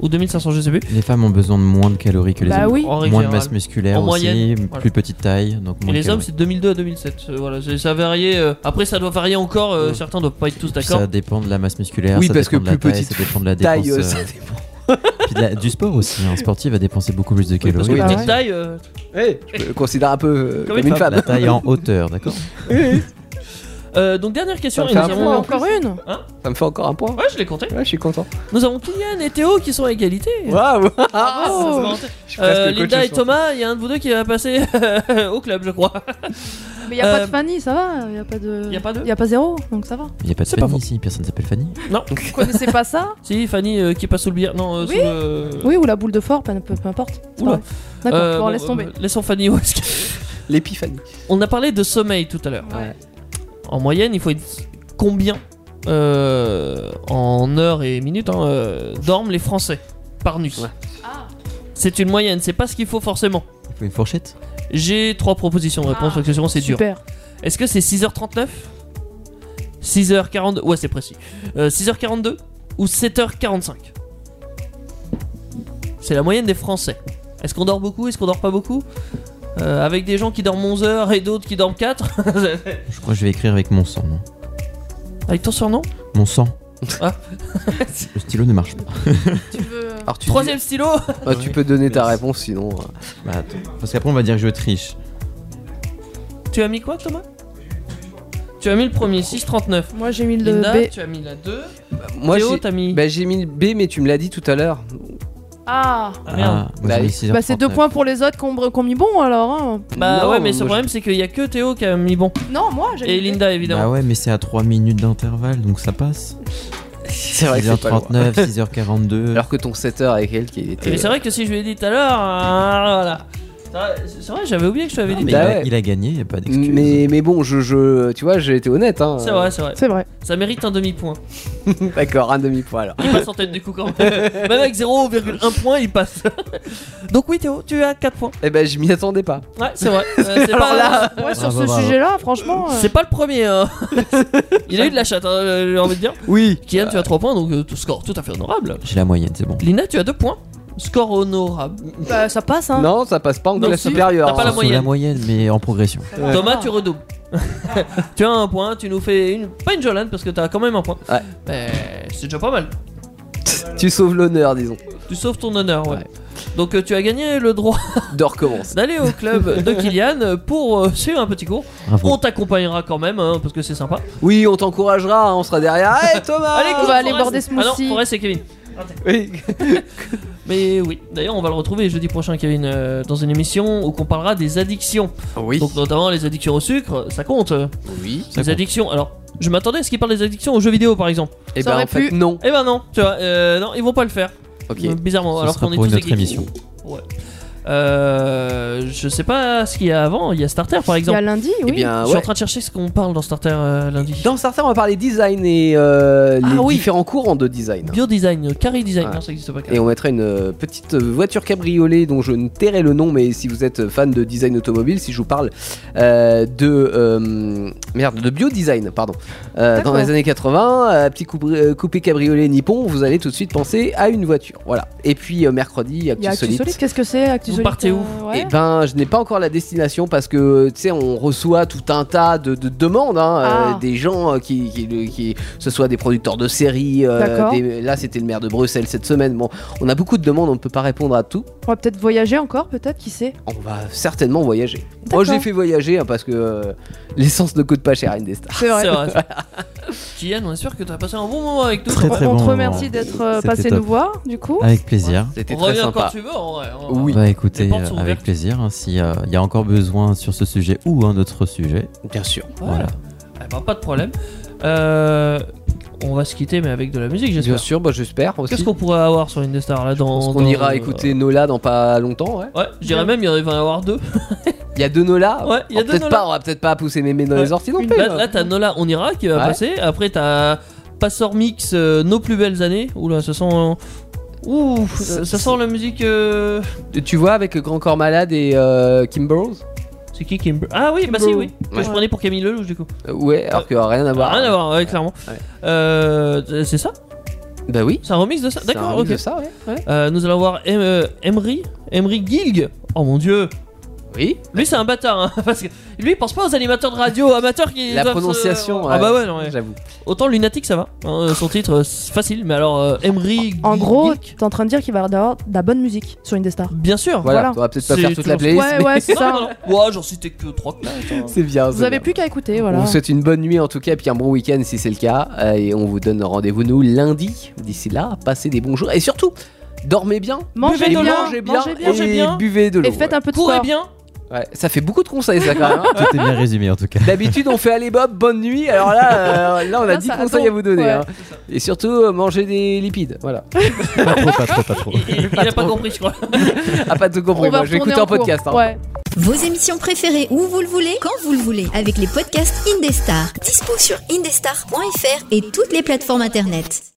Speaker 5: Ou 2500, je sais plus.
Speaker 6: Les femmes ont besoin de moins de calories que les
Speaker 3: Bah
Speaker 6: hommes.
Speaker 3: oui.
Speaker 5: En règle
Speaker 6: Moins de
Speaker 5: générale.
Speaker 6: masse musculaire
Speaker 5: En
Speaker 6: aussi,
Speaker 5: moyenne, voilà.
Speaker 6: plus petite taille, donc
Speaker 5: Et
Speaker 6: moins de
Speaker 5: les hommes,
Speaker 6: calories.
Speaker 5: c'est 2002 à 2007. Euh, Voilà, c'est- ça variait. euh, Après, ça doit varier encore. euh,
Speaker 4: Mm.
Speaker 5: Certains doivent pas être tous d'accord.
Speaker 6: Ça dépend de la masse musculaire,
Speaker 4: Oui,
Speaker 6: ça
Speaker 4: parce
Speaker 6: dépend
Speaker 4: que
Speaker 6: de la
Speaker 4: plus
Speaker 6: taille,
Speaker 4: petite
Speaker 6: ça dépend de la dépense.
Speaker 4: Taille, euh,
Speaker 6: euh,
Speaker 4: ça dépend.
Speaker 6: puis de la- du sport aussi, hein. un sportif va dépenser beaucoup plus de
Speaker 5: Parce
Speaker 6: calories.
Speaker 5: que
Speaker 4: Oui,
Speaker 5: les
Speaker 3: bah
Speaker 5: petites
Speaker 3: ouais.
Speaker 5: tailles, euh,
Speaker 4: Eh, je me considère un peu euh,
Speaker 5: Comme
Speaker 4: comme,
Speaker 5: une
Speaker 4: une
Speaker 6: La
Speaker 4: femme.
Speaker 6: taille en hauteur, d'accord
Speaker 5: euh, donc dernière question.
Speaker 4: Ça
Speaker 5: et
Speaker 4: fait
Speaker 5: nous
Speaker 4: un
Speaker 3: On
Speaker 5: avons...
Speaker 4: point.
Speaker 3: en a Ah, encore une
Speaker 4: Ça me fait encore un point.
Speaker 5: Ouais, je l'ai compté.
Speaker 4: Ouais, je suis content.
Speaker 5: Nous avons Kylian et Théo qui sont à égalité.
Speaker 4: Waouh
Speaker 5: Ah, ça se
Speaker 3: Oh.
Speaker 5: rend-
Speaker 4: Je suis
Speaker 5: Euh,
Speaker 4: presque coach
Speaker 5: Linda
Speaker 4: ce soir.
Speaker 5: et euh, Thomas, il y a un de vous deux qui va passer au club, je crois.
Speaker 3: Mais y a pas
Speaker 5: Euh,
Speaker 3: de Fanny, ça va. Y a pas de.
Speaker 5: Y a pas de
Speaker 3: Y a pas zéro, donc ça va.
Speaker 6: Il n'y a pas de
Speaker 5: C'est pas
Speaker 6: Fanny
Speaker 5: faux.
Speaker 6: ici, personne s'appelle Fanny.
Speaker 3: Vous connaissez pas ça
Speaker 5: Si, Fanny euh, qui passe sous le bière. Non, euh,
Speaker 3: Oui.
Speaker 5: sous le-
Speaker 3: Oui, ou la boule de fort, peu, peu- peu importe. c'est pas
Speaker 5: Oula.
Speaker 3: grave. D'accord,
Speaker 5: Euh,
Speaker 3: bon,
Speaker 5: bon,
Speaker 3: laisse tomber.
Speaker 5: euh, laissons Fanny où est-ce que-
Speaker 4: L'épiphanie.
Speaker 5: On a parlé de sommeil tout à l'heure.
Speaker 3: Ouais.
Speaker 5: En moyenne, il faut être combien euh, en heures et minutes hein, euh, dorment les Français par nuit
Speaker 4: Ouais.
Speaker 3: Ah.
Speaker 5: C'est une moyenne, c'est pas ce qu'il faut forcément.
Speaker 6: Il faut une fourchette
Speaker 5: J'ai trois propositions de réponse
Speaker 3: Ah,
Speaker 5: parce que souvent c'est dur.
Speaker 3: Super.
Speaker 5: Est-ce que c'est 6h39 6h42 Ouais, c'est précis. Euh, 6h42 ou 7h45 C'est la moyenne des Français. Est-ce qu'on dort beaucoup Est-ce qu'on dort pas beaucoup Euh, Avec des gens qui dorment 11 heures et d'autres qui dorment 4
Speaker 6: Je crois que je vais écrire avec mon sang. non
Speaker 5: Avec ton surnom
Speaker 6: Mon sang.
Speaker 5: Ah.
Speaker 6: Le stylo ne marche pas.
Speaker 3: Tu veux. euh,
Speaker 4: Alors, tu,
Speaker 5: Troisième stylo
Speaker 4: dis- ah, tu peux donner ta réponse sinon. euh,
Speaker 6: Bah, attends. Parce qu'après, on va dire que je triche.
Speaker 5: Tu as mis quoi, Thomas Tu as mis le premier, 6h39.
Speaker 3: Moi j'ai mis le
Speaker 5: Linda,
Speaker 3: B.
Speaker 5: tu as mis la 2.
Speaker 4: Moi,
Speaker 5: Théo,
Speaker 4: j'ai
Speaker 5: t'as mis.
Speaker 4: bah, j'ai mis le B, mais tu me l'as dit tout à l'heure.
Speaker 3: Ah.
Speaker 5: Ah, merde.
Speaker 6: moi,
Speaker 4: Bah,
Speaker 6: j'ai mis
Speaker 4: oui.
Speaker 6: 6h39.
Speaker 3: Bah c'est deux points pour les autres qu'on qu'on mis bon alors. hein.
Speaker 5: Bah
Speaker 4: Non,
Speaker 5: ouais, mais ce
Speaker 4: moi,
Speaker 5: problème, c'est qu'il y a que Théo qui a mis bon.
Speaker 3: Non, moi j'ai.
Speaker 5: Et
Speaker 3: mis
Speaker 5: Linda, évidemment.
Speaker 6: Bah ouais, mais c'est à 3 minutes d'intervalle, donc ça passe.
Speaker 4: C'est vrai que c'est pas loin.
Speaker 6: 6h39, 6h42.
Speaker 4: Alors que ton 7h avec elle qui était.
Speaker 5: Mais c'est vrai que si je lui ai dit tout à l'heure, ah, voilà. C'est c'est vrai, j'avais oublié que je t'avais
Speaker 6: Ah,
Speaker 5: dit.
Speaker 6: mais
Speaker 4: Bah
Speaker 6: il, a,
Speaker 4: ouais.
Speaker 6: il a gagné, il n'y a pas d'excuse.
Speaker 4: mais, mais bon, je, je, tu vois, j'ai été honnête. Hein.
Speaker 5: C'est vrai, c'est vrai.
Speaker 3: C'est vrai.
Speaker 5: Ça mérite un demi-point.
Speaker 4: D'accord, un demi-point alors.
Speaker 5: Il passe en tête du coup quand même. Même avec 0,1 point, il passe. Donc oui, Théo, tu as 4 points.
Speaker 4: Eh ben, je m'y attendais pas.
Speaker 5: Ouais, c'est vrai. Euh, c'est
Speaker 4: Alors
Speaker 5: pas,
Speaker 4: là-
Speaker 3: Ouais, sur
Speaker 6: Bravo,
Speaker 3: ce
Speaker 6: bravo.
Speaker 3: sujet-là, franchement. euh,
Speaker 5: C'est pas le premier. hein. Il a eu de la chatte, hein, j'ai envie de dire.
Speaker 4: Oui.
Speaker 5: Kian, tu as 3 points, donc euh, tout score tout à fait honorable.
Speaker 6: J'ai la moyenne, c'est bon.
Speaker 5: Lina, tu as 2 points. Score honorable.
Speaker 3: bah, ça passe hein.
Speaker 4: Non, ça passe pas en
Speaker 5: Non,
Speaker 4: classe
Speaker 5: si.
Speaker 4: supérieure.
Speaker 5: T'as pas la
Speaker 4: hein.
Speaker 6: Sous la moyenne, mais en progression.
Speaker 3: Ouais.
Speaker 5: Thomas, tu redoubles. tu as un point, tu nous fais une. Pas une Jolane parce que t'as quand même un point.
Speaker 4: Ouais.
Speaker 5: Mais c'est déjà pas mal.
Speaker 4: Tu sauves l'honneur, disons.
Speaker 5: Tu sauves ton honneur, ouais.
Speaker 4: Ouais.
Speaker 5: Donc euh, tu as gagné le droit
Speaker 4: De recommence.
Speaker 5: d'aller au club de Kylian euh, pour euh, suivre un petit cours.
Speaker 6: Bravo.
Speaker 5: On t'accompagnera quand même, hein, parce que c'est sympa.
Speaker 4: Oui, on t'encouragera, hein, on sera derrière. Hey, Thomas
Speaker 5: Allez,
Speaker 3: on
Speaker 5: cours,
Speaker 3: va aller
Speaker 5: Forest.
Speaker 3: boire des
Speaker 5: Ah non,
Speaker 3: smoothies.
Speaker 5: Forest, c'est Kevin.
Speaker 4: Oui.
Speaker 5: Mais oui, d'ailleurs, on va le retrouver jeudi prochain, Kevin, euh, dans une émission où qu'on parlera des addictions.
Speaker 4: Oui.
Speaker 5: Donc, notamment les addictions au sucre, ça compte. euh,
Speaker 4: Oui.
Speaker 5: les addictions. Alors, je m'attendais à ce qu'ils parlent des addictions aux jeux vidéo, par exemple.
Speaker 4: Et
Speaker 3: Ça
Speaker 4: ben,
Speaker 3: aurait
Speaker 4: en fait,
Speaker 3: pu.
Speaker 4: non.
Speaker 5: Eh ben non, tu vois, euh, non, ils vont pas le faire.
Speaker 4: Ok.
Speaker 5: Euh, Bizarrement,
Speaker 6: Ce
Speaker 5: alors
Speaker 6: sera
Speaker 5: qu'on est
Speaker 6: pour
Speaker 5: tous
Speaker 6: une autre
Speaker 5: des geeks.
Speaker 6: émission.
Speaker 5: Ouais. Euh, je sais pas ce qu'il y a avant. Il y a Starter par
Speaker 3: Il y a
Speaker 5: exemple.
Speaker 3: lundi, oui.
Speaker 4: Eh bien,
Speaker 5: Je suis en
Speaker 4: ouais.
Speaker 5: train de chercher ce qu'on parle dans Starter euh, lundi.
Speaker 4: Dans certains, on va parler design et euh, les
Speaker 5: Ah oui.
Speaker 4: différents courants de design.
Speaker 5: Bio design, carry design.
Speaker 4: Ouais.
Speaker 5: Non, ça existe pas. euh, carré.
Speaker 4: Et on
Speaker 3: hein.
Speaker 4: mettra une euh, petite voiture cabriolet dont je ne tairai le nom, mais si vous êtes fan de design automobile, si je vous parle euh, de euh, merde de biodesign, pardon, Euh, dans
Speaker 3: D'accord.
Speaker 4: les années 80, euh, petit coupé, euh, coupé cabriolet nippon, vous allez tout de suite penser à une voiture. Voilà. Et puis euh, mercredi,
Speaker 3: Il y a
Speaker 4: Actu
Speaker 3: Actu
Speaker 4: Solite.
Speaker 3: Solide, qu'est-ce que c'est Actu
Speaker 5: Vous
Speaker 3: Solide,
Speaker 5: partez où Eh
Speaker 3: euh,
Speaker 4: Et
Speaker 3: ouais.
Speaker 4: ben, je n'ai pas encore la destination parce que tu sais, on reçoit tout un tas de, de demandes, hein, euh,
Speaker 3: Ah.
Speaker 4: des gens euh, qui, qui, qui- ce soit des producteurs de séries. euh,
Speaker 3: D'accord.
Speaker 4: des- là, c'était le maire de Bruxelles cette semaine. Bon, on a beaucoup de demandes, on ne peut pas répondre à tout.
Speaker 3: On va peut-être voyager encore, peut-être, qui sait
Speaker 4: On va certainement voyager. Moi, j'ai
Speaker 3: D'accord.
Speaker 4: fait voyager hein, parce que euh, l'essence ne coûte pas cher à Indestar.
Speaker 3: C'est vrai.
Speaker 5: C'est vrai. Kylian, on espère que tu as passé un bon moment avec nous.
Speaker 6: Très
Speaker 3: On-
Speaker 6: très
Speaker 3: on
Speaker 6: bon.
Speaker 3: te
Speaker 6: moment.
Speaker 3: remercie d'être euh,
Speaker 6: C'était
Speaker 3: passé
Speaker 6: top. Ah,
Speaker 3: nous voir, du coup.
Speaker 6: Avec plaisir.
Speaker 4: C'était
Speaker 5: On
Speaker 4: très
Speaker 5: revient quand
Speaker 4: sympa.
Speaker 5: tu veux en vrai. hein.
Speaker 4: Oui.
Speaker 6: Bah écoutez,
Speaker 5: Les portes
Speaker 6: euh,
Speaker 5: sont
Speaker 6: avec
Speaker 5: ouvertes.
Speaker 6: plaisir, hein, si euh, il y a encore besoin sur ce sujet ou un autre sujet,
Speaker 4: Bien sûr.
Speaker 5: Voilà.
Speaker 6: voilà.
Speaker 5: Eh ben, pas de problème. Euh, on va se quitter, mais avec de la musique,
Speaker 4: Bien
Speaker 5: j'espère.
Speaker 4: sûr, bah, j'espère aussi.
Speaker 5: Qu'est-ce qu'on pourrait avoir sur Indestar là dans
Speaker 4: Parce qu'on
Speaker 5: dans- euh,
Speaker 4: ira écouter Nola dans pas longtemps. Ouais.
Speaker 5: Ouais, je dirais même il y en va y en avoir deux.
Speaker 4: Il y a deux Nola.
Speaker 5: Ouais, il y a
Speaker 4: On va
Speaker 5: deux
Speaker 4: peut-être
Speaker 5: Nola.
Speaker 4: pas- on va peut-être pas pousser mémé dans
Speaker 5: Ouais.
Speaker 4: les orties non
Speaker 3: Une
Speaker 4: plus.
Speaker 5: Là,
Speaker 4: hein.
Speaker 5: là, t'as Nola On Ira qui va
Speaker 4: Ouais.
Speaker 5: passer. Après, t'as Passor Mix, euh, Nos plus belles années. Oula, ça sent. euh, Ouh,
Speaker 4: Ça-
Speaker 5: ça, sent la musique. euh,
Speaker 4: Tu vois avec Grand Corps Malade et euh, Kim Burrows
Speaker 5: C'est qui Kimber Ah oui, bah si, oui. Que
Speaker 4: Ouais.
Speaker 5: je prenais pour Camille Lelouch du coup.
Speaker 4: Euh, Ouais, alors que rien à voir.
Speaker 5: Rien à voir, ouais, clairement.
Speaker 4: Ouais.
Speaker 5: Euh, c'est ça
Speaker 4: Bah oui.
Speaker 5: C'est un remix de ça
Speaker 4: C'est un
Speaker 5: Ah, D'accord,
Speaker 4: remix de
Speaker 5: ok.
Speaker 4: ça, ouais. ouais.
Speaker 5: Euh, nous allons voir Em- euh, Emery. Emery Gilg. Oh mon dieu.
Speaker 4: Oui.
Speaker 5: Lui, c'est un bâtard. hein, parce que lui, il pense pas aux animateurs de radio amateurs qui.
Speaker 4: La
Speaker 5: doivent se-
Speaker 4: prononciation. euh,
Speaker 5: Ah bah ouais, non, ouais.
Speaker 4: J'avoue.
Speaker 5: Autant Lunatic, ça va. hein, euh, son titre, euh, c'est facile. Mais alors, euh, Emery
Speaker 3: En
Speaker 5: Gil-
Speaker 3: gros,
Speaker 5: Gilg,
Speaker 3: t'es en train de dire qu'il va y avoir de la bonne musique sur Indestar.
Speaker 5: bien sûr.
Speaker 4: Voilà,
Speaker 3: Voilà.
Speaker 4: on va peut-être pas
Speaker 5: C'est
Speaker 4: faire toute la
Speaker 5: toujours-
Speaker 4: playlist.
Speaker 3: Ouais,
Speaker 4: mais
Speaker 3: ouais, c'est
Speaker 5: Non,
Speaker 3: ça.
Speaker 5: non, non. Ouais, j'en citais que 3
Speaker 4: C'est bien.
Speaker 3: Vous
Speaker 4: c'est
Speaker 3: avez
Speaker 4: bien.
Speaker 3: plus qu'à écouter,
Speaker 4: On
Speaker 3: voilà.
Speaker 4: vous souhaite une bonne nuit en tout cas, puis un bon week-end si c'est le cas. euh, et on vous donne rendez-vous nous lundi. D'ici là, passez des bons jours et surtout, dormez bien.
Speaker 3: Mangez
Speaker 4: et
Speaker 3: bien,
Speaker 4: mangez bien,
Speaker 3: mangez bien,
Speaker 4: et
Speaker 5: mangez bien.
Speaker 4: buvez de l'eau.
Speaker 3: Et faites un peu de
Speaker 5: Courez
Speaker 3: sport.
Speaker 5: bien,
Speaker 4: Ouais, ça fait beaucoup de conseils, ça, quand même. hein.
Speaker 6: Tout est bien résumé en tout cas.
Speaker 4: D'habitude, on fait allez Bob, bonne nuit. Alors là, euh, là on a
Speaker 3: Là,
Speaker 4: 10
Speaker 3: ça
Speaker 4: conseils
Speaker 3: attend.
Speaker 4: à vous donner.
Speaker 3: Ouais,
Speaker 4: hein. Et surtout, euh, manger des lipides. Voilà.
Speaker 6: Pas trop, pas trop, pas trop.
Speaker 5: Il, il- il a pas compris, je crois.
Speaker 4: Ah, pas tout compris.
Speaker 3: On va
Speaker 4: Moi, je vais
Speaker 3: retourner
Speaker 4: écouter en
Speaker 3: cours.
Speaker 4: podcast. hein.
Speaker 3: Ouais.
Speaker 2: Vos émissions préférées où vous le voulez, quand vous le voulez, avec les podcasts Indestar. Dispo sur indestar.fr et toutes les plateformes internet.